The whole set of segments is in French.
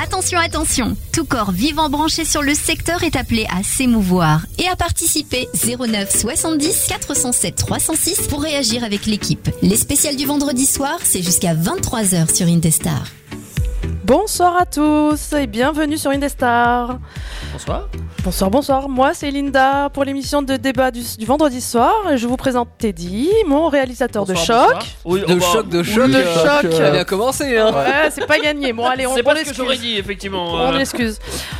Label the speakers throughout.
Speaker 1: Attention, attention Tout corps vivant branché sur le secteur est appelé à s'émouvoir et à participer 09 70 407 306 pour réagir avec l'équipe. Les spéciales du vendredi soir, c'est jusqu'à 23h sur Indestar.
Speaker 2: Bonsoir à tous et bienvenue sur Indestar.
Speaker 3: Bonsoir.
Speaker 2: Bonsoir, bonsoir. Moi, c'est Linda pour l'émission de débat du, du vendredi soir. Je vous présente Teddy, mon réalisateur
Speaker 3: Bonsoir,
Speaker 2: de choc.
Speaker 3: bonsoir. Oui,
Speaker 4: De
Speaker 3: oh bah,
Speaker 4: choc, de choc,
Speaker 2: de
Speaker 4: euh,
Speaker 2: choc.
Speaker 4: Ça a bien commencé, hein.
Speaker 2: Ouais, c'est pas gagné. Bon, allez, on,
Speaker 3: C'est
Speaker 2: on
Speaker 3: pas ce que
Speaker 2: l'excuse.
Speaker 3: j'aurais dit, effectivement.
Speaker 2: On
Speaker 3: euh.
Speaker 2: l'excuse.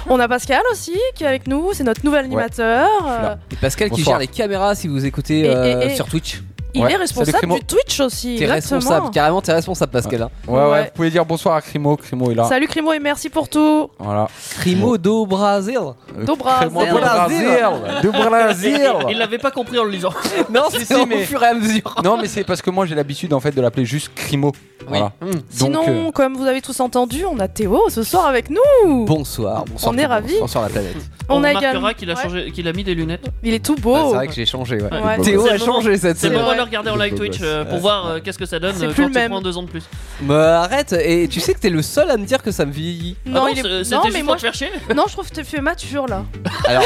Speaker 2: On a Pascal aussi qui est avec nous, c'est notre nouvel animateur. Euh,
Speaker 4: Et Pascal qui
Speaker 5: Bonsoir.
Speaker 4: gère les caméras si vous écoutez
Speaker 2: Et-
Speaker 4: euh,
Speaker 2: et- et-
Speaker 4: sur Twitch.
Speaker 2: Il
Speaker 5: Ouais,
Speaker 2: est
Speaker 5: salut,
Speaker 2: responsable
Speaker 5: Clément.
Speaker 2: du Twitch aussi.
Speaker 4: T'es
Speaker 2: exactement.
Speaker 4: responsable, carrément t'es responsable Pascal. hein.
Speaker 5: Ouais, ouais,
Speaker 2: Ouais.
Speaker 5: vous pouvez dire bonsoir à Crimo, Crimo est là.
Speaker 2: Salut Crimo et merci pour tout.
Speaker 5: Voilà.
Speaker 4: Crimo do Brasil
Speaker 5: Euh,
Speaker 2: Do Brasil.
Speaker 5: Crimo
Speaker 4: Do
Speaker 5: do Brasil. Do Brasil.
Speaker 3: Il l'avait pas compris en le lisant.
Speaker 4: Non, c'est
Speaker 5: si, mais-
Speaker 4: au fur et à mesure.
Speaker 5: Non, mais c'est parce que moi j'ai l'habitude en fait de l'appeler juste Crimo. Voilà.
Speaker 4: Oui. Mm.
Speaker 5: Donc,
Speaker 2: Sinon,
Speaker 5: euh,
Speaker 2: comme vous avez tous entendu, on a Théo ce soir avec nous.
Speaker 4: Bonsoir, bonsoir.
Speaker 2: On est
Speaker 4: tout le monde.
Speaker 2: ravis.
Speaker 4: Bonsoir la planète.
Speaker 3: On,
Speaker 2: a
Speaker 3: remarquera
Speaker 2: également-
Speaker 3: qu'il a,
Speaker 2: Ouais,
Speaker 3: changé- qu'il a mis des lunettes.
Speaker 2: Il est tout
Speaker 4: Ouais,
Speaker 2: beau.
Speaker 4: Bah, c'est vrai que j'ai changé, ouais.
Speaker 2: Ouais.
Speaker 5: Beau
Speaker 4: Théo
Speaker 3: C'est
Speaker 4: a
Speaker 3: le
Speaker 4: changé cette
Speaker 3: C'est
Speaker 4: semaine.
Speaker 3: le moment
Speaker 2: vrai.
Speaker 3: de le regarder en live
Speaker 5: Beau
Speaker 3: Twitch
Speaker 5: gosse.
Speaker 3: euh, pour
Speaker 5: Ouais.
Speaker 3: voir euh, qu'est ce que ça donne
Speaker 2: C'est
Speaker 3: euh,
Speaker 2: plus
Speaker 3: quand
Speaker 2: le
Speaker 3: tu
Speaker 2: même.
Speaker 3: prends deux ans de plus.
Speaker 4: Bah arrête, et tu sais que t'es le seul à me dire que ça me vieillit.
Speaker 3: Ah Non,
Speaker 2: il est-
Speaker 3: c'est-
Speaker 2: non,
Speaker 3: c'était
Speaker 2: mais
Speaker 3: juste
Speaker 2: moi,
Speaker 3: pour te faire chier.
Speaker 2: je- non, je trouve que tu fais mature là.
Speaker 4: Alors,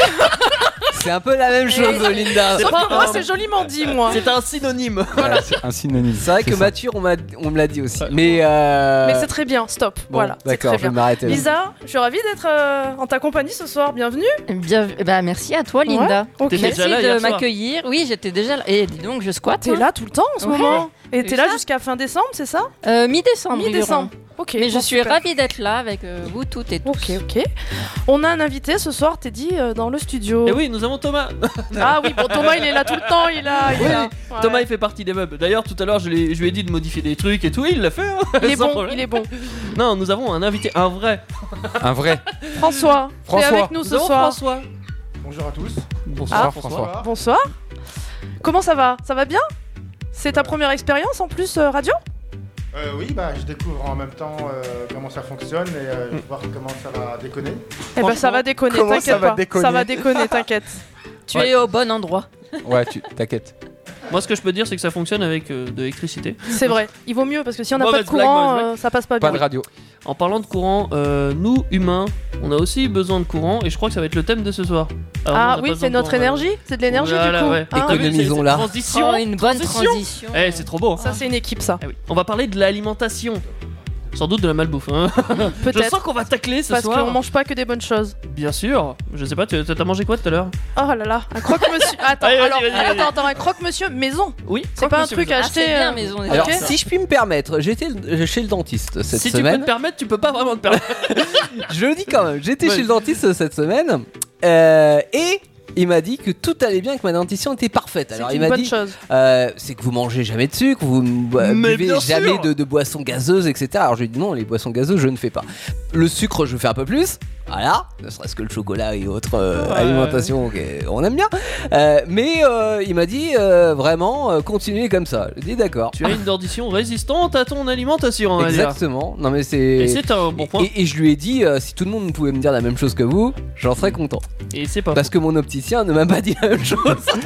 Speaker 4: c'est un peu la même chose, Linda.
Speaker 2: Sauf que moi, c'est joliment dit, moi.
Speaker 3: C'est un synonyme.
Speaker 5: voilà, Ah, c'est un synonyme.
Speaker 4: C'est vrai que
Speaker 5: ça.
Speaker 4: mature, on, m'a- on me l'a dit aussi. Mais euh.
Speaker 2: Mais c'est très bien, stop.
Speaker 4: bon,
Speaker 2: voilà, c'est
Speaker 4: D'accord,
Speaker 2: très
Speaker 4: je vais
Speaker 2: bien.
Speaker 4: m'arrêter. là.
Speaker 2: Lisa, je suis ravie d'être euh, en ta compagnie ce soir. Bienvenue.
Speaker 6: Bien, bah merci à toi Linda.
Speaker 2: Ok.
Speaker 3: T'étais
Speaker 6: Merci
Speaker 3: déjà là hier
Speaker 6: de
Speaker 3: soir.
Speaker 6: m'accueillir. Oui, j'étais déjà là. Et dis donc, je squatte.
Speaker 2: T'es
Speaker 6: hein.
Speaker 2: là tout le temps en ce
Speaker 6: Ouais.
Speaker 2: moment. Et
Speaker 6: C'est
Speaker 2: t'es là
Speaker 6: ça.
Speaker 2: jusqu'à fin décembre, c'est ça
Speaker 6: Euh, Mi-décembre.
Speaker 2: Mi-décembre.
Speaker 6: environ.
Speaker 2: Ok.
Speaker 6: Mais
Speaker 2: bon,
Speaker 6: je suis
Speaker 2: super.
Speaker 6: ravie d'être là avec euh, vous toutes et tous.
Speaker 2: Ok, ok. On a un invité ce soir, Teddy, euh, dans le studio.
Speaker 3: Et Eh oui, nous avons Thomas.
Speaker 2: Ah oui, bon, Thomas, il est là tout le temps, il est là. Ah, Il est
Speaker 3: Oui,
Speaker 2: là. Ouais.
Speaker 3: Thomas, il fait partie des meubles. D'ailleurs, tout à l'heure, je, l'ai- je lui ai dit de modifier des trucs et tout. Il l'a fait. hein,
Speaker 2: il est
Speaker 3: sans
Speaker 2: bon,
Speaker 3: problème.
Speaker 2: il est bon.
Speaker 3: Non, nous avons un invité, un vrai.
Speaker 5: Un vrai.
Speaker 2: François, t'es
Speaker 5: François.
Speaker 2: avec nous
Speaker 3: Nous
Speaker 2: ce
Speaker 3: avons
Speaker 2: soir.
Speaker 3: François.
Speaker 7: Bonjour à tous.
Speaker 5: Bonsoir
Speaker 2: Ah.
Speaker 5: François.
Speaker 2: Bonsoir. Comment ça va Ça va bien C'est ta première expérience en plus euh, radio
Speaker 7: Euh, oui, bah, je découvre en même temps euh, comment ça fonctionne et euh, je vais voir comment ça va déconner.
Speaker 2: Eh ben ça va déconner,
Speaker 5: comment
Speaker 2: t'inquiète
Speaker 5: ça va
Speaker 2: pas.
Speaker 5: déconner
Speaker 2: ça va déconner, t'inquiète.
Speaker 6: Tu
Speaker 5: Ouais.
Speaker 6: es au bon endroit.
Speaker 5: Ouais, tu t'inquiète.
Speaker 3: Moi, ce que je peux dire, c'est que ça fonctionne avec euh, de l'électricité.
Speaker 2: C'est vrai, il vaut mieux parce que si on n'a pas
Speaker 3: Mauvaise
Speaker 2: de
Speaker 3: blague,
Speaker 2: courant,
Speaker 3: mauvaise
Speaker 2: euh, ça passe pas
Speaker 5: Pas
Speaker 2: bien.
Speaker 5: de radio.
Speaker 3: En parlant de courant, euh, nous humains, on a aussi besoin de courant et je crois que ça va être le thème de ce soir. Alors, on
Speaker 2: ah
Speaker 3: a
Speaker 2: oui,
Speaker 3: pas
Speaker 2: c'est
Speaker 3: besoin de
Speaker 2: notre
Speaker 3: courant, euh,
Speaker 2: énergie, c'est de l'énergie
Speaker 3: Voilà,
Speaker 2: du coup.
Speaker 3: ouais.
Speaker 2: hein.
Speaker 3: T'as vu, c'est-
Speaker 4: Économisons
Speaker 3: c'est
Speaker 4: là.
Speaker 3: Transition.
Speaker 6: Oh, une bonne
Speaker 3: Transition.
Speaker 6: transition.
Speaker 3: Eh, c'est trop beau. hein.
Speaker 2: ça c'est une équipe ça,
Speaker 3: Eh oui. On va parler de l'alimentation. Sans doute de la malbouffe. Hein. Je
Speaker 2: peut-être.
Speaker 3: sens qu'on va tacler ce
Speaker 2: Parce
Speaker 3: soir.
Speaker 2: qu'on mange pas que des bonnes choses.
Speaker 3: Bien sûr. Je sais pas, tu- t'as mangé quoi tout à l'heure
Speaker 2: Oh là là, un croque-monsieur. Attends,
Speaker 3: Allez, vas-y,
Speaker 2: alors,
Speaker 3: vas-y, vas-y.
Speaker 2: attends, attends, un croque-monsieur maison.
Speaker 3: Oui.
Speaker 2: C'est pas un truc à
Speaker 6: Ah,
Speaker 2: acheter.
Speaker 6: c'est bien,
Speaker 2: euh,
Speaker 6: maison. des
Speaker 4: Alors,
Speaker 6: enfants.
Speaker 4: si je puis me permettre, j'étais le- euh, chez le dentiste cette
Speaker 3: Si tu peux
Speaker 4: semaine.
Speaker 3: te permettre, tu peux pas vraiment te permettre.
Speaker 4: Je le dis quand même, j'étais
Speaker 3: Ouais.
Speaker 4: chez le dentiste cette semaine euh, et il m'a dit que tout allait bien, que ma dentition était parfaite. Alors
Speaker 2: C'est
Speaker 4: il
Speaker 2: une
Speaker 4: m'a
Speaker 2: bonne
Speaker 4: dit,
Speaker 2: chose.
Speaker 4: euh, c'est que vous mangez jamais de sucre, vous ne bo-
Speaker 3: Mais bien
Speaker 4: buvez
Speaker 3: sûr.
Speaker 4: jamais de, de boissons gazeuses, etc. Alors je lui ai dit non, les boissons gazeuses, je ne fais pas. Le sucre, je fais un peu plus. Voilà, ne serait-ce que le chocolat et autres euh,
Speaker 3: Ouais.
Speaker 4: alimentations qu'on aime bien. Euh, mais euh, il m'a dit euh, vraiment, euh, continuez comme ça. Je dis d'accord.
Speaker 3: tu as une dentition résistante à ton alimentation. on va dire.
Speaker 4: Exactement. Non mais
Speaker 3: Oh Et c'est un bon point.
Speaker 4: Et, et je lui ai dit, euh, si tout le monde pouvait me dire la même chose que vous, j'en serais content.
Speaker 3: Et, c'est pas.
Speaker 4: Parce que mon opticien ne m'a pas dit la même chose.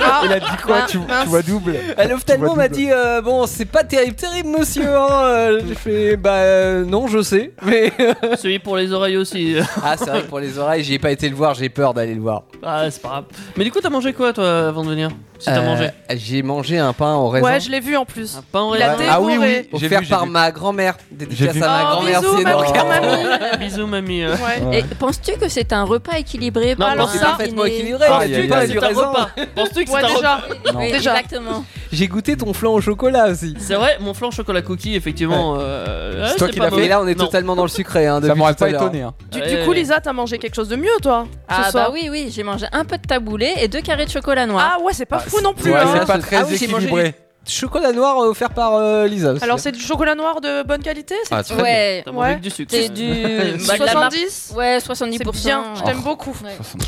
Speaker 2: Ah,
Speaker 5: Il a dit quoi
Speaker 2: Ah,
Speaker 5: tu,
Speaker 2: mince.
Speaker 5: tu vois double.
Speaker 4: Euh, L'ophtalmo
Speaker 5: Tu vois
Speaker 4: m'a
Speaker 5: double.
Speaker 4: dit, euh, bon, c'est pas terrible, terrible, monsieur. hein. Euh, J'ai fait, bah euh, non, je sais. Mais...
Speaker 3: Celui pour les oreilles aussi.
Speaker 4: ah, c'est vrai que pour les oreilles, j'ai pas été le voir, j'ai peur d'aller le voir.
Speaker 3: Ah, c'est pas grave. Mais du coup, t'as mangé quoi, toi, avant de venir Si t'as
Speaker 4: Euh,
Speaker 3: mangé
Speaker 4: J'ai mangé un pain au raisin.
Speaker 2: ouais, je l'ai vu en plus.
Speaker 3: Un pain au
Speaker 2: Il a
Speaker 3: raisin.
Speaker 2: dévoré.
Speaker 5: Ah oui, oui. J'ai
Speaker 4: Offert
Speaker 5: vu, j'ai
Speaker 4: par
Speaker 5: vu.
Speaker 4: ma grand-mère. Dédicace
Speaker 5: J'ai vu.
Speaker 4: à ma
Speaker 2: Oh,
Speaker 4: grand-mère.
Speaker 2: bisous,
Speaker 4: c'est
Speaker 2: ma
Speaker 4: énorme.
Speaker 2: grand-mamie.
Speaker 3: Bisous, mamie. euh.
Speaker 2: Ouais.
Speaker 6: Et penses-tu que c'est un repas équilibré par
Speaker 3: alors
Speaker 6: un
Speaker 4: C'est
Speaker 2: ça-
Speaker 4: parfaitement
Speaker 6: dîner
Speaker 4: équilibré.
Speaker 5: Ah,
Speaker 4: il y a
Speaker 5: il
Speaker 4: du
Speaker 5: y a-
Speaker 4: pain et
Speaker 3: C'est
Speaker 4: du
Speaker 3: un
Speaker 4: raisin.
Speaker 3: repas. Penses-tu que c'est
Speaker 2: Ouais,
Speaker 3: un repas
Speaker 2: déjà.
Speaker 6: Oui,
Speaker 2: Déjà.
Speaker 6: exactement.
Speaker 4: J'ai goûté ton flan au chocolat aussi.
Speaker 3: C'est vrai, mon flan au chocolat cookie, effectivement. euh,
Speaker 5: C'est toi
Speaker 3: ouais,
Speaker 5: qui
Speaker 3: pas
Speaker 5: l'as fait.
Speaker 3: mauvais.
Speaker 4: Mais là, on est
Speaker 3: Non.
Speaker 4: totalement dans le sucré. Hein,
Speaker 5: Ça
Speaker 4: depuis
Speaker 5: m'aurait
Speaker 4: tout à
Speaker 5: pas
Speaker 4: l'heure.
Speaker 5: étonné. Hein.
Speaker 2: Du,
Speaker 3: Ouais,
Speaker 2: du coup,
Speaker 3: ouais.
Speaker 2: Lisa, Euh. t'as mangé quelque chose de mieux, toi ce
Speaker 6: Ah
Speaker 2: soir.
Speaker 6: bah oui, oui, j'ai mangé un peu de taboulé et deux carrés de chocolat noir.
Speaker 2: Ah ouais, c'est pas
Speaker 5: Ah,
Speaker 2: fou non plus.
Speaker 5: Ouais,
Speaker 2: hein.
Speaker 5: c'est pas très
Speaker 4: Ah oui, j'ai mangé
Speaker 5: équilibré.
Speaker 4: Chocolat noir offert par euh, Lisa. aussi.
Speaker 2: Alors, c'est du chocolat noir de bonne qualité c'est-
Speaker 5: Ah, très bien.
Speaker 6: ouais,
Speaker 3: T'as mangé
Speaker 2: Ouais.
Speaker 3: que du sucre.
Speaker 6: c'est du.
Speaker 3: Bah, de la marque.
Speaker 2: 70
Speaker 6: Ouais, 70%.
Speaker 2: C'est bien, je
Speaker 3: Oh.
Speaker 2: t'aime beaucoup.
Speaker 6: Ouais.
Speaker 5: 70.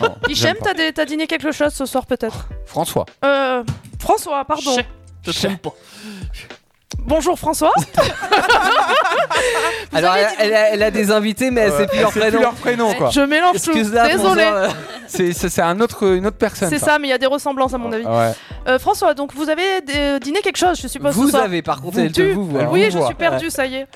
Speaker 5: Oh,
Speaker 2: Hichem,
Speaker 5: j'aime pas.
Speaker 2: t'as dé- t'as dîné quelque chose ce soir peut-être
Speaker 5: François.
Speaker 2: Euh. François, pardon.
Speaker 3: Chais, Je te trompe pas.
Speaker 2: Bonjour François.
Speaker 4: Alors, elle, elle a, elle a des invités, mais elle sait plus leur
Speaker 5: C'est plus
Speaker 4: prénom. euh,
Speaker 5: leur prénom quoi.
Speaker 2: Je mélange tout.
Speaker 4: Excuse-la,
Speaker 2: Désolé.
Speaker 7: euh,
Speaker 4: François.
Speaker 5: C'est c'est- c'est un autre, une autre personne. Ah
Speaker 2: C'est ça, mais il y a des ressemblances à mon avis.
Speaker 5: Ouais.
Speaker 2: Euh, François, donc vous avez dé- euh, dîné quelque chose, je suppose. ce
Speaker 4: Vous
Speaker 2: soir.
Speaker 4: avez par contre,
Speaker 2: Vous,
Speaker 4: elle te
Speaker 2: tu-
Speaker 4: vous. elle
Speaker 5: on
Speaker 2: Oui,
Speaker 5: vous
Speaker 2: je
Speaker 5: voit.
Speaker 2: suis perdue, ça y est.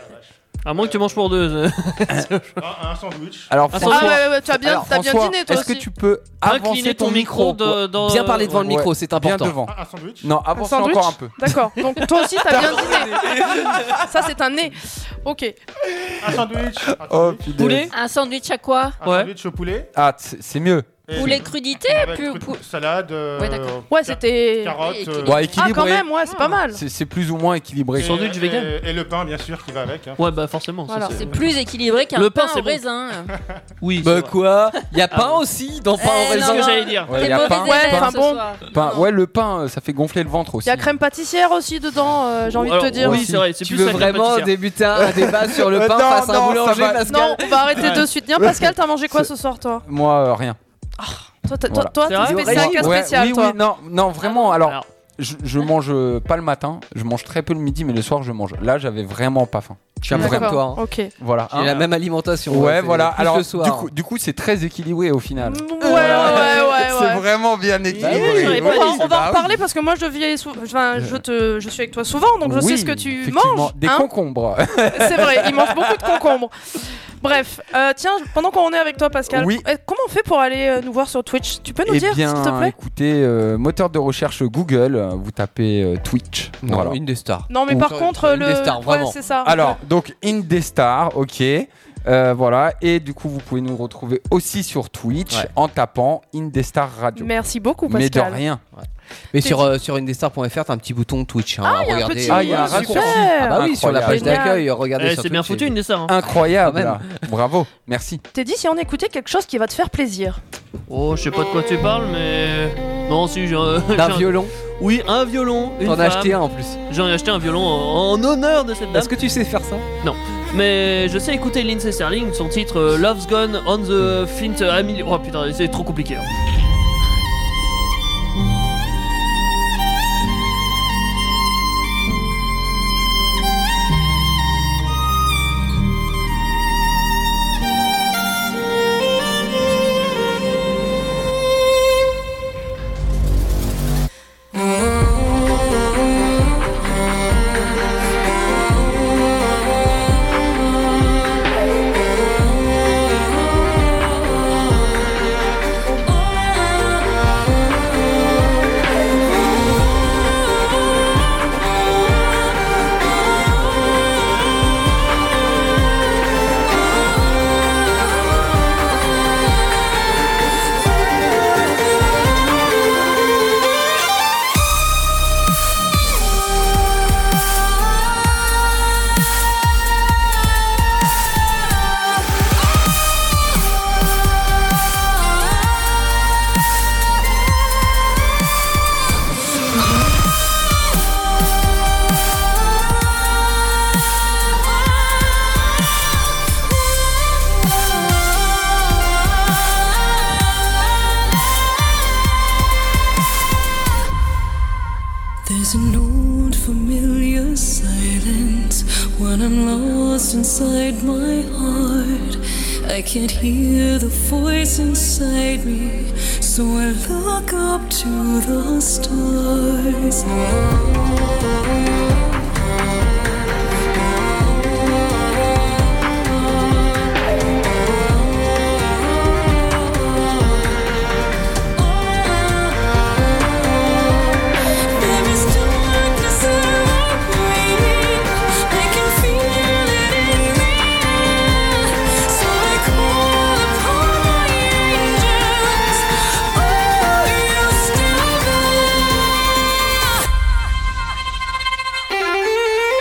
Speaker 3: À moins que tu manges pour deux.
Speaker 7: Un, un sandwich.
Speaker 5: Alors,
Speaker 3: Ah,
Speaker 5: François,
Speaker 2: Ah ouais, ouais, ouais, tu as bien,
Speaker 5: alors,
Speaker 2: t'as bien
Speaker 5: François,
Speaker 2: dîné toi
Speaker 5: est-ce
Speaker 2: aussi.
Speaker 5: que tu peux avancer
Speaker 3: Incliner ton micro
Speaker 5: quoi.
Speaker 3: de- dans-
Speaker 4: Bien parler devant le
Speaker 5: ouais.
Speaker 4: micro, c'est
Speaker 5: Bien
Speaker 4: important.
Speaker 5: devant.
Speaker 7: Un, un sandwich.
Speaker 5: Non,
Speaker 2: Un
Speaker 5: avance
Speaker 2: sandwich
Speaker 5: encore un peu.
Speaker 2: D'accord, donc toi aussi t'as bien dîné. Ça c'est un nez. Ok.
Speaker 7: Un sandwich. un
Speaker 5: Oh,
Speaker 7: sandwich,
Speaker 5: putain.
Speaker 3: Poulet
Speaker 6: Un sandwich à quoi
Speaker 7: Un
Speaker 3: Ouais.
Speaker 7: sandwich au poulet.
Speaker 5: Ah, c'est c'est mieux.
Speaker 7: et-
Speaker 6: Poulet crudité
Speaker 7: avec
Speaker 6: plus-
Speaker 7: fruits-
Speaker 6: pou-
Speaker 7: Salade. Ah, bah, euh,
Speaker 6: Ouais, d'accord.
Speaker 2: Ouais, c'était.
Speaker 6: Oui,
Speaker 7: Carottes. euh,
Speaker 5: Ouais,
Speaker 2: Ah, quand
Speaker 5: équilibré.
Speaker 2: même, ouais, c'est pas mal.
Speaker 5: C'est c'est plus ou moins équilibré.
Speaker 7: et-
Speaker 3: sandwich
Speaker 7: et-
Speaker 3: vegan.
Speaker 7: Et le pain, bien sûr, qui va avec. hein.
Speaker 3: Ouais, bah forcément. ça,
Speaker 2: Voilà.
Speaker 6: C'est plus équilibré qu'un
Speaker 3: Le pain,
Speaker 6: pain,
Speaker 3: c'est
Speaker 6: au
Speaker 3: bon.
Speaker 6: raisin.
Speaker 3: Oui. c'est
Speaker 4: Bah
Speaker 3: vrai.
Speaker 4: quoi Y
Speaker 5: Ah
Speaker 4: a pain aussi dans pain
Speaker 6: Eh,
Speaker 4: en
Speaker 6: non,
Speaker 3: C'est ce
Speaker 4: raisin
Speaker 3: que j'allais dire.
Speaker 5: Ouais,
Speaker 6: T'es
Speaker 5: y a
Speaker 6: mauvais
Speaker 5: pain,
Speaker 6: élève
Speaker 2: pain,
Speaker 6: ce
Speaker 2: bon.
Speaker 6: soir.
Speaker 5: pain.
Speaker 6: Non.
Speaker 5: Ouais, le pain, euh, ça fait gonfler le ventre aussi.
Speaker 2: Il y a crème pâtissière aussi dedans, euh, j'ai envie
Speaker 3: Alors,
Speaker 2: de te dire.
Speaker 3: Oui,
Speaker 5: aussi.
Speaker 3: c'est vrai. C'est
Speaker 4: Tu
Speaker 3: plus
Speaker 4: veux
Speaker 3: ça que la
Speaker 4: vraiment
Speaker 3: pâtissière.
Speaker 4: débuter un débat sur le
Speaker 5: Euh,
Speaker 4: pain
Speaker 5: non,
Speaker 4: face à un
Speaker 5: non,
Speaker 4: boulanger,
Speaker 5: ça va.
Speaker 4: Pascal
Speaker 2: Non, on va arrêter
Speaker 3: Ouais.
Speaker 2: de suite. Viens, Pascal, t'as mangé quoi ce soir, toi
Speaker 5: Moi, euh, rien.
Speaker 2: Toi, t'as-
Speaker 5: Voilà.
Speaker 2: toi, toi,
Speaker 3: C'est
Speaker 2: t'es
Speaker 3: vrai
Speaker 2: spécial, cas
Speaker 5: Ouais,
Speaker 2: spécial,
Speaker 5: oui,
Speaker 2: toi.
Speaker 5: oui, non, non, vraiment. Alors,
Speaker 3: Alors,
Speaker 5: je, je mange euh, pas le matin, je mange très peu le midi, mais le soir, je mange. Là, j'avais vraiment pas faim.
Speaker 4: Je suis un peu
Speaker 2: D'accord.
Speaker 4: comme toi. hein.
Speaker 2: Ok.
Speaker 5: Voilà.
Speaker 4: J'ai la même alimentation.
Speaker 5: Ouais,
Speaker 4: c'est
Speaker 5: voilà.
Speaker 4: plus
Speaker 5: Alors,
Speaker 4: le soir.
Speaker 5: du coup, du coup, c'est très équilibré au final.
Speaker 2: Ouais, ouais, ouais, Mm, ouais.
Speaker 5: C'est vraiment bien
Speaker 3: oui,
Speaker 5: équilibré.
Speaker 3: j'aurais
Speaker 2: On va, on va
Speaker 5: bah
Speaker 2: en
Speaker 5: oui. Euh.
Speaker 2: reparler parce que moi je vis, sou- enfin, je te, je suis avec toi souvent, donc je sais
Speaker 5: Oui,
Speaker 2: ce que tu
Speaker 5: effectivement.
Speaker 2: manges.
Speaker 5: Des
Speaker 2: hein.
Speaker 5: concombres.
Speaker 2: C'est vrai, il mange beaucoup de concombres. Bref, euh, tiens, pendant qu'on est avec toi, Pascal,
Speaker 5: Oui.
Speaker 2: eh, comment on fait pour aller euh, nous voir sur Twitch Tu peux nous
Speaker 5: Eh
Speaker 2: dire,
Speaker 5: bien,
Speaker 2: s'il te plaît
Speaker 5: écoutez, euh, moteur de recherche Google, euh, vous tapez euh, Twitch.
Speaker 4: Non,
Speaker 5: voilà.
Speaker 4: une des stars.
Speaker 2: Non, mais
Speaker 5: Ou
Speaker 2: par
Speaker 4: sur-
Speaker 2: contre,
Speaker 4: sur
Speaker 2: le.
Speaker 4: Indestar,
Speaker 2: ouais,
Speaker 4: vraiment.
Speaker 2: c'est ça.
Speaker 5: Alors, donc Indestar, ok. Euh, voilà, et du coup, vous pouvez nous retrouver aussi sur Twitch
Speaker 4: Ouais.
Speaker 5: en tapant Indestar Radio.
Speaker 2: Merci beaucoup,
Speaker 5: Mais de
Speaker 2: Pascal.
Speaker 5: rien.
Speaker 4: Mais sur, euh, sur indestars.fr, t'as un petit bouton Twitch. hein,
Speaker 2: Ah, il y a un
Speaker 4: regardez.
Speaker 2: petit.
Speaker 5: Ah, il y a un
Speaker 2: super.
Speaker 5: raccourci.
Speaker 4: Ah bah oui, sur la page
Speaker 2: Incroyable.
Speaker 4: d'accueil, regardez.
Speaker 3: eh,
Speaker 4: sur
Speaker 3: c'est bien
Speaker 4: Twitch,
Speaker 3: foutu une des stars. hein.
Speaker 5: Incroyable.
Speaker 4: Quand
Speaker 5: Bravo, merci.
Speaker 2: T'es dit si on écoutait quelque chose qui va te faire plaisir.
Speaker 3: Oh, je sais pas de quoi tu parles, mais. euh, Non, si, j'ai un. j'ai
Speaker 4: D'un
Speaker 3: un-
Speaker 4: violon,
Speaker 3: Oui, un violon. une
Speaker 4: t'en as
Speaker 3: femme.
Speaker 4: acheté un en plus.
Speaker 3: J'en ai acheté un violon en, en honneur de cette dame.
Speaker 4: Est-ce que tu sais faire ça
Speaker 3: Mais je sais écouter Lindsay Sterling, son titre euh, Love's Gone on the Flint Amelie. Oh putain, c'est trop compliqué. hein.
Speaker 8: There's an old familiar silence when I'm lost inside my heart. I can't hear the voice inside me, so I look up to the stars. There is darkness evaporating. I can feel it in the air. So I call upon my angels. Oh, you're still there.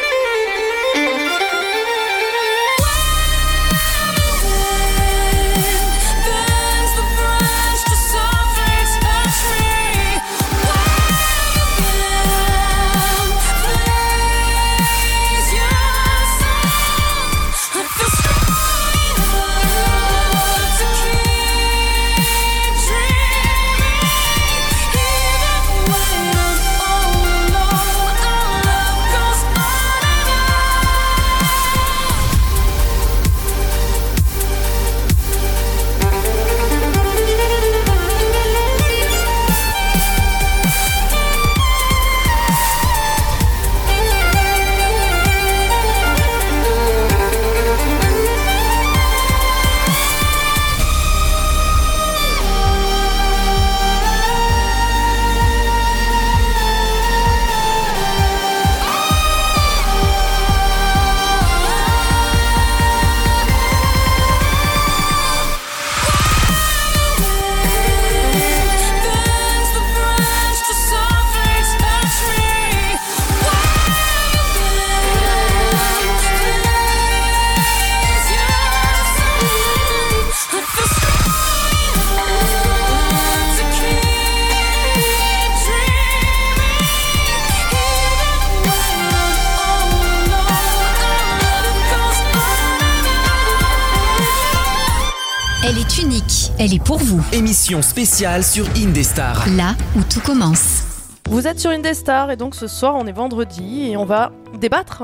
Speaker 1: Elle est unique, elle est pour vous,
Speaker 9: Émission spéciale sur Indestar.
Speaker 1: là où tout commence.
Speaker 2: Vous êtes sur une des stars et donc ce soir on est vendredi et on va débattre.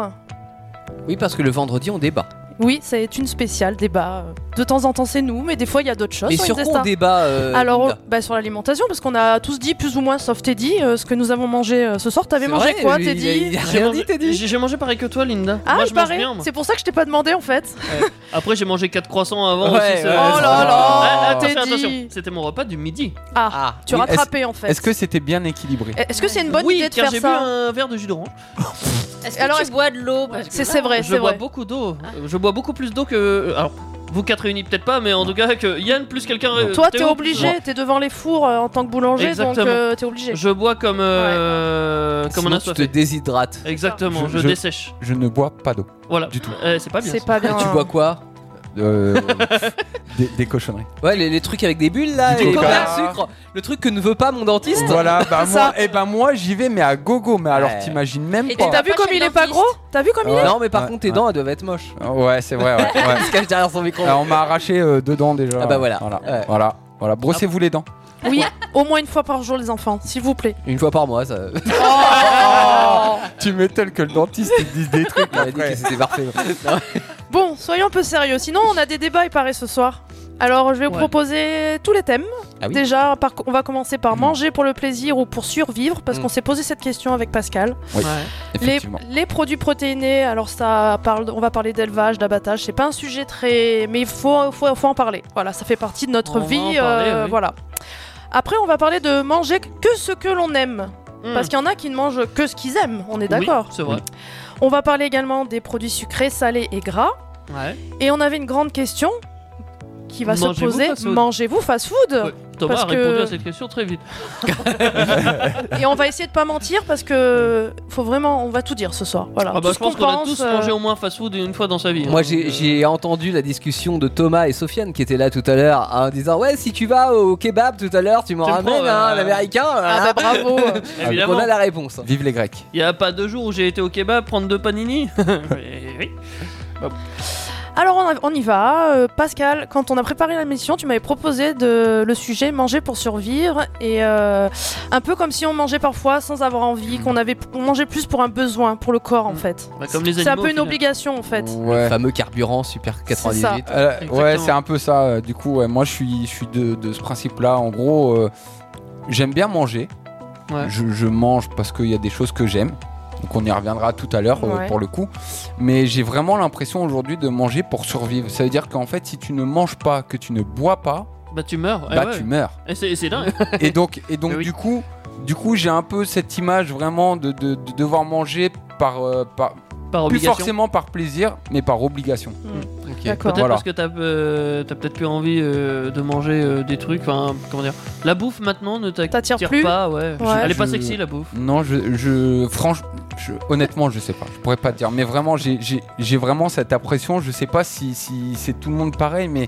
Speaker 4: Oui, parce que le vendredi, on débat.
Speaker 2: Oui, c'est une spéciale débat. De temps en temps c'est nous, mais des fois il y a d'autres choses.
Speaker 4: Mais
Speaker 2: une
Speaker 4: sur
Speaker 2: des
Speaker 4: quoi on
Speaker 2: stars.
Speaker 4: débat euh,
Speaker 2: Alors,
Speaker 4: Linda
Speaker 2: bah, sur l'alimentation, parce qu'on a tous dit plus ou moins, sauf Teddy, euh, ce que nous avons mangé euh, ce soir. T'avais
Speaker 4: C'est
Speaker 2: mangé
Speaker 4: vrai,
Speaker 2: quoi,
Speaker 4: lui, il
Speaker 2: Teddy
Speaker 4: a- il a
Speaker 3: J'ai
Speaker 4: rien dit,
Speaker 3: mangé,
Speaker 4: t'as dit
Speaker 3: j'ai- j'ai mangé pareil que toi, Linda.
Speaker 2: Ah,
Speaker 3: Moi,
Speaker 2: je
Speaker 3: je mange
Speaker 2: parais.
Speaker 3: bien. moi.
Speaker 2: C'est pour ça que je t'ai pas demandé en fait.
Speaker 3: Après, j'ai mangé 4 croissants avant.
Speaker 4: Ouais,
Speaker 3: aussi, c'est-
Speaker 4: ouais,
Speaker 2: Oh
Speaker 4: c'est
Speaker 2: là
Speaker 4: vrai.
Speaker 2: là,
Speaker 3: Ah, attention,
Speaker 2: Teddy.
Speaker 3: attention. C'était mon repas du midi.
Speaker 2: Ah,
Speaker 4: Ah,
Speaker 2: tu
Speaker 5: oui, est-ce-
Speaker 2: rattrapé en fait.
Speaker 5: Est-ce que c'était bien équilibré
Speaker 2: Eh, Est-ce que c'est une bonne
Speaker 3: oui,
Speaker 2: idée de
Speaker 3: car
Speaker 2: faire
Speaker 3: j'ai bu
Speaker 2: ça
Speaker 3: un verre de jus d'orange.
Speaker 6: Est-ce
Speaker 2: Alors,
Speaker 6: que
Speaker 2: est-ce-
Speaker 6: tu bois de l'eau
Speaker 2: Ouais,
Speaker 6: Parce que
Speaker 2: C'est
Speaker 6: là,
Speaker 2: c'est vrai,
Speaker 3: Je
Speaker 2: c'est
Speaker 3: bois
Speaker 2: vrai.
Speaker 3: beaucoup d'eau. Euh, Je bois beaucoup plus d'eau que. euh, Alors, vous quatre réunis peut-être pas, mais en tout cas, que Yann plus quelqu'un. euh,
Speaker 2: Toi, t'es
Speaker 3: Théo, plus moi.
Speaker 2: obligé, t'es devant les fours euh, en tant que boulanger, donc
Speaker 3: Exactement.
Speaker 2: euh, t'es obligé.
Speaker 3: Je bois comme. euh, Comme
Speaker 4: Sinon,
Speaker 3: un
Speaker 4: tu te
Speaker 3: assoiffé.
Speaker 4: déshydrates.
Speaker 3: Exactement,
Speaker 5: Je-
Speaker 3: je,
Speaker 5: je-
Speaker 3: dessèche.
Speaker 5: Je ne bois pas d'eau.
Speaker 3: Voilà.
Speaker 5: Du tout.
Speaker 3: Euh, c'est pas bien.
Speaker 2: C'est
Speaker 3: ça.
Speaker 2: pas bien.
Speaker 4: Tu bois quoi
Speaker 5: Euh, des, des cochonneries.
Speaker 4: Ouais, les, les trucs avec des bulles là,
Speaker 5: Du
Speaker 4: les
Speaker 5: coca.
Speaker 4: barres à sucre. Le truc que ne veut pas mon dentiste.
Speaker 5: Voilà, bah
Speaker 2: ça.
Speaker 5: moi, et ben moi j'y vais, mais à gogo. Mais alors
Speaker 4: Ouais.
Speaker 5: t'imagines même
Speaker 6: Et
Speaker 5: pas.
Speaker 2: Et t'as vu
Speaker 6: Pas
Speaker 2: comme
Speaker 6: chez
Speaker 2: il
Speaker 6: le
Speaker 2: est pas
Speaker 6: dentiste.
Speaker 2: gros T'as vu comme il
Speaker 5: Ouais.
Speaker 2: est
Speaker 4: Euh, Non, mais par contre, tes
Speaker 5: ouais.
Speaker 4: dents, elles doivent être moches.
Speaker 5: Ouais, c'est vrai. Ouais, ouais.
Speaker 4: Elle se cache derrière son micro.
Speaker 5: Alors, on m'a arraché euh, deux dents déjà.
Speaker 4: Ah bah voilà.
Speaker 5: Voilà.
Speaker 4: Ouais.
Speaker 5: voilà. Voilà. brossez-vous les dents.
Speaker 2: Oui, au moins une fois par jour, les enfants, s'il vous plaît.
Speaker 4: Une fois par mois, ça.
Speaker 5: Oh tu m'étonnes que le dentiste te dise des trucs.
Speaker 4: Elle a dit
Speaker 5: après.
Speaker 4: que c'était parfait.
Speaker 2: Bon, soyons un peu sérieux, sinon on a des débats, il paraît, ce soir. Alors, je vais vous
Speaker 3: Ouais.
Speaker 2: proposer tous les thèmes.
Speaker 4: Ah oui.
Speaker 2: Déjà, par- on va commencer par manger pour le plaisir ou pour survivre, parce
Speaker 4: Mm.
Speaker 2: qu'on s'est posé cette question avec Pascal.
Speaker 5: Oui.
Speaker 3: Ouais.
Speaker 2: Les,
Speaker 5: Effectivement.
Speaker 2: les produits protéinés, alors ça parle, on va parler d'élevage, d'abattage, c'est pas un sujet très. Mais il faut, faut, faut en parler. Voilà, ça fait partie de notre
Speaker 3: On va en
Speaker 2: vie. euh,
Speaker 3: parler, oui.
Speaker 2: Voilà. Après, on va parler de manger que ce que l'on aime.
Speaker 3: Hmm.
Speaker 2: Parce qu'il y en a qui ne mangent que ce qu'ils aiment, on est d'accord.
Speaker 3: Oui, c'est vrai.
Speaker 2: On va parler également des produits sucrés, salés et gras.
Speaker 3: Ouais.
Speaker 2: Et on avait une grande question qui va se
Speaker 3: Mangez-vous
Speaker 2: poser
Speaker 3: fast-food
Speaker 2: mangez-vous fast food
Speaker 3: Ouais. Thomas
Speaker 2: Parce
Speaker 3: a
Speaker 2: que-
Speaker 3: répondu à cette question très vite.
Speaker 2: Et on va essayer de pas mentir parce que faut vraiment, on va tout dire ce soir. Voilà.
Speaker 3: Ah bah,
Speaker 2: Tout
Speaker 3: je
Speaker 2: ce
Speaker 3: pense qu'on a tous
Speaker 2: pense, euh,
Speaker 3: mangé au moins fast-food une fois dans sa vie.
Speaker 4: Moi,
Speaker 3: hein.
Speaker 4: j'ai- j'ai entendu la discussion de Thomas et Sofiane qui étaient là tout à l'heure en disant Ouais, si tu vas au kebab tout à l'heure, tu m'en
Speaker 3: Tu me
Speaker 4: ramènes,
Speaker 3: prends,
Speaker 4: hein,
Speaker 3: euh,
Speaker 4: l'américain. hein.
Speaker 2: Ah bah bravo
Speaker 4: Donc,
Speaker 3: Évidemment.
Speaker 4: on a la réponse.
Speaker 5: Vive les Grecs.
Speaker 3: Il y a pas deux jours où j'ai été au kebab prendre deux panini. oui. Bah,
Speaker 2: Alors on, a- on y va. Euh, Pascal, quand on a préparé la mission, tu m'avais proposé de, le sujet manger pour survivre et euh, un peu comme si on mangeait parfois sans avoir envie, qu'on avait on mangeait plus pour un besoin, pour le corps en fait.
Speaker 3: Bah, comme les
Speaker 2: C'est un
Speaker 3: animaux,
Speaker 2: peu
Speaker 3: au
Speaker 2: une
Speaker 3: final.
Speaker 2: obligation en fait.
Speaker 4: Le
Speaker 5: Ouais.
Speaker 4: fameux carburant Super
Speaker 2: ça.
Speaker 4: 98.
Speaker 5: Euh,
Speaker 3: Exactement.
Speaker 5: ouais, c'est un peu ça. euh, Du coup, ouais, moi, je suis, je suis de, de ce principe-là. En gros, euh, j'aime bien manger.
Speaker 3: Ouais.
Speaker 5: Je, je mange parce qu'il y a des choses que j'aime. Donc, on y reviendra tout à l'heure euh,
Speaker 2: Ouais.
Speaker 5: pour le coup. Mais j'ai vraiment l'impression aujourd'hui de manger pour survivre. Ça veut dire qu'en fait, si tu ne manges pas, que tu ne bois pas,
Speaker 3: Bah tu meurs. eh
Speaker 5: bah,
Speaker 3: ouais.
Speaker 5: tu meurs.
Speaker 3: Et c'est c'est dingue.
Speaker 5: et donc, et donc
Speaker 3: Mais oui.
Speaker 5: du coup, du coup, j'ai un peu cette image vraiment de, de- de devoir manger par, euh, par
Speaker 3: Par
Speaker 5: plus
Speaker 3: obligation.
Speaker 5: forcément par plaisir, mais par obligation.
Speaker 2: D'accord.
Speaker 3: Peut-être
Speaker 5: Voilà.
Speaker 3: parce que t'as euh, t'as peut-être plus envie euh, de manger euh, des trucs. Enfin, comment dire. La bouffe maintenant ne
Speaker 2: T'attire
Speaker 3: t'attire
Speaker 2: plus
Speaker 3: pas. Ouais.
Speaker 2: Ouais.
Speaker 3: Elle est pas
Speaker 5: Je-
Speaker 3: sexy la bouffe.
Speaker 5: Non, je, je franchement, honnêtement, je sais pas. Je pourrais pas te dire, mais vraiment, j'ai- j'ai j'ai vraiment cette impression. Je sais pas si, si c'est tout le monde pareil, mais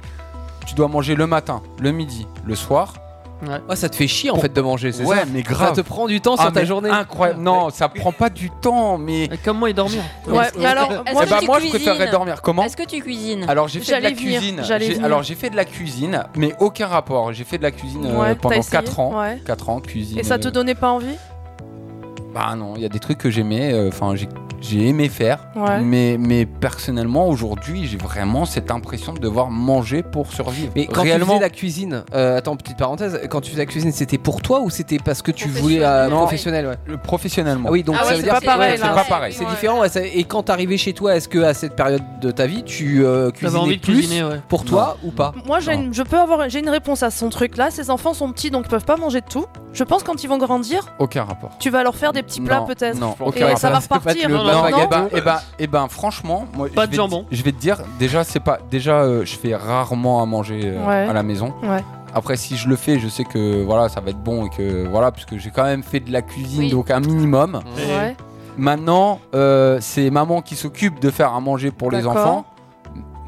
Speaker 5: tu dois manger le matin, le midi, le soir.
Speaker 4: Ouais, Ah, ça te fait chier en fait de manger, c'est ça
Speaker 5: mais
Speaker 4: Ça te prend du temps sur
Speaker 5: Ah,
Speaker 4: ta
Speaker 5: mais
Speaker 4: journée.
Speaker 5: Incroyable. Non, ça prend pas du temps, mais.
Speaker 3: Et Comme moi et dormir.
Speaker 2: Ouais, mais alors
Speaker 6: Est-ce
Speaker 2: moi,
Speaker 5: Eh ben,
Speaker 6: tu
Speaker 5: moi, je
Speaker 6: cuisines
Speaker 5: préférerais dormir. Comment
Speaker 6: Est-ce que tu cuisines
Speaker 5: Alors j'ai fait de la
Speaker 2: J'allais venir,
Speaker 5: cuisine.
Speaker 2: j'allais
Speaker 5: J'ai-
Speaker 2: venir.
Speaker 5: Alors j'ai fait de la cuisine, mais aucun rapport. J'ai fait de la cuisine euh,
Speaker 2: Ouais, t'as
Speaker 5: pendant
Speaker 2: essayé,
Speaker 5: 4 ans.
Speaker 2: ouais.
Speaker 5: 4 ans de cuisine.
Speaker 2: Et ça te
Speaker 5: euh,
Speaker 2: donnait pas envie
Speaker 5: Bah non, il y a des trucs que j'aimais, euh, enfin j'ai j'ai aimé faire,
Speaker 2: Ouais.
Speaker 5: mais, mais personnellement aujourd'hui j'ai vraiment cette impression de devoir manger pour survivre.
Speaker 4: Mais quand tu
Speaker 5: réellement,
Speaker 4: faisais la cuisine, euh, attends petite parenthèse, quand tu faisais la cuisine, c'était pour toi ou c'était parce que tu voulais
Speaker 6: Professionnel.
Speaker 4: euh,
Speaker 5: Non.
Speaker 4: professionnel ouais.
Speaker 5: le- professionnellement.
Speaker 4: Ah oui, donc
Speaker 6: Ah
Speaker 4: ça
Speaker 6: ouais,
Speaker 4: veut
Speaker 6: c'est
Speaker 4: dire
Speaker 2: pas
Speaker 4: que-
Speaker 2: pareil,
Speaker 4: ouais,
Speaker 2: là.
Speaker 4: c'est
Speaker 5: pas pareil.
Speaker 4: C'est différent. ouais, ça- et quand t'arrivais chez toi, est-ce que à cette période de ta vie, tu euh,
Speaker 3: T'avais
Speaker 4: cuisinais
Speaker 3: envie de
Speaker 4: plus
Speaker 3: cuisiner. Ouais.
Speaker 4: pour toi ou pas
Speaker 2: Moi, j'ai
Speaker 5: Non.
Speaker 2: une- je peux avoir, j'ai une réponse à son truc là. Ces enfants sont petits, donc ils peuvent pas manger de tout. Je pense quand ils vont grandir,
Speaker 5: Aucun rapport.
Speaker 2: tu vas leur faire des petits plats
Speaker 5: Non,
Speaker 2: peut-être.
Speaker 5: Non,
Speaker 2: Et
Speaker 5: aucun
Speaker 4: Ouais,
Speaker 5: rapport.
Speaker 2: ça va
Speaker 4: ça peut pas être
Speaker 2: repartir. hein,
Speaker 4: le
Speaker 3: Non,
Speaker 5: Non,
Speaker 4: pain
Speaker 5: et
Speaker 2: eh
Speaker 4: à
Speaker 5: ben,
Speaker 4: gâteau.
Speaker 5: et ben,
Speaker 3: eh
Speaker 5: et ben, franchement, moi,
Speaker 3: Pas
Speaker 5: je
Speaker 3: de
Speaker 5: vais-
Speaker 3: jambon.
Speaker 5: Je vais te dire, déjà, c'est pas, déjà, euh, je fais rarement à manger euh,
Speaker 2: Ouais.
Speaker 5: à la maison.
Speaker 2: Ouais.
Speaker 5: Après, si je le fais, je sais que voilà, ça va être bon et que voilà, puisque j'ai quand même fait de la cuisine,
Speaker 6: Oui.
Speaker 5: donc un minimum.
Speaker 2: Ouais.
Speaker 5: Maintenant, euh, c'est maman qui s'occupe de faire à manger pour les
Speaker 2: D'accord.
Speaker 5: enfants.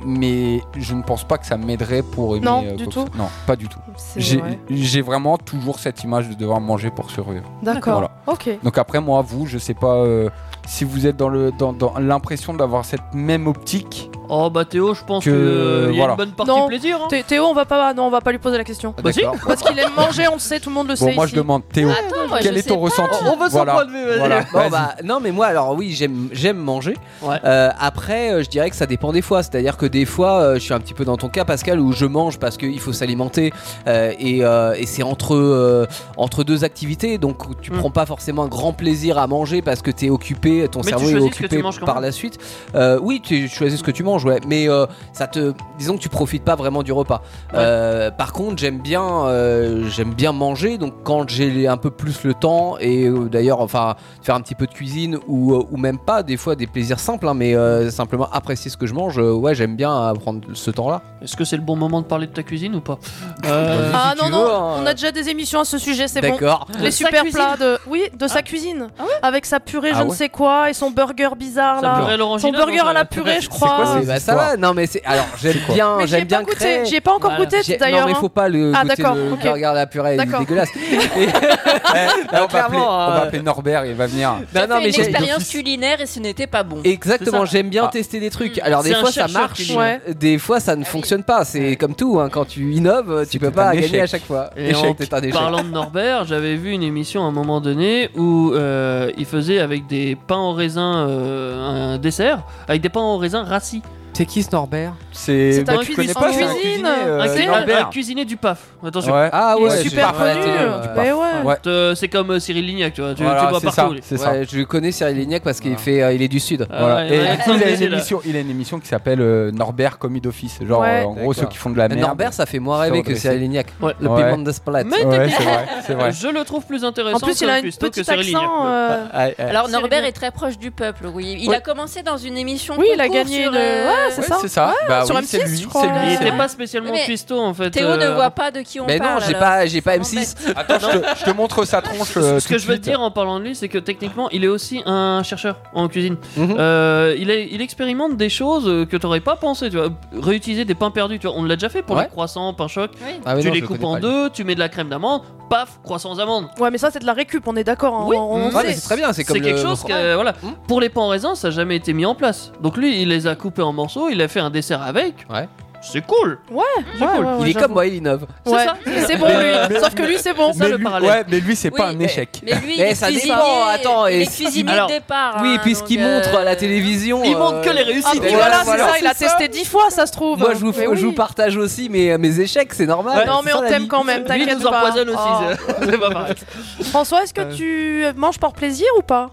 Speaker 5: Mais je ne pense pas que ça m'aiderait pour aimer.
Speaker 2: Non,
Speaker 5: euh,
Speaker 2: du
Speaker 5: quoi que ce-
Speaker 2: tout.
Speaker 5: Non, pas du tout.
Speaker 2: C'est
Speaker 5: J'ai
Speaker 2: vrai.
Speaker 5: j'ai vraiment toujours cette image de devoir manger pour survivre.
Speaker 2: D'accord.
Speaker 5: Voilà.
Speaker 2: Ok.
Speaker 5: Donc après moi vous je sais pas euh, si vous êtes dans le dans, dans l'impression d'avoir cette même optique
Speaker 3: Oh bah Théo, je pense
Speaker 5: Que,
Speaker 3: que, euh, il y a
Speaker 5: voilà.
Speaker 3: une bonne partie
Speaker 2: Non.
Speaker 3: plaisir. hein.
Speaker 2: Thé- Théo, on va pas, non, on va pas lui poser la question.
Speaker 5: Ah,
Speaker 3: Bah si.
Speaker 5: D'accord.
Speaker 2: Parce qu'il aime manger, on le sait, tout le monde le
Speaker 5: Bon,
Speaker 2: sait.
Speaker 5: moi
Speaker 2: ici.
Speaker 5: je demande, Théo,
Speaker 3: Ah,
Speaker 6: Attends, moi,
Speaker 5: quel
Speaker 6: je
Speaker 5: est ton
Speaker 6: sais pas.
Speaker 5: ressenti
Speaker 3: On- on veut s'en
Speaker 5: Voilà.
Speaker 3: prendre, mais vas-y.
Speaker 5: Voilà.
Speaker 4: Bon
Speaker 5: Vas-y.
Speaker 4: bah non mais moi alors oui j'aime j'aime manger.
Speaker 3: Ouais.
Speaker 4: Euh, après euh, je dirais que ça dépend des fois, c'est-à-dire que des fois euh, je suis un petit peu dans ton cas Pascal où je mange parce qu'il faut s'alimenter euh, et, euh, et c'est entre euh, entre deux activités donc tu
Speaker 3: Mm.
Speaker 4: prends pas forcément un grand plaisir à manger parce que t'es occupé, ton
Speaker 3: Mais tu
Speaker 4: cerveau est
Speaker 3: choisis ce que tu
Speaker 4: occupé
Speaker 3: manges quand
Speaker 4: par
Speaker 3: même.
Speaker 4: la suite. Euh, oui tu choisis ce que tu manges ouais mais euh, ça te disons que tu profites pas vraiment du repas. Euh, par contre, j'aime bien, euh, j'aime bien manger. Donc, quand j'ai un peu plus le temps et euh, d'ailleurs, enfin, faire un petit peu de cuisine ou, euh, ou même pas, des fois des plaisirs simples, hein, mais euh, simplement apprécier ce que je mange. euh, ouais, j'aime bien euh, prendre ce temps-là.
Speaker 3: Est-ce que c'est le bon moment de parler de ta cuisine ou pas
Speaker 5: Bah,
Speaker 3: Euh,
Speaker 2: Ah
Speaker 4: si
Speaker 2: non,
Speaker 4: tu
Speaker 2: non,
Speaker 4: veux, hein.
Speaker 2: on a déjà des émissions à ce sujet, c'est bon.
Speaker 4: D'accord.
Speaker 2: Les
Speaker 6: Sa
Speaker 2: super
Speaker 6: cuisine.
Speaker 2: plats de. Oui, de sa cuisine. Avec sa purée,
Speaker 5: Ah
Speaker 2: je ne
Speaker 5: ouais.
Speaker 2: sais quoi, et son burger bizarre
Speaker 3: Ça
Speaker 2: là.
Speaker 3: pleurait
Speaker 2: Son
Speaker 3: l'orangina, non,
Speaker 2: burger
Speaker 3: ça-
Speaker 2: à la purée, je
Speaker 5: quoi,
Speaker 2: crois.
Speaker 5: ces
Speaker 4: C'est- bah, ça va. Non, mais c'est alors j'aime
Speaker 5: C'est quoi
Speaker 4: bien,
Speaker 2: Mais j'y ai
Speaker 4: j'aime
Speaker 2: pas
Speaker 4: bien
Speaker 2: goûté,
Speaker 4: créer.
Speaker 2: j'y ai pas encore
Speaker 3: Voilà.
Speaker 2: goûté
Speaker 4: J'ai-
Speaker 2: d'ailleurs.
Speaker 4: non mais
Speaker 2: hein.
Speaker 4: faut pas le
Speaker 2: Ah,
Speaker 4: goûter
Speaker 2: d'accord,
Speaker 4: le
Speaker 2: ok.
Speaker 4: burger à la purée, il est
Speaker 2: D'accord.
Speaker 4: dégueulasse. Et-
Speaker 5: Eh, on, va appeler,
Speaker 4: clairement,
Speaker 5: on va
Speaker 4: euh,
Speaker 5: appeler Norbert, il va venir.
Speaker 6: J'ai fait
Speaker 4: j'ai-
Speaker 6: une expérience
Speaker 5: d'office.
Speaker 6: culinaire et ce n'était pas bon.
Speaker 4: Exactement,
Speaker 3: C'est
Speaker 4: j'aime bien
Speaker 5: Ah.
Speaker 4: tester des trucs.
Speaker 6: Mm.
Speaker 4: Alors des
Speaker 3: C'est un
Speaker 4: fois ça
Speaker 3: chercheur
Speaker 4: marche,
Speaker 3: qui-
Speaker 2: Ouais.
Speaker 4: des fois ça ne fonctionne pas. C'est comme tout, hein, quand tu innoves, tu
Speaker 5: C'est
Speaker 4: peux
Speaker 5: un
Speaker 4: pas
Speaker 5: échec.
Speaker 4: gagner à chaque fois.
Speaker 3: Et en
Speaker 4: échec, c'est un échec.
Speaker 3: Parlant de Norbert, j'avais vu une émission à un moment donné où euh, il faisait avec des pains en raisin euh, un dessert, avec des pains en raisin rassis.
Speaker 4: C'est qui ce Norbert
Speaker 5: C'est
Speaker 2: C'est
Speaker 5: bah,
Speaker 2: un
Speaker 5: tu
Speaker 2: cuis-
Speaker 5: connais
Speaker 2: en
Speaker 5: pas, c'est un
Speaker 2: cuisine.
Speaker 5: cuisinier,
Speaker 3: un,
Speaker 5: euh,
Speaker 3: cuisinier- un
Speaker 5: Norbert.
Speaker 3: cuisinier du Paf. Attention.
Speaker 5: Ouais.
Speaker 4: Ah
Speaker 2: Il est
Speaker 4: ouais, j'ai pas
Speaker 2: super connu.
Speaker 4: arrêté,
Speaker 2: euh,
Speaker 4: euh,
Speaker 2: Mais ouais.
Speaker 5: Ouais.
Speaker 3: Eh Euh, C'est comme euh, Cyril Lignac, tu vois. Tu,
Speaker 5: Voilà,
Speaker 3: tu vois
Speaker 5: c'est ça,
Speaker 3: partout. lui.
Speaker 5: c'est ça.
Speaker 4: Ouais, je connais Cyril Lignac parce qu'il
Speaker 5: Voilà.
Speaker 4: fait, euh, il est du sud.
Speaker 3: Ah
Speaker 5: Voilà.
Speaker 3: ouais,
Speaker 5: Et
Speaker 3: il y a
Speaker 5: du
Speaker 3: un
Speaker 5: coup, il, a
Speaker 3: côté,
Speaker 5: une
Speaker 3: là.
Speaker 5: émission, il a une émission qui s'appelle euh, Norbert Commis d'Office. Genre,
Speaker 2: Ouais.
Speaker 5: euh, en gros,
Speaker 4: D'accord.
Speaker 5: ceux qui font de la merde.
Speaker 4: Norbert, ça fait moins rêver que
Speaker 5: redresser.
Speaker 4: Cyril Lignac.
Speaker 3: Ouais.
Speaker 4: Le
Speaker 5: Ouais.
Speaker 4: piment de Splat.
Speaker 3: Mais
Speaker 5: Ouais, c'est vrai, c'est vrai.
Speaker 3: Je le trouve plus
Speaker 2: En
Speaker 3: intéressant
Speaker 2: plus, il
Speaker 3: que,
Speaker 2: a un
Speaker 3: plutôt que
Speaker 2: petit
Speaker 3: Cyril Lignac.
Speaker 2: accent. euh,
Speaker 5: Ouais, ouais.
Speaker 6: Alors
Speaker 2: Cyril
Speaker 6: Norbert
Speaker 2: Lignac.
Speaker 6: est très proche du peuple, oui. Il
Speaker 3: Ouais.
Speaker 6: a commencé dans une émission
Speaker 2: Oui, il a
Speaker 6: concours
Speaker 2: gagné
Speaker 6: sur,
Speaker 2: le-
Speaker 6: euh,
Speaker 2: ouais, c'est
Speaker 5: Ouais,
Speaker 2: ça.
Speaker 5: C'est ça. Bah
Speaker 2: sur
Speaker 5: oui,
Speaker 2: M6,
Speaker 5: c'est lui.
Speaker 2: je crois.
Speaker 5: C'est lui.
Speaker 2: Ouais.
Speaker 3: Il
Speaker 5: c'est
Speaker 3: était
Speaker 5: lui.
Speaker 3: pas spécialement
Speaker 6: Mais
Speaker 3: cuistot en fait.
Speaker 6: Théo ne
Speaker 3: euh,
Speaker 6: voit pas de qui on
Speaker 4: Mais non,
Speaker 6: parle.
Speaker 4: j'ai
Speaker 6: alors.
Speaker 4: pas, j'ai pas
Speaker 6: Ça
Speaker 4: M6.
Speaker 5: Attends, je te, je te montre sa tronche. euh,
Speaker 3: Ce
Speaker 5: tout
Speaker 3: que
Speaker 5: de
Speaker 3: je veux
Speaker 5: suite.
Speaker 3: dire en parlant de lui, c'est que techniquement, il est aussi un chercheur en cuisine.
Speaker 4: Mhm.
Speaker 3: Euh, il, est- il expérimente des choses euh, que t'aurais pas pensé. Tu vois, réutiliser des pains perdus. Tu vois, on l'a déjà fait pour
Speaker 4: Ouais.
Speaker 3: les croissants, pain choc.
Speaker 4: Ah, mais
Speaker 3: tu
Speaker 4: non,
Speaker 3: les
Speaker 4: je
Speaker 3: coupes
Speaker 4: connais
Speaker 3: en
Speaker 4: pas, lui.
Speaker 3: deux, tu mets de la crème d'amande, paf, croissants aux amandes.
Speaker 2: Ouais, mais ça, c'est de la récup, on est d'accord. hein,
Speaker 3: Oui.
Speaker 2: on- on
Speaker 4: Ouais,
Speaker 3: Mmh.
Speaker 2: sait.
Speaker 4: Ah, mais c'est très bien, c'est
Speaker 3: C'est
Speaker 4: comme
Speaker 3: quelque
Speaker 4: le-
Speaker 3: chose que voilà.
Speaker 4: Mhm.
Speaker 3: Pour les pains en raisin, ça n'a jamais été mis en place. Donc lui, il les a coupés en morceaux, il a fait un dessert avec.
Speaker 4: Ouais.
Speaker 3: C'est cool.
Speaker 2: Ouais, Ah ouais, ouais,
Speaker 4: Il est
Speaker 2: j'avoue.
Speaker 4: comme moi, il innove.
Speaker 3: C'est
Speaker 2: Ouais.
Speaker 3: ça.
Speaker 2: C'est bon, lui. Sauf que lui, c'est bon.
Speaker 5: Mais lui,
Speaker 3: parallèle.
Speaker 5: ouais, mais lui, c'est pas
Speaker 6: Oui,
Speaker 5: un échec.
Speaker 6: Mais lui, il
Speaker 4: Eh,
Speaker 6: est
Speaker 4: ça dépend,
Speaker 6: cuisinier,
Speaker 4: attends,
Speaker 6: il
Speaker 4: et
Speaker 6: est
Speaker 4: ce qu'il-
Speaker 6: cuisinier
Speaker 3: Alors,
Speaker 6: de départ.
Speaker 4: Oui,
Speaker 6: hein,
Speaker 4: puisqu'il
Speaker 6: donc, euh,
Speaker 4: montre à la télévision.
Speaker 3: Il
Speaker 4: euh,
Speaker 3: montre que les
Speaker 2: Ah,
Speaker 3: réussites.
Speaker 2: mais
Speaker 4: Et voilà,
Speaker 2: voilà, c'est
Speaker 4: voilà.
Speaker 2: ça, il a testé dix fois, ça se trouve.
Speaker 4: Moi, je vous,
Speaker 2: Mais
Speaker 4: je
Speaker 2: oui.
Speaker 4: vous partage aussi mes, mes échecs, c'est normal.
Speaker 3: Ouais.
Speaker 2: Non,
Speaker 4: c'est
Speaker 2: mais
Speaker 4: ça,
Speaker 2: on
Speaker 4: la
Speaker 2: t'aime
Speaker 4: vie.
Speaker 2: quand même,
Speaker 3: Lui il
Speaker 2: t'inquiète
Speaker 3: nous
Speaker 2: pas.
Speaker 3: empoisonne aussi. C'est pas pareil.
Speaker 2: Oh. François, est-ce que tu euh, manges par plaisir ou pas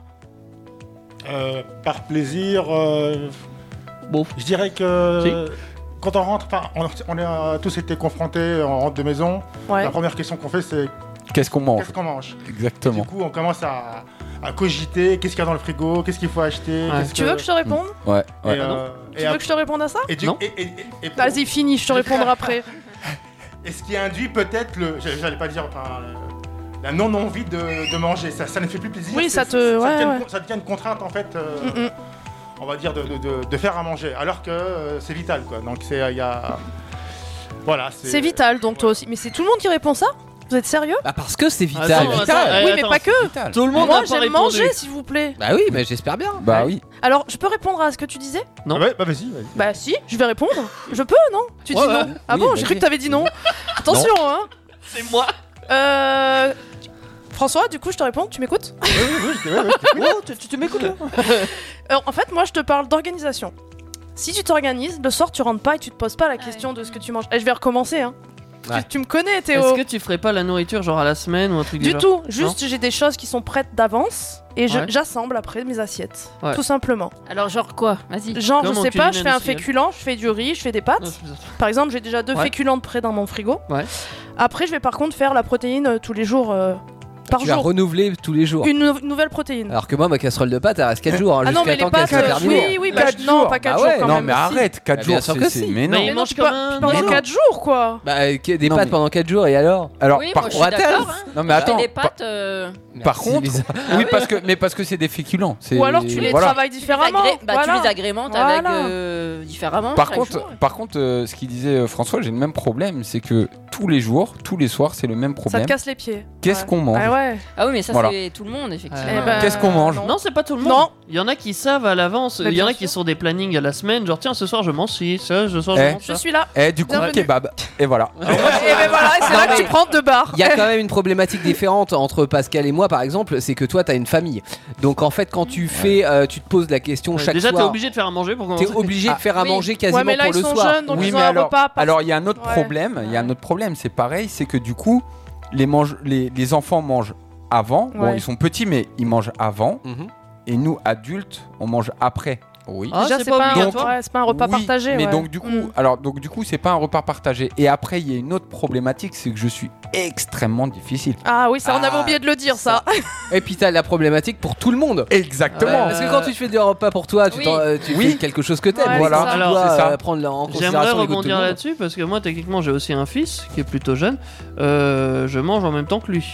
Speaker 7: Euh, par plaisir, euh,
Speaker 3: Bon.
Speaker 7: je dirais que quand on rentre, enfin, on, on a tous été confrontés, euh, on rentre de maison.
Speaker 2: Ouais.
Speaker 7: La première question qu'on fait, c'est
Speaker 5: Qu'est-ce qu'on mange
Speaker 7: qu'est-ce qu'on mange Du
Speaker 5: Exactement.
Speaker 7: coup, on commence à, à cogiter qu'est-ce qu'il y a dans le frigo, qu'est-ce qu'il faut acheter.
Speaker 3: Ouais.
Speaker 7: qu'est-ce
Speaker 2: Tu veux que je te réponde
Speaker 5: Ouais,
Speaker 7: Et,
Speaker 5: ouais.
Speaker 3: Ah non.
Speaker 7: euh,
Speaker 2: Tu
Speaker 7: et
Speaker 2: veux
Speaker 7: ap-
Speaker 2: que je te réponde à ça
Speaker 7: et du-
Speaker 3: Non.
Speaker 7: et- et- et- et-
Speaker 2: Vas-y, finis, je te répondrai après.
Speaker 7: Et ce qui induit peut-être le. J'allais j'allais pas dire. Enfin, le- la non-envie de, de manger. Ça, ça ne fait plus plaisir.
Speaker 2: Oui,
Speaker 7: C'est-
Speaker 2: ça te- ouais,
Speaker 7: devient, une
Speaker 2: ouais.
Speaker 7: con- ça devient une contrainte, en fait, euh,
Speaker 2: Mm, mm.
Speaker 7: on va dire, de, de- de- de faire à manger. Alors que euh, c'est vital, quoi. Donc, c'est. euh, il y a... Voilà.
Speaker 2: C'est vital, donc toi aussi. Mais c'est tout le monde qui répond ça Vous êtes sérieux
Speaker 4: Bah, parce que c'est vital.
Speaker 3: Attends,
Speaker 5: vital.
Speaker 3: attends,
Speaker 2: Oui,
Speaker 3: eh,
Speaker 2: mais
Speaker 3: attends.
Speaker 2: pas que.
Speaker 5: Vital.
Speaker 3: Tout le monde
Speaker 2: Moi,
Speaker 3: n'a pas
Speaker 2: j'aime
Speaker 3: répondu.
Speaker 2: manger, s'il vous plaît.
Speaker 4: Bah oui, mais j'espère bien.
Speaker 5: Bah oui.
Speaker 2: Alors, je peux répondre à ce que tu disais
Speaker 7: Ah ouais, bah, vas-y, vas-y.
Speaker 2: Bah si, je vais répondre. Je peux, non Tu
Speaker 3: Ouais,
Speaker 2: dis
Speaker 3: ouais.
Speaker 2: non Ah
Speaker 4: Oui,
Speaker 2: bon,
Speaker 4: bah
Speaker 2: j'ai
Speaker 4: oui.
Speaker 2: cru que t'avais dit non. Attention, hein
Speaker 3: C'est moi.
Speaker 2: Euh... François, du coup, je te réponds, tu m'écoutes
Speaker 3: Oh, tu, tu- tu m'écoutes là
Speaker 2: Euh, En fait, moi, je te parle d'organisation. Si tu t'organises, le soir, tu rentres pas et tu te poses
Speaker 3: Ah
Speaker 2: pas la question de ce que tu manges. Et je vais recommencer, hein. Tu-
Speaker 4: Ouais.
Speaker 2: Tu, me connais, Théo.
Speaker 3: Est-ce que tu ferais pas la nourriture genre à la semaine ou un truc
Speaker 2: Du
Speaker 3: genre
Speaker 2: tout, juste j'ai des choses qui sont prêtes d'avance et je-
Speaker 3: Ouais.
Speaker 2: j'assemble après mes assiettes,
Speaker 3: Ouais.
Speaker 2: tout simplement.
Speaker 6: Alors, genre quoi Vas-y.
Speaker 2: Genre,
Speaker 3: Comme en
Speaker 2: je sais pas,
Speaker 3: cuisine
Speaker 2: je fais un
Speaker 3: industrielle.
Speaker 2: féculent, je fais du riz, je fais des
Speaker 3: Non,
Speaker 2: pâtes.
Speaker 3: c'est bizarre.
Speaker 2: Par exemple, j'ai déjà deux
Speaker 3: Ouais.
Speaker 2: féculents de près dans mon frigo.
Speaker 3: Ouais.
Speaker 2: Après, je vais par contre faire la protéine euh, tous les jours, euh, par
Speaker 4: tu vas
Speaker 2: jour.
Speaker 4: renouveler tous les jours.
Speaker 2: Une nou- nouvelle
Speaker 5: Ah.
Speaker 2: protéine.
Speaker 4: Alors que moi, ma casserole de pâtes, elle reste 4 jours. Hein,
Speaker 2: ah non,
Speaker 4: jusqu'à
Speaker 2: mais les
Speaker 4: temps qu'elle
Speaker 2: pâtes,
Speaker 4: soit
Speaker 2: euh,
Speaker 4: terminée.
Speaker 2: oui, oui, bah,
Speaker 5: Quatre
Speaker 2: non,
Speaker 5: jours.
Speaker 2: pas 4
Speaker 4: Bah
Speaker 2: jours
Speaker 4: ouais,
Speaker 2: quand
Speaker 5: Non,
Speaker 2: même.
Speaker 5: mais
Speaker 2: si.
Speaker 5: arrête, 4
Speaker 4: Bah, bien
Speaker 5: jours,
Speaker 4: sûr
Speaker 5: c'est.
Speaker 4: que
Speaker 5: c'est-
Speaker 4: si.
Speaker 5: Mais non.
Speaker 3: Mais-
Speaker 2: Mais non,
Speaker 3: mange
Speaker 2: tu
Speaker 3: quand
Speaker 2: pas-
Speaker 3: même.
Speaker 2: tu manges
Speaker 4: Mais non.
Speaker 2: 4 jours, quoi.
Speaker 4: Bah, euh, que- des
Speaker 5: Non,
Speaker 4: pâtes
Speaker 5: mais-
Speaker 4: pendant 4 jours et alors
Speaker 5: Alors,
Speaker 6: oui,
Speaker 5: par
Speaker 6: moi, je
Speaker 4: on
Speaker 6: suis
Speaker 4: va
Speaker 6: d'accord. hein.
Speaker 5: Non, mais
Speaker 6: Mais
Speaker 5: attends.
Speaker 6: les pâtes, euh,
Speaker 5: Par
Speaker 4: Merci,
Speaker 5: contre-
Speaker 4: Lisa.
Speaker 6: Ah
Speaker 5: oui, parce que, mais parce que c'est des féculents. c'est-
Speaker 2: Ou alors tu les
Speaker 5: voilà.
Speaker 2: travailles
Speaker 6: tu les agré-
Speaker 2: différemment.
Speaker 6: bah,
Speaker 2: voilà.
Speaker 6: tu les agrémentes avec
Speaker 2: Voilà.
Speaker 6: euh, différemment.
Speaker 5: Par
Speaker 6: chaque
Speaker 5: contre,
Speaker 6: jour.
Speaker 5: par contre euh, ce qu'il disait euh, François, j'ai le même problème. C'est que tous les jours, tous les soirs, c'est le même
Speaker 2: Ça
Speaker 5: problème.
Speaker 2: te casse les pieds.
Speaker 5: Qu'est-ce
Speaker 2: Ouais.
Speaker 5: qu'on mange
Speaker 2: Ah ouais, ouais.
Speaker 6: Ah oui, mais ça,
Speaker 5: Voilà.
Speaker 6: c'est tout le monde, effectivement.
Speaker 3: Eh
Speaker 2: ben,
Speaker 5: Qu'est-ce qu'on mange
Speaker 2: non.
Speaker 3: Non, c'est pas tout le monde.
Speaker 2: Non.
Speaker 3: Il y en a qui savent à l'avance.
Speaker 2: Bah,
Speaker 3: Il y en a
Speaker 2: bien
Speaker 3: qui
Speaker 2: sûr.
Speaker 3: sont des plannings à la semaine. Genre, tiens, ce soir je mange ci, ça, ce soir
Speaker 5: Eh.
Speaker 3: je mange
Speaker 2: Je
Speaker 3: ça.
Speaker 2: suis là.
Speaker 5: Eh, du coup,
Speaker 2: Bienvenue.
Speaker 5: kebab. Et voilà.
Speaker 2: Et ben voilà, et c'est là que tu prends deux barres.
Speaker 4: Il y a quand même une problématique différente entre Pascal et moi, par exemple, c'est que toi, t'as une famille. Donc en fait, quand tu fais, euh, tu te poses la question
Speaker 3: Ouais,
Speaker 4: chaque
Speaker 3: Déjà, t'es
Speaker 4: soir.
Speaker 3: obligé de faire à manger pour
Speaker 4: T'es
Speaker 3: commencer.
Speaker 4: obligé de
Speaker 5: Ah,
Speaker 4: faire à
Speaker 2: oui.
Speaker 4: manger quasiment
Speaker 2: Ouais, mais là,
Speaker 4: pour
Speaker 2: ils
Speaker 4: le
Speaker 2: sont
Speaker 4: soir.
Speaker 2: jeunes, donc
Speaker 5: oui,
Speaker 2: ils ont
Speaker 5: mais
Speaker 2: un
Speaker 5: alors,
Speaker 2: repas. par-
Speaker 5: alors il y a un autre
Speaker 2: Ouais.
Speaker 5: problème. Il y a un autre problème, c'est pareil, c'est que du coup, les, mange- les, les enfants mangent avant. Bon,
Speaker 2: Ouais.
Speaker 5: ils sont petits, mais ils mangent avant.
Speaker 4: Mhm.
Speaker 5: Et nous, adultes, on mange après. Oui.
Speaker 3: Ah,
Speaker 2: Déjà,
Speaker 3: c'est
Speaker 2: c'est
Speaker 3: pas
Speaker 2: pas, un-
Speaker 3: obligatoire.
Speaker 2: ouais, c'est pas un repas
Speaker 5: Oui,
Speaker 2: partagé.
Speaker 5: Mais
Speaker 2: ouais.
Speaker 5: donc du coup,
Speaker 2: Mm.
Speaker 5: alors donc du coup, c'est pas un repas partagé. Et après, il y a une autre problématique, c'est que je suis extrêmement difficile.
Speaker 2: Ah oui, ça, on avait
Speaker 5: Ah,
Speaker 2: oublié de le dire, ça.
Speaker 4: Et puis t'as la problématique pour tout le monde.
Speaker 5: Exactement.
Speaker 4: Parce que quand tu te fais des repas pour toi, tu,
Speaker 6: Oui.
Speaker 4: t'en- euh, tu
Speaker 5: Oui.
Speaker 4: fais quelque chose que t'aimes.
Speaker 2: Ouais,
Speaker 4: mais
Speaker 5: Voilà.
Speaker 4: quand tu
Speaker 3: Alors,
Speaker 4: dois,
Speaker 5: c'est ça.
Speaker 4: euh, prendre en
Speaker 3: J'aimerais
Speaker 4: considération les goûts de tout
Speaker 3: rebondir
Speaker 4: le monde.
Speaker 3: là-dessus parce que moi, techniquement, j'ai aussi un fils qui est plutôt jeune. Euh, je mange en même temps que lui.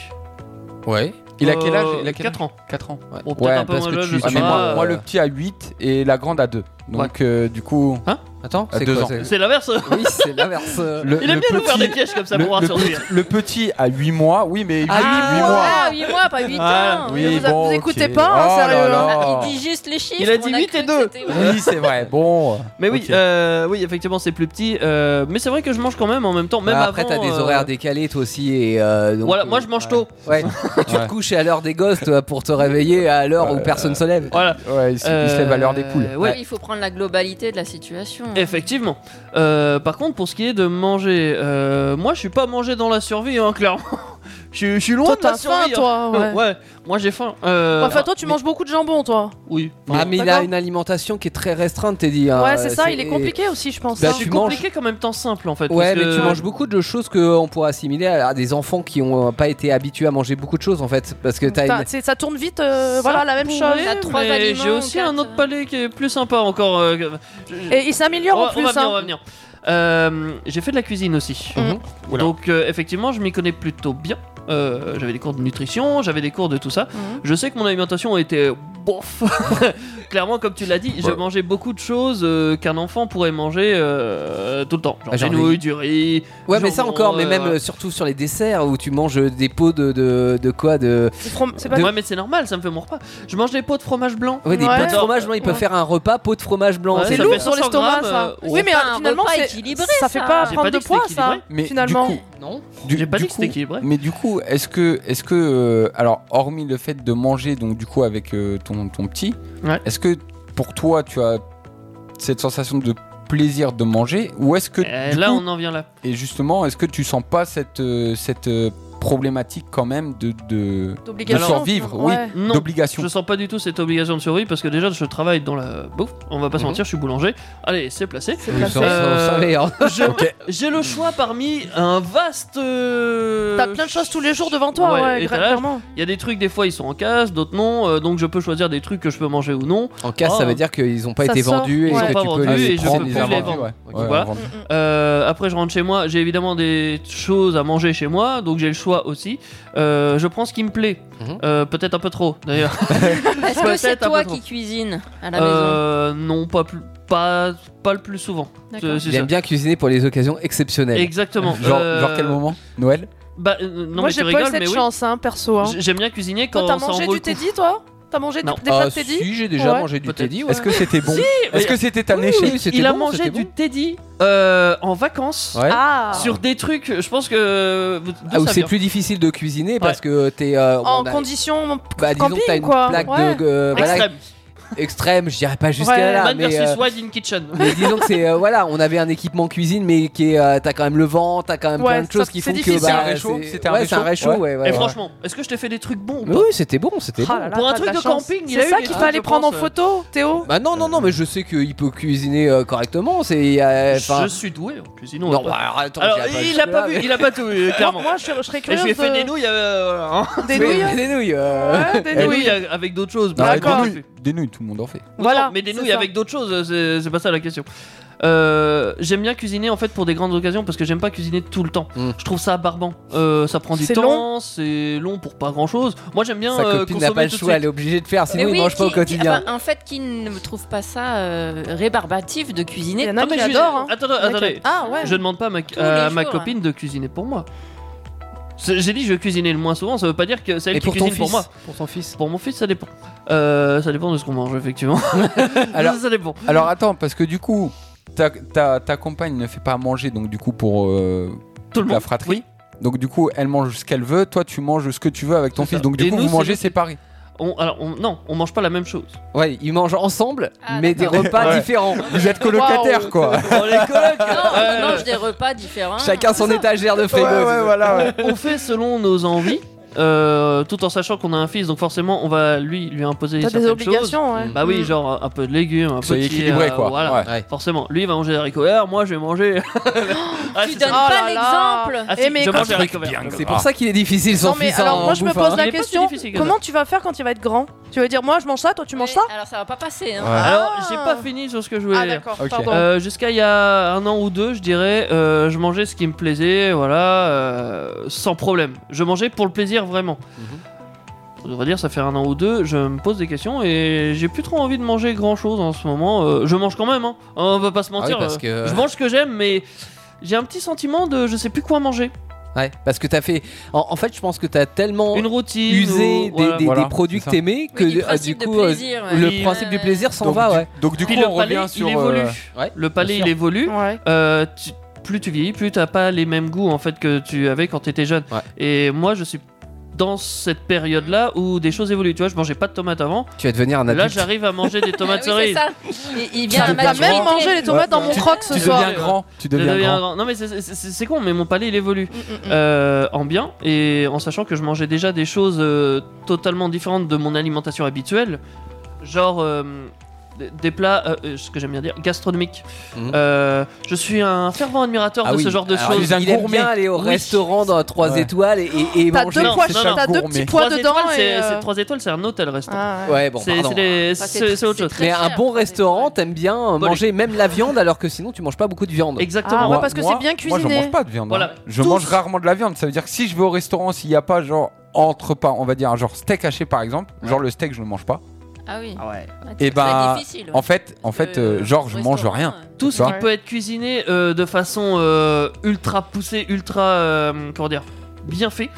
Speaker 5: Ouais. Il a quel âge
Speaker 3: Euh,
Speaker 5: Il a quel âge
Speaker 3: 4 ans.
Speaker 5: 4 ans. Ouais.
Speaker 3: Bon, peut-être un peu
Speaker 4: parce
Speaker 3: moins
Speaker 4: que
Speaker 3: jeune, je
Speaker 4: tu-
Speaker 5: Ah,
Speaker 3: sais
Speaker 5: mais
Speaker 4: tu-
Speaker 3: pas. euh,
Speaker 5: moi, moi, le petit a 8 et la grande a 2. Donc euh, du coup,
Speaker 4: Attends,
Speaker 5: à
Speaker 4: c'est
Speaker 5: deux
Speaker 4: quoi
Speaker 5: ans.
Speaker 4: c'est-
Speaker 3: C'est l'inverse.
Speaker 4: Oui, c'est l'inverse. euh.
Speaker 5: le,
Speaker 3: Il aime
Speaker 5: le
Speaker 3: bien nous faire
Speaker 5: petit-
Speaker 3: des pièges comme ça
Speaker 5: le, le
Speaker 3: pour rassurer.
Speaker 5: petit, le petit a 8 mois. Oui, mais 8, mois.
Speaker 6: Ah, 8 mois, pas 8
Speaker 3: Ah,
Speaker 6: ans.
Speaker 5: Oui,
Speaker 2: Vous a-
Speaker 5: bon,
Speaker 2: vous
Speaker 5: ok.
Speaker 2: écoutez pas, hein,
Speaker 5: Oh là
Speaker 2: sérieux,
Speaker 5: là.
Speaker 6: Ah, Il dit juste les chiffres.
Speaker 3: Il a dit
Speaker 6: on
Speaker 3: 8 et
Speaker 6: cru que
Speaker 3: deux.
Speaker 6: c'était- ouais.
Speaker 5: Oui, c'est vrai. Bon.
Speaker 3: Mais oui,
Speaker 5: Ok.
Speaker 3: euh, oui, effectivement, c'est plus petit. euh, mais c'est vrai que je mange quand même en même temps. Même
Speaker 4: Bah, après,
Speaker 3: avant,
Speaker 4: t'as des
Speaker 3: euh,
Speaker 4: horaires décalés toi aussi. Et, euh, donc,
Speaker 3: Voilà,
Speaker 4: euh,
Speaker 3: moi je mange tôt.
Speaker 4: Ouais. Et tu
Speaker 5: Ouais.
Speaker 4: te couches à l'heure des gosses toi, pour te réveiller à l'heure où personne se lève.
Speaker 3: Voilà.
Speaker 5: Ouais, il se, il se lève à l'heure des poules.
Speaker 3: Euh,
Speaker 6: Oui,
Speaker 3: ouais.
Speaker 6: il faut prendre la globalité de la situation.
Speaker 3: Effectivement. Euh, par contre, pour ce qui est de manger, euh, moi je suis pas mangé dans la survie, hein, clairement. Je, suis- je suis loin
Speaker 2: Toi,
Speaker 3: de la
Speaker 2: t'as faim,
Speaker 3: survie. hein.
Speaker 2: toi. Ouais.
Speaker 3: moi j'ai faim. Euh,
Speaker 2: Enfin, toi, tu
Speaker 3: mais-
Speaker 2: manges beaucoup de jambon, toi.
Speaker 3: Oui.
Speaker 4: Ah, mais il a
Speaker 2: D'accord.
Speaker 4: une alimentation qui est très restreinte, t'es dit. hein,
Speaker 2: ouais, c'est
Speaker 4: euh,
Speaker 2: ça, il est compliqué aussi, je pense.
Speaker 4: Bah,
Speaker 2: hein.
Speaker 3: C'est
Speaker 4: tu
Speaker 3: compliqué qu'en même temps simple en fait.
Speaker 4: Ouais,
Speaker 3: parce
Speaker 4: mais
Speaker 3: que-
Speaker 4: tu manges beaucoup de choses qu'on pourrait assimiler à à des enfants qui ont euh, pas été habitués à manger beaucoup de choses en fait. Parce que t'as
Speaker 2: T'as-
Speaker 4: une-
Speaker 2: c'est- Ça tourne vite, euh,
Speaker 3: Ça
Speaker 2: voilà, la même
Speaker 3: pourrait,
Speaker 2: chose.
Speaker 6: T'as trois
Speaker 3: mais
Speaker 6: aliments
Speaker 3: J'ai aussi
Speaker 6: ou quatre.
Speaker 3: un
Speaker 4: euh.
Speaker 3: autre palais qui est plus sympa encore. euh, que- je- je-
Speaker 2: Et il s'améliore
Speaker 3: on,
Speaker 2: en
Speaker 3: va- on
Speaker 2: plus.
Speaker 3: va venir,
Speaker 2: hein.
Speaker 3: on va venir. Euh, j'ai fait de la cuisine aussi.
Speaker 2: Mhm.
Speaker 3: Voilà. Donc euh, effectivement, je m'y connais plutôt bien. Euh, j'avais des cours de nutrition, j'avais des cours de tout ça.
Speaker 2: Mhm.
Speaker 3: Je sais que mon alimentation était bof. Clairement, comme tu l'as dit, je
Speaker 5: Ouais.
Speaker 3: mangeais beaucoup de choses euh, qu'un enfant pourrait manger euh, tout le temps. Genre
Speaker 4: Ah, genre
Speaker 3: des
Speaker 4: des-
Speaker 3: nouilles, du riz.
Speaker 4: Ouais, mais ça
Speaker 3: jambon,
Speaker 4: encore, mais
Speaker 3: euh,
Speaker 4: même euh, surtout sur les desserts où tu manges euh, des pots de, de, de quoi de...
Speaker 2: C'est trop- C'est pas
Speaker 3: Ouais, mais c'est normal, ça me fait mon repas. Je mange des pots de fromage blanc.
Speaker 4: Ouais, des
Speaker 2: Ouais.
Speaker 4: pots de fromage blanc, ils peuvent
Speaker 2: Ouais.
Speaker 4: faire un repas pot de fromage blanc.
Speaker 3: Ouais,
Speaker 2: C'est
Speaker 3: ça
Speaker 2: lourd
Speaker 3: fait
Speaker 2: sur
Speaker 3: 500
Speaker 2: l'estomac,
Speaker 3: grammes,
Speaker 2: ça.
Speaker 3: euh,
Speaker 2: oui, mais
Speaker 6: c'est pas un
Speaker 2: finalement,
Speaker 6: repas
Speaker 2: c'est
Speaker 6: équilibré,
Speaker 2: ça fait pas
Speaker 6: ça.
Speaker 3: J'ai pas
Speaker 2: prendre
Speaker 3: dit
Speaker 2: de
Speaker 3: que
Speaker 2: poids,
Speaker 3: c'était
Speaker 2: ça.
Speaker 3: équilibré.
Speaker 5: Mais
Speaker 2: Finalement.
Speaker 5: du coup,
Speaker 4: Non
Speaker 5: du-
Speaker 3: J'ai pas
Speaker 5: du
Speaker 3: dit que c'était
Speaker 5: coup-
Speaker 3: équilibré.
Speaker 5: Mais du coup, est-ce que, est-ce que, euh, alors, hormis le fait de manger, donc du coup avec euh, ton, ton petit,
Speaker 3: Ouais.
Speaker 5: est-ce que pour toi, tu as cette sensation de plaisir de manger, ou est-ce que
Speaker 3: Euh,
Speaker 5: du
Speaker 3: là,
Speaker 5: coup-
Speaker 3: on en vient là.
Speaker 5: et justement, est-ce que tu sens pas cette, euh, cette euh, problématique quand même de, de, de
Speaker 2: D'obligation.
Speaker 5: survivre, oui,
Speaker 2: Ouais.
Speaker 3: Non,
Speaker 5: d'obligation.
Speaker 3: Je sens pas du tout cette obligation de survie parce que déjà je travaille dans la bouffe, on va pas se
Speaker 4: Mhm.
Speaker 3: mentir, je suis boulanger. Allez, c'est placé.
Speaker 2: C'est
Speaker 4: Oui,
Speaker 2: pas
Speaker 4: ça,
Speaker 2: fait.
Speaker 3: Euh,
Speaker 4: ça, ça l'est, hein.
Speaker 3: Je- J'ai le choix parmi un vaste. euh,
Speaker 2: T'as plein de choses tous les jours devant toi,
Speaker 3: Ouais,
Speaker 2: ouais,
Speaker 3: et
Speaker 2: gra-
Speaker 3: t'as l'âge.
Speaker 2: clairement.
Speaker 3: Il y a des trucs, des fois ils sont en casse, d'autres non, euh, donc je peux choisir des trucs que je peux manger ou non.
Speaker 4: En casse,
Speaker 3: Oh.
Speaker 4: ça veut dire qu'ils ont pas
Speaker 2: Ça
Speaker 4: été
Speaker 2: sort. Mm,
Speaker 4: vendus et
Speaker 3: Ils
Speaker 4: que
Speaker 3: sont
Speaker 4: tu
Speaker 3: pas
Speaker 4: peux
Speaker 3: vendus
Speaker 4: les
Speaker 3: et je
Speaker 4: prendre
Speaker 3: peux
Speaker 4: les
Speaker 3: plus les
Speaker 4: invendus.
Speaker 3: vendre.
Speaker 5: ouais.
Speaker 4: Ok,
Speaker 5: Ouais,
Speaker 3: voilà.
Speaker 5: on vend-
Speaker 3: Euh, après, je rentre chez moi, j'ai évidemment des choses à manger chez moi, donc j'ai le choix aussi. Euh, je prends ce qui me plaît,
Speaker 4: Mhm.
Speaker 3: Euh, peut-être un peu trop d'ailleurs.
Speaker 6: Est-ce que c'est
Speaker 3: Peut-être un peu
Speaker 6: toi
Speaker 3: trop.
Speaker 6: qui cuisines à la maison
Speaker 3: Euh, non, pas, plus- pas, pas le plus souvent. Euh,
Speaker 2: D'accord.
Speaker 3: C'est- c'est
Speaker 4: J'aime
Speaker 3: ça.
Speaker 4: bien cuisiner pour les occasions exceptionnelles.
Speaker 3: Exactement.
Speaker 5: Genre,
Speaker 3: Euh,
Speaker 5: genre quel moment Noël
Speaker 3: Bah, euh, non,
Speaker 2: Moi,
Speaker 3: mais tu
Speaker 2: j'ai pas eu
Speaker 3: rigoles, mais
Speaker 2: cette
Speaker 3: oui.
Speaker 2: chance, hein, perso. hein.
Speaker 3: J- J'aime bien cuisiner quand
Speaker 2: Toi, t'as
Speaker 3: ça en
Speaker 2: mangé
Speaker 3: vaut
Speaker 2: du
Speaker 3: le coup.
Speaker 2: Teddy, toi T'as mangé du-
Speaker 3: Non.
Speaker 2: des plats
Speaker 4: Ah,
Speaker 2: de Teddy
Speaker 4: si, j'ai déjà
Speaker 2: Ouais.
Speaker 4: mangé du
Speaker 3: Peut-être.
Speaker 4: Teddy. ouais.
Speaker 5: Est-ce que c'était bon Est-ce que c'était ta
Speaker 4: Oui,
Speaker 5: échec
Speaker 4: oui, c'était
Speaker 3: Il a
Speaker 4: bon,
Speaker 3: mangé
Speaker 4: c'était
Speaker 3: du
Speaker 4: bon.
Speaker 3: Teddy euh, en vacances
Speaker 5: Ouais.
Speaker 2: Ah
Speaker 3: sur des trucs. Je pense que d'où
Speaker 4: Ah, où
Speaker 3: ça
Speaker 4: c'est
Speaker 3: vient
Speaker 4: plus difficile de cuisiner parce
Speaker 3: Ouais.
Speaker 4: que t'es euh,
Speaker 2: En
Speaker 4: on a-
Speaker 2: condition
Speaker 4: bah, disons que t'as
Speaker 2: camping,
Speaker 4: une
Speaker 2: quoi.
Speaker 4: plaque
Speaker 2: Ouais.
Speaker 4: de euh, voilà,
Speaker 3: extrême.
Speaker 4: extrême, je dirais pas jusqu'à
Speaker 2: Ouais.
Speaker 4: là,
Speaker 3: Man
Speaker 4: mais,
Speaker 3: versus
Speaker 4: euh,
Speaker 3: Wild in Kitchen.
Speaker 4: mais disons que c'est euh, voilà, on avait un équipement cuisine, mais qui est euh, t'as quand même le vent, t'as quand même
Speaker 2: Ouais,
Speaker 4: plein de
Speaker 2: ça-
Speaker 4: choses qui
Speaker 2: c'est
Speaker 4: font que
Speaker 2: difficile.
Speaker 4: bah,
Speaker 5: C'était un réchaud,
Speaker 4: c'est-
Speaker 5: c'était un
Speaker 4: ouais, c'est un
Speaker 5: réchaud,
Speaker 4: réchaud, ouais, ouais,
Speaker 3: Et
Speaker 4: ouais.
Speaker 3: franchement, est-ce que je t'ai fait des trucs bons ou
Speaker 4: Mais
Speaker 3: pas
Speaker 4: oui, c'était bon, c'était bon.
Speaker 2: Ah là là,
Speaker 3: Pour un
Speaker 2: t'as
Speaker 3: truc
Speaker 2: la
Speaker 3: de
Speaker 2: chance.
Speaker 3: camping, il a
Speaker 2: C'est
Speaker 3: eu
Speaker 2: ça
Speaker 3: des
Speaker 2: qu'il
Speaker 3: trucs,
Speaker 2: fallait
Speaker 3: je
Speaker 2: prendre en
Speaker 3: pense. euh,
Speaker 2: photo, Théo
Speaker 4: Bah non, non, non, mais je sais qu'il peut cuisiner euh, correctement. C'est euh, enfin,
Speaker 3: Je suis doué en cuisine. on
Speaker 4: non,
Speaker 3: va pas-
Speaker 4: bah, alors, attends,
Speaker 3: Alors,
Speaker 4: j'irai
Speaker 3: il a
Speaker 4: jusque-là,
Speaker 3: pas
Speaker 4: mais-
Speaker 3: vu, il a pas tout, vu, clairement.
Speaker 2: Moi, je, serais- je serais
Speaker 3: Et
Speaker 2: curieuse
Speaker 3: je lui ai fait
Speaker 2: de-
Speaker 3: des nouilles, euh, hein,
Speaker 2: des
Speaker 4: Oui,
Speaker 2: nouilles.
Speaker 4: des nouilles. euh.
Speaker 2: Ouais, des
Speaker 3: des
Speaker 2: nouilles.
Speaker 3: nouilles avec d'autres choses.
Speaker 5: Non,
Speaker 3: mais
Speaker 5: mais
Speaker 2: D'accord.
Speaker 5: des nouilles, des nouilles, tout le monde en fait.
Speaker 3: Ou
Speaker 2: Voilà,
Speaker 3: non, mais des
Speaker 2: c'est
Speaker 3: nouilles
Speaker 2: ça.
Speaker 3: avec d'autres choses, c'est c'est pas ça la question. Euh, j'aime bien cuisiner en fait pour des grandes occasions parce que j'aime pas cuisiner tout le temps.
Speaker 4: Mm.
Speaker 3: Je trouve ça barbant. Euh, ça prend du
Speaker 2: C'est
Speaker 3: temps,
Speaker 2: long.
Speaker 3: c'est long pour pas grand chose. Moi j'aime bien
Speaker 4: Sa
Speaker 3: euh,
Speaker 4: copine
Speaker 3: consommer
Speaker 4: n'a pas le
Speaker 3: tout de
Speaker 4: choix,
Speaker 3: suite.
Speaker 4: elle est obligée de faire, sinon
Speaker 6: Mais
Speaker 4: il
Speaker 6: oui,
Speaker 4: mange pas au
Speaker 6: qui- qui-
Speaker 4: quotidien.
Speaker 6: enfin, en fait, qui ne trouve pas ça euh, rébarbatif de
Speaker 2: Il y
Speaker 6: cuisiner
Speaker 2: en a
Speaker 3: Ah, mais
Speaker 2: qui
Speaker 3: je-
Speaker 2: adorent. hein.
Speaker 3: Attendez,
Speaker 6: Ah,
Speaker 2: Il y en a qui-
Speaker 3: attendez.
Speaker 2: Ah ouais.
Speaker 3: Je demande pas à ma,
Speaker 6: Tous
Speaker 3: à
Speaker 6: les
Speaker 3: ma
Speaker 6: jours,
Speaker 3: copine de cuisiner pour moi. C'est- J'ai dit je vais cuisiner le moins souvent, ça veut pas dire que c'est elle
Speaker 4: Et
Speaker 3: qui
Speaker 4: pour ton
Speaker 3: cuisine
Speaker 4: fils
Speaker 3: pour moi.
Speaker 4: Pour ton fils.
Speaker 3: Pour mon fils, ça dépend. Euh, ça dépend de ce qu'on mange, effectivement.
Speaker 5: Alors-
Speaker 3: ça dépend.
Speaker 5: Alors attends, parce que du coup, ta, ta- ta compagne ne fait pas à manger, donc du coup pour euh,
Speaker 3: Tout le
Speaker 5: la
Speaker 3: monde.
Speaker 5: fratrie.
Speaker 3: Oui.
Speaker 5: Donc du coup, elle mange ce qu'elle veut, toi tu manges ce que tu veux avec ton
Speaker 3: C'est
Speaker 5: fils.
Speaker 3: ça.
Speaker 5: Donc du
Speaker 3: Et
Speaker 5: coup,
Speaker 3: nous,
Speaker 5: vous
Speaker 3: c'est
Speaker 5: mangez
Speaker 3: le-
Speaker 5: séparés.
Speaker 3: On, alors, on- non, on mange pas la même chose.
Speaker 4: Ouais, ils mangent ensemble,
Speaker 6: Ah,
Speaker 4: mais des repas
Speaker 5: Ouais.
Speaker 4: différents.
Speaker 5: Vous êtes colocataires quoi.
Speaker 3: On les coloc
Speaker 6: Non,
Speaker 3: Ouais.
Speaker 6: on
Speaker 2: euh,
Speaker 6: mange Ah, des repas différents.
Speaker 4: Chacun son étagère de frigo. c'est ça.
Speaker 5: voilà.
Speaker 3: on fait selon nos envies, euh, tout en sachant qu'on a un fils, donc forcément on va lui lui imposer
Speaker 2: T'as des
Speaker 3: certaines choses.
Speaker 2: obligations, ouais. Mm.
Speaker 3: Bah oui, genre un peu de légumes, un peu de
Speaker 5: Soyez
Speaker 3: petits,
Speaker 5: équilibré
Speaker 3: euh,
Speaker 5: quoi.
Speaker 3: voilà.
Speaker 5: Ouais.
Speaker 4: Ouais.
Speaker 3: Forcément, lui il va manger des haricots verts, moi je vais manger. Ah,
Speaker 6: Tu
Speaker 3: c'est
Speaker 6: donnes
Speaker 2: Oh
Speaker 3: ça.
Speaker 6: pas
Speaker 2: là là.
Speaker 6: l'exemple.
Speaker 3: Ah, si,
Speaker 2: Eh, mais
Speaker 3: je
Speaker 2: quand-
Speaker 3: mange des haricots verts.
Speaker 4: C'est pour ça qu'il est difficile son
Speaker 2: Non, mais
Speaker 4: fils.
Speaker 2: alors,
Speaker 4: en
Speaker 2: moi, je me
Speaker 4: bouffe,
Speaker 2: pose
Speaker 4: hein.
Speaker 3: Il
Speaker 2: la
Speaker 3: est pas si
Speaker 2: question
Speaker 3: difficile que ça.
Speaker 2: comment tu vas faire quand il va être grand Tu vas dire, moi, je mange ça, toi, tu manges ça
Speaker 6: Ouais, Alors ça va pas passer. Hein.
Speaker 5: Ouais.
Speaker 3: Alors, j'ai pas fini sur ce que je voulais
Speaker 2: Ah,
Speaker 3: dire.
Speaker 2: d'accord,
Speaker 5: Ok.
Speaker 2: pardon.
Speaker 3: Euh, Jusqu'à il y a un an ou deux, je dirais, euh, je mangeais ce qui me plaisait, voilà, euh, sans problème. Je mangeais pour le plaisir vraiment.
Speaker 2: Mhm.
Speaker 3: On va dire, ça fait un an ou deux, je me pose des questions et j'ai plus trop envie de manger grand chose en ce moment. Euh, je mange quand même, hein. on va pas se mentir. euh,
Speaker 4: Ah oui, parce que-
Speaker 3: Je mange ce que j'aime, mais j'ai un petit sentiment de je sais plus quoi manger.
Speaker 4: Ouais, parce que t'as fait. En, en fait, je pense que t'as tellement
Speaker 3: Une routine.
Speaker 4: usé des,
Speaker 3: ou- voilà.
Speaker 4: des- des
Speaker 5: Voilà,
Speaker 4: produits
Speaker 5: c'est
Speaker 4: que
Speaker 5: ça.
Speaker 4: t'aimais que
Speaker 6: Oui, du
Speaker 4: euh,
Speaker 6: principe de
Speaker 4: coup euh,
Speaker 6: plaisir, ouais.
Speaker 4: le
Speaker 3: Oui.
Speaker 4: principe du
Speaker 6: Ouais,
Speaker 4: plaisir s'en
Speaker 5: Donc,
Speaker 4: va.
Speaker 5: du-
Speaker 4: Ouais.
Speaker 5: Donc du coup,
Speaker 3: Puis le
Speaker 5: on
Speaker 3: palais,
Speaker 5: revient
Speaker 3: il
Speaker 5: sur.
Speaker 3: évolue.
Speaker 5: euh,
Speaker 4: Ouais,
Speaker 3: Le palais,
Speaker 4: bien
Speaker 3: il
Speaker 4: sûr.
Speaker 3: évolue.
Speaker 2: Ouais.
Speaker 3: Euh, tu- plus tu vieillis, plus t'as pas les mêmes goûts en fait que tu avais quand t'étais jeune.
Speaker 4: Ouais.
Speaker 3: Et moi, je suis dans cette période là où des choses évoluent. Tu vois, je mangeais pas de tomates avant.
Speaker 4: Tu vas devenir un
Speaker 3: Là,
Speaker 4: adulte.
Speaker 3: j'arrive à manger des
Speaker 6: Ah oui,
Speaker 3: tomates
Speaker 6: c'est
Speaker 3: cerises.
Speaker 6: ça. Il, il vient à la
Speaker 2: T'as
Speaker 6: maturité.
Speaker 2: même mangé les tomates dans mon
Speaker 5: Tu-
Speaker 2: croc ce
Speaker 5: Tu
Speaker 2: soir.
Speaker 5: deviens grand. Tu
Speaker 3: Je
Speaker 5: deviens
Speaker 3: deviens
Speaker 5: grand.
Speaker 3: grand. Non mais c'est- c'est c'est- c'est con, mais mon palais il évolue
Speaker 2: Mm, mm, mm.
Speaker 3: Euh, en bien et en sachant que je mangeais déjà des choses euh, totalement différentes de mon alimentation habituelle, genre euh, des- des plats, euh, euh, ce que j'aime bien dire, gastronomiques.
Speaker 5: Mm.
Speaker 4: Mhm.
Speaker 3: Euh, je suis un fervent admirateur
Speaker 4: Ah
Speaker 3: de
Speaker 4: oui.
Speaker 3: ce genre de
Speaker 4: Alors,
Speaker 3: choses.
Speaker 5: les a-
Speaker 4: Il aime
Speaker 5: gourmet.
Speaker 4: bien aller au
Speaker 3: Oui.
Speaker 4: restaurant dans 3
Speaker 5: Ouais.
Speaker 4: euh, étoiles et, et, et
Speaker 2: T'as
Speaker 4: manger.
Speaker 2: deux, pois-
Speaker 3: c'est un
Speaker 2: t'as deux
Speaker 5: gourmet.
Speaker 2: petits pois
Speaker 3: Trois
Speaker 2: dedans
Speaker 3: étoiles,
Speaker 2: et,
Speaker 3: c'est-
Speaker 2: euh,
Speaker 3: c'est- trois étoiles, c'est un hôtel restaurant.
Speaker 2: ah,
Speaker 4: Ouais, bon,
Speaker 3: c'est
Speaker 4: pardon.
Speaker 3: c'est des-
Speaker 6: Enfin,
Speaker 3: c'est- c'est autre chose.
Speaker 6: très
Speaker 4: Mais un
Speaker 6: cher,
Speaker 4: bon
Speaker 6: quoi, des-
Speaker 4: restaurant, t'aimes bien euh,
Speaker 3: Bon,
Speaker 4: manger même la viande alors que sinon tu manges pas beaucoup de viande.
Speaker 2: Ah,
Speaker 3: Exactement.
Speaker 2: ouais, parce que
Speaker 5: moi-
Speaker 2: c'est bien
Speaker 5: Moi, je
Speaker 2: cuisiné.
Speaker 5: mange pas de viande.
Speaker 3: Voilà.
Speaker 5: hein. Je mange rarement de la viande. Ça veut dire que si je vais au restaurant, s'il n'y a pas genre entre pas, on va dire un genre steak haché par exemple, genre le steak je ne mange pas.
Speaker 6: Ah oui.
Speaker 3: Ouais.
Speaker 5: Et ben,
Speaker 6: difficile.
Speaker 5: en fait, en fait, euh, genre je mange rien.
Speaker 6: euh,
Speaker 3: Tout
Speaker 5: Tu
Speaker 3: ce qui
Speaker 5: vois
Speaker 3: peut être cuisiné euh, de façon euh, ultra poussée, ultra euh, comment dire, bien fait.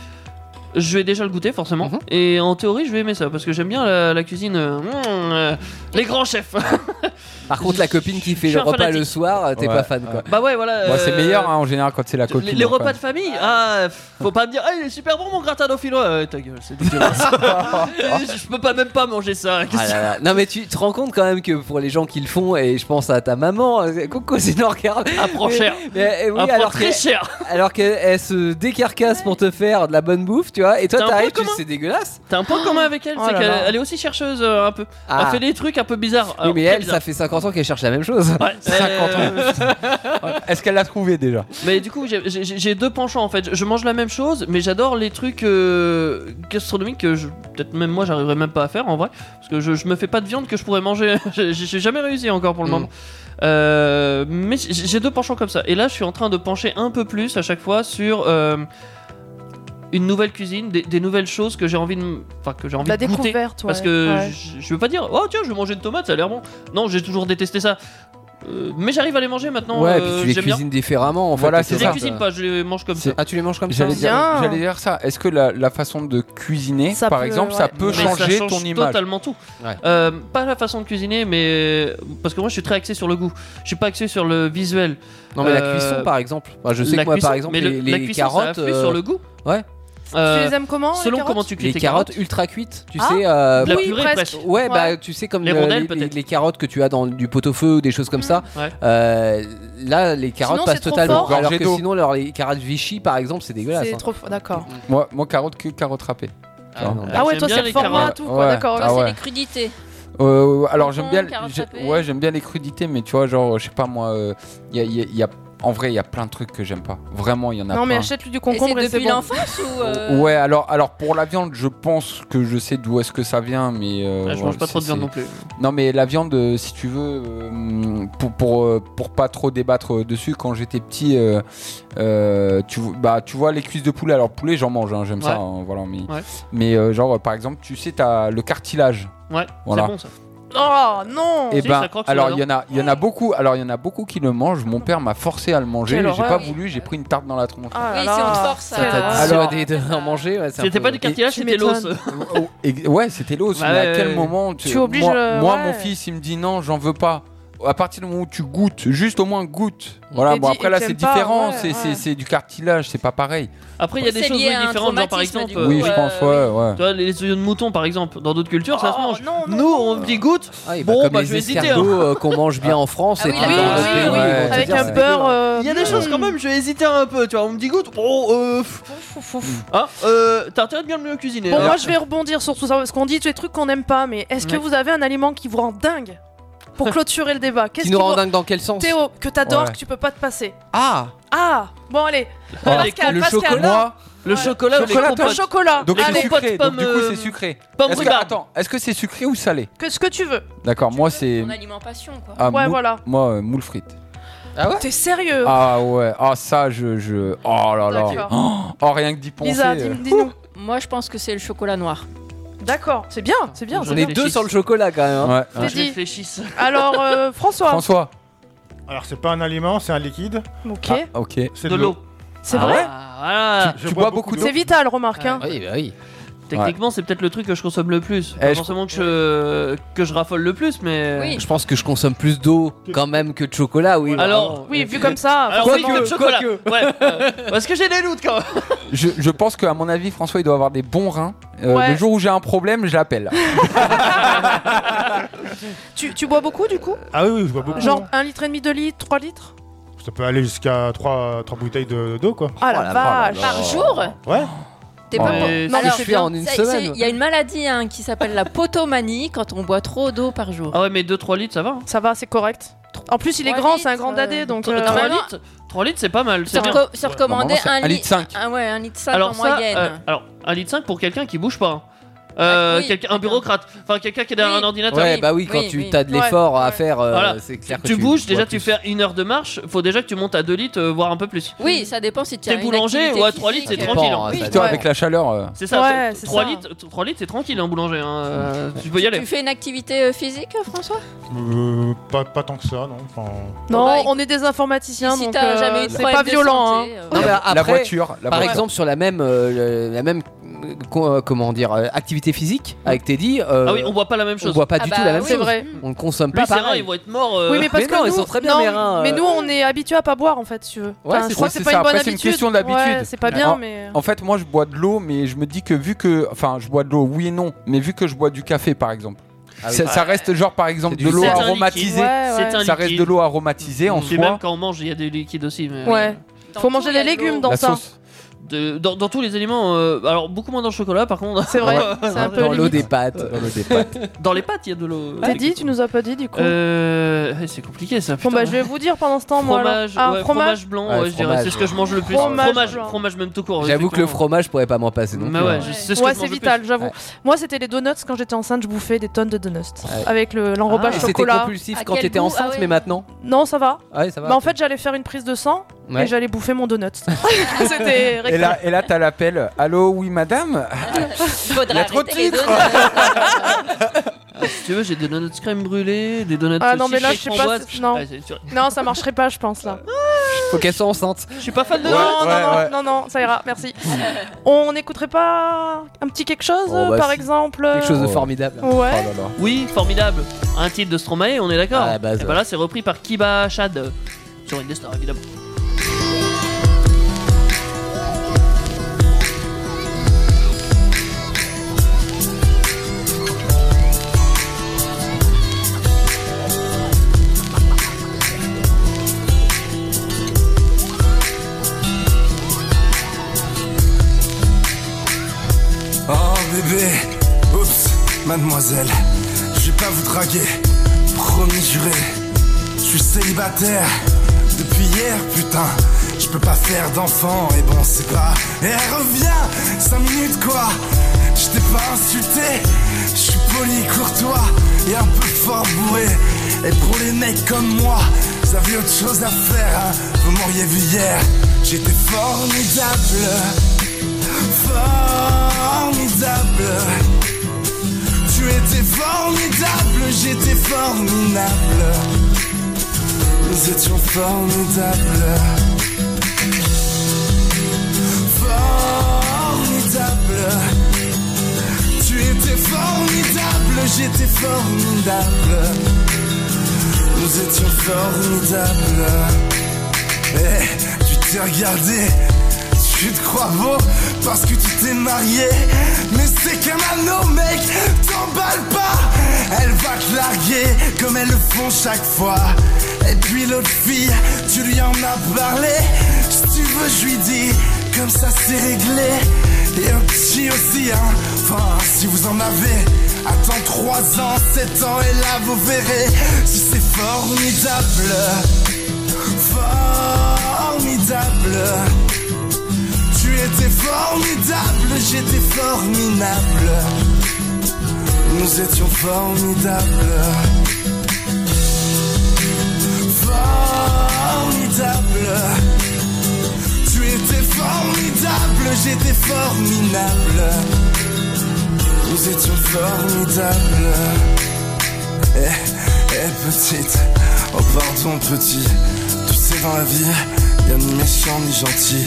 Speaker 3: Je vais déjà le goûter forcément
Speaker 4: Mhm.
Speaker 3: et en théorie je vais aimer ça parce que j'aime bien la, la cuisine, euh, mm, euh, les grands chefs.
Speaker 4: Par contre, la copine qui fait
Speaker 3: Je suis
Speaker 4: le
Speaker 3: un
Speaker 4: repas
Speaker 3: fanatique.
Speaker 4: le soir, euh, t'es
Speaker 5: Ouais.
Speaker 4: pas fan quoi.
Speaker 3: bah ouais voilà.
Speaker 5: Moi, c'est
Speaker 3: euh,
Speaker 5: meilleur hein, en général quand c'est la
Speaker 3: les-
Speaker 5: copine.
Speaker 3: les
Speaker 5: donc,
Speaker 3: repas
Speaker 5: ouais.
Speaker 3: de famille, ah, faut pas me dire, ah, il est super bon mon gratin dauphinois, Euh, ta gueule, c'est dégueulasse. je, je peux pas même pas manger ça. Qu'est-ce
Speaker 4: Ah là là. Non mais tu te rends compte quand même que pour les gens qui le font et je pense à ta maman, euh, Coco Zinor
Speaker 3: que- Ah, prends cher,
Speaker 4: Mais, euh, oui,
Speaker 3: Ah, prends
Speaker 4: alors
Speaker 3: très
Speaker 4: que-
Speaker 3: cher.
Speaker 4: alors qu'elle elle se décarcasse pour te faire de la bonne bouffe, tu vois, et toi
Speaker 3: T'as un
Speaker 4: t'arrives,
Speaker 3: point
Speaker 4: tu
Speaker 3: commun
Speaker 4: c'est dégueulasse.
Speaker 3: T'as un point commun
Speaker 4: Ah.
Speaker 3: avec elle,
Speaker 2: Oh
Speaker 3: c'est
Speaker 2: là
Speaker 3: qu'elle
Speaker 2: là.
Speaker 3: elle est aussi chercheuse euh, un peu. Elle fait des trucs un peu bizarres.
Speaker 4: Oui,
Speaker 3: Alors,
Speaker 4: mais
Speaker 3: très
Speaker 4: elle, ça
Speaker 3: bizarres.
Speaker 4: fait 50 ans qu'elle cherche la même chose.
Speaker 3: Ouais,
Speaker 5: 50
Speaker 3: euh,
Speaker 5: Est-ce qu'elle l'a trouvé déjà
Speaker 3: Mais du coup, j'ai- j'ai j'ai deux penchants en fait. Je mange la même chose, mais j'adore les trucs euh, gastronomiques que je- peut-être même moi j'arriverais même pas à faire en vrai. Parce que je, je me fais pas de viande que je pourrais manger. J'ai- J'ai jamais réussi encore pour le
Speaker 4: Mm.
Speaker 3: moment. Euh, mais j'ai j'ai deux penchants comme ça. Et là, je suis en train de pencher un peu plus à chaque fois sur. euh, une nouvelle cuisine, des, des nouvelles choses que j'ai envie de, m- enfin que j'ai envie
Speaker 2: La
Speaker 3: de goûter,
Speaker 2: découverte, ouais.
Speaker 3: parce que
Speaker 2: Ouais.
Speaker 3: je, je veux pas dire, oh tiens, je vais manger une tomate, ça a l'air bon. Non, j'ai toujours détesté ça, Euh, mais j'arrive à les manger maintenant.
Speaker 4: ouais,
Speaker 3: euh,
Speaker 4: puis tu les
Speaker 3: j'aime bien.
Speaker 4: cuisines différemment. En fait,
Speaker 5: Voilà,
Speaker 4: et
Speaker 5: c'est
Speaker 3: Je
Speaker 4: tout
Speaker 3: les
Speaker 5: ça.
Speaker 3: cuisine pas, je les mange comme ça.
Speaker 4: Ah, tu les manges comme ça
Speaker 5: J'allais dire,
Speaker 2: Bien.
Speaker 5: j'allais dire ça. Est-ce que la, la façon de cuisiner,
Speaker 2: Ça
Speaker 5: par
Speaker 2: peut-
Speaker 5: exemple, ça
Speaker 2: ouais.
Speaker 5: peut
Speaker 3: Mais ça
Speaker 5: changer
Speaker 3: change
Speaker 5: ton image
Speaker 3: totalement tout.
Speaker 4: Ouais.
Speaker 3: Euh, pas la façon de cuisiner, mais parce que moi je suis très axé sur le goût. Je suis pas axé sur le visuel.
Speaker 4: Non, mais la
Speaker 3: Euh,
Speaker 4: cuisson par exemple. Enfin, je sais
Speaker 3: La
Speaker 4: que moi
Speaker 3: cuisson-
Speaker 4: par exemple,
Speaker 3: mais le-
Speaker 4: les,
Speaker 3: la
Speaker 4: les
Speaker 3: cuisson, ça
Speaker 4: carottes.
Speaker 3: influe
Speaker 4: euh,
Speaker 3: sur le goût.
Speaker 4: ouais.
Speaker 3: Euh,
Speaker 2: tu les aimes comment
Speaker 3: selon
Speaker 2: les
Speaker 3: comment
Speaker 2: carottes
Speaker 3: tu
Speaker 4: les
Speaker 3: cuis tes carottes.
Speaker 4: carottes ultra cuites, tu
Speaker 2: Ah.
Speaker 4: sais. euh,
Speaker 3: de la
Speaker 2: Oui,
Speaker 3: purée
Speaker 2: presque.
Speaker 3: presque.
Speaker 4: Ouais,
Speaker 2: Ouais.
Speaker 4: bah tu sais comme
Speaker 3: Les
Speaker 4: le-
Speaker 3: rondelles,
Speaker 4: les,
Speaker 3: peut-être. Mmh.
Speaker 4: les carottes que tu as dans du pot-au-feu ou des choses comme ça.
Speaker 3: Ouais.
Speaker 4: euh, là, les carottes
Speaker 2: Sinon,
Speaker 4: passent
Speaker 2: c'est trop
Speaker 4: totalement.
Speaker 5: fort.
Speaker 4: Alors
Speaker 5: Gorgées
Speaker 4: que
Speaker 5: d'eau.
Speaker 4: sinon, leur, les carottes Vichy par exemple, c'est dégueulasse.
Speaker 2: C'est
Speaker 4: hein.
Speaker 2: trop fort, d'accord.
Speaker 5: Moi, moi, carotte que carotte râpée.
Speaker 4: Ah, non.
Speaker 2: Ah ouais,
Speaker 3: J'aime
Speaker 2: toi
Speaker 3: bien
Speaker 2: c'est
Speaker 3: les
Speaker 2: le format
Speaker 3: carottes.
Speaker 2: tout quoi,
Speaker 5: Ouais.
Speaker 2: d'accord.
Speaker 5: Ah
Speaker 6: c'est
Speaker 5: ouais.
Speaker 6: les crudités.
Speaker 5: Euh, alors
Speaker 6: Concombre,
Speaker 5: j'aime bien,
Speaker 6: carottes
Speaker 5: j'ai-
Speaker 6: râpées.
Speaker 5: ouais, j'aime bien les crudités, mais tu vois, genre, je sais pas moi, euh, y a- y a- y a- en vrai, il y a plein de trucs que j'aime pas. Vraiment, il y en a
Speaker 2: Non mais
Speaker 5: plein.
Speaker 2: achète-lui du
Speaker 6: Et c'est
Speaker 2: concombre et c'est
Speaker 6: depuis
Speaker 2: bon.
Speaker 6: l'enfance ou euh,
Speaker 5: Ouais, alors, alors pour la viande, je pense que je sais d'où est-ce que ça vient, mais euh,
Speaker 3: Ah, je
Speaker 5: ouais,
Speaker 3: mange pas
Speaker 5: c'est-
Speaker 3: trop de viande
Speaker 5: c'est-
Speaker 3: non plus.
Speaker 5: Non, mais la viande, euh, si tu veux, euh, pour, pour, euh, pour pas trop débattre euh, dessus, quand j'étais petit, euh, euh, tu, vo- bah, tu vois les cuisses de poulet. Alors, poulet, j'en mange, hein, j'aime ça.
Speaker 3: Ouais.
Speaker 5: hein, voilà, mais
Speaker 3: Ouais.
Speaker 5: mais euh, genre, euh, par exemple, tu sais, t'as le cartilage.
Speaker 3: Ouais,
Speaker 5: Voilà.
Speaker 3: c'est bon ça.
Speaker 2: Oh non
Speaker 4: Eh
Speaker 5: Et
Speaker 3: Si,
Speaker 5: ben,
Speaker 3: ça croque sous
Speaker 5: alors
Speaker 3: la
Speaker 5: il y en a, il y en a beaucoup. Alors il y en a beaucoup qui le mangent. Mon père m'a forcé à le manger.
Speaker 6: Quelle
Speaker 5: J'ai
Speaker 6: horreur,
Speaker 5: pas
Speaker 6: oui.
Speaker 5: voulu. J'ai pris une tarte dans la tronche.
Speaker 2: Ah là
Speaker 6: Oui,
Speaker 2: là.
Speaker 6: si on te force euh,
Speaker 4: Ça t'a
Speaker 6: à-
Speaker 5: Alors-
Speaker 4: dissuadé de en manger ouais, c'est un
Speaker 3: euh, C'était
Speaker 4: peu-
Speaker 3: pas du cartilage,
Speaker 2: Tu
Speaker 3: c'était l'os.
Speaker 2: m'étonnes.
Speaker 5: Oh, et- ouais, c'était l'os.
Speaker 3: Bah
Speaker 5: mais
Speaker 3: ouais,
Speaker 5: à quel
Speaker 3: ouais.
Speaker 5: moment tu,
Speaker 2: Tu obliges
Speaker 5: Moi,
Speaker 2: le-
Speaker 5: moi,
Speaker 2: ouais.
Speaker 5: mon fils, il me dit non, j'en veux pas. À partir du moment où tu goûtes, juste au moins goûte. Voilà.
Speaker 2: Et
Speaker 5: Bon
Speaker 2: dis-
Speaker 5: après
Speaker 2: et
Speaker 5: là,
Speaker 2: t'aimes
Speaker 5: c'est
Speaker 2: pas,
Speaker 5: différent.
Speaker 2: ouais,
Speaker 5: c'est- c'est
Speaker 2: ouais.
Speaker 5: c'est du cartilage. C'est pas pareil.
Speaker 3: Après,
Speaker 2: Oh,
Speaker 3: il y a des
Speaker 6: C'est
Speaker 3: choses
Speaker 6: lié
Speaker 3: oui,
Speaker 6: à un
Speaker 3: différentes, genre par
Speaker 6: traumatisme,
Speaker 3: exemple,
Speaker 6: du coup.
Speaker 3: euh,
Speaker 5: oui,
Speaker 6: euh,
Speaker 5: je pense. ouais, ouais.
Speaker 3: tu
Speaker 4: oh.
Speaker 3: vois, les yeux de mouton par exemple, dans d'autres cultures, ça se mange.
Speaker 2: Oh, non, non,
Speaker 3: Nous, on dit goûte,
Speaker 4: Ah, et
Speaker 3: Bon,
Speaker 4: comme
Speaker 3: bah, je
Speaker 4: les
Speaker 3: vais hésiter,
Speaker 4: escargots euh, qu'on mange bien en France
Speaker 6: Ah
Speaker 4: et
Speaker 6: oui,
Speaker 4: tout dans
Speaker 6: oui,
Speaker 4: d'autres
Speaker 6: oui,
Speaker 4: pays,
Speaker 6: oui,
Speaker 4: ils vont te
Speaker 2: Avec
Speaker 4: dire,
Speaker 2: un
Speaker 4: c'est-
Speaker 2: beurre. euh,
Speaker 3: Il y a des choses quand même, je vais hésiter un peu, tu vois. On me dit goûte, bon, euh. pff,
Speaker 2: Fouf, fouf, fouf.
Speaker 3: hein, euh, T'as intérêt de bien le mieux cuisiner.
Speaker 2: Bon,
Speaker 3: hein.
Speaker 2: moi je vais rebondir sur tout ça parce qu'on dit tous les trucs qu'on n'aime pas, mais est-ce que
Speaker 3: Ouais.
Speaker 2: vous avez un aliment qui vous rend dingue pour clôturer le débat Qu'est-ce
Speaker 4: Qui nous
Speaker 2: qui
Speaker 4: rend
Speaker 2: vous-
Speaker 4: dingue dans quel sens
Speaker 2: Théo, que t'adores,
Speaker 5: Ouais.
Speaker 2: que tu peux pas te passer.
Speaker 4: Ah
Speaker 2: Ah Bon, allez, Pascal,
Speaker 5: le
Speaker 2: Pascal.
Speaker 5: chocolat.
Speaker 3: le
Speaker 2: ouais.
Speaker 3: chocolat,
Speaker 5: Chocolat,
Speaker 3: ou les
Speaker 2: Le
Speaker 3: compotes, Ah,
Speaker 2: chocolat
Speaker 5: Donc
Speaker 3: Les
Speaker 5: c'est
Speaker 3: compotes
Speaker 5: sucré.
Speaker 3: pommes,
Speaker 5: Donc, du coup
Speaker 3: euh,
Speaker 5: c'est sucré.
Speaker 3: pommes
Speaker 5: Est-ce que-
Speaker 3: rhubarbe.
Speaker 5: attends, est-ce que c'est sucré ou salé
Speaker 2: Que ce que tu veux.
Speaker 5: D'accord, moi c'est
Speaker 6: Ton alimentation, quoi.
Speaker 5: ah,
Speaker 2: ouais,
Speaker 5: mou-
Speaker 2: voilà. Euh.
Speaker 5: moi euh, moule frites.
Speaker 2: T'es sérieux
Speaker 5: Ah ouais, ah ça je je oh là là.
Speaker 2: D'accord.
Speaker 5: Oh rien que d'y penser.
Speaker 2: Lisa,
Speaker 5: euh,
Speaker 2: dis- dis-nous.
Speaker 6: Moi, je pense que c'est le chocolat noir.
Speaker 2: D'accord, c'est bien, c'est bien.
Speaker 3: J'en
Speaker 2: c'est
Speaker 4: On
Speaker 3: ai
Speaker 4: est
Speaker 2: bien.
Speaker 3: des
Speaker 4: deux
Speaker 3: chips.
Speaker 4: sur le chocolat quand même. hein.
Speaker 5: ouais,
Speaker 2: J'ai
Speaker 5: ouais.
Speaker 3: Je
Speaker 2: dit.
Speaker 3: réfléchisse.
Speaker 2: Alors, euh, François.
Speaker 5: François.
Speaker 7: Alors, c'est pas un aliment, c'est un liquide.
Speaker 2: Ok,
Speaker 5: Ah, OK.
Speaker 7: C'est
Speaker 3: De l'eau.
Speaker 2: c'est
Speaker 3: Ah
Speaker 2: vrai
Speaker 3: ouais voilà.
Speaker 5: Tu bois beaucoup
Speaker 2: C'est vital, remarque. hein.
Speaker 4: Oui, bah oui.
Speaker 3: Techniquement, c'est peut-être le truc que je consomme le plus.
Speaker 5: Eh,
Speaker 3: Pas
Speaker 5: je-
Speaker 3: forcément que je... que je raffole le plus, mais.
Speaker 6: Oui.
Speaker 4: Je pense que je consomme plus d'eau quand même que de chocolat, oui.
Speaker 3: Alors,
Speaker 2: Oui, vu comme ça.
Speaker 3: Alors, oui,
Speaker 2: forcément.
Speaker 3: que le chocolat. Ouais, euh, parce que j'ai des doutes quand même.
Speaker 5: Je, je pense qu'à mon avis François il doit avoir des bons reins. Euh,
Speaker 2: Ouais.
Speaker 5: Le jour où j'ai un problème, je l'appelle.
Speaker 2: Tu, tu bois beaucoup du coup
Speaker 7: Ah oui, oui, je bois beaucoup.
Speaker 2: Genre 1 litre et demi, 2 litres, 3 litres
Speaker 7: Ça peut aller jusqu'à 3, bouteilles de- d'eau, quoi.
Speaker 2: Ah
Speaker 5: Oh
Speaker 2: la
Speaker 5: la vache.
Speaker 2: vache
Speaker 6: Par jour
Speaker 7: Ouais.
Speaker 6: T'es
Speaker 5: Oh.
Speaker 6: pas
Speaker 5: Non,
Speaker 3: mais
Speaker 6: Non,
Speaker 4: je
Speaker 6: alors,
Speaker 4: suis en une
Speaker 6: ça, c'est-
Speaker 4: semaine.
Speaker 6: Il y a une maladie hein, qui s'appelle la potomanie quand on boit trop d'eau par jour.
Speaker 3: Ah ouais, mais 2-3 litres, ça va. hein.
Speaker 2: Ça va, c'est correct. En plus, il est
Speaker 6: Trois
Speaker 2: grand, c'est un
Speaker 6: litres,
Speaker 2: grand dadé,
Speaker 6: euh,
Speaker 2: donc.
Speaker 3: 3
Speaker 2: euh,
Speaker 6: trois-
Speaker 3: litres, 3 litres, c'est pas mal.
Speaker 6: C'est
Speaker 3: C'est bien.
Speaker 6: reco- c'est recommandé
Speaker 5: Normalement, c'est
Speaker 6: un,
Speaker 5: un
Speaker 6: litre.
Speaker 5: litre cinq.
Speaker 6: Ah ouais, un litre cinq en
Speaker 3: Alors ça,
Speaker 6: moyenne.
Speaker 3: euh, alors un litre 5 pour quelqu'un qui bouge pas. hein. Euh,
Speaker 6: Ah, oui,
Speaker 3: quelqu'un- un
Speaker 6: d'accord.
Speaker 3: bureaucrate, enfin quelqu'un qui est derrière
Speaker 6: Oui.
Speaker 3: un ordinateur.
Speaker 4: Ouais,
Speaker 6: oui,
Speaker 4: bah oui, quand
Speaker 6: oui,
Speaker 4: tu
Speaker 6: oui.
Speaker 4: as de l'effort à faire, euh,
Speaker 3: Voilà.
Speaker 4: c'est clair que
Speaker 3: Tu bouges, déjà
Speaker 4: bois
Speaker 3: tu
Speaker 4: plus.
Speaker 3: fais une heure de marche, faut déjà que tu montes à 2 litres, euh, voire un peu plus.
Speaker 6: Oui, ça dépend si tu
Speaker 3: T'es boulanger, ouais, trois litres, c'est
Speaker 4: Ça
Speaker 3: tranquille,
Speaker 4: dépend,
Speaker 3: hein.
Speaker 4: hein,
Speaker 6: Oui,
Speaker 4: ça
Speaker 5: Toi
Speaker 4: dépend.
Speaker 5: avec la chaleur. euh,
Speaker 3: C'est ça,
Speaker 2: Ouais, c'est
Speaker 3: 3,
Speaker 2: ça.
Speaker 3: Litres, 3 litres c'est tranquille, hein, boulanger. hein, euh, tu peux y aller.
Speaker 6: Tu fais une activité euh, physique, François
Speaker 7: Euh, pas, pas tant que ça, non. Enfin,
Speaker 2: Non,
Speaker 6: Bah, écoute,
Speaker 2: on est des informaticiens,
Speaker 6: Si
Speaker 2: donc.
Speaker 6: t'as
Speaker 2: euh,
Speaker 6: jamais eu de
Speaker 2: c'est
Speaker 6: problème
Speaker 2: pas
Speaker 6: de
Speaker 2: violent,
Speaker 6: santé,
Speaker 2: hein.
Speaker 6: euh,
Speaker 4: Non, mais
Speaker 5: la- la
Speaker 4: après,
Speaker 5: voiture, la
Speaker 4: Par
Speaker 5: voiture.
Speaker 4: exemple, sur la même, euh, la même, euh, co- euh, comment dire, euh, activité physique avec Teddy, euh,
Speaker 3: Ah oui, on
Speaker 4: on,
Speaker 3: voit pas la même chose.
Speaker 4: boit pas
Speaker 6: Ah
Speaker 4: du
Speaker 6: bah
Speaker 4: tout la même
Speaker 6: oui.
Speaker 2: C'est
Speaker 4: chose.
Speaker 2: vrai.
Speaker 4: On ne consomme
Speaker 3: Lui,
Speaker 4: pas
Speaker 3: c'est rare,
Speaker 4: pareil.
Speaker 3: ils vont être morts. euh,
Speaker 2: Oui, mais parce
Speaker 4: mais
Speaker 2: que
Speaker 4: non,
Speaker 2: nous,
Speaker 4: ils sont très bien,
Speaker 2: non,
Speaker 4: les reins, euh.
Speaker 2: mais nous, on est habitués à pas boire en fait, si tu veux. Enfin,
Speaker 4: c'est
Speaker 2: je crois
Speaker 5: ça,
Speaker 2: que c'est
Speaker 5: c'est
Speaker 2: pas
Speaker 5: ça.
Speaker 2: une bonne
Speaker 5: Après, c'est une
Speaker 2: habitude.
Speaker 5: question d'habitude.
Speaker 2: Ouais, c'est pas bien,
Speaker 5: Alors,
Speaker 2: mais. euh.
Speaker 5: En fait, moi, je bois de l'eau, mais je me dis que vu que, enfin, je bois de l'eau, oui et non, mais vu que je bois du café, par exemple,
Speaker 4: Ah oui.
Speaker 5: ça, ça reste genre, par exemple,
Speaker 4: C'est
Speaker 5: de
Speaker 4: du
Speaker 5: l'eau
Speaker 4: sel.
Speaker 3: C'est un
Speaker 5: aromatisée.
Speaker 3: liquide.
Speaker 2: Ouais, ouais.
Speaker 3: C'est un
Speaker 5: Ça reste de l'eau aromatisée en
Speaker 3: Et même
Speaker 5: soi.
Speaker 3: quand on mange, il y a des liquides aussi. Mais
Speaker 2: Ouais.
Speaker 6: dans
Speaker 2: Faut
Speaker 6: tout,
Speaker 2: manger
Speaker 6: il y a
Speaker 2: les
Speaker 6: de l'eau.
Speaker 2: légumes dans
Speaker 5: la
Speaker 2: ça.
Speaker 5: sauce.
Speaker 3: De- dans, dans tous les aliments, euh, alors beaucoup moins dans le chocolat par contre.
Speaker 2: C'est vrai, c'est un peu
Speaker 4: Dans l'eau
Speaker 2: limite.
Speaker 4: des pâtes. Dans l'eau des pâtes.
Speaker 3: Dans les pâtes, il y a de l'eau.
Speaker 2: T'as dit, tu nous as pas dit du coup.
Speaker 3: Euh. eh, C'est compliqué ça.
Speaker 2: Bon
Speaker 3: putain.
Speaker 2: bah je vais vous dire pendant ce temps moi. alors.
Speaker 3: fromage,
Speaker 2: Ah,
Speaker 3: ouais,
Speaker 2: fromage.
Speaker 3: fromage blanc,
Speaker 4: Ouais,
Speaker 3: ouais, je dirais.
Speaker 4: fromage.
Speaker 3: C'est ce que je mange le plus.
Speaker 2: Fromage
Speaker 3: fromage,
Speaker 2: blanc.
Speaker 3: fromage même tout court.
Speaker 4: J'avoue que le
Speaker 3: effectivement.
Speaker 4: fromage pourrait pas m'en passer. non
Speaker 3: Mais
Speaker 4: plus,
Speaker 3: ouais,
Speaker 4: hein.
Speaker 3: je- c'est ce que
Speaker 2: Ouais
Speaker 3: je
Speaker 2: c'est
Speaker 3: mange le plus.
Speaker 2: vital j'avoue.
Speaker 4: Ouais.
Speaker 2: Moi c'était les donuts quand j'étais enceinte je bouffais des tonnes de donuts
Speaker 4: Ouais.
Speaker 2: avec le- l'enrobage
Speaker 4: Et
Speaker 3: Ah,
Speaker 4: c'était
Speaker 2: chocolat.
Speaker 4: compulsif
Speaker 6: À
Speaker 4: quand
Speaker 6: quel
Speaker 4: t'étais
Speaker 6: goût Ah
Speaker 4: enceinte,
Speaker 6: ouais.
Speaker 4: mais maintenant.
Speaker 2: Non ça va.
Speaker 4: Ouais, ça va.
Speaker 2: Bah en fait j'allais faire une prise de sang
Speaker 4: Ouais.
Speaker 2: et j'allais bouffer mon donut. c'était
Speaker 5: Et là, et là, t'as l'appel. Allô, oui, madame.
Speaker 6: Faudrait
Speaker 5: Il y a trop de
Speaker 6: arrêter les
Speaker 5: titres.
Speaker 6: donuts.
Speaker 3: Si tu veux, j'ai des donuts crème brûlée, des donuts.
Speaker 2: Ah, non, mais là, je
Speaker 3: saucisses,
Speaker 2: sais pas, Euh,
Speaker 3: framboises.
Speaker 2: c'est- non.
Speaker 3: Ouais, Ah, c'est sûr.
Speaker 2: Non ça marcherait pas je pense là.
Speaker 4: faut qu'elle soit enceinte.
Speaker 3: Je suis pas fan de.
Speaker 5: Ouais,
Speaker 2: non
Speaker 5: ouais,
Speaker 2: non non,
Speaker 5: ouais.
Speaker 2: non non ça ira merci. On n'écouterait pas un petit quelque chose
Speaker 4: Oh, bah,
Speaker 2: par
Speaker 4: si.
Speaker 2: exemple. euh,
Speaker 4: Quelque chose de
Speaker 5: Oh.
Speaker 4: formidable.
Speaker 2: Ouais.
Speaker 5: Oh là là.
Speaker 3: Oui, formidable. Un titre de Stromae, on est d'accord.
Speaker 4: Ah, bah,
Speaker 3: Et
Speaker 4: ça.
Speaker 3: bah là, c'est repris par Kiba Chad euh, sur Indestar, évidemment.
Speaker 10: Oh bébé, oups, mademoiselle, je vais pas vous draguer, promis juré. Je suis célibataire depuis hier, putain. Je peux pas faire d'enfant, et bon, c'est pas. Eh, reviens, 5 minutes quoi. Je t'ai pas insulté, je suis poli, courtois et un peu fort bourré. Et pour les mecs comme moi, vous avez autre chose à faire, hein. Vous m'auriez vu hier, j'étais formidable formidable. Tu étais formidable, j'étais formidable. Nous étions formidables. Formidable. Tu étais formidable, j'étais formidable. Nous étions formidables. Eh, tu t'es regardé. Tu te crois beau parce que tu t'es marié Mais c'est qu'un anneau mec, t'emballe pas Elle va te larguer comme elles le font chaque fois Et puis l'autre fille, tu lui en as parlé Si tu veux je lui dis, comme ça c'est réglé Et un petit aussi hein, enfin si vous en avez Attends 3 ans, 7 ans et là vous verrez Si c'est formidable Formidable tu étais formidable, j'étais formidable. Nous étions formidables. Formidable. Tu étais formidable, j'étais formidable. Nous étions formidables. Eh, eh, petite, oh pardon petit, tu sais dans la vie, y a ni méchant ni gentil.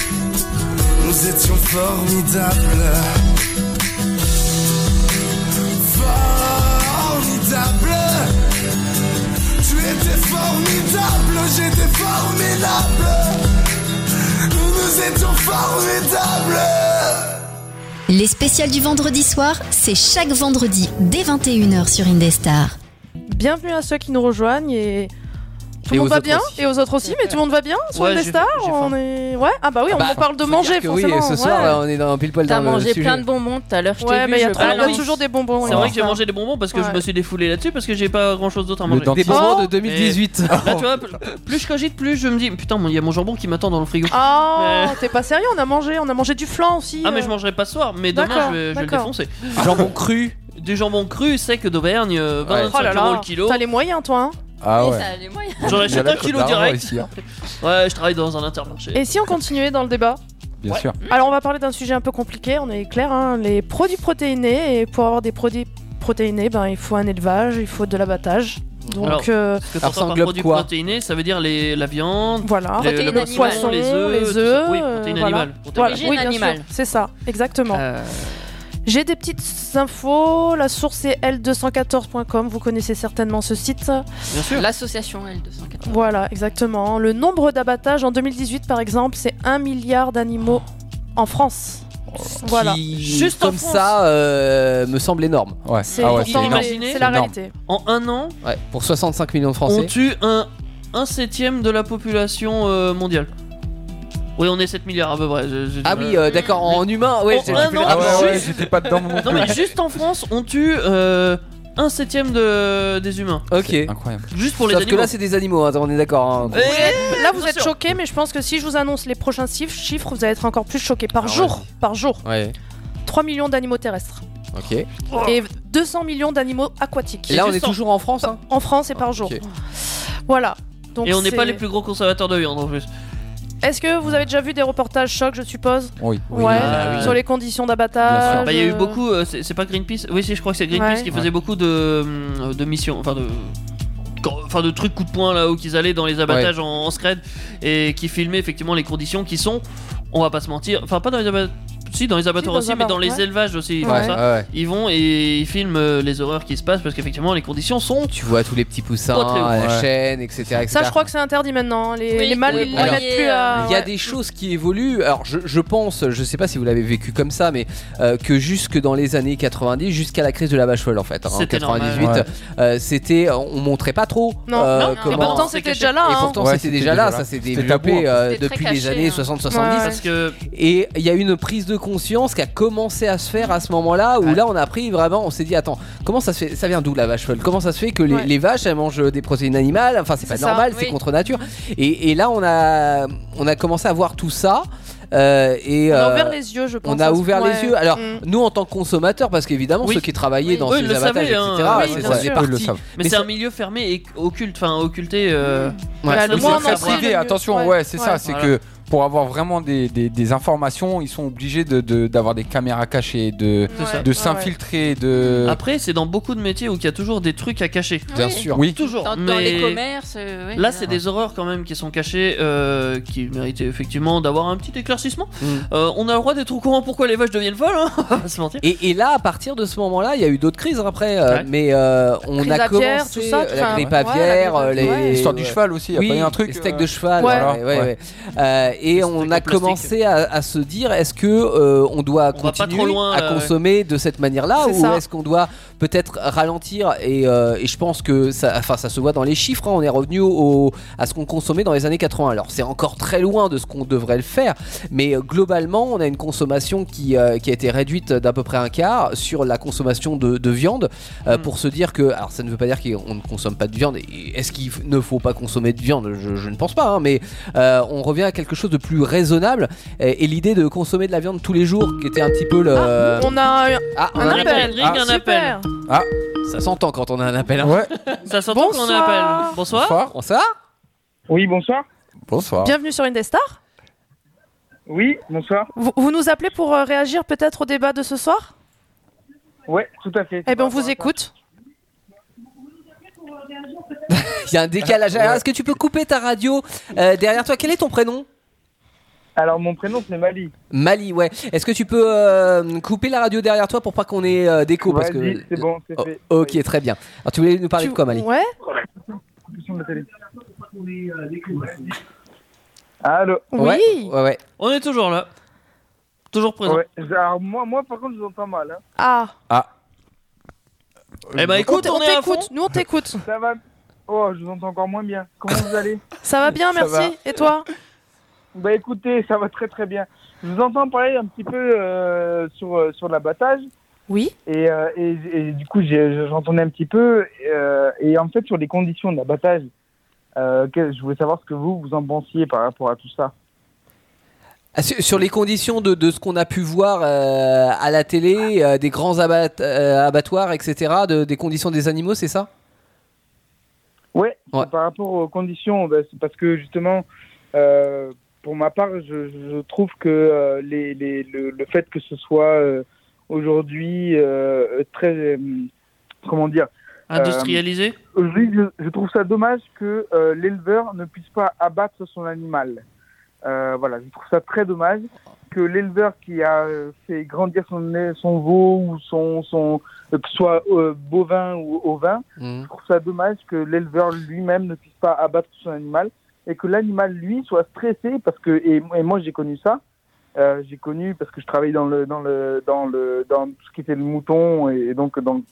Speaker 10: Nous étions formidables. Formidable. Tu étais formidable, j'étais formidable. Nous étions formidables.
Speaker 1: Les spéciales du vendredi soir, c'est chaque vendredi dès 21h sur Indestar.
Speaker 2: Bienvenue à ceux qui nous rejoignent et. Tout
Speaker 1: Et
Speaker 2: le
Speaker 1: aux
Speaker 2: monde va
Speaker 1: autres
Speaker 2: bien
Speaker 1: aussi.
Speaker 2: et aux autres aussi, mais tout le monde va bien sur
Speaker 4: Ouais,
Speaker 2: les
Speaker 4: j'ai-
Speaker 2: stars.
Speaker 4: j'ai
Speaker 2: On est ouais ah bah oui, on
Speaker 4: Bah,
Speaker 2: en parle de
Speaker 4: faut
Speaker 2: manger
Speaker 4: dire que oui,
Speaker 2: forcément.
Speaker 4: ce soir
Speaker 2: ouais.
Speaker 4: là, on est dans, pile poil
Speaker 6: T'as
Speaker 4: dans le
Speaker 6: mangé
Speaker 4: sujet.
Speaker 6: plein de bonbons tout à l'heure, je
Speaker 2: Ouais,
Speaker 6: t'ai vu.
Speaker 2: mais il y a
Speaker 6: je
Speaker 2: trop-
Speaker 6: pense.
Speaker 2: on a toujours des bonbons.
Speaker 3: C'est vrai que j'ai mangé des bonbons parce que je
Speaker 2: Ouais.
Speaker 3: me suis défoulé là-dessus parce que j'ai pas grand chose d'autre à manger. Oh
Speaker 4: dentiste. Des bonbons de 2018.
Speaker 3: Et Là, tu vois, pl- plus je cogite, plus je me dis putain, il y a mon jambon qui m'attend dans le frigo.
Speaker 2: Ah,
Speaker 3: Mais-
Speaker 2: t'es pas sérieux, on a mangé, on a mangé du flan aussi.
Speaker 3: Euh. Ah, mais
Speaker 2: euh.
Speaker 3: je mangerai pas ce soir, mais
Speaker 2: D'accord,
Speaker 3: demain je vais, je vais le
Speaker 2: d'accord.
Speaker 3: défoncer.
Speaker 4: Jambon cru.
Speaker 3: Du jambon cru sec d'Auvergne, euh, 25
Speaker 2: Oh là
Speaker 3: euros
Speaker 2: là,
Speaker 3: le kilo.
Speaker 2: T'as les moyens toi. hein
Speaker 5: Ah
Speaker 6: Oui,
Speaker 5: ouais.
Speaker 6: ça a les moyens.
Speaker 3: J'en achète
Speaker 5: la
Speaker 3: un
Speaker 5: Côte
Speaker 3: kilo
Speaker 5: d'Armor
Speaker 3: direct.
Speaker 5: ici, hein.
Speaker 3: Ouais, je travaille dans un intermarché.
Speaker 2: Et si on continuait dans le débat
Speaker 5: Bien sûr.
Speaker 2: Alors on va parler d'un sujet un peu compliqué, on est clair, hein, les produits protéinés, et pour avoir des produits protéinés, ben, il faut un élevage, il faut de l'abattage. Donc
Speaker 3: Alors,
Speaker 2: euh,
Speaker 4: Alors, ça
Speaker 3: ce que t'entends par
Speaker 4: englobe
Speaker 3: produit
Speaker 4: quoi
Speaker 3: protéiné, ça veut dire les, la viande,
Speaker 2: voilà,
Speaker 3: les-
Speaker 6: protéines
Speaker 3: le poisson,
Speaker 6: animales.
Speaker 2: poisson,
Speaker 3: les œufs, tout ça. Oui,
Speaker 2: euh,
Speaker 3: protéines
Speaker 2: voilà.
Speaker 3: animales. protéines
Speaker 2: Voilà,
Speaker 3: animales.
Speaker 2: oui, bien
Speaker 6: Origine
Speaker 2: sûr,
Speaker 6: animale.
Speaker 2: c'est ça, exactement.
Speaker 3: Euh,
Speaker 2: J'ai des petites infos, la source est l214.com, vous connaissez certainement ce site.
Speaker 3: bien sûr.
Speaker 6: L'association L214.
Speaker 2: Voilà, exactement. Le nombre d'abattages en 2018, par exemple, c'est un milliard d'animaux en France.
Speaker 3: Oh,
Speaker 2: Voilà.
Speaker 4: Qui,
Speaker 3: Juste en
Speaker 4: comme
Speaker 3: France.
Speaker 4: ça euh, me semble énorme.
Speaker 5: Ouais.
Speaker 2: C'est
Speaker 5: Ah ouais,
Speaker 2: pourtant-
Speaker 5: c'est énorme.
Speaker 2: c'est
Speaker 3: énorme.
Speaker 2: la
Speaker 5: énorme.
Speaker 2: réalité.
Speaker 3: En un an,
Speaker 4: Ouais, pour 65 millions de
Speaker 3: on
Speaker 4: Français.
Speaker 3: tue un, un septième de la population euh, mondiale. Oui, on est 7 milliards à peu près. je- je-
Speaker 4: Ah oui, euh, d'accord, en humain, ouais,
Speaker 3: En
Speaker 4: j'ai-
Speaker 3: un an,
Speaker 5: Ah ouais, ouais,
Speaker 3: Juste-
Speaker 5: j'étais pas dedans mon
Speaker 3: Non, mais juste en France, on tue euh, un septième de, des humains.
Speaker 4: Ok.
Speaker 5: Incroyable.
Speaker 3: Juste pour les
Speaker 4: Sauf que
Speaker 3: animaux.
Speaker 4: là, c'est des animaux, hein, on est d'accord. hein.
Speaker 3: Eh,
Speaker 2: Là, vous
Speaker 3: bien
Speaker 2: êtes
Speaker 3: sûr.
Speaker 2: choqués, mais je pense que si je vous annonce les prochains chiffres, chiffres, vous allez être encore plus choqués. Par
Speaker 4: Ah,
Speaker 2: jour, par jour,
Speaker 4: Ouais,
Speaker 2: 3 millions d'animaux terrestres
Speaker 4: ok. Et
Speaker 2: et 200 millions d'animaux aquatiques.
Speaker 3: Et
Speaker 4: là, on
Speaker 3: juste
Speaker 4: est
Speaker 3: en-
Speaker 4: toujours en France, hein
Speaker 2: En France et par jour.
Speaker 4: Ok.
Speaker 2: Voilà. Donc
Speaker 3: Et on n'est
Speaker 2: c'est-
Speaker 3: pas les plus gros conservateurs de viande en plus.
Speaker 2: Est-ce que vous avez déjà vu des reportages chocs, je suppose
Speaker 5: Oui.
Speaker 2: Ouais,
Speaker 3: Ah, oui.
Speaker 2: sur les conditions
Speaker 5: Bien
Speaker 2: d'abattage.
Speaker 5: sûr.
Speaker 3: Bah, il y a eu
Speaker 2: euh,
Speaker 3: beaucoup, euh, c'est c'est pas Greenpeace Oui, si, je crois que c'est Greenpeace
Speaker 2: Ouais.
Speaker 3: qui faisait beaucoup de, hum, de missions, enfin de. quand- Enfin, de trucs coup de poing là où qu'ils allaient dans les abattages en, en scred et qui filmaient effectivement les conditions qui sont, on va pas se mentir, enfin pas dans les abattoirs, si dans les abattoirs
Speaker 2: dans
Speaker 3: aussi,
Speaker 2: les
Speaker 3: mais dans les
Speaker 2: abattoirs, ouais.
Speaker 3: élevages aussi, ils font
Speaker 2: Ouais.
Speaker 3: ça.
Speaker 5: ouais.
Speaker 3: Ils vont et ils filment euh, les horreurs qui se passent parce qu'effectivement les conditions sont.
Speaker 4: Tu vois tous les petits poussins,
Speaker 3: Pas très haut.
Speaker 4: la
Speaker 5: Ouais.
Speaker 4: chaîne, etc. etc.
Speaker 2: Ça, je crois que c'est interdit maintenant. Les,
Speaker 6: Oui,
Speaker 2: les mâles,
Speaker 6: oui,
Speaker 2: ils
Speaker 4: alors,
Speaker 2: mettent plus à.
Speaker 4: Il y a
Speaker 2: euh, ouais.
Speaker 4: des choses qui évoluent. Alors, je, je pense, je sais pas si vous l'avez vécu comme ça, mais euh, que jusque dans les années 90, jusqu'à la crise de la vache folle, en fait, hein, en
Speaker 3: C'était
Speaker 4: 98,
Speaker 5: normal.
Speaker 4: euh, c'était, on montrait pas trop.
Speaker 2: Non,
Speaker 4: euh,
Speaker 2: non,
Speaker 6: non.
Speaker 4: comment-
Speaker 2: Et pourtant,
Speaker 3: c'est
Speaker 2: c'était
Speaker 3: caché.
Speaker 2: déjà là.
Speaker 4: Et
Speaker 2: hein.
Speaker 4: pourtant,
Speaker 5: Ouais,
Speaker 4: c'était déjà là, ça s'est
Speaker 5: C'était tabou,
Speaker 4: développé
Speaker 5: hein.
Speaker 4: euh,
Speaker 6: C'était très
Speaker 4: depuis les
Speaker 6: caché,
Speaker 4: années
Speaker 6: hein.
Speaker 4: 60-70.
Speaker 2: Ouais.
Speaker 3: Parce que
Speaker 4: Et il y a eu une prise de conscience qui a commencé à se faire à ce moment-là où là on a appris vraiment, on s'est dit attends, comment ça se fait Ça vient d'où la vache folle Comment ça se fait que les, les vaches elles mangent des protéines animales Enfin c'est pas
Speaker 11: ça,
Speaker 4: normal, c'est
Speaker 11: oui.
Speaker 4: contre nature. Et, et là on a on a commencé à voir tout ça. euh, et
Speaker 2: On a
Speaker 4: euh,
Speaker 2: ouvert les yeux, je pense,
Speaker 4: On a
Speaker 2: à ce
Speaker 4: ouvert
Speaker 2: point.
Speaker 4: les yeux. Alors,
Speaker 2: Mm.
Speaker 4: nous en tant que consommateurs, parce qu'évidemment, ceux qui travaillaient dans
Speaker 3: Oui, ils
Speaker 4: ces
Speaker 3: le
Speaker 4: abattages,
Speaker 3: savaient,
Speaker 4: etc.,
Speaker 3: hein.
Speaker 4: ça
Speaker 3: Oui, bien
Speaker 4: faisait
Speaker 3: sûr.
Speaker 4: partie.
Speaker 3: Mais, c'est un milieu fermé et occulte, enfin occulté. euh,
Speaker 5: Ouais,
Speaker 3: parce
Speaker 5: Bah, le
Speaker 3: que
Speaker 5: moins
Speaker 3: c'est
Speaker 5: on en
Speaker 3: privé,
Speaker 5: privé, attention, ouais, c'est ça, c'est
Speaker 3: Voilà.
Speaker 5: que pour avoir vraiment des, des- des informations, ils sont obligés d'avoir de, d'avoir des caméras cachées, de
Speaker 3: C'est ça.
Speaker 5: de
Speaker 3: Ouais, Ah,
Speaker 5: s'infiltrer,
Speaker 4: Euh,
Speaker 5: de.
Speaker 3: Après, c'est dans beaucoup de métiers où il y a toujours des trucs à cacher.
Speaker 5: Bien Oui. sûr. Oui.
Speaker 3: Toujours.
Speaker 6: Dans- dans les
Speaker 3: mais-
Speaker 6: commerces, euh, Ah oui,
Speaker 3: Là,
Speaker 6: c'est
Speaker 3: c'est
Speaker 6: vrai.
Speaker 3: des horreurs quand même qui sont cachées, euh, qui méritaient effectivement d'avoir un petit éclaircissement.
Speaker 4: Mm.
Speaker 3: Euh, on a le droit d'être au courant pourquoi les vaches deviennent folles, hein, on va pas se mentir.
Speaker 4: Et, et là, à partir de ce moment-là, il y a eu d'autres crises après, euh, mais euh, on
Speaker 3: Crise
Speaker 4: a
Speaker 3: aviaire,
Speaker 4: commencé
Speaker 3: tout ça, tout
Speaker 4: la
Speaker 3: ça.
Speaker 4: grippe
Speaker 3: Ouais,
Speaker 4: aviaire,
Speaker 3: la grippe
Speaker 4: euh, les-
Speaker 3: aviaire.
Speaker 5: L'histoire du cheval aussi, y a
Speaker 4: Oui,
Speaker 5: pas eu un truc,
Speaker 4: les steaks
Speaker 5: euh,
Speaker 4: de cheval.
Speaker 5: Ouais.
Speaker 4: voilà, ouais, ouais,
Speaker 5: Ouais.
Speaker 4: ouais. Euh, et on a commencé à, à se dire, est-ce que euh, on doit
Speaker 3: va pas
Speaker 4: continuer
Speaker 3: trop loin,
Speaker 4: à
Speaker 3: euh,
Speaker 4: consommer de cette manière-là,
Speaker 3: C'est
Speaker 4: ou
Speaker 3: ça.
Speaker 4: est-ce qu'on doit peut-être ralentir et, euh, et je pense que ça, enfin, ça se voit dans les chiffres. hein, on est revenu au, à ce qu'on consommait dans les années 80. Alors c'est encore très loin de ce qu'on devrait le faire, mais euh, globalement, on a une consommation qui, euh, qui a été réduite d'à peu près un quart sur la consommation de, de viande euh, pour se dire que, alors ça ne veut pas dire qu'on ne consomme pas de viande. et Est-ce qu'il f- ne faut pas consommer de viande je, je ne pense pas, hein, mais euh, on revient à quelque chose de plus raisonnable et, et l'idée de consommer de la viande tous les jours, qui était un petit peu le
Speaker 2: On a un,
Speaker 4: Ah,
Speaker 2: un
Speaker 4: on a
Speaker 2: appel.
Speaker 4: Ah,
Speaker 2: Super.
Speaker 5: Ah,
Speaker 4: ça s'entend quand on a un appel. hein.
Speaker 3: Ça s'entend qu'on
Speaker 2: Bonsoir.
Speaker 3: appelle. Bonsoir.
Speaker 5: Bonsoir.
Speaker 4: Bonsoir.
Speaker 12: Oui, bonsoir.
Speaker 5: Bonsoir.
Speaker 2: Bienvenue sur Indestar.
Speaker 12: Oui, bonsoir.
Speaker 2: Vous, vous nous appelez pour euh, réagir peut-être au débat de ce soir
Speaker 12: Ouais, tout à fait.
Speaker 2: Eh bien, on vous écoute.
Speaker 4: Il y a un décalage. Alors, Est-ce que tu peux couper ta radio euh, derrière toi Quel est ton prénom
Speaker 12: Alors, mon prénom, c'est Mali.
Speaker 4: Mali, ouais. Est-ce que tu peux euh, couper la radio derrière toi pour pas qu'on ait euh, d'écho parce que
Speaker 12: Vas-y, c'est bon, c'est
Speaker 4: Oh,
Speaker 12: fait.
Speaker 4: Ok, très bien. Alors, tu voulais nous parler de quoi, Mali
Speaker 2: Ouais.
Speaker 12: Allô
Speaker 4: Ouais, ouais, ouais.
Speaker 3: On est toujours là. Toujours présent.
Speaker 12: Ouais, alors, moi, moi, par contre, je vous entends mal. Hein.
Speaker 2: Ah.
Speaker 3: Eh ben écoute, on,
Speaker 2: on
Speaker 3: est à fond.
Speaker 2: t'écoute, nous on t'écoute.
Speaker 12: Ça va Oh, je vous entends encore moins bien. Comment vous allez
Speaker 2: Ça va bien,
Speaker 12: Ça
Speaker 2: merci.
Speaker 12: va.
Speaker 2: Et toi
Speaker 12: Bah écoutez, ça va très très bien. Je vous entends parler un petit peu euh, sur, euh, sur l'abattage.
Speaker 2: Oui.
Speaker 12: Et, euh, et, et du coup, j'ai- j'entendais un petit peu. euh, et en fait, sur les conditions d'abattage, euh, que- je voulais savoir ce que vous, vous en pensiez par rapport à tout ça.
Speaker 4: Ah, Sur, sur les conditions de, de ce qu'on a pu voir euh, à la télé, euh, des grands abat- euh, abattoirs, etc., de- des conditions des animaux, c'est ça
Speaker 12: Oui, par rapport aux conditions, bah, c'est parce que justement, euh, pour ma part, je, je trouve que euh, les, les- le, le fait que ce soit euh, aujourd'hui euh, très, euh, comment dire, euh,
Speaker 3: Industrialisé
Speaker 12: Aujourd'hui, je, je trouve ça dommage que euh, l'éleveur ne puisse pas abattre son animal. Euh, voilà, je trouve ça très dommage que l'éleveur qui a euh, fait grandir son, son veau ou son, son euh, que ce soit euh, bovin ou ovin,
Speaker 4: Mhm.
Speaker 12: je trouve ça dommage que l'éleveur lui-même ne puisse pas abattre son animal et que l'animal lui soit stressé parce que et, et moi j'ai connu ça. Euh, j'ai connu parce que je travaillais dans le dans le dans le dans tout ce qui était le mouton et, donc dans le-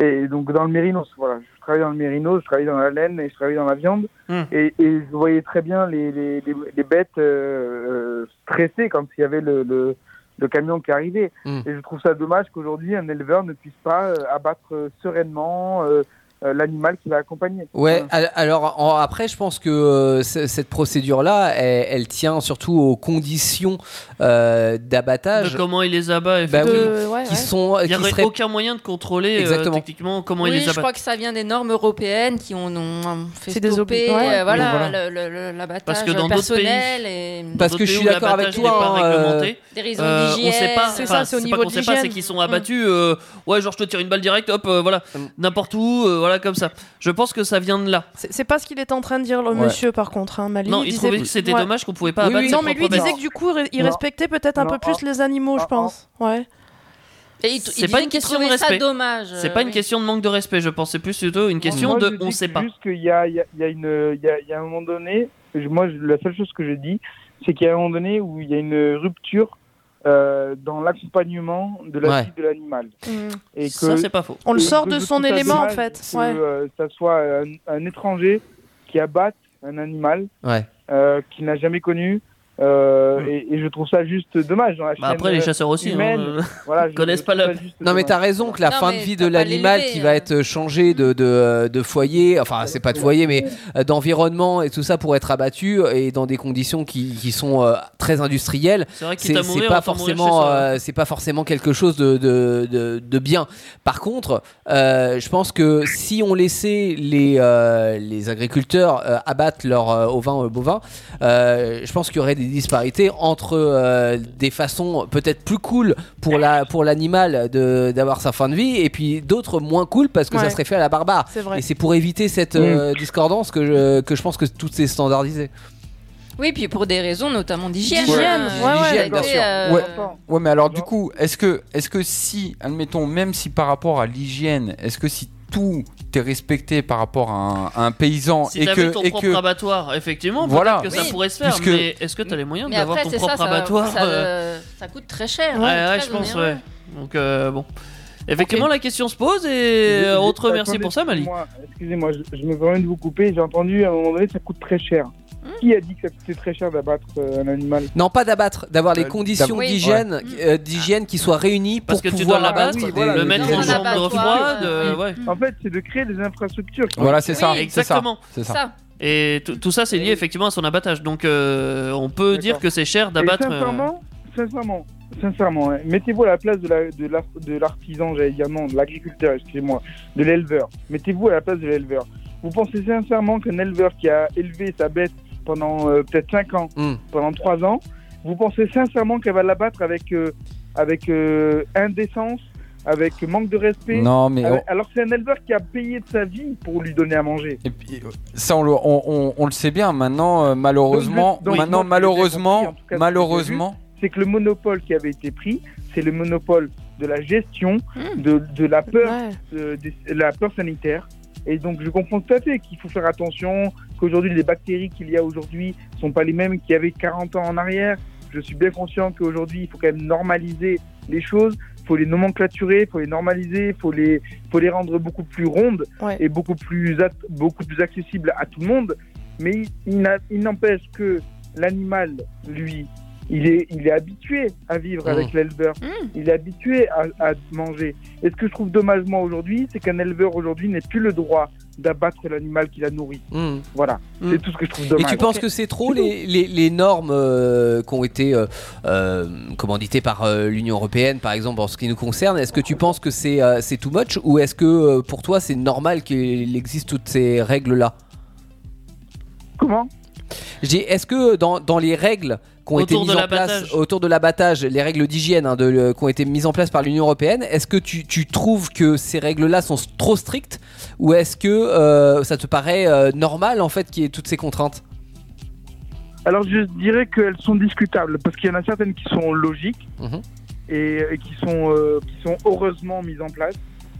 Speaker 12: et donc dans le mérinos, voilà. Je travaillais dans le mérinos, je travaillais dans la laine et je travaillais dans la viande.
Speaker 3: Hmm.
Speaker 12: Et, et je voyais très bien les, les, les, les bêtes euh, euh, stressées quand il y avait le, le, le camion qui arrivait.
Speaker 4: Hmm.
Speaker 12: Et je trouve ça dommage qu'aujourd'hui un éleveur ne puisse pas euh, abattre euh, sereinement euh, euh, l'animal qui l'a accompagné.
Speaker 4: Ouais, al- alors en- après, je pense que euh, c- cette procédure-là, elle, elle tient surtout aux conditions euh, d'abattage.
Speaker 3: De comment il les abat
Speaker 4: Bah oui,
Speaker 3: effectivement.
Speaker 4: qui sont, euh,
Speaker 3: Il n'y
Speaker 4: qui
Speaker 3: aurait
Speaker 4: seraient-
Speaker 3: aucun moyen de contrôler euh,
Speaker 4: Exactement.
Speaker 3: techniquement comment il
Speaker 6: oui,
Speaker 3: les
Speaker 6: je crois
Speaker 3: abat.
Speaker 6: que ça vient des normes européennes qui ont, ont fait
Speaker 2: C'est des
Speaker 6: stopper
Speaker 2: obli- ouais.
Speaker 6: euh, voilà,
Speaker 3: Oui,
Speaker 6: le- le- le-
Speaker 3: Parce
Speaker 6: l'abattage
Speaker 3: que dans d'autres
Speaker 6: personnel
Speaker 3: pays,
Speaker 6: et
Speaker 3: dans
Speaker 4: Parce que
Speaker 3: d'autres
Speaker 4: je suis
Speaker 3: pays où
Speaker 4: d'accord avec
Speaker 3: l'abattage n'est
Speaker 4: toi,
Speaker 3: pas
Speaker 4: hein,
Speaker 3: réglementé, Euh,
Speaker 6: Des raisons
Speaker 3: on sait pas,
Speaker 6: d'hygiène.
Speaker 3: enfin,
Speaker 6: C'est ça, c'est au
Speaker 3: pas
Speaker 6: niveau
Speaker 3: qu'on
Speaker 6: de
Speaker 3: sait pas, c'est
Speaker 6: l'hygiène. Mm.
Speaker 3: qu'ils sont abattus. euh, ouais, genre je te tire une balle directe, hop, euh, voilà,
Speaker 4: Mm.
Speaker 3: n'importe où, euh, voilà comme ça. Je pense que ça vient de là.
Speaker 2: C'est c'est pas ce qu'il était en train de dire, le
Speaker 3: Ouais.
Speaker 2: monsieur, par contre. Hein, Mali,
Speaker 3: Non, il
Speaker 2: disait-
Speaker 3: trouvait que c'était
Speaker 2: Ouais.
Speaker 3: dommage qu'on pouvait pas
Speaker 2: Oui,
Speaker 3: abattre
Speaker 2: oui.
Speaker 3: ses
Speaker 2: Non, mais lui
Speaker 3: propres
Speaker 2: disait
Speaker 3: bêtes.
Speaker 2: que du coup, il
Speaker 3: Non.
Speaker 2: respectait peut-être un
Speaker 3: Non,
Speaker 2: peu plus les animaux, je pense. Ouais.
Speaker 6: Et il,
Speaker 3: C'est pas une question de respect.
Speaker 6: dommage. euh,
Speaker 3: C'est pas une question de manque de respect, je pense. C'est plus plutôt une question
Speaker 12: Moi, je
Speaker 3: de
Speaker 12: dis
Speaker 3: on sait pas.
Speaker 12: Juste qu'il y a, il y, a, il y a une, il y a, il y a un moment donné, je- moi, je- la seule chose que je dis, c'est qu'il y a un moment donné où il y a une rupture euh, dans l'accompagnement de la
Speaker 3: Ouais.
Speaker 12: vie de l'animal. Et
Speaker 3: Ça, c'est pas faux. On le
Speaker 12: et
Speaker 2: Hmm. sort
Speaker 12: que
Speaker 2: de
Speaker 12: je
Speaker 2: son
Speaker 12: trouve ça
Speaker 2: élément,
Speaker 12: dommage
Speaker 2: en fait.
Speaker 12: Que,
Speaker 2: Ouais.
Speaker 12: euh, ça soit un, un étranger qui abatte un animal
Speaker 4: Ouais.
Speaker 12: euh, qu'il n'a jamais connu Euh, et, et je trouve ça juste dommage. dans la
Speaker 3: Hmm. Bah
Speaker 12: chaîne,
Speaker 3: après, les
Speaker 12: euh,
Speaker 3: chasseurs aussi, hein,
Speaker 12: humaine.
Speaker 3: euh,
Speaker 12: Voilà, je-
Speaker 3: connaissent pas
Speaker 12: je trouve
Speaker 3: la-
Speaker 12: ça juste
Speaker 4: Non mais t'as
Speaker 12: dommage.
Speaker 4: raison que la
Speaker 12: Non,
Speaker 4: fin de
Speaker 12: mais
Speaker 4: vie
Speaker 12: t'as
Speaker 4: de
Speaker 12: pas
Speaker 4: l'animal
Speaker 12: l'élevé, hein.
Speaker 4: qui va être changé de, de, de foyer, enfin c'est pas de foyer mais euh, d'environnement et tout ça pour être abattu euh, et dans des conditions qui, qui sont euh, très industrielles,
Speaker 3: C'est vrai qu'il
Speaker 4: c'est
Speaker 3: t'a mourir,
Speaker 4: c'est pas
Speaker 3: autant mourir
Speaker 4: forcément
Speaker 3: chez soi.
Speaker 4: euh, c'est pas forcément quelque chose de, de, de- de bien. Par contre, euh, je pense que si on laissait les, euh, les agriculteurs euh, abattre leur euh, ovin euh, bovin, euh, je pense qu'il y aurait des disparités entre euh, des façons peut-être plus cool pour la pour l'animal de- d'avoir sa fin de vie et puis d'autres moins cool parce que ça
Speaker 2: Ouais.
Speaker 4: serait fait à la barbare.
Speaker 2: C'est vrai.
Speaker 4: Et c'est pour éviter cette euh, discordance que je, que je pense que tout est standardisé.
Speaker 6: Oui, puis pour des raisons notamment d'hygiène. Euh,
Speaker 5: L'hygiène,
Speaker 6: ça a
Speaker 5: bien
Speaker 6: été,
Speaker 5: sûr.
Speaker 6: euh,
Speaker 5: Ouais. Ouais, mais alors du coup, est-ce que, est-ce que si, admettons, même si par rapport à l'hygiène, est-ce que si tout est respecté par rapport à un, à un paysan
Speaker 3: Si
Speaker 5: et
Speaker 3: t'avais
Speaker 5: que
Speaker 3: ton
Speaker 5: et
Speaker 3: propre
Speaker 5: que
Speaker 3: abattoir, effectivement,
Speaker 5: Voilà.
Speaker 3: peut-être que ça
Speaker 5: Oui,
Speaker 3: pourrait se faire.
Speaker 5: puisque-
Speaker 3: Mais est-ce que t'as les moyens
Speaker 6: Mais
Speaker 3: d'avoir
Speaker 6: après,
Speaker 3: ton
Speaker 6: c'est ça,
Speaker 3: propre
Speaker 6: ça,
Speaker 3: abattoir
Speaker 6: ça,
Speaker 3: euh,
Speaker 6: euh, ça coûte très cher.
Speaker 3: Ouais,
Speaker 6: hein,
Speaker 3: ouais,
Speaker 6: très
Speaker 3: je pense,
Speaker 6: onéreux.
Speaker 3: ouais. Donc euh, bon. Effectivement, la question se pose et euh, on te remercie
Speaker 12: Attendez,
Speaker 3: pour ça, Malik.
Speaker 12: excusez-moi, Excusez-moi, je, je me permets de vous couper. J'ai entendu à un moment donné, ça coûte très cher.
Speaker 3: Hmm.
Speaker 12: Qui a dit que ça coûtait très cher d'abattre euh, un animal
Speaker 4: Non, pas d'abattre, d'avoir les conditions
Speaker 12: Oui.
Speaker 4: d'hygiène euh, d'hygiène qui soient réunies pour
Speaker 3: Parce que tu
Speaker 4: pouvoir
Speaker 3: dois l'abattre,
Speaker 4: abattre des-
Speaker 3: le mettre en
Speaker 4: des-
Speaker 3: chambre froide. euh, ouais.
Speaker 12: En fait, c'est de créer des infrastructures. qui-
Speaker 5: Voilà, c'est ça, c'est ça,
Speaker 3: Exactement.
Speaker 5: c'est ça. Ça.
Speaker 3: Et tout tout ça, c'est lié effectivement à son abattage. Donc euh, on peut dire que c'est cher d'abattre.
Speaker 12: Et
Speaker 3: euh,
Speaker 12: Sincèrement, sincèrement, sincèrement, hein, mettez-vous à la place de la- de l'ar- de l'artisan, j'allais dire non, de l'agriculteur, excusez-moi, de l'éleveur. Mettez-vous à la place de l'éleveur. Vous pensez sincèrement qu'un éleveur qui a élevé sa bête pendant euh, peut-être 5 ans,
Speaker 3: Hmm.
Speaker 4: Mm.
Speaker 12: pendant 3 ans, vous pensez sincèrement qu'elle va l'abattre avec, euh, avec euh, indécence avec manque de respect,
Speaker 5: Non, mais oh.
Speaker 12: avec-
Speaker 5: on-
Speaker 12: alors que c'est un éleveur qui a payé de sa vie pour lui donner à manger.
Speaker 5: euh, Ça, on le, on- on- on le sait bien. Maintenant, euh, malheureusement,
Speaker 12: Donc, donc,
Speaker 5: maintenant,
Speaker 12: moi, ce que j'ai
Speaker 5: malheureusement,
Speaker 12: compris, en tout cas, ce que j'ai
Speaker 5: malheureusement.
Speaker 12: vu, C'est que le monopole qui avait été pris, c'est le monopole de la gestion, de, de la peur, euh, des- la peur sanitaire. Et donc, je comprends tout à fait qu'il faut faire attention, qu'aujourd'hui, les bactéries qu'il y a aujourd'hui sont pas les mêmes qu'il y avait 40 ans en arrière. Je suis bien conscient qu'aujourd'hui, il faut quand même normaliser les choses. Il faut les nomenclaturer, il faut les normaliser, il faut les, faut les rendre beaucoup plus rondes
Speaker 2: Ouais.
Speaker 12: et beaucoup plus, at- beaucoup plus accessibles à tout le monde. Mais il- il n'a- il n'empêche que l'animal, lui, il est, il est habitué à vivre
Speaker 11: Mm.
Speaker 4: Hmm.
Speaker 12: avec l'éleveur.
Speaker 3: Hmm.
Speaker 12: Il est habitué à, à manger. Et ce que je trouve dommage, moi, aujourd'hui, c'est qu'un éleveur, aujourd'hui, n'ait plus le droit d'abattre l'animal qu'il a nourri.
Speaker 4: Mm.
Speaker 12: Voilà.
Speaker 4: Mm.
Speaker 12: C'est tout ce que je trouve
Speaker 4: Et
Speaker 12: dommage.
Speaker 4: tu penses que c'est trop les, les- les normes euh, qui ont été euh, euh, commanditées par euh, l'Union Européenne, par exemple, en ce qui nous concerne Est-ce que tu penses que c'est euh, c'est too much ou est-ce que euh, pour toi c'est normal qu'il existe toutes ces règles-là
Speaker 12: Comment
Speaker 4: Je dis, est-ce que dans, dans les règles qui ont été
Speaker 3: Autour
Speaker 4: mises
Speaker 3: de
Speaker 4: en place
Speaker 3: l'abattage.
Speaker 4: autour de l'abattage, les règles d'hygiène hein, de- euh, qui ont été mises en place par l'Union Européenne, est-ce que tu, tu trouves que ces règles-là sont trop strictes ou est-ce que euh, ça te paraît euh, normal en fait qu'il y ait toutes ces contraintes
Speaker 12: Alors, je dirais qu'elles sont discutables parce qu'il y en a certaines qui sont logiques
Speaker 4: Mhm.
Speaker 12: et, et qui, sont, euh, qui sont heureusement mises en place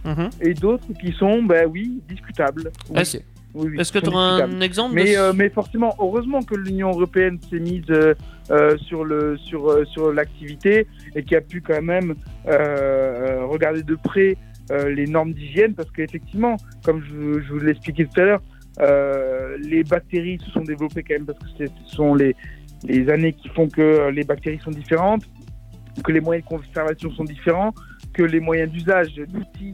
Speaker 4: Mhm.
Speaker 12: et d'autres qui sont, ben oui, discutables. Oui.
Speaker 3: Est-ce-
Speaker 12: Oui, oui,
Speaker 3: est-ce que
Speaker 12: qui sont
Speaker 3: tu as un
Speaker 12: discutables.
Speaker 3: exemple de
Speaker 12: mais,
Speaker 3: ce-
Speaker 12: euh, mais forcément, heureusement que l'Union européenne s'est mise euh, euh, sur le sur euh, sur l'activité et qui a pu quand même euh, euh, regarder de près euh, les normes d'hygiène parce qu'effectivement, comme je, je vous l'expliquais tout à l'heure, euh, les bactéries se sont développées quand même parce que c'est- ce sont les les années qui font que euh, les bactéries sont différentes, que les moyens de conservation sont différents, que les moyens d'usage d'outils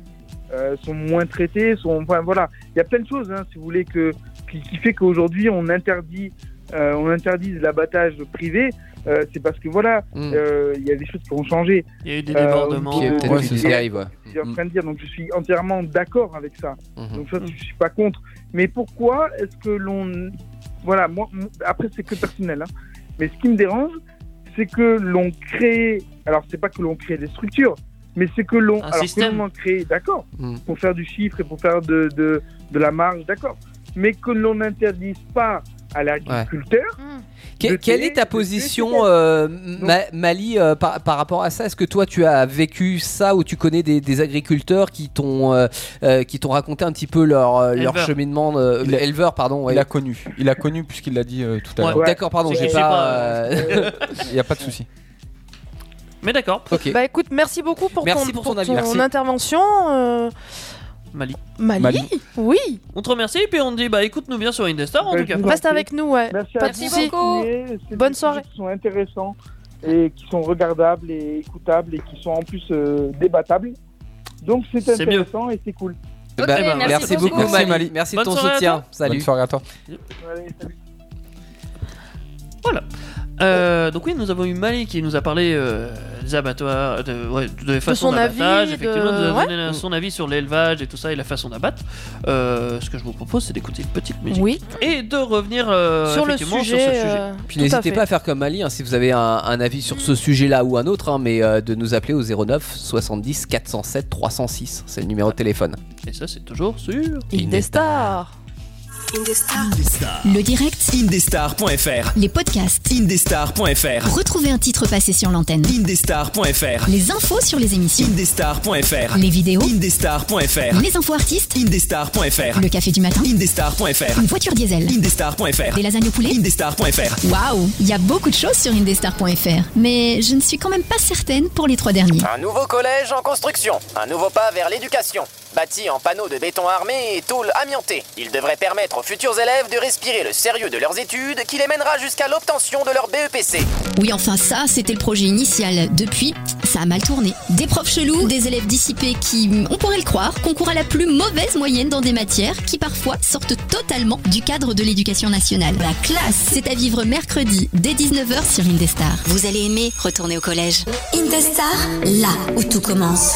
Speaker 12: euh, sont moins traités, sont enfin, voilà, il y a plein de choses, hein, si vous voulez que qui, qui fait qu'aujourd'hui on interdit euh, on interdit l'abattage privé, euh, c'est parce que voilà,
Speaker 4: Mm.
Speaker 12: euh, il y a des choses qui ont changé.
Speaker 3: Il y a eu des
Speaker 12: Euh,
Speaker 3: débordements.
Speaker 12: au niveau de-
Speaker 4: Ouais, c'est
Speaker 12: de-
Speaker 4: ce qui arrive, ouais.
Speaker 12: je suis en train de dire, donc je suis entièrement d'accord avec ça.
Speaker 4: Mhm.
Speaker 12: Donc ça, je suis pas contre. Mais pourquoi est-ce que l'on... Voilà, moi, m- après c'est que personnel. hein. Mais ce qui me dérange, c'est que l'on crée... Alors c'est pas que l'on crée des structures, mais c'est que l'on...
Speaker 11: Un
Speaker 12: Alors que
Speaker 11: système.
Speaker 12: l'on en crée, d'accord,
Speaker 11: Mhm.
Speaker 12: pour faire du chiffre et pour faire de, de, de la marge, d'accord. Mais que l'on n'interdise pas à l'agriculteur...
Speaker 4: Que-
Speaker 12: de
Speaker 4: quelle
Speaker 12: créer-
Speaker 4: est
Speaker 12: de créer ses
Speaker 4: ta position, euh, Ma- Mali, euh, par, par rapport à ça Est-ce que toi, tu as vécu ça ou tu connais des, des agriculteurs qui t'ont euh, euh, qui t'ont raconté un petit peu leur, euh, leur
Speaker 5: Éleveurs.
Speaker 4: cheminement euh,
Speaker 5: Il a-
Speaker 4: éleveur, pardon ouais.
Speaker 5: Il a connu, il a connu puisqu'il l'a dit euh, tout à
Speaker 4: Ouais,
Speaker 5: l'heure.
Speaker 4: D'accord, pardon, j'ai pas. euh,
Speaker 5: Il n'y a pas de souci.
Speaker 3: euh, Mais d'accord.
Speaker 4: Ok.
Speaker 2: Bah écoute, merci beaucoup pour
Speaker 4: Merci
Speaker 2: ton,
Speaker 4: pour
Speaker 2: pour
Speaker 4: ton avis.
Speaker 2: ton
Speaker 4: Merci.
Speaker 2: intervention. euh,
Speaker 3: Mali.
Speaker 2: Mali, Oui.
Speaker 3: On te remercie et puis on te dit bah écoute-nous bien sur Indestar
Speaker 12: Bah,
Speaker 3: en tout cas.
Speaker 2: Reste avec nous, ouais.
Speaker 12: Merci
Speaker 2: Pas
Speaker 12: à
Speaker 2: de
Speaker 12: tous.
Speaker 2: soucis.
Speaker 12: Bonne soirée. Qui sont intéressants et qui sont regardables et écoutables et qui sont en plus euh, débattables. Donc c'est
Speaker 4: C'est mieux.
Speaker 12: intéressant et c'est cool.
Speaker 4: Ok, Bah, merci merci beaucoup, beaucoup, Mali. Mali. Merci de Bonne ton soirée à soutien. toi. Salut.
Speaker 5: Bonne soirée à toi.
Speaker 3: Voilà. Euh, donc oui, nous avons eu Mali qui nous a parlé euh, des abattoirs, de, ouais, de, façon
Speaker 2: son
Speaker 3: d'abattage,
Speaker 2: avis,
Speaker 3: effectivement,
Speaker 2: de-
Speaker 3: nous a donné
Speaker 2: ouais.
Speaker 3: la- son avis sur l'élevage et tout ça et la façon d'abattre. Euh, ce que je vous propose, c'est d'écouter une petite musique
Speaker 2: Oui.
Speaker 3: et de revenir euh,
Speaker 2: Sur le
Speaker 3: effectivement, sur
Speaker 2: sujet,
Speaker 3: ce sujet.
Speaker 2: euh,
Speaker 4: Puis n'hésitez pas à faire comme Ali, hein, si vous avez un, un avis sur ce sujet-là ou un autre, hein, mais euh, de nous appeler au 09 70 407 306. C'est le numéro de téléphone.
Speaker 3: Et ça, c'est toujours sur
Speaker 2: Indestar.
Speaker 1: Indestar.
Speaker 9: Le direct Indestar.fr
Speaker 1: Les podcasts.
Speaker 9: Indestar.fr
Speaker 1: Retrouvez un titre passé sur l'antenne.
Speaker 9: Indestar.fr
Speaker 1: Les infos sur les émissions.
Speaker 9: Indestar.fr
Speaker 1: Les vidéos.
Speaker 9: Indestar.fr
Speaker 1: Les infos artistes.
Speaker 9: Indestar.fr
Speaker 1: Le café du matin.
Speaker 9: Indestar.fr
Speaker 1: Une voiture diesel.
Speaker 9: Indestar.fr
Speaker 1: Des lasagnes au poulet.
Speaker 9: Indestar.fr
Speaker 1: Waouh, il y a beaucoup de choses sur indestar.fr, mais je ne suis quand même pas certaine pour les trois derniers.
Speaker 9: Ah,
Speaker 11: Un nouveau collège en construction, un nouveau pas vers l'éducation. Bâti en panneaux de béton armé et tôle amiantée, il devrait permettre aux futurs élèves de respirer le sérieux de leurs études qui les mènera jusqu'à l'obtention de leur E BEPC.
Speaker 1: Oui, enfin ça, c'était le projet initial. Depuis, ça a mal tourné. Des profs chelous, des élèves dissipés qui, on pourrait le croire, concourent à la plus mauvaise moyenne dans des matières qui parfois sortent totalement du cadre de l'éducation nationale. La classe, c'est à vivre mercredi dès 19h sur Indestar. Vous allez aimer retourner au collège. Indestar, là où tout commence.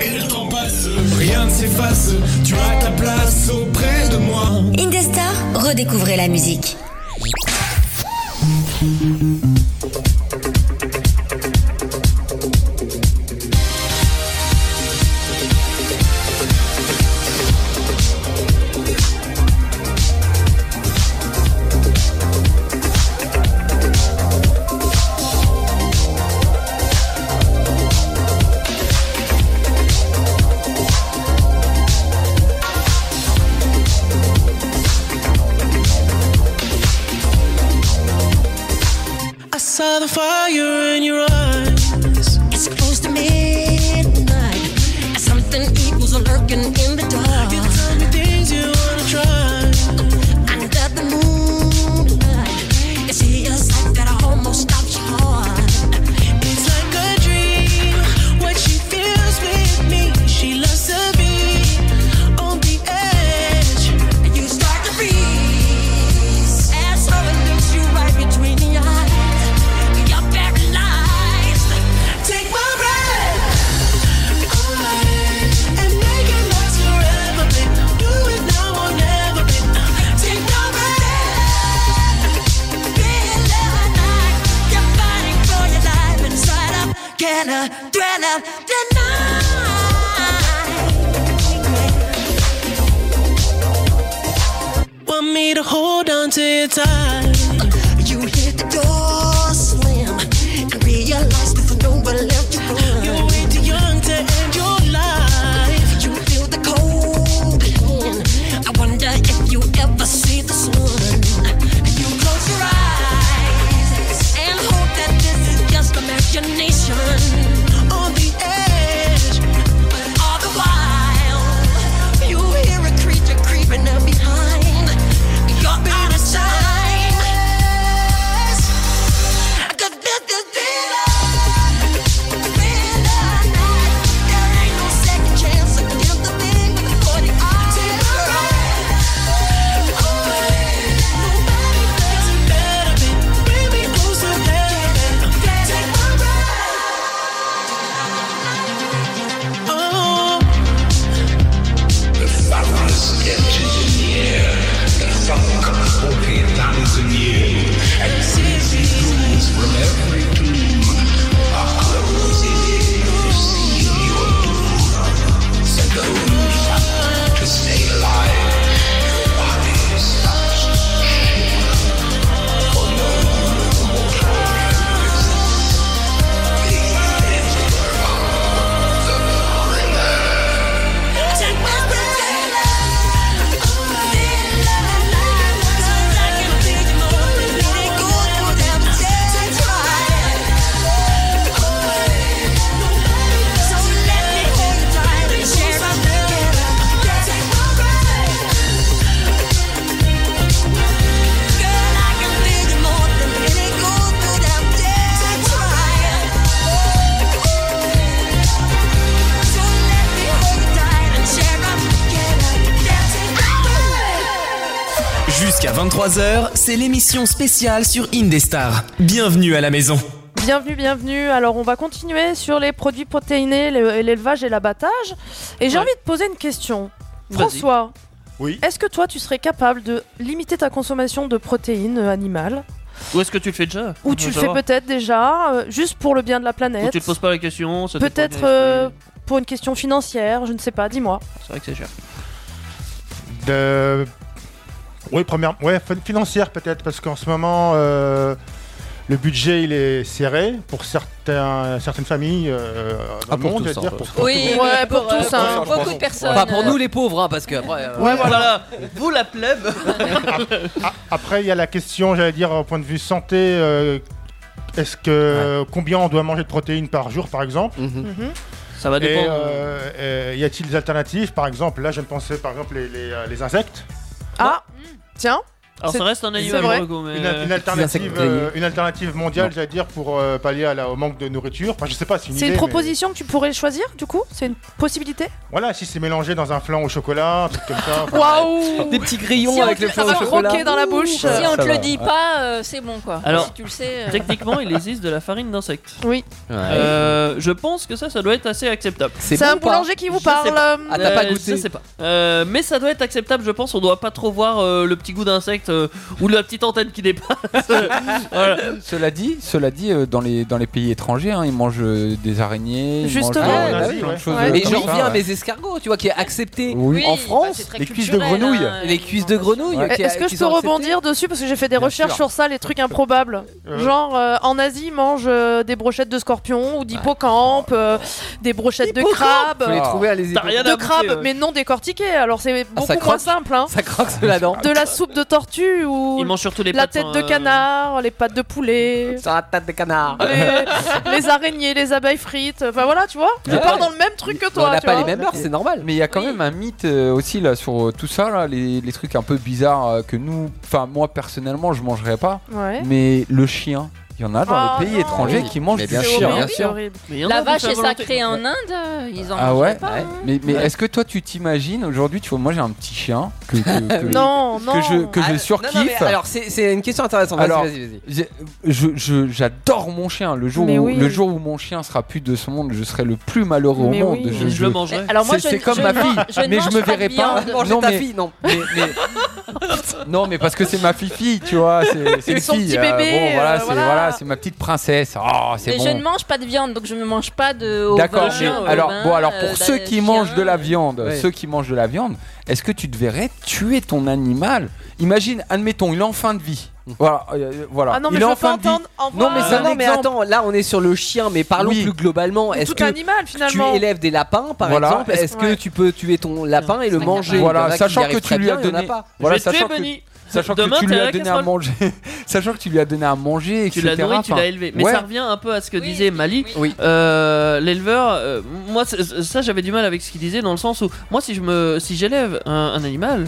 Speaker 13: Et le temps passe, rien ne s'efface, tu as ta place auprès de moi.
Speaker 8: Indestar, redécouvrez la musique.
Speaker 13: I saw the fire in your eyes.
Speaker 8: It's close to midnight. Something evil's lurking in the dark.
Speaker 13: You tell me things you wanna try.
Speaker 8: Under the moonlight, it's see a sight that almost stops your heart.
Speaker 13: It's like a dream. What she feels with me, she loves to be on the edge.
Speaker 8: And you start to freeze as someone looks you right between the eyes. You're paralyzed.
Speaker 13: Take my breath away and make it last forever, babe. Do it now or never, babe. Take my breath. Feel it like you're fighting for your life inside of
Speaker 8: Can I dwell on the night?
Speaker 13: Want me to hold on to you tight.
Speaker 8: You hear the door slam and realize there's no one left to run.
Speaker 13: You're way too young to end your life.
Speaker 8: You feel the cold hand. I wonder if you ever see the sun. You close your eyes and hope that this is just imagination.
Speaker 13: On the edge,
Speaker 8: But all the while, you hear a creature creeping up behind. You're out of sight.
Speaker 9: Jusqu'à 23h, c'est l'émission spéciale sur Indestar. Bienvenue à la maison.
Speaker 2: Bienvenue, bienvenue. Alors, on va continuer sur les produits protéinés, le- l'élevage et l'abattage. Et j'ai envie de poser une question.
Speaker 7: Vas-y.
Speaker 2: François,
Speaker 7: Oui.
Speaker 2: est-ce que toi, tu serais capable de limiter ta consommation de protéines euh, animales
Speaker 3: Ou est-ce que tu le fais déjà
Speaker 2: Ou tu le fais peut-être déjà, euh, juste pour le bien de la
Speaker 3: Ou
Speaker 2: planète
Speaker 3: tu te poses pas la question ça dépend
Speaker 2: Peut-être
Speaker 3: des-
Speaker 2: euh, pour une question financière, je ne sais pas, dis-moi.
Speaker 3: C'est vrai que c'est cher.
Speaker 7: De... Oui, première. Ouais, fin- financière peut-être, parce qu'en ce moment, euh, le budget il est serré pour certains, certaines familles euh, dans
Speaker 4: Ah,
Speaker 7: le
Speaker 4: pour
Speaker 7: monde.
Speaker 4: tous,
Speaker 7: je veux dire,
Speaker 4: hein,
Speaker 7: pour-
Speaker 4: ouais. Oui,
Speaker 2: Ouais, pour
Speaker 4: euh,
Speaker 2: tous,
Speaker 4: pour-
Speaker 2: hein.
Speaker 4: pour- Beaucoup de personnes. Pas pour nous, les pauvres, hein, parce que après, euh, Ouais, voilà.
Speaker 3: Vous la plèbe
Speaker 7: Après, il y a la question, j'allais dire, au point de vue santé. euh, Est-ce que combien on doit manger de protéines par jour, par exemple
Speaker 3: Mhm.
Speaker 4: Mhm.
Speaker 2: Mhm.
Speaker 3: Ça va
Speaker 7: Et,
Speaker 3: dépendre.
Speaker 7: euh, euh, y a-t-il des alternatives Par exemple, là, je me pensais, par exemple, les, les, euh, les insectes.
Speaker 2: Ah, tiens.
Speaker 3: Alors, ça
Speaker 7: C'est-
Speaker 3: reste un
Speaker 7: c'est
Speaker 3: animal
Speaker 7: vrai.
Speaker 3: pour le coup, mais-
Speaker 7: Une, une alternative, euh, une alternative mondiale, j'allais dire, pour euh, pallier à la- au manque de nourriture. Enfin, je sais pas, c'est une idée,
Speaker 2: C'est une
Speaker 7: mais-
Speaker 2: proposition que tu pourrais choisir, du coup C'est une possibilité
Speaker 7: Voilà, si c'est mélangé dans un flan au chocolat, un truc comme ça. enfin-
Speaker 2: Waouh
Speaker 4: Des petits grillons avec le fond au chocolat.
Speaker 6: croqué dans la bouche. Si
Speaker 7: Ouais, ça
Speaker 6: on te le
Speaker 7: va.
Speaker 6: dit
Speaker 7: Ouais.
Speaker 6: pas, euh, c'est bon quoi.
Speaker 3: Alors,
Speaker 6: si tu le sais. euh,
Speaker 3: techniquement, il existe de la farine d'insectes.
Speaker 2: Oui.
Speaker 3: Euh, je pense que ça, ça doit être assez acceptable.
Speaker 2: C'est C'est bon un ou pas boulanger qui vous parle, euh, Ah, t'as pas
Speaker 3: Euh,
Speaker 4: goûté.
Speaker 3: Je sais pas. Euh, mais ça doit être acceptable, je pense. On doit pas trop voir euh, le petit goût d'insecte euh, ou la petite antenne qui dépasse. Voilà.
Speaker 5: Cela dit, cela dit euh, dans, les, dans les pays étrangers, hein, ils mangent euh, des araignées, ils mangent, euh,
Speaker 4: Ah
Speaker 5: plein de choses, euh,
Speaker 4: Et
Speaker 5: comme
Speaker 4: je
Speaker 5: ça,
Speaker 4: reviens à
Speaker 5: ouais.
Speaker 4: mes escargots, tu vois, qui est accepté
Speaker 5: Oui.
Speaker 4: en
Speaker 5: Oui, bah,
Speaker 4: France.
Speaker 5: c'est très Les cuisses de culturel, grenouille. hein,
Speaker 4: les cuisses de grenouille.
Speaker 2: Eh, Est-ce que je peux rebondir dessus Parce que j'ai fait des recherches
Speaker 4: sûr.
Speaker 2: sur ça, les trucs improbables.
Speaker 4: Euh.
Speaker 2: Genre, euh, en Asie, ils mangent euh, des brochettes de scorpion ou d'hippocampe, euh, des brochettes de crabe.
Speaker 4: Vous les trouvez, allez-y. Ah. T'as rien à
Speaker 2: De
Speaker 4: bouffer,
Speaker 2: crabe,
Speaker 4: euh.
Speaker 2: mais non décortiquées. Alors, c'est beaucoup moins
Speaker 4: croque.
Speaker 2: simple. hein.
Speaker 4: Ça croque sous la dent.
Speaker 2: De la soupe de tortue ou
Speaker 4: Ils mangent surtout les
Speaker 2: la
Speaker 4: pattes,
Speaker 2: tête
Speaker 4: hein,
Speaker 2: de
Speaker 4: euh.
Speaker 2: canard, les pattes de poulet,
Speaker 4: Sur la tête de canard.
Speaker 2: les, les araignées, les abeilles frites. Enfin voilà, tu vois. Je
Speaker 5: Ouais.
Speaker 2: pars dans le même truc que toi. tu vois.
Speaker 4: normal.
Speaker 5: Mais il y a quand même un mythe euh, aussi là sur euh, tout ça, là, les, les trucs un peu bizarres euh, que nous, enfin moi personnellement, je mangerais pas.
Speaker 2: Ouais.
Speaker 5: Mais le chien, il y en a dans
Speaker 6: Ah
Speaker 5: les pays
Speaker 6: non.
Speaker 5: étrangers
Speaker 6: Oui.
Speaker 5: qui mangent
Speaker 4: Mais
Speaker 5: du
Speaker 4: bien
Speaker 5: chien.
Speaker 4: sûr, bien sûr.
Speaker 6: La vache est sacrée en Inde, euh, ils en
Speaker 5: Ah
Speaker 6: mangent
Speaker 5: ouais,
Speaker 6: pas. hein.
Speaker 5: Mais, mais
Speaker 6: Ouais.
Speaker 5: est-ce que toi tu t'imagines aujourd'hui, tu vois, moi j'ai un petit chien que, que- que-
Speaker 6: Non,
Speaker 5: que
Speaker 6: non.
Speaker 5: je, que
Speaker 4: Ah,
Speaker 5: je
Speaker 4: non,
Speaker 5: surkiffe.
Speaker 4: non, mais alors, c'est c'est une question intéressante. Vas-y,
Speaker 5: Alors,
Speaker 4: vas-y, vas-y.
Speaker 5: j'ai- je- je- j'adore mon chien. Le jour,
Speaker 4: Mais
Speaker 5: où,
Speaker 4: oui.
Speaker 5: le jour où mon chien sera plus de ce monde, je serai le plus malheureux
Speaker 4: Mais
Speaker 5: au monde. Eh,
Speaker 4: oui. Et je le mangerai.
Speaker 5: c'est-
Speaker 4: Alors moi, je
Speaker 5: c'est
Speaker 4: ne-
Speaker 5: comme
Speaker 4: je
Speaker 5: ma
Speaker 4: ne-
Speaker 5: fille,
Speaker 4: je ne
Speaker 5: mais je
Speaker 4: mange pas
Speaker 5: me
Speaker 4: de
Speaker 5: verrai pas.
Speaker 4: viande. Manger
Speaker 5: non,
Speaker 4: ta
Speaker 5: mais-
Speaker 4: fille, non.
Speaker 5: Mais, mais- non, mais parce que c'est ma fille fille, tu vois. C'est c'est une
Speaker 6: Son
Speaker 5: fille.
Speaker 6: petit
Speaker 5: euh,
Speaker 6: bébé,
Speaker 5: bon,
Speaker 6: euh,
Speaker 5: voilà, c'est
Speaker 6: voilà.
Speaker 5: voilà, c'est ma petite princesse. Oh, c'est
Speaker 6: Mais
Speaker 5: bon.
Speaker 6: je ne mange pas de viande, donc je ne mange pas de. au
Speaker 5: D'accord.
Speaker 6: vin,
Speaker 5: mais
Speaker 6: au
Speaker 5: alors,
Speaker 6: vin,
Speaker 5: bon, alors
Speaker 6: euh,
Speaker 5: pour
Speaker 6: bah,
Speaker 5: ceux qui mangent de la viande,
Speaker 6: Ouais.
Speaker 5: ceux qui mangent de la viande, est-ce que tu te verrais tuer ton animal Imagine, admettons, il est en fin de vie. Voilà, euh, voilà.
Speaker 4: Ah non, mais
Speaker 5: il
Speaker 4: je
Speaker 5: est
Speaker 4: veux
Speaker 5: en fin
Speaker 4: pas
Speaker 5: de vie.
Speaker 4: entendre, au
Speaker 5: Non, mais
Speaker 4: revoir.
Speaker 5: c'est un
Speaker 4: Non, non, mais
Speaker 5: exemple.
Speaker 4: attends, là on est sur le chien, mais parlons
Speaker 5: Oui.
Speaker 4: plus globalement.
Speaker 5: Ou
Speaker 4: Est-ce
Speaker 5: tout
Speaker 4: que
Speaker 5: animal, finalement.
Speaker 4: tu élèves des lapins, par
Speaker 5: Voilà.
Speaker 4: exemple
Speaker 5: Est-ce-
Speaker 4: Est-ce que tu peux tuer ton lapin et le manger Il y en a
Speaker 5: Voilà,
Speaker 4: qui y
Speaker 5: sachant que
Speaker 4: arrivent
Speaker 5: tu
Speaker 4: très
Speaker 5: lui
Speaker 4: bien,
Speaker 5: as
Speaker 4: il y en a
Speaker 5: donné.
Speaker 4: pas. Je vais
Speaker 5: Voilà,
Speaker 4: te
Speaker 5: sachant
Speaker 4: tuer,
Speaker 5: que,
Speaker 4: Benny.
Speaker 5: sachant
Speaker 4: Demain,
Speaker 5: que tu
Speaker 4: t'es
Speaker 5: lui
Speaker 4: à
Speaker 5: as
Speaker 4: la
Speaker 5: donné à
Speaker 4: casserole.
Speaker 5: manger, sachant que tu lui as donné à manger,
Speaker 3: Tu
Speaker 5: etc.
Speaker 3: l'as nourri, tu
Speaker 5: enfin,
Speaker 3: l'as élevé. Mais
Speaker 5: ouais.
Speaker 3: ça revient un peu à ce que disait Mali. Euh, L'éleveur, euh, moi, c'est- ça, j'avais du mal avec ce qu'il disait dans le sens où, moi, si je me, si j'élève un, un animal.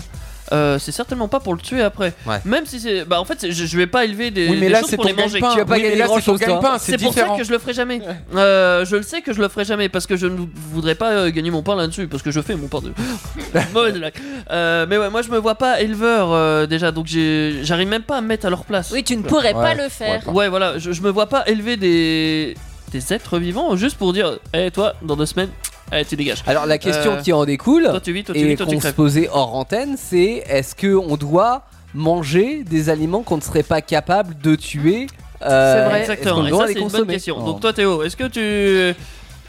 Speaker 3: euh, c'est certainement pas pour le tuer après. Même si c'est, bah en fait, c'est- je, je vais pas élever des,
Speaker 5: Oui, mais
Speaker 3: des
Speaker 5: là,
Speaker 3: choses
Speaker 5: c'est
Speaker 3: pour
Speaker 5: ton
Speaker 3: les manger.
Speaker 5: gagne-pain. Tu vas pas Oui, gagner mais là, c'est grand-chose, ton toi. gagne-pain, c'est
Speaker 3: C'est pour ça
Speaker 5: différent.
Speaker 3: que je le ferai jamais. Euh, je le sais que je le ferai jamais parce que je ne voudrais pas euh, gagner mon pain là-dessus parce que je fais mon pain de. Mauvaise blague. Euh, mais ouais, moi, je me vois pas éleveur euh, déjà, donc j'ai- j'arrive même pas à me mettre à leur place. Oui,
Speaker 6: tu ne pourrais pas le faire.
Speaker 3: Ouais, voilà, je, je me vois pas élever des, des êtres vivants juste pour dire, hé, toi, dans deux semaines, eh, tu dégages.
Speaker 4: Alors la question
Speaker 3: Euh,
Speaker 4: qui en découle
Speaker 3: toi, tu vis, toi, tu
Speaker 4: et
Speaker 3: vis, toi, tu
Speaker 4: qu'on se
Speaker 3: crèves.
Speaker 4: posait hors antenne, c'est est-ce que on doit manger des aliments qu'on ne serait pas capable de tuer euh, est-ce qu'on
Speaker 3: Exactement. Et
Speaker 4: doit
Speaker 3: ça,
Speaker 4: les
Speaker 3: c'est une bonne
Speaker 4: consommer Oh.
Speaker 3: question.
Speaker 4: Non.
Speaker 3: Donc toi, Théo, est-ce que tu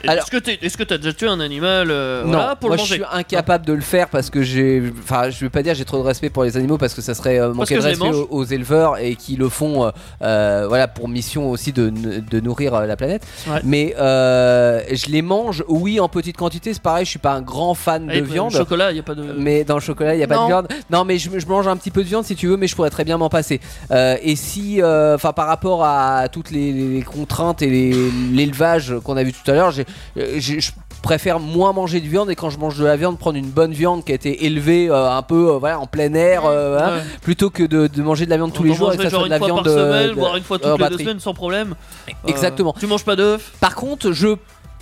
Speaker 3: est-ce que t'es- est-ce que t'as déjà tué un animal euh,
Speaker 4: Non,
Speaker 3: voilà, pour
Speaker 4: moi
Speaker 3: le manger
Speaker 4: je suis incapable de le faire parce que j'ai. Enfin, je veux pas dire j'ai trop de respect pour les animaux parce que ça serait euh,
Speaker 3: Parce
Speaker 4: manquer
Speaker 3: que
Speaker 4: de
Speaker 3: je les
Speaker 4: respect
Speaker 3: mange.
Speaker 4: aux, aux éleveurs et qui le font euh, euh, voilà, pour mission aussi de, de nourrir euh, la planète.
Speaker 3: Ouais.
Speaker 4: Mais euh, je les mange, oui, en petite quantité, c'est pareil, je suis pas un grand fan
Speaker 3: Eh,
Speaker 4: de
Speaker 3: bah,
Speaker 4: viande.
Speaker 3: Le chocolat, il y a pas de.
Speaker 4: Mais dans le chocolat, il n'y a pas
Speaker 3: Non.
Speaker 4: de viande. Non, mais je, je mange un petit peu de viande si tu veux, mais je pourrais très bien m'en passer. Euh, et si, euh, enfin, par rapport à toutes les, les contraintes et les- l'élevage qu'on a vu tout à l'heure, j'ai- euh, j'ai- je préfère moins manger de viande et quand je mange de la viande, prendre une bonne viande qui a été élevée euh, un peu euh, voilà, en plein air, euh, hein,
Speaker 3: Ouais.
Speaker 4: plutôt que de, de manger de la viande tous les
Speaker 3: T'en
Speaker 4: jours et que
Speaker 3: mangerais
Speaker 4: ça
Speaker 3: genre
Speaker 4: soit de la
Speaker 3: une fois
Speaker 4: viande.
Speaker 3: par
Speaker 4: euh,
Speaker 3: semaine,
Speaker 4: de-
Speaker 3: voire une fois
Speaker 4: euh,
Speaker 3: toutes les deux
Speaker 4: batterie.
Speaker 3: semaines sans problème. Euh,
Speaker 4: Exactement.
Speaker 3: tu manges pas d'œufs
Speaker 4: Par contre, je euh,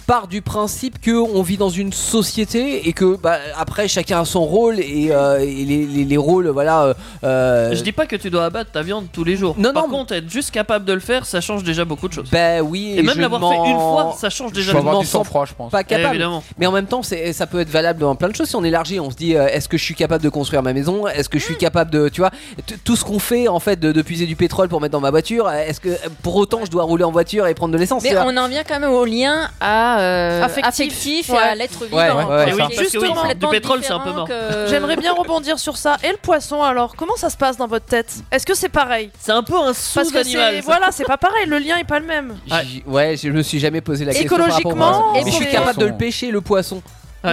Speaker 4: part du principe que on vit dans une société et que bah, après chacun a son rôle et, euh, et les, les- les rôles voilà. euh, euh,
Speaker 3: Je dis pas que tu dois abattre ta viande tous les jours.
Speaker 4: Non,
Speaker 3: Par
Speaker 4: non.
Speaker 3: contre, être juste capable de le faire, ça change déjà beaucoup de choses.
Speaker 4: Bah oui.
Speaker 3: Et même
Speaker 4: je
Speaker 3: l'avoir fait
Speaker 4: m'en-
Speaker 3: une fois, ça change déjà
Speaker 4: je
Speaker 3: beaucoup
Speaker 4: m'en
Speaker 3: de
Speaker 4: sens
Speaker 3: choses.
Speaker 4: Pas
Speaker 3: Eh,
Speaker 4: capable.
Speaker 3: évidemment.
Speaker 4: Mais en même temps, c'est- ça peut être valable dans plein de choses. Si on élargit, on se dit euh, est-ce que je suis capable de construire ma maison Est-ce que je suis capable de, tu vois, t- tout ce qu'on fait en fait de, de puiser du pétrole pour mettre dans ma voiture euh, Est-ce que euh, pour autant je dois rouler en voiture et prendre de l'essence
Speaker 6: Mais
Speaker 4: tu vois
Speaker 6: on en vient quand même au lien à, euh,
Speaker 2: Affectif.
Speaker 6: affectif.
Speaker 2: Ouais.
Speaker 6: et à l'être vivant. euh,
Speaker 4: Ouais, ouais,
Speaker 6: quoi.
Speaker 4: ouais,
Speaker 6: C'est
Speaker 4: ça.
Speaker 6: quelque
Speaker 3: Parce que oui,
Speaker 6: chose
Speaker 3: du
Speaker 6: complètement
Speaker 3: pétrole, c'est un peu
Speaker 6: différent
Speaker 3: mort.
Speaker 6: que-
Speaker 2: J'aimerais bien rebondir sur ça. Et le poisson alors, comment ça se passe dans votre tête Est-ce que c'est pareil
Speaker 3: C'est un peu un
Speaker 2: Parce que
Speaker 4: sous-animal,
Speaker 2: c'est
Speaker 4: ça.
Speaker 2: voilà, c'est pas pareil. Le lien est pas le même.
Speaker 4: J'y- Ouais, je me suis jamais posé la question. par rapport à
Speaker 2: Écologiquement,
Speaker 4: ça.
Speaker 2: et
Speaker 4: mais je suis
Speaker 2: pour-
Speaker 4: capable de le pêcher le poisson.
Speaker 2: Ouais.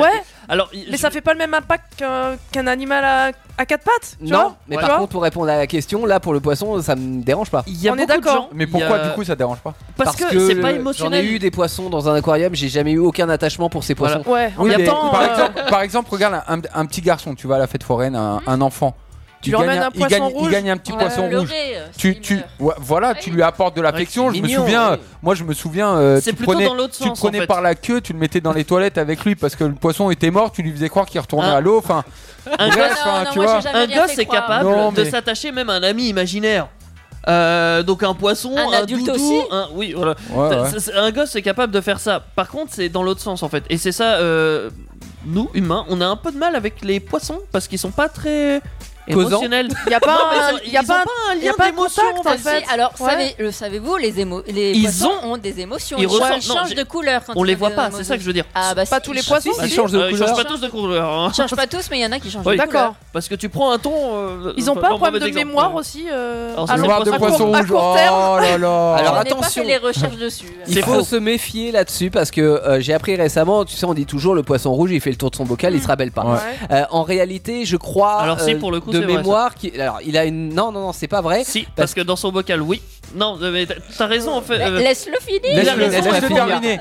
Speaker 3: Alors,
Speaker 2: Mais ça fait pas le même impact qu'un qu'un animal à, à quatre pattes. Tu
Speaker 4: non,
Speaker 2: vois
Speaker 4: mais
Speaker 2: Tu
Speaker 4: par
Speaker 2: vois
Speaker 4: contre, pour répondre à la question, là pour le poisson, ça me dérange pas.
Speaker 3: Il y a On est beaucoup de d'accord. gens-
Speaker 5: Mais pourquoi
Speaker 4: il y a-
Speaker 5: du coup ça dérange pas
Speaker 4: Parce, que,
Speaker 3: c'est pas
Speaker 4: le- J'en ai
Speaker 3: émotionnel.
Speaker 4: eu des poissons dans un aquarium, j'ai jamais eu aucun attachement pour ces poissons.
Speaker 5: Oui, mais
Speaker 2: euh,
Speaker 5: par, exemple, par exemple, regarde un, un petit garçon, tu vas à la fête foraine, un, un enfant.
Speaker 2: Hmm. Tu
Speaker 5: Il
Speaker 2: lui
Speaker 5: gagne
Speaker 2: emmènes un
Speaker 5: il
Speaker 2: poisson
Speaker 5: gagne-
Speaker 2: rouge.
Speaker 5: Il gagne un petit
Speaker 2: Ouais.
Speaker 5: poisson
Speaker 2: Le
Speaker 5: rouge.
Speaker 2: leurrer, euh,
Speaker 5: Tu, tu, ouais,
Speaker 3: Ah
Speaker 5: voilà, tu lui apportes de l'affection.
Speaker 3: c'est
Speaker 5: je me
Speaker 3: mignon,
Speaker 5: souviens,
Speaker 3: oui.
Speaker 5: euh, moi je me souviens, euh,
Speaker 3: C'est
Speaker 5: tu
Speaker 3: plutôt
Speaker 5: prenais,
Speaker 3: dans l'autre
Speaker 5: tu
Speaker 3: sens,
Speaker 5: le prenais
Speaker 3: en fait.
Speaker 5: par la queue, tu le mettais dans les toilettes avec lui parce que le poisson était mort, tu lui faisais croire qu'il retournait à l'eau. Enfin,
Speaker 3: Ah. Un
Speaker 5: bref,
Speaker 3: gosse,
Speaker 5: enfin, tu vois.
Speaker 3: un gosse est capable
Speaker 5: Non, mais-
Speaker 3: de s'attacher même à un ami imaginaire. Euh, donc un poisson,
Speaker 6: Un
Speaker 3: un,
Speaker 6: adulte
Speaker 3: doudou,
Speaker 6: aussi
Speaker 3: un- oui voilà.
Speaker 5: Ouais,
Speaker 3: Ça-
Speaker 5: ouais.
Speaker 3: ça- ça- Un gosse est capable de faire ça. Par contre, c'est dans l'autre sens en fait. Et c'est ça, euh, nous humains, on a un peu de mal avec les poissons parce qu'ils sont pas très
Speaker 4: Causants.
Speaker 3: émotionnels.
Speaker 2: Y a pas
Speaker 3: Non, mais
Speaker 2: un-
Speaker 3: ils ont-
Speaker 2: y a
Speaker 3: ils
Speaker 2: pas
Speaker 3: ont
Speaker 2: un-
Speaker 3: un
Speaker 2: y a
Speaker 3: lien
Speaker 2: pas un
Speaker 3: d'émotion
Speaker 2: contact,
Speaker 3: en
Speaker 6: Ah,
Speaker 3: fait.
Speaker 6: si, alors,
Speaker 3: Ouais.
Speaker 6: savez- le savez-vous, les, émo- les
Speaker 3: Ils
Speaker 6: poissons
Speaker 3: ont-
Speaker 6: ont des émotions.
Speaker 3: ils
Speaker 6: Ils,
Speaker 3: ressentent-
Speaker 6: changent-
Speaker 3: non,
Speaker 6: changent
Speaker 3: j'ai-
Speaker 6: de couleur. Quand
Speaker 3: on
Speaker 6: ils
Speaker 3: les
Speaker 6: ont
Speaker 3: voit
Speaker 6: des
Speaker 3: pas, c'est ça que je veux dire.
Speaker 6: Ah, bah,
Speaker 2: Pas
Speaker 6: si,
Speaker 2: tous les
Speaker 6: ils
Speaker 2: poissons,
Speaker 6: changent-
Speaker 2: si.
Speaker 6: Ils
Speaker 2: changent de
Speaker 3: Euh, ils changent pas
Speaker 2: couleur.
Speaker 3: tous de couleur. hein.
Speaker 6: changent pas tous, mais il y en a qui changent
Speaker 3: Oui.
Speaker 6: de couleur.
Speaker 3: Parce que tu prends un ton. euh,
Speaker 2: Ils ont
Speaker 3: enfin,
Speaker 2: pas un
Speaker 3: bon,
Speaker 2: problème de
Speaker 3: mauvais exemple.
Speaker 2: mémoire aussi. euh,
Speaker 6: Ah,
Speaker 3: Alors,
Speaker 2: à
Speaker 3: c'est
Speaker 2: long-
Speaker 3: le
Speaker 2: à
Speaker 3: de
Speaker 2: court-
Speaker 3: poisson
Speaker 2: à
Speaker 3: rouge.
Speaker 2: court terme.
Speaker 4: Oh là là Alors
Speaker 6: J'en ai pas
Speaker 4: attention
Speaker 6: fait les recherches dessus.
Speaker 4: Il faut se méfier là-dessus parce que euh, j'ai appris récemment, tu sais, on dit toujours le poisson rouge, il fait le tour de son bocal, il
Speaker 2: Mmh.
Speaker 4: se rappelle pas. Euh, en réalité, je crois
Speaker 3: Alors si,
Speaker 4: euh,
Speaker 3: pour le coup,
Speaker 4: de
Speaker 3: c'est vrai, ça.
Speaker 4: mémoire, qui... alors il a une, non non non, c'est pas vrai.
Speaker 3: Si, parce que dans son bocal, oui. Non, euh, mais t'as- t'as raison en fait. euh,
Speaker 6: Laisse-le finir.
Speaker 4: Laisse-le-
Speaker 3: Il a raison.
Speaker 4: laisse-le
Speaker 3: Laisse-le
Speaker 4: terminer.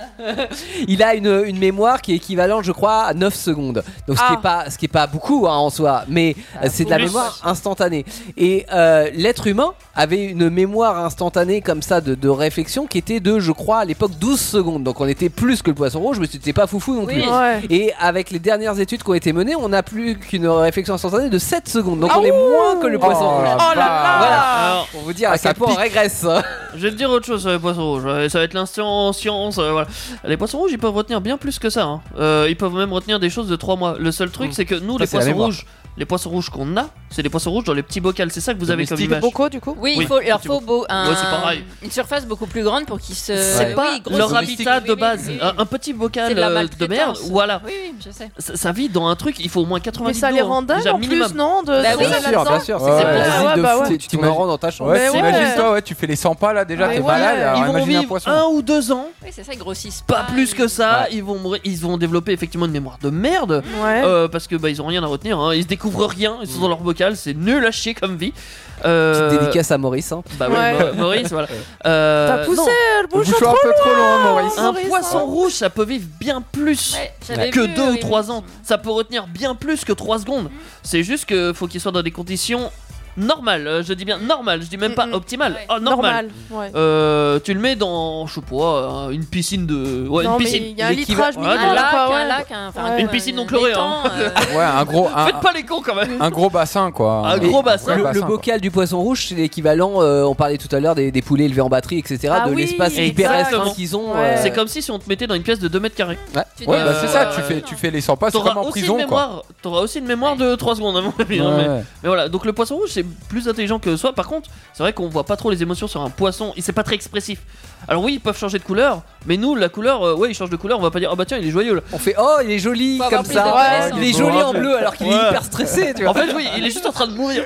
Speaker 4: il a une, une mémoire qui est équivalente, je crois, à 9 secondes. Donc ce qui
Speaker 2: Ah.
Speaker 4: est pas ce qui est pas beaucoup hein, en soi, mais euh, c'est de la
Speaker 2: plus.
Speaker 4: mémoire instantanée. Et euh, l'être humain avait une mémoire instantanée comme ça de, de réflexion qui était de, je crois, à l'époque 12 secondes. Donc on était plus que le poisson rouge, mais c'était pas foufou non
Speaker 2: Oui.
Speaker 4: plus.
Speaker 2: Ouais.
Speaker 4: Et avec les dernières études qui ont été menées, on n'a plus qu'une réflexion instantanée de 7 secondes. Donc
Speaker 2: Ah
Speaker 4: on est
Speaker 2: ouh.
Speaker 4: moins que le poisson
Speaker 5: Oh
Speaker 4: rouge.
Speaker 5: la
Speaker 2: Oh là là.
Speaker 4: Voilà.
Speaker 3: Alors, ah,
Speaker 4: Pour vous dire à quel point on régresse.
Speaker 3: Je vais te dire autre chose sur les poissons rouges. Euh, Ça va être l'instant science. euh, voilà. Les poissons rouges, ils peuvent retenir bien plus que ça. hein. Euh, ils peuvent même retenir des choses de 3 mois. Le seul truc, c'est que nous,
Speaker 5: Ça,
Speaker 3: les
Speaker 5: c'est la
Speaker 3: poissons
Speaker 5: mémoire.
Speaker 3: rouges, les poissons rouges qu'on a, c'est les poissons rouges dans les petits bocals. C'est ça que vous avez comme
Speaker 2: Steve
Speaker 3: image.
Speaker 2: Bocco, du coup
Speaker 6: Oui,
Speaker 3: Oui.
Speaker 6: il faut, il leur faut beau- un-
Speaker 3: Ouais, c'est pareil.
Speaker 6: une surface beaucoup plus grande pour qu'ils se.
Speaker 3: C'est
Speaker 6: Euh, oui,
Speaker 3: pas
Speaker 6: grossissent.
Speaker 3: leur
Speaker 6: Oui,
Speaker 3: habitat
Speaker 6: oui,
Speaker 3: de
Speaker 6: oui,
Speaker 3: base.
Speaker 6: oui, oui.
Speaker 3: Un, un petit bocal
Speaker 6: C'est de la
Speaker 3: euh, de,
Speaker 6: maltraitance.
Speaker 3: merde, voilà.
Speaker 6: Oui, oui, je sais.
Speaker 3: Ça, ça vit dans un truc, il faut au moins 90
Speaker 2: Mais ça les rend dingues en plus, non de-
Speaker 3: Bah
Speaker 2: de-
Speaker 3: oui.
Speaker 2: de-
Speaker 3: Bien
Speaker 2: là-dedans.
Speaker 5: Ouais, ouais.
Speaker 4: Vas-y,
Speaker 2: ouais,
Speaker 4: de
Speaker 2: bah
Speaker 4: fou,
Speaker 2: ouais.
Speaker 4: tu- Tu me rends dans ta chambre.
Speaker 5: Ouais,
Speaker 2: Mais
Speaker 5: t'imagines
Speaker 2: ouais.
Speaker 5: toi, ouais, tu fais les 100 pas là déjà,
Speaker 2: Mais
Speaker 5: t'es
Speaker 2: ouais.
Speaker 5: malade. alors
Speaker 3: Ils vont
Speaker 5: imagine un
Speaker 3: vivre
Speaker 5: poisson.
Speaker 3: un ou deux ans.
Speaker 6: Oui, c'est ça, ils grossissent
Speaker 3: pas
Speaker 6: pas.
Speaker 3: plus que ça, ils vont mourir- ils vont développer effectivement une mémoire de merde
Speaker 2: Ouais.
Speaker 3: euh, parce que bah ils ont rien à retenir, hein. ils se découvrent rien, ils sont dans leur bocal, c'est nul à chier comme vie. Euh,
Speaker 4: Mm. Petite dédicace à Maurice. hein.
Speaker 3: Bah oui,
Speaker 2: Ouais.
Speaker 3: Maur- Maurice, voilà. Euh,
Speaker 2: T'as poussé
Speaker 3: non,
Speaker 2: le bouchon trop
Speaker 5: peu trop long,
Speaker 3: Un
Speaker 2: Maurice,
Speaker 3: poisson
Speaker 2: hein.
Speaker 3: rouge, ça peut vivre bien plus
Speaker 6: Ouais, j'avais
Speaker 3: que
Speaker 6: vu,
Speaker 3: deux ou
Speaker 6: oui, Mm.
Speaker 3: trois ans. Ça peut retenir bien plus que trois secondes. C'est juste que faut qu'il soit dans des conditions normales. Euh, Je dis bien normales, je dis même pas optimales. Oh, normales.
Speaker 2: normal. ouais.
Speaker 3: Euh, tu le mets dans, je sais pas, euh, une piscine de. Ouais,
Speaker 2: Non,
Speaker 3: une
Speaker 2: mais
Speaker 3: piscine.
Speaker 2: il y a un
Speaker 3: L'équivalent-
Speaker 2: litrage
Speaker 3: Voilà,
Speaker 6: Un
Speaker 2: minimum.
Speaker 3: de la-
Speaker 6: lac,
Speaker 2: ouais.
Speaker 6: un lac, un- enfin,
Speaker 3: Une
Speaker 6: euh,
Speaker 3: piscine non
Speaker 6: des
Speaker 3: chlorée,
Speaker 6: temps,
Speaker 3: hein.
Speaker 6: euh,
Speaker 5: Ouais, un gros, un,
Speaker 3: Faites pas les cons quand même!
Speaker 5: un gros bassin quoi.
Speaker 3: Un gros bassin.
Speaker 5: vrai
Speaker 4: Le, le bocal du poisson rouge, c'est l'équivalent, euh, on parlait tout à l'heure des, des poulets élevés en batterie, etc.,
Speaker 2: Ah
Speaker 4: de
Speaker 2: oui,
Speaker 4: l'espace hyper
Speaker 3: exactement.
Speaker 4: restreint qu'ils ont.
Speaker 2: Ouais.
Speaker 4: euh,
Speaker 3: C'est comme si, si on te mettait dans une pièce de 2 mètres carrés.
Speaker 4: Ouais.
Speaker 6: tu
Speaker 5: Ouais,
Speaker 6: dis-
Speaker 5: bah c'est ça, tu
Speaker 3: Euh,
Speaker 5: fais, tu fais les 100 pas, c'est
Speaker 3: T'auras
Speaker 5: comme en
Speaker 3: aussi, une
Speaker 5: prison quoi.
Speaker 3: mémoire- t'auras aussi une mémoire de 3 secondes à mon avis, hein,
Speaker 5: Ouais,
Speaker 3: mais,
Speaker 5: ouais.
Speaker 3: mais voilà, donc le poisson rouge c'est plus intelligent que soi. Par contre, c'est vrai qu'on voit pas trop les émotions sur un poisson, il c'est pas très expressif. Alors oui, ils peuvent changer de couleur, mais nous, la couleur, euh, ouais, ils changent de couleur, on va pas dire ah bah tiens, il est joyeux là.
Speaker 4: On fait oh, il est joli
Speaker 6: Faut avoir
Speaker 4: comme
Speaker 6: plus
Speaker 4: ça.
Speaker 6: de
Speaker 4: il est
Speaker 5: connaissances.
Speaker 4: joli en bleu alors qu'il est
Speaker 3: Ouais.
Speaker 4: hyper stressé, tu vois.
Speaker 3: En fait, oui, il est juste en train de mourir.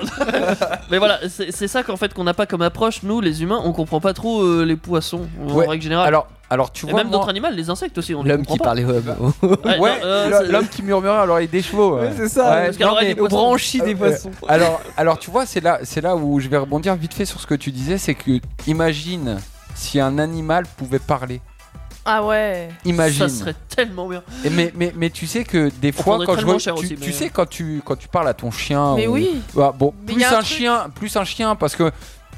Speaker 3: mais voilà, c'est c'est ça qu'en fait qu'on n'a pas comme approche, nous les humains, on comprend pas trop euh, les poissons en
Speaker 5: Ouais.
Speaker 3: règle générale.
Speaker 5: Alors, alors tu
Speaker 3: Et
Speaker 5: vois,
Speaker 3: même
Speaker 5: moi-
Speaker 3: d'autres animaux, les insectes aussi, on les
Speaker 4: L'homme qui
Speaker 3: comprend pas.
Speaker 4: parlait.
Speaker 3: Ouais,
Speaker 5: Bah, Ouais,
Speaker 3: non, euh,
Speaker 5: l'homme-
Speaker 3: c'est-
Speaker 5: l'homme qui murmurait à l'oreille des chevaux. ouais.
Speaker 4: c'est ça.
Speaker 5: Ouais,
Speaker 3: parce qu'à
Speaker 5: non,
Speaker 3: l'oreille
Speaker 5: mais-
Speaker 3: des poissons.
Speaker 4: branchie des poissons.
Speaker 5: alors, alors tu vois, c'est là, c'est là où je vais rebondir vite fait sur ce que tu disais, c'est que imagine si un animal pouvait parler.
Speaker 2: Ah ouais.
Speaker 5: Imagine.
Speaker 3: Ça serait tellement bien.
Speaker 5: Et mais, mais, mais tu sais que des fois
Speaker 3: prendrait
Speaker 5: quand je
Speaker 3: tellement
Speaker 5: vois, tu,
Speaker 3: cher aussi,
Speaker 5: tu
Speaker 3: mais-
Speaker 5: sais quand tu quand tu parles à ton chien.
Speaker 2: Mais
Speaker 5: ou-
Speaker 2: oui.
Speaker 5: Bah, bon,
Speaker 2: Mais
Speaker 5: plus
Speaker 2: y a un
Speaker 5: un,
Speaker 2: truc.
Speaker 5: chien, plus un chien parce que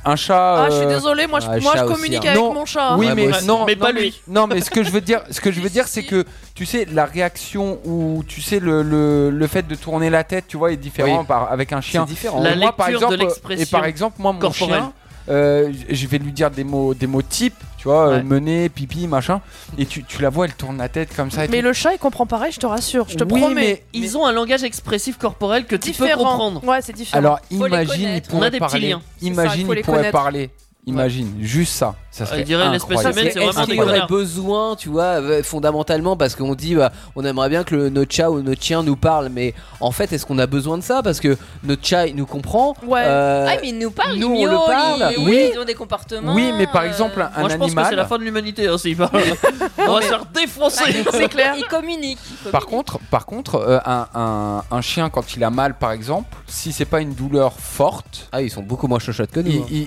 Speaker 5: un chat.
Speaker 2: Ah, je suis
Speaker 5: euh,
Speaker 2: désolé, moi, je- moi, je communique avec
Speaker 5: Non,
Speaker 2: mon chat, hein.
Speaker 5: Oui,
Speaker 2: Ouais,
Speaker 5: mais,
Speaker 2: moi aussi.
Speaker 5: non,
Speaker 2: Mais
Speaker 5: non,
Speaker 2: pas lui.
Speaker 5: Non, mais ce que je veux dire, ce que je veux dire, c'est que tu sais la réaction ou tu sais le, le, le fait de tourner la tête, tu vois, est différent
Speaker 4: Oui.
Speaker 5: par avec un chien.
Speaker 4: C'est différent.
Speaker 5: Et
Speaker 4: La
Speaker 5: moi, par
Speaker 4: lecture de
Speaker 5: exemple,
Speaker 4: l'expression
Speaker 5: et par exemple, moi, mon
Speaker 4: corporelle.
Speaker 5: chien. euh, j- je vais lui dire des mots, des mots types, tu vois, euh, mener, pipi, machin. Et tu, tu la vois, elle tourne la tête comme ça. et
Speaker 2: Mais
Speaker 5: tout.
Speaker 2: le chat, il comprend pareil, je te rassure, je te
Speaker 5: Oui,
Speaker 2: promets.
Speaker 5: mais-
Speaker 3: Ils ont un langage expressif corporel que tu peux
Speaker 2: Différent.
Speaker 3: comprendre.
Speaker 2: Ouais, c'est différent.
Speaker 5: Alors imagine, il
Speaker 3: On a
Speaker 5: pourrait
Speaker 3: des petits
Speaker 5: parler.
Speaker 3: liens.
Speaker 5: Imagine, il pourrait parler. Imagine, juste ça.
Speaker 2: Euh,
Speaker 5: Ça
Speaker 3: Ah,
Speaker 5: serait incroyable.
Speaker 4: Est-ce qu'il y aurait besoin, tu vois, euh, fondamentalement, parce qu'on dit, bah, on aimerait bien que le, notre chat ou notre chien nous parle, mais en fait, est-ce qu'on a besoin de ça Parce que notre chat, il nous comprend.
Speaker 6: Ouais.
Speaker 4: euh,
Speaker 6: ah, mais ils nous parlent,
Speaker 4: nous, on
Speaker 6: ils
Speaker 4: le
Speaker 6: miaulent,
Speaker 4: parle.
Speaker 6: ils,
Speaker 4: Oui.
Speaker 6: ils ont des comportements.
Speaker 5: Oui, mais par exemple, un
Speaker 3: euh, Moi, je pense que
Speaker 5: animal-
Speaker 3: c'est la fin de l'humanité hein, s'ils parlent. On va se faire défoncer.
Speaker 6: C'est clair. Ils communiquent. ils
Speaker 5: Par
Speaker 6: communiquent.
Speaker 5: contre, par contre, euh, un, un- un chien quand il a mal, par exemple, si c'est pas une douleur forte,
Speaker 4: ah ils sont beaucoup moins chochottes que nous.
Speaker 5: Il,
Speaker 4: hein.
Speaker 5: il-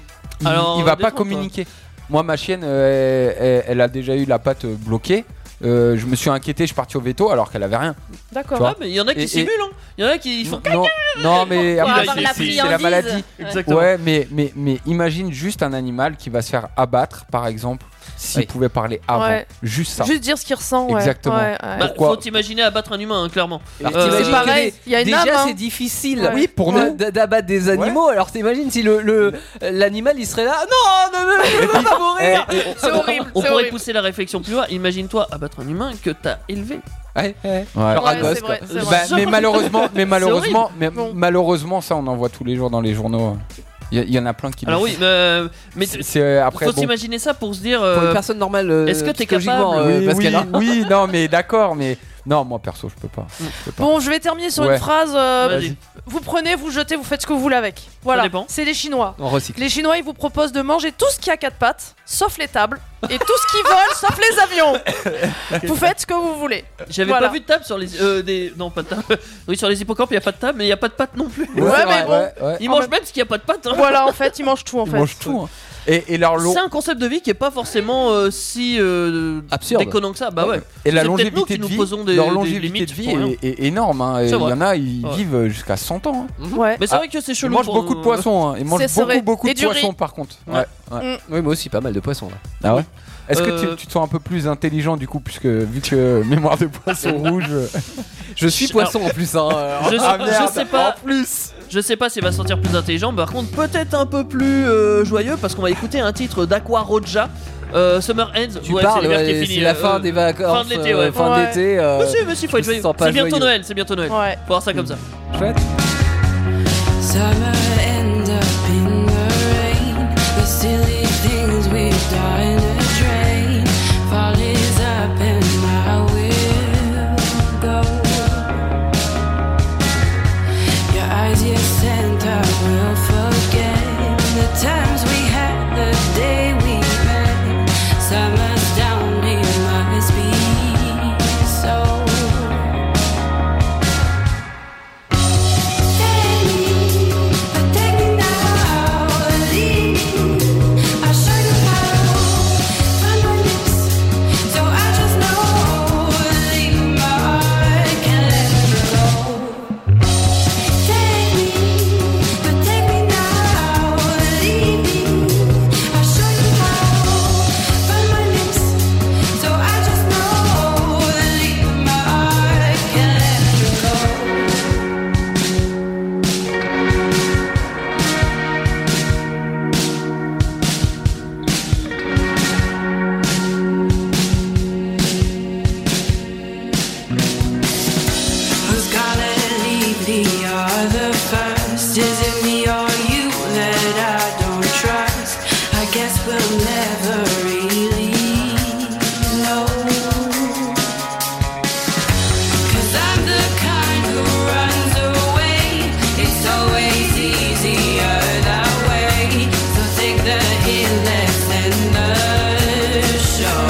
Speaker 5: il-
Speaker 4: Alors,
Speaker 5: il va pas
Speaker 4: détends-toi.
Speaker 5: communiquer. Moi, ma chienne, euh, elle, elle- elle a déjà eu la patte euh, bloquée. Euh, je me suis inquiété, je suis parti au veto alors qu'elle avait rien. Tu
Speaker 3: D'accord.
Speaker 5: vois
Speaker 3: Ah, mais il y en a
Speaker 5: Et-
Speaker 3: qui
Speaker 5: et-
Speaker 3: simulent. hein. Il y en a qui font.
Speaker 5: Non, non, mais
Speaker 3: Pour
Speaker 5: après,
Speaker 3: avoir
Speaker 5: c'est-
Speaker 3: la
Speaker 5: c'est c'est la
Speaker 3: friandise.
Speaker 5: maladie.
Speaker 3: Exactement.
Speaker 5: Ouais, mais, mais, mais imagine juste un animal qui va se faire abattre, par exemple, s'il pouvait parler avant.
Speaker 2: Ouais.
Speaker 5: Ah Juste ça.
Speaker 2: Juste dire ce qu'il ressent, ouais.
Speaker 5: Exactement.
Speaker 2: Ouais, ouais.
Speaker 3: Bah,
Speaker 5: Pourquoi
Speaker 3: faut imaginer abattre un humain, hein, clairement.
Speaker 4: Alors,
Speaker 3: Euh,
Speaker 4: t'imagines
Speaker 3: c'est
Speaker 4: que
Speaker 3: pareil,
Speaker 4: des-
Speaker 2: il y a une
Speaker 4: déjà
Speaker 2: âme, hein.
Speaker 4: c'est difficile
Speaker 2: Ouais.
Speaker 5: Oui, pour
Speaker 4: de-
Speaker 5: nous.
Speaker 4: d'a- d'abattre des animaux. Alors t'imagines si le- le l'animal il serait là Non, ne me- ne me pas
Speaker 2: Eh,
Speaker 4: mourir.
Speaker 3: On- Eh, On pourrait pousser la réflexion plus loin. Imagine-toi abattre un humain que t'as élevé.
Speaker 5: Ouais, ouais.
Speaker 3: Genre un gosse, quoi.
Speaker 5: Bah, mais malheureusement, mais malheureusement, mais
Speaker 3: Bon.
Speaker 5: malheureusement, ça on en voit tous les jours dans les journaux. Il y, a- il y en a plein qui. le
Speaker 3: Alors oui,
Speaker 5: font.
Speaker 3: euh, mais
Speaker 5: C'est- c'est, euh, après,
Speaker 3: faut
Speaker 5: bon.
Speaker 3: s'imaginer ça pour se dire.
Speaker 5: Pour une
Speaker 3: euh,
Speaker 5: personne
Speaker 4: normale.
Speaker 3: Est-ce que t'es
Speaker 5: Logiquement,
Speaker 3: capable
Speaker 5: euh, Pascal, hein. oui, non, mais d'accord, mais non, moi perso, je peux pas.
Speaker 3: Mm.
Speaker 5: Je peux pas.
Speaker 2: Bon, je vais terminer sur
Speaker 5: Ouais.
Speaker 2: une phrase. euh,
Speaker 5: Vas-y.
Speaker 2: vous prenez, vous jetez, vous faites ce que vous voulez avec. Voilà.
Speaker 5: dépend.
Speaker 2: C'est les Chinois.
Speaker 5: On recycle.
Speaker 2: Les Chinois, ils vous proposent de manger tout ce qui a quatre pattes, sauf les tables, et tout ce qui vole, sauf les avions. vous faites ce que vous voulez.
Speaker 3: J'avais
Speaker 2: Voilà.
Speaker 3: pas vu de table sur les. euh, des... Non, pas de table. Oui, sur les hippocampes, il a pas de table, mais il a pas de pattes non plus.
Speaker 5: Ouais, Ouais, c'est mais vrai, bon. ouais, ouais.
Speaker 3: Ils
Speaker 5: En
Speaker 3: mangent
Speaker 5: même-
Speaker 3: même ce qu'il n'y a pas de pattes. hein.
Speaker 2: Voilà, en fait, ils mangent tout. En
Speaker 5: Ils
Speaker 2: fait.
Speaker 5: mangent tout. hein. Et, et leur long-
Speaker 3: C'est un concept de vie qui est pas forcément euh, si euh,
Speaker 5: Absurde.
Speaker 3: déconnant que ça. Bah ouais.
Speaker 5: Et la
Speaker 3: C'est peut-être nous
Speaker 5: longévité
Speaker 3: qui
Speaker 5: de
Speaker 3: nous
Speaker 5: vie,
Speaker 3: posons des,
Speaker 5: leur
Speaker 3: des
Speaker 5: longévité
Speaker 3: limites
Speaker 5: de
Speaker 3: pour
Speaker 5: vie
Speaker 3: rien.
Speaker 5: est, est énorme. hein. Et
Speaker 3: C'est
Speaker 5: Il y
Speaker 3: vrai.
Speaker 5: en a, ils
Speaker 3: Ouais.
Speaker 5: vivent jusqu'à 100 ans. hein.
Speaker 2: Ouais.
Speaker 3: Mais c'est
Speaker 5: Ah,
Speaker 3: vrai que c'est chelou.
Speaker 5: Ils mangent
Speaker 3: pour
Speaker 5: beaucoup de
Speaker 3: nous.
Speaker 5: poissons. hein. Ils mangent
Speaker 3: C'est
Speaker 5: beaucoup,
Speaker 3: vrai.
Speaker 5: beaucoup
Speaker 3: Et
Speaker 5: de
Speaker 3: du riz.
Speaker 5: poissons, par contre. Ouais. Ouais.
Speaker 2: Mm.
Speaker 4: Oui, moi aussi, pas mal de poissons là.
Speaker 5: Ah ouais Est-ce que
Speaker 3: Euh,
Speaker 5: tu, tu te sens un peu plus intelligent du coup, puisque vu que mémoire de poisson rouge. euh, Je suis poisson en plus. Hein.
Speaker 3: Je,
Speaker 5: Ah, merde.
Speaker 3: je sais pas. plus. Je sais pas s'il va se sentir plus intelligent. Par contre, peut-être un peu plus euh, joyeux parce qu'on va écouter un titre d'Aqua Roja. euh, Summer Ends.
Speaker 4: Tu
Speaker 3: Ouais,
Speaker 4: parles,
Speaker 3: c'est l'hiver
Speaker 4: ouais,
Speaker 3: qui est
Speaker 4: c'est
Speaker 3: fini,
Speaker 4: la
Speaker 3: euh,
Speaker 4: fin des vacances,
Speaker 3: Fin de l'été,
Speaker 4: euh,
Speaker 3: ouais.
Speaker 4: fin
Speaker 3: Ouais.
Speaker 4: d'été, euh,
Speaker 3: Mais si, mais si, faut être
Speaker 4: je me
Speaker 3: joyeux.
Speaker 4: sens pas
Speaker 3: C'est bientôt
Speaker 4: joyeux.
Speaker 3: Noël, c'est bientôt Noël.
Speaker 2: Ouais.
Speaker 3: Faut voir ça
Speaker 5: Mmh.
Speaker 3: comme ça.
Speaker 13: Summer end up in the rain. The silly things we've done in the drain. Fall is up and I will go. Your eyes, your scent, I will forget the times we had, the day we met. Summer's down, it must be so.
Speaker 8: Thank you
Speaker 13: Who's gonna leave the other first? Is it me or you that I don't trust? I guess we'll never really know. Cause I'm the kind who runs away. It's always easier that way. So take the hit, let's end the show.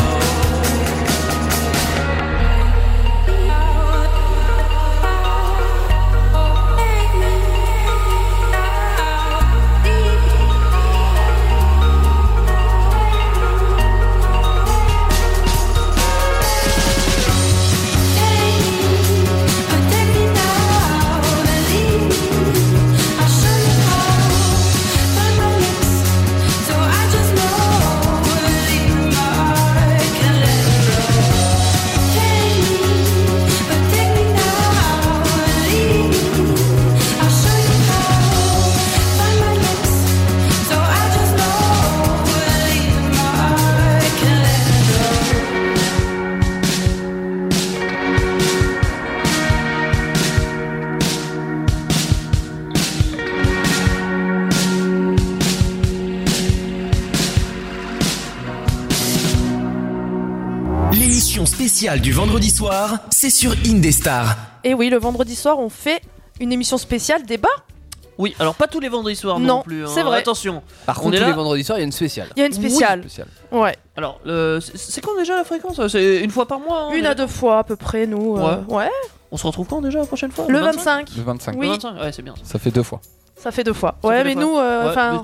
Speaker 9: l'émission spéciale du vendredi soir, c'est sur Indestar.
Speaker 2: Et oui, le vendredi soir, on fait une émission spéciale débat.
Speaker 3: Oui, alors pas tous les vendredis soirs non,
Speaker 2: Non,
Speaker 3: plus. hein.
Speaker 2: c'est vrai.
Speaker 3: Attention.
Speaker 4: Par
Speaker 3: On
Speaker 4: contre,
Speaker 3: est
Speaker 4: tous
Speaker 3: là.
Speaker 4: les vendredis soirs, il y a une spéciale.
Speaker 2: Il y a une spéciale. Ouais.
Speaker 3: Alors, euh, c'est- c'est quand déjà la fréquence C'est une fois par mois hein,
Speaker 2: Une
Speaker 3: on est-
Speaker 2: à deux fois à peu près, nous. euh,
Speaker 3: Ouais.
Speaker 2: ouais.
Speaker 3: On se retrouve quand déjà la prochaine fois
Speaker 2: Le 25.
Speaker 5: Le 25.
Speaker 2: Oui.
Speaker 3: Le 25, ouais, c'est bien.
Speaker 5: Ça fait deux fois.
Speaker 2: Ça fait deux fois.
Speaker 3: Ça
Speaker 2: ouais,
Speaker 3: fait
Speaker 2: mais
Speaker 3: des
Speaker 2: nous,
Speaker 3: fois.
Speaker 2: euh,
Speaker 3: Ouais,
Speaker 2: enfin,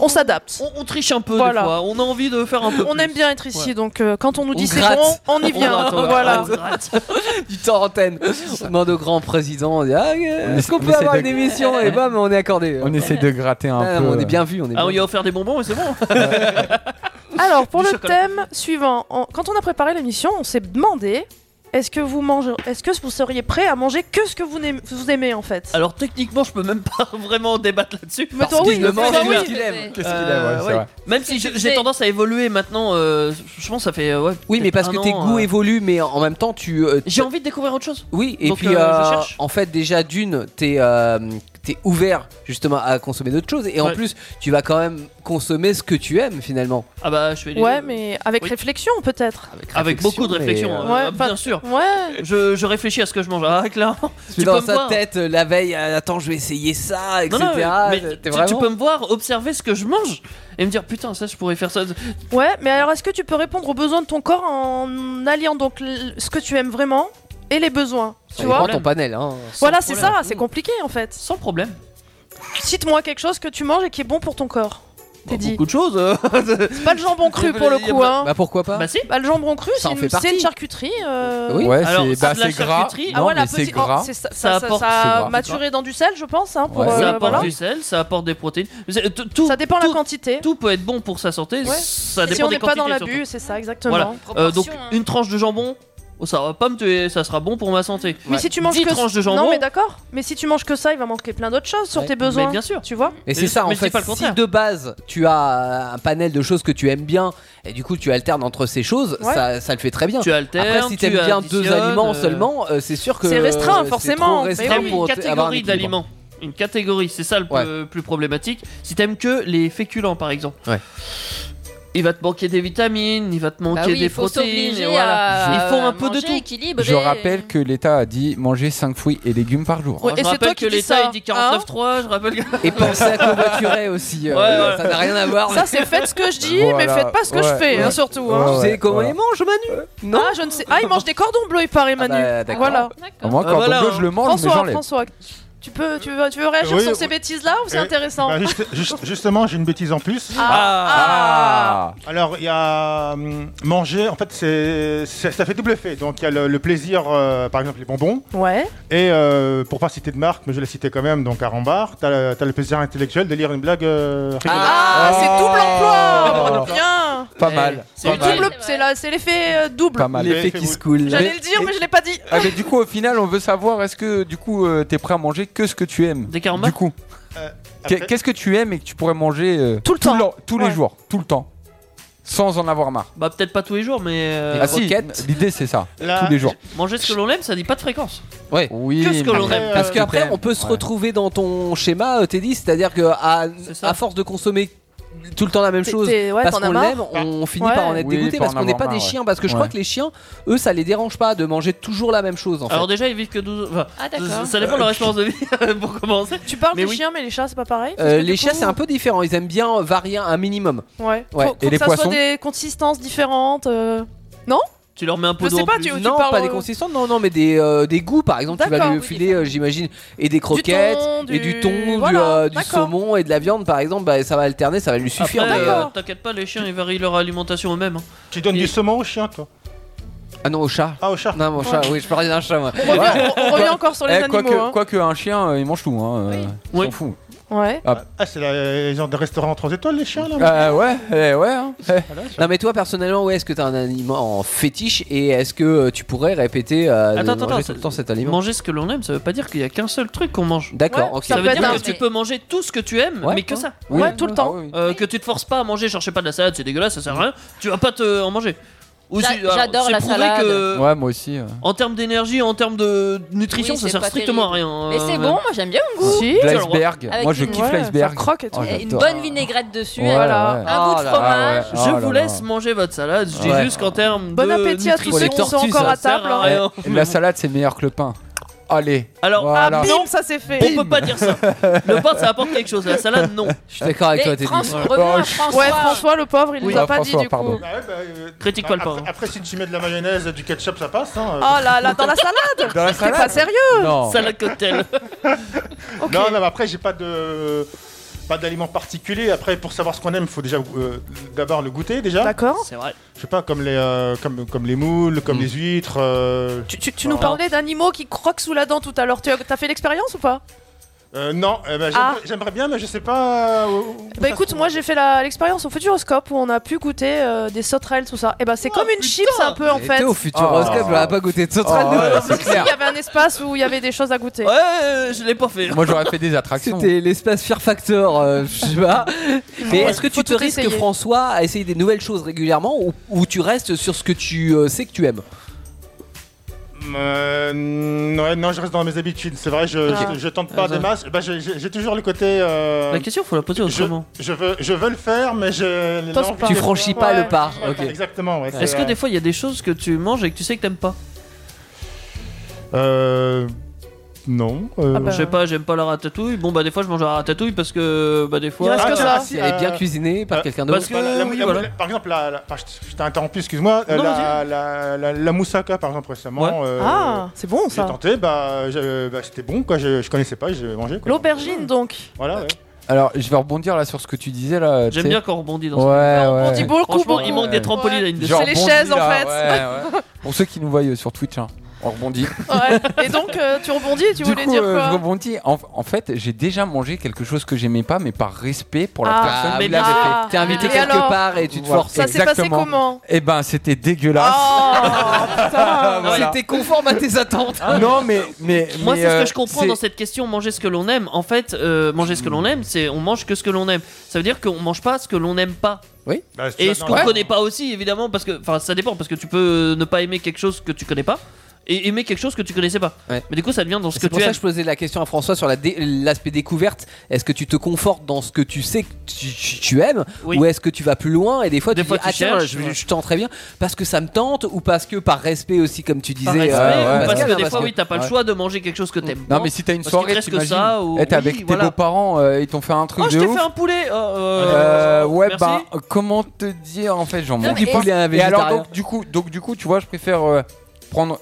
Speaker 2: on s'adapte.
Speaker 3: On, triche un peu des
Speaker 2: Voilà.
Speaker 3: fois, on a envie de faire un peu
Speaker 2: On
Speaker 3: plus.
Speaker 2: aime bien être ici,
Speaker 3: Ouais.
Speaker 2: donc euh, quand on nous dit c'est
Speaker 4: gratte.
Speaker 2: bon, on y vient.
Speaker 4: gratte, on
Speaker 2: voilà.
Speaker 4: gratte, on gratte. du temps antenne. On demande au grand président, on dit ah, euh, est-ce
Speaker 5: essa-
Speaker 4: qu'on
Speaker 5: on
Speaker 4: peut
Speaker 5: essaie
Speaker 4: avoir
Speaker 5: de-
Speaker 4: une émission Et bam, on est accordé.
Speaker 5: On essaie de gratter un
Speaker 4: Ah,
Speaker 5: peu.
Speaker 4: on est bien
Speaker 5: euh,
Speaker 4: vu, on est
Speaker 3: Ah,
Speaker 4: bien
Speaker 3: on
Speaker 4: vu.
Speaker 3: y a offert des bonbons et c'est bon.
Speaker 2: Alors, pour
Speaker 3: Du
Speaker 2: le
Speaker 3: chocolat.
Speaker 2: thème suivant, on- quand on a préparé l'émission, on s'est demandé est-ce que vous mangez, est-ce que vous seriez prêt à manger que ce que vous aimez, vous aimez en fait
Speaker 3: Alors techniquement, je peux même pas vraiment débattre là-dessus.
Speaker 2: Mais toi,
Speaker 3: parce
Speaker 2: oui,
Speaker 3: qu'il ne
Speaker 2: toi, oui.
Speaker 3: mange pas.
Speaker 2: Qu'est-ce qu'il aime
Speaker 5: Qu'est-ce qu'il aime, ouais, c'est vrai.
Speaker 3: Même si je- j'ai tendance à évoluer maintenant, euh, je pense que ça fait euh, ouais,
Speaker 4: Oui, mais
Speaker 3: peut-être
Speaker 4: parce
Speaker 3: un
Speaker 4: que tes
Speaker 3: an,
Speaker 4: goûts
Speaker 3: euh,
Speaker 4: évoluent, mais en même temps, tu. euh,
Speaker 3: J'ai envie de découvrir autre chose.
Speaker 4: Oui, et
Speaker 3: Donc,
Speaker 4: puis
Speaker 3: euh, je
Speaker 4: euh,
Speaker 3: cherche.
Speaker 4: en fait déjà d'une, t'es euh, t'es ouvert justement à consommer d'autres choses et en
Speaker 3: Ouais.
Speaker 4: plus tu vas quand même consommer ce que tu aimes finalement.
Speaker 3: Ah bah je fais les
Speaker 2: Ouais,
Speaker 3: deux.
Speaker 2: mais avec
Speaker 3: Oui.
Speaker 2: réflexion peut-être.
Speaker 3: Avec beaucoup de réflexion,
Speaker 4: mais,
Speaker 3: euh,
Speaker 2: Ouais,
Speaker 3: bien sûr.
Speaker 2: Ouais.
Speaker 3: Je, je réfléchis à ce que je mange. Ah, clairement.
Speaker 4: Tu
Speaker 3: Tu
Speaker 4: dans
Speaker 3: peux me
Speaker 4: sa
Speaker 3: voir.
Speaker 4: tête euh, la veille, euh, attends je vais essayer ça,
Speaker 3: Non,
Speaker 4: etc.
Speaker 3: non, mais
Speaker 2: Euh,
Speaker 4: T'es
Speaker 3: tu,
Speaker 4: vraiment-
Speaker 3: tu peux me voir observer ce que je mange et me dire putain ça je pourrais faire ça.
Speaker 2: Ouais, mais alors est-ce que tu peux répondre aux besoins de ton corps en alliant donc l- ce que tu aimes vraiment et les besoins
Speaker 4: Ça
Speaker 2: Tu
Speaker 4: dépend
Speaker 2: vois
Speaker 4: ton panel. Hein.
Speaker 2: Voilà, c'est ça, c'est compliqué en fait.
Speaker 3: Sans problème.
Speaker 2: Cite-moi quelque chose que tu manges et qui est bon pour ton corps. T'es dit.
Speaker 3: Beaucoup de choses. euh.
Speaker 2: C'est pas le jambon cru pour le
Speaker 3: Il y a
Speaker 2: coup,
Speaker 3: pas-
Speaker 2: hein.
Speaker 4: Bah pourquoi pas
Speaker 3: Bah si.
Speaker 2: Bah, le jambon cru,
Speaker 4: Ça
Speaker 2: c'est
Speaker 4: en fait
Speaker 2: une,
Speaker 4: partie.
Speaker 2: c'est une charcuterie. euh,
Speaker 4: Oui.
Speaker 5: Ouais,
Speaker 3: Alors,
Speaker 5: c'est
Speaker 3: ça,
Speaker 5: bah,
Speaker 3: de la
Speaker 5: c'est gras.
Speaker 3: charcuterie.
Speaker 2: Ah
Speaker 5: Non,
Speaker 2: ouais, la
Speaker 5: mais c'est
Speaker 2: petite- oh,
Speaker 5: gras.
Speaker 2: c'est ça,
Speaker 3: Ça
Speaker 2: ça, ça,
Speaker 3: apporte-
Speaker 2: ça
Speaker 5: c'est
Speaker 2: a
Speaker 5: gras.
Speaker 2: maturé dans du sel, je pense. Hein, pour,
Speaker 5: Ouais.
Speaker 2: euh,
Speaker 3: ça apporte
Speaker 2: voilà.
Speaker 3: du sel, ça apporte des protéines. C'est- tout- tout-
Speaker 2: Ça dépend la
Speaker 3: tout-
Speaker 2: quantité.
Speaker 3: Tout peut être bon pour sa santé.
Speaker 2: Ouais.
Speaker 3: Ça dépend
Speaker 2: si on
Speaker 3: des
Speaker 2: n'est pas
Speaker 3: quantités.
Speaker 2: dans
Speaker 3: surtout.
Speaker 2: l'abus, c'est ça, exactement.
Speaker 3: Voilà. Euh, donc
Speaker 6: Proportion, hein.
Speaker 3: une tranche de jambon, oh, ça va pas me tuer, ça sera bon pour ma santé.
Speaker 2: Mais si tu manges
Speaker 3: 10
Speaker 2: que
Speaker 3: tranches de jambon.
Speaker 2: non, mais d'accord. Mais si tu manges que ça, il va manquer plein d'autres choses sur
Speaker 4: Ouais.
Speaker 2: tes besoins.
Speaker 3: bien sûr.
Speaker 2: Tu vois
Speaker 4: Et c'est ça en
Speaker 3: Mais je dis
Speaker 4: fait.
Speaker 3: pas le
Speaker 4: si
Speaker 3: contraire.
Speaker 4: de base tu as un panel de choses que tu aimes bien et du coup tu alternes entre ces choses,
Speaker 2: Ouais.
Speaker 4: ça, ça le fait très bien.
Speaker 3: tu altères,
Speaker 4: Après si
Speaker 3: tu
Speaker 4: t'aimes bien deux
Speaker 3: additionnes,
Speaker 4: aliments
Speaker 3: euh,
Speaker 4: seulement, euh, c'est sûr que
Speaker 2: C'est restreint,
Speaker 4: euh, c'est
Speaker 2: forcément,
Speaker 4: trop
Speaker 2: mais
Speaker 4: restreint
Speaker 2: oui.
Speaker 4: pour
Speaker 3: une
Speaker 4: t- avoir un
Speaker 3: catégorie
Speaker 4: équilibre.
Speaker 3: d'aliments. Une catégorie, c'est ça le
Speaker 4: Ouais.
Speaker 3: plus, plus problématique. Si t'aimes que les féculents, par exemple,
Speaker 4: Ouais.
Speaker 3: il va te manquer des vitamines, il va te manquer
Speaker 6: Bah oui,
Speaker 3: des
Speaker 6: il faut
Speaker 3: protéines.
Speaker 6: s'obliger
Speaker 3: et voilà.
Speaker 6: à
Speaker 3: il faut un peu de
Speaker 6: manger
Speaker 3: tout.
Speaker 2: bah,
Speaker 6: équilibré.
Speaker 5: Je rappelle que l'État a dit manger 5 fruits et légumes par jour.
Speaker 2: euh, Ouais,
Speaker 3: Moi,
Speaker 2: et
Speaker 3: je
Speaker 2: c'est
Speaker 3: rappelle
Speaker 2: toi qui
Speaker 3: que
Speaker 2: dis
Speaker 3: l'État
Speaker 2: ça,
Speaker 3: il dit 49.3, je rappelle que.
Speaker 4: Et penser à covoiturer aussi. euh,
Speaker 3: Ouais, ouais.
Speaker 4: Ça n'a rien à voir.
Speaker 2: Ça, c'est faites ce que je dis, mais
Speaker 5: Voilà.
Speaker 2: faites pas ce que je
Speaker 5: Ouais,
Speaker 2: fais, hein,
Speaker 5: ouais.
Speaker 2: surtout.
Speaker 5: Ouais,
Speaker 2: hein.
Speaker 5: ouais.
Speaker 4: Tu sais comment
Speaker 5: voilà.
Speaker 4: il mange,
Speaker 3: Euh,
Speaker 4: Manu Non
Speaker 2: Ah, je ne sais. Ah, il mange des cordons bleus, il paraît, Manu.
Speaker 4: bah, d'accord.
Speaker 2: voilà.
Speaker 5: Moi,
Speaker 3: Ah,
Speaker 5: quand
Speaker 3: voilà,
Speaker 5: on bleu,
Speaker 3: hein.
Speaker 5: je le mange, mais
Speaker 2: François,
Speaker 5: j'enlève.
Speaker 2: François, tu peux, tu veux, tu veux réagir
Speaker 7: Oui,
Speaker 2: sur
Speaker 7: oui.
Speaker 2: ces bêtises-là ou c'est
Speaker 7: Euh,
Speaker 2: intéressant
Speaker 7: Bah, juste- juste- justement, j'ai une bêtise en plus.
Speaker 2: Ah,
Speaker 5: Ah
Speaker 7: Alors, il y a hum, manger, en fait, c'est c'est- ça fait double effet. Donc, il y a le, le plaisir, euh, par exemple, les bonbons.
Speaker 2: ah. Ouais.
Speaker 7: Et euh, pour pas citer de marque, mais je l'ai cité quand même, donc à Rambar, t'as le, t'as le plaisir intellectuel de lire une blague euh, rigolote.
Speaker 2: Ah, c'est double emploi.
Speaker 5: Ah.
Speaker 2: Oh. Bien.
Speaker 5: Pas
Speaker 3: Eh,
Speaker 5: mal.
Speaker 3: c'est
Speaker 5: pas
Speaker 3: utile.
Speaker 5: mal.
Speaker 2: Double, c'est la- c'est l'effet euh, double.
Speaker 5: Pas mal.
Speaker 7: Les-
Speaker 4: L'effet qui se coule.
Speaker 2: J'allais le dire, mais je l'ai pas dit.
Speaker 5: Ah, mais du coup, au final, on veut savoir est-ce que du coup, euh, t'es prêt à manger que ce que tu aimes
Speaker 3: Des carambars
Speaker 5: Du coup,
Speaker 7: Après-
Speaker 5: qu'est- qu'est-ce que tu aimes et que tu pourrais manger euh,
Speaker 2: Tout le temps.
Speaker 5: l'an- tous
Speaker 2: Ouais.
Speaker 5: les jours, tout le temps, sans en avoir marre
Speaker 3: Bah, peut-être pas tous les jours, mais. euh,
Speaker 5: Ah si,
Speaker 4: roquettes.
Speaker 5: l'idée c'est ça,
Speaker 7: Là-
Speaker 5: tous les jours.
Speaker 3: Manger ce que l'on aime, ça dit pas de fréquence.
Speaker 4: Ouais.
Speaker 5: Oui,
Speaker 3: que ce que
Speaker 5: mais-
Speaker 3: l'on aime.
Speaker 4: Parce
Speaker 5: Euh,
Speaker 4: qu'après,
Speaker 5: t'aimes.
Speaker 4: on peut se
Speaker 5: Ouais.
Speaker 4: retrouver dans ton schéma, euh, Teddy, c'est-à-dire que à,
Speaker 3: C'est ça.
Speaker 4: à force de consommer tout le temps la même
Speaker 2: T'es-
Speaker 4: chose,
Speaker 2: t'es- ouais,
Speaker 4: parce
Speaker 2: t'en as
Speaker 4: qu'on
Speaker 2: marre.
Speaker 4: l'aime,
Speaker 3: Ah.
Speaker 4: on finit
Speaker 2: Ouais.
Speaker 4: par en être
Speaker 5: Oui,
Speaker 4: dégoûté
Speaker 5: par
Speaker 4: parce
Speaker 5: en
Speaker 4: qu'on n'est pas
Speaker 5: avoir
Speaker 4: des
Speaker 5: marre, ouais.
Speaker 4: chiens. Parce que je crois
Speaker 5: Ouais.
Speaker 4: que les chiens, eux, ça les dérange pas de manger toujours la même chose. En fait.
Speaker 3: Alors, déjà, ils vivent que 12 enfin,
Speaker 6: Ah,
Speaker 3: ça,
Speaker 6: d'accord.
Speaker 3: ça dépend de leur espérance de vie euh, pour commencer.
Speaker 2: Tu parles
Speaker 3: Mais
Speaker 2: des
Speaker 3: oui.
Speaker 2: chiens, mais les chats, c'est pas pareil. parce
Speaker 4: Euh,
Speaker 2: que du
Speaker 4: les chiens,
Speaker 2: coup-
Speaker 4: c'est un peu différent. Ils aiment bien varier un minimum.
Speaker 2: Ouais.
Speaker 4: Ouais.
Speaker 2: Faut, faut
Speaker 5: Et
Speaker 2: que
Speaker 5: les
Speaker 2: ça
Speaker 5: poissons
Speaker 2: soit des consistances différentes. euh.
Speaker 3: Tu leur mets un pot
Speaker 2: Je
Speaker 3: d'eau
Speaker 2: sais
Speaker 3: en
Speaker 2: pas,
Speaker 3: plus.
Speaker 2: tu-
Speaker 4: non,
Speaker 2: parles,
Speaker 4: pas des
Speaker 2: euh,
Speaker 4: consistances, non, non, mais des, euh, des goûts par exemple. Tu vas
Speaker 2: D'accord,
Speaker 4: lui
Speaker 2: oui,
Speaker 4: filer, euh, j'imagine, et des croquettes,
Speaker 2: thon,
Speaker 4: et
Speaker 2: du-
Speaker 4: du thon, du,
Speaker 2: voilà,
Speaker 4: euh, du
Speaker 2: d'accord.
Speaker 4: saumon et de la viande par exemple. Bah, ça va alterner, ça va lui suffire.
Speaker 3: Après,
Speaker 4: de-
Speaker 3: euh,
Speaker 2: D'accord.
Speaker 3: t'inquiète pas, les chiens ils varient leur alimentation eux-mêmes. hein.
Speaker 7: Tu donnes
Speaker 3: Et-
Speaker 7: du saumon au chien, toi
Speaker 4: Ah non, au chat.
Speaker 7: Ah, au chat
Speaker 4: Non, mon chat, oui, je parle d'un chat. Moi.
Speaker 2: On revient, on- on revient encore sur les
Speaker 5: Eh, quoi
Speaker 2: animaux.
Speaker 5: que-
Speaker 2: hein.
Speaker 5: quoi que un chien, euh, il mange tout. Hein, euh,
Speaker 3: Oui.
Speaker 5: s'en fout.
Speaker 2: Ouais.
Speaker 7: Ah, c'est la- les gens des restaurants 3 étoiles, les chiens, là
Speaker 5: Euh, ouais, eh, ouais. hein. Eh.
Speaker 4: Non mais toi personnellement ouais, est-ce que t'as un aliment en fétiche et est-ce que euh, tu pourrais répéter euh, de
Speaker 3: Attends,
Speaker 4: manger
Speaker 3: attends,
Speaker 4: tout
Speaker 3: attends.
Speaker 4: le temps cet aliment
Speaker 3: Manger ce que l'on aime, ça veut pas dire qu'il y a qu'un seul truc qu'on mange.
Speaker 4: D'accord,
Speaker 2: Ouais,
Speaker 4: ok.
Speaker 2: ça
Speaker 3: Ça
Speaker 2: peut
Speaker 3: veut dire
Speaker 2: être
Speaker 3: que
Speaker 2: un-
Speaker 3: tu peux manger tout ce que tu aimes,
Speaker 4: Ouais. Ah
Speaker 3: mais que ça.
Speaker 2: Ouais, tout le temps.
Speaker 5: oui, oui.
Speaker 3: Euh, que tu te forces pas à manger, genre je sais pas de la salade, c'est dégueulasse, ça sert à rien. Tu vas pas te en manger. Aussi,
Speaker 6: J'a-
Speaker 3: alors,
Speaker 6: j'adore
Speaker 3: c'est
Speaker 6: la
Speaker 3: prouvé
Speaker 6: salade.
Speaker 3: que-
Speaker 5: Euh, Ouais, moi aussi. ouais.
Speaker 3: En termes d'énergie, en termes de nutrition,
Speaker 6: Oui,
Speaker 3: ça
Speaker 6: c'est
Speaker 3: sert
Speaker 6: pas
Speaker 3: strictement
Speaker 6: terrible.
Speaker 3: à rien.
Speaker 6: Mais
Speaker 3: euh,
Speaker 6: c'est
Speaker 3: même.
Speaker 6: bon, moi j'aime bien mon goût.
Speaker 3: Si. De l'iceberg.
Speaker 6: Avec
Speaker 3: Moi, je
Speaker 6: une-
Speaker 3: kiffe l'iceberg.
Speaker 6: ça
Speaker 3: croque et tout. Oh,
Speaker 6: Et une
Speaker 3: j'adore.
Speaker 6: bonne vinaigrette dessus.
Speaker 3: Ouais,
Speaker 6: voilà.
Speaker 3: ouais.
Speaker 6: Un bout
Speaker 3: Oh
Speaker 6: de
Speaker 3: là là,
Speaker 4: Ah
Speaker 6: fromage.
Speaker 3: ouais. Je vous laisse manger votre salade. Je dis
Speaker 5: Ouais.
Speaker 3: juste qu'en termes
Speaker 2: Bon
Speaker 3: de
Speaker 2: appétit à tous
Speaker 3: nutrition,
Speaker 2: ceux qui sont
Speaker 3: ça
Speaker 2: encore à
Speaker 3: sert
Speaker 2: table, hein.
Speaker 3: rien.
Speaker 5: Eh,
Speaker 4: Eh,
Speaker 5: Et La salade, c'est meilleur que le pain. Allez.
Speaker 3: Alors,
Speaker 5: voilà.
Speaker 2: Ah, bim, ça c'est fait.
Speaker 3: On peut pas dire ça. Le pain, ça apporte quelque chose. La salade, non.
Speaker 4: Je suis d'accord avec
Speaker 2: Mais
Speaker 4: toi, Teddy.
Speaker 2: François, revenons à François. Ouais, François, le pauvre, il nous a pas dit, du coup.
Speaker 7: Bah ouais, bah, euh,
Speaker 3: Critique pas le pain.
Speaker 7: après, après, si tu mets de la mayonnaise, du ketchup, ça passe. Hein.
Speaker 2: Oh là là, dans la salade
Speaker 7: Dans la
Speaker 2: C'est
Speaker 7: salade
Speaker 2: pas sérieux
Speaker 7: Non.
Speaker 3: Salade cocktail.
Speaker 7: Non, non, mais après, j'ai pas de. Pas d'aliments particuliers. Après, pour savoir ce qu'on aime, il faut déjà euh, d'abord le goûter déjà.
Speaker 2: D'accord.
Speaker 3: C'est vrai.
Speaker 7: Je sais pas, comme les, euh, comme, comme les moules, comme les huîtres. euh,
Speaker 2: Tu nous parlais d'animaux qui croquent sous la dent tout à l'heure. Tu as, t'as fait l'expérience ou pas
Speaker 7: Euh, non, eh ben,
Speaker 2: Ah.
Speaker 7: j'aimerais- j'aimerais bien, mais je sais pas. euh, où- où
Speaker 2: Bah
Speaker 7: ça
Speaker 2: écoute,
Speaker 7: se-
Speaker 2: moi j'ai fait la- l'expérience au Futuroscope où on a pu goûter euh, des sauterelles, tout ça. Et bah
Speaker 7: Oh,
Speaker 2: c'est comme une chips un peu en fait.
Speaker 4: T'es au Futuroscope, on a pas goûté de sauterelle.
Speaker 5: Oh, ouais,
Speaker 4: nous.
Speaker 5: c'est
Speaker 7: Ah.
Speaker 2: Il y avait un espace où il y avait des choses à goûter.
Speaker 3: Ouais, je l'ai pas fait.
Speaker 5: Moi, j'aurais fait des attractions.
Speaker 4: C'était l'espace Fear Factor, euh, je sais pas. Mais est-ce que tu te
Speaker 2: tout
Speaker 4: risques,
Speaker 2: essayer.
Speaker 4: François, à essayer des nouvelles choses régulièrement ou, ou tu restes sur ce que tu euh, sais que tu aimes
Speaker 7: Euh, mm, ouais, non, je reste dans mes habitudes. C'est vrai, je,
Speaker 3: Ah.
Speaker 7: je, je tente pas
Speaker 3: Ah, ça.
Speaker 7: des masses. Bah, j'ai- j'ai j'ai toujours le côté. euh,
Speaker 3: La question, faut la poser
Speaker 7: je,
Speaker 3: autrement.
Speaker 7: je veux, je veux le faire, mais je.
Speaker 3: T'oses
Speaker 7: l'envie
Speaker 3: pas.
Speaker 7: de-
Speaker 3: Tu franchis pas le pas,
Speaker 7: franchis
Speaker 3: ok.
Speaker 7: Exactement. Ouais,
Speaker 3: Est-ce
Speaker 7: c'est,
Speaker 3: que
Speaker 7: euh,
Speaker 3: des fois, il y a des choses que tu manges et que tu sais que t'aimes pas
Speaker 7: Euh. Non. euh,
Speaker 3: Ah, bah. Je sais pas, j'aime pas la ratatouille. Bon, bah, des fois, je mange la ratatouille parce que. Bah, des fois.
Speaker 7: reste que Ah, tiens, ça. ah, si,
Speaker 4: Elle est
Speaker 7: euh,
Speaker 4: bien cuisinée par quelqu'un d'autre.
Speaker 3: parce que-
Speaker 7: Bah, la- la-
Speaker 3: oui,
Speaker 7: la-
Speaker 3: voilà.
Speaker 7: la- Par exemple, la, la- enfin, je je t'ai interrompu, excuse-moi. euh,
Speaker 3: Non,
Speaker 7: la, la, la- la moussaka, par exemple, récemment. euh,
Speaker 2: Ah, c'est bon
Speaker 7: J'ai
Speaker 2: ça.
Speaker 7: tenté, bah, je- bah, c'était bon, quoi. Je, je connaissais pas, j'ai mangé, quoi.
Speaker 2: L'aubergine donc.
Speaker 7: Voilà, ouais.
Speaker 5: Alors, je vais rebondir là sur ce que tu disais là. tu
Speaker 3: J'aime
Speaker 5: sais.
Speaker 3: bien qu'on rebondit dans
Speaker 5: Ouais,
Speaker 3: ce
Speaker 5: ouais.
Speaker 3: On
Speaker 5: rebondit
Speaker 2: beaucoup,
Speaker 3: Franchement, il
Speaker 2: beaucoup.
Speaker 3: manque des trampolines à une
Speaker 5: Genre,
Speaker 2: les
Speaker 5: rebondis,
Speaker 2: chaises, en
Speaker 5: là, Eh, ouais, ouais. Pour ceux qui nous voient euh, sur Twitch, hein, on rebondit.
Speaker 2: Ouais. Et donc euh, tu rebondis et tu
Speaker 5: du
Speaker 2: voulais
Speaker 5: coup,
Speaker 2: dire
Speaker 5: euh, je
Speaker 2: quoi
Speaker 5: rebondis. En, en fait, j'ai déjà mangé quelque chose que j'aimais pas, mais par respect pour la
Speaker 2: Ah,
Speaker 5: personne
Speaker 4: mais
Speaker 5: qui
Speaker 4: bien
Speaker 5: l'avait
Speaker 4: sûr.
Speaker 5: fait.
Speaker 4: T'es invité
Speaker 2: Et
Speaker 4: quelque
Speaker 2: alors
Speaker 4: part et tu te forces.
Speaker 2: Ça s'est passé
Speaker 5: Exactement.
Speaker 2: comment Oh.
Speaker 5: Eh ben, c'était dégueulasse. Voilà.
Speaker 4: C'était conforme à tes attentes.
Speaker 3: Ah
Speaker 5: Non, mais mais
Speaker 3: Moi,
Speaker 5: mais,
Speaker 3: c'est ce
Speaker 5: euh,
Speaker 3: que je comprends
Speaker 5: c'est-
Speaker 3: dans cette question manger ce que l'on aime. En fait, euh, manger ce que l'on aime, c'est on mange que ce que l'on aime. Ça veut dire qu'on mange pas ce que l'on n'aime pas.
Speaker 4: Oui.
Speaker 7: Bah, c'est
Speaker 3: Et
Speaker 7: ça,
Speaker 3: ce
Speaker 7: non,
Speaker 3: qu'on
Speaker 7: ouais.
Speaker 3: connaît pas aussi, évidemment, parce que. Enfin, ça dépend, parce que tu peux ne pas aimer quelque chose que tu connais pas et aimer quelque chose que tu connaissais pas.
Speaker 4: Ouais.
Speaker 3: Mais du coup, ça devient dans ce que
Speaker 4: C'est pour
Speaker 3: tu
Speaker 4: ça
Speaker 3: aimes.
Speaker 4: que je posais la question à François sur la dé- l'aspect découverte. Est-ce que tu te confortes dans ce que tu sais que tu, tu- tu aimes
Speaker 3: Oui.
Speaker 4: ou est-ce que tu vas plus loin et des fois
Speaker 3: Des
Speaker 4: tu
Speaker 3: fois,
Speaker 4: dis
Speaker 3: tu
Speaker 4: ah tiens
Speaker 3: cherches,
Speaker 4: je,
Speaker 3: ouais.
Speaker 4: je tente très bien parce que ça me tente ou parce que par respect aussi comme tu disais
Speaker 3: Par respect,
Speaker 4: euh,
Speaker 3: ou parce
Speaker 4: Pascal,
Speaker 3: que
Speaker 4: hein,
Speaker 3: des fois,
Speaker 4: que-
Speaker 3: oui, t'as pas le
Speaker 4: ouais.
Speaker 3: choix de manger quelque chose que t'aimes.
Speaker 5: Non, mais si t'as une
Speaker 3: Parce qu'il te
Speaker 5: soirée,
Speaker 3: reste que
Speaker 5: t'imagines.
Speaker 3: ça, ou-
Speaker 5: Eh, t'es
Speaker 3: oui,
Speaker 5: avec tes
Speaker 3: voilà.
Speaker 5: beaux-parents, euh, ils t'ont fait un truc
Speaker 3: Oh, je
Speaker 5: de
Speaker 3: t'ai
Speaker 5: ouf.
Speaker 3: fait un poulet. euh, euh,
Speaker 5: Euh, ouais,
Speaker 3: merci.
Speaker 5: bah, comment te dire en fait, j'en
Speaker 4: Non,
Speaker 5: mange
Speaker 4: mais-
Speaker 5: pas.
Speaker 4: Il est un
Speaker 5: Et alors,
Speaker 4: végétarien.
Speaker 5: donc, du coup, donc, du coup, tu vois, je préfère euh, prendre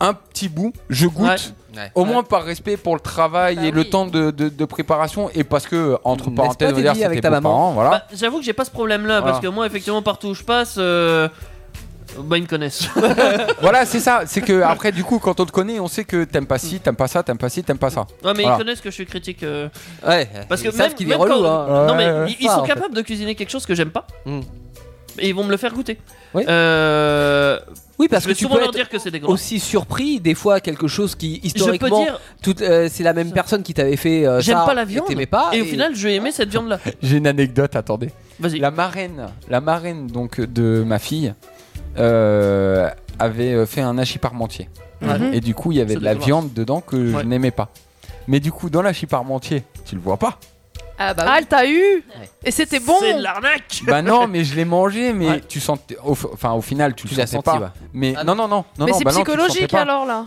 Speaker 5: un petit bout, je goûte.
Speaker 3: Ouais. Bah
Speaker 5: Au moins par respect pour le travail et le temps de, de- de préparation et parce que entre
Speaker 4: N'est-ce pas,
Speaker 5: parenthèses, on va
Speaker 4: Teddy,
Speaker 5: dire, c'est
Speaker 4: avec
Speaker 5: tes
Speaker 4: ta maman
Speaker 5: beaux-parents, voilà.
Speaker 3: Bah, J'avoue que j'ai pas ce problème-là
Speaker 5: Voilà.
Speaker 3: parce que moi, effectivement, partout où je passe, euh, bah ils me connaissent.
Speaker 5: voilà, c'est ça. C'est que après, du coup, quand on te connaît, on sait que t'aimes pas ci, t'aimes pas ça, t'aimes pas ci, t'aimes pas ça.
Speaker 3: Ouais, mais
Speaker 5: Voilà.
Speaker 3: ils connaissent que je suis critique. euh,
Speaker 4: Ouais,
Speaker 3: Parce que
Speaker 4: ils savent
Speaker 3: même,
Speaker 4: qu'il est
Speaker 3: même
Speaker 4: relou.
Speaker 3: quand-
Speaker 4: hein.
Speaker 3: Non, mais
Speaker 5: Ouais, ouais,
Speaker 3: ils, ils
Speaker 4: ça,
Speaker 3: sont
Speaker 4: en fait.
Speaker 3: capables de cuisiner quelque chose que j'aime pas.
Speaker 4: Hmm.
Speaker 3: Et ils vont me le faire goûter.
Speaker 4: Oui.
Speaker 3: Euh,
Speaker 4: Oui, parce
Speaker 3: je
Speaker 4: que
Speaker 3: vais
Speaker 4: tu
Speaker 3: souvent
Speaker 4: peux
Speaker 3: leur
Speaker 4: être
Speaker 3: dire que c'est dégueulasse.
Speaker 4: aussi surpris des fois quelque chose qui historiquement
Speaker 3: dire-
Speaker 4: toute- euh, c'est la même personne qui t'avait fait euh,
Speaker 3: J'aime
Speaker 4: ça
Speaker 3: pas la
Speaker 4: et
Speaker 3: viande.
Speaker 4: t'aimais pas
Speaker 3: et, au final, je vais aimer cette viande-là.
Speaker 5: J'ai une anecdote, attendez.
Speaker 3: Vas-y.
Speaker 5: La marraine, la marraine donc de ma fille euh, avait fait un hachis parmentier.
Speaker 3: Ouais.
Speaker 2: Mhm.
Speaker 5: Et du coup, il y avait
Speaker 3: C'est
Speaker 5: de la
Speaker 3: dégueulasse.
Speaker 5: viande dedans que
Speaker 3: Ouais.
Speaker 5: je n'aimais pas. Mais du coup, dans l'hachis parmentier, tu le vois pas.
Speaker 6: Ah bah
Speaker 2: Ah, elle t'a eu
Speaker 4: Ouais.
Speaker 2: Et c'était bon
Speaker 3: C'est de l'arnaque.
Speaker 5: bah non, mais je l'ai mangé, mais
Speaker 3: Ouais. Ah
Speaker 5: tu sens, au- enfin au final, tu,
Speaker 4: Tu
Speaker 5: le
Speaker 4: l'as
Speaker 5: sentais
Speaker 4: senti,
Speaker 5: pas.
Speaker 4: ouais.
Speaker 5: Mais non, non, non, non,
Speaker 2: Mais
Speaker 5: non,
Speaker 2: c'est
Speaker 5: bah non, tu le sentais
Speaker 2: psychologique
Speaker 5: pas.
Speaker 2: alors là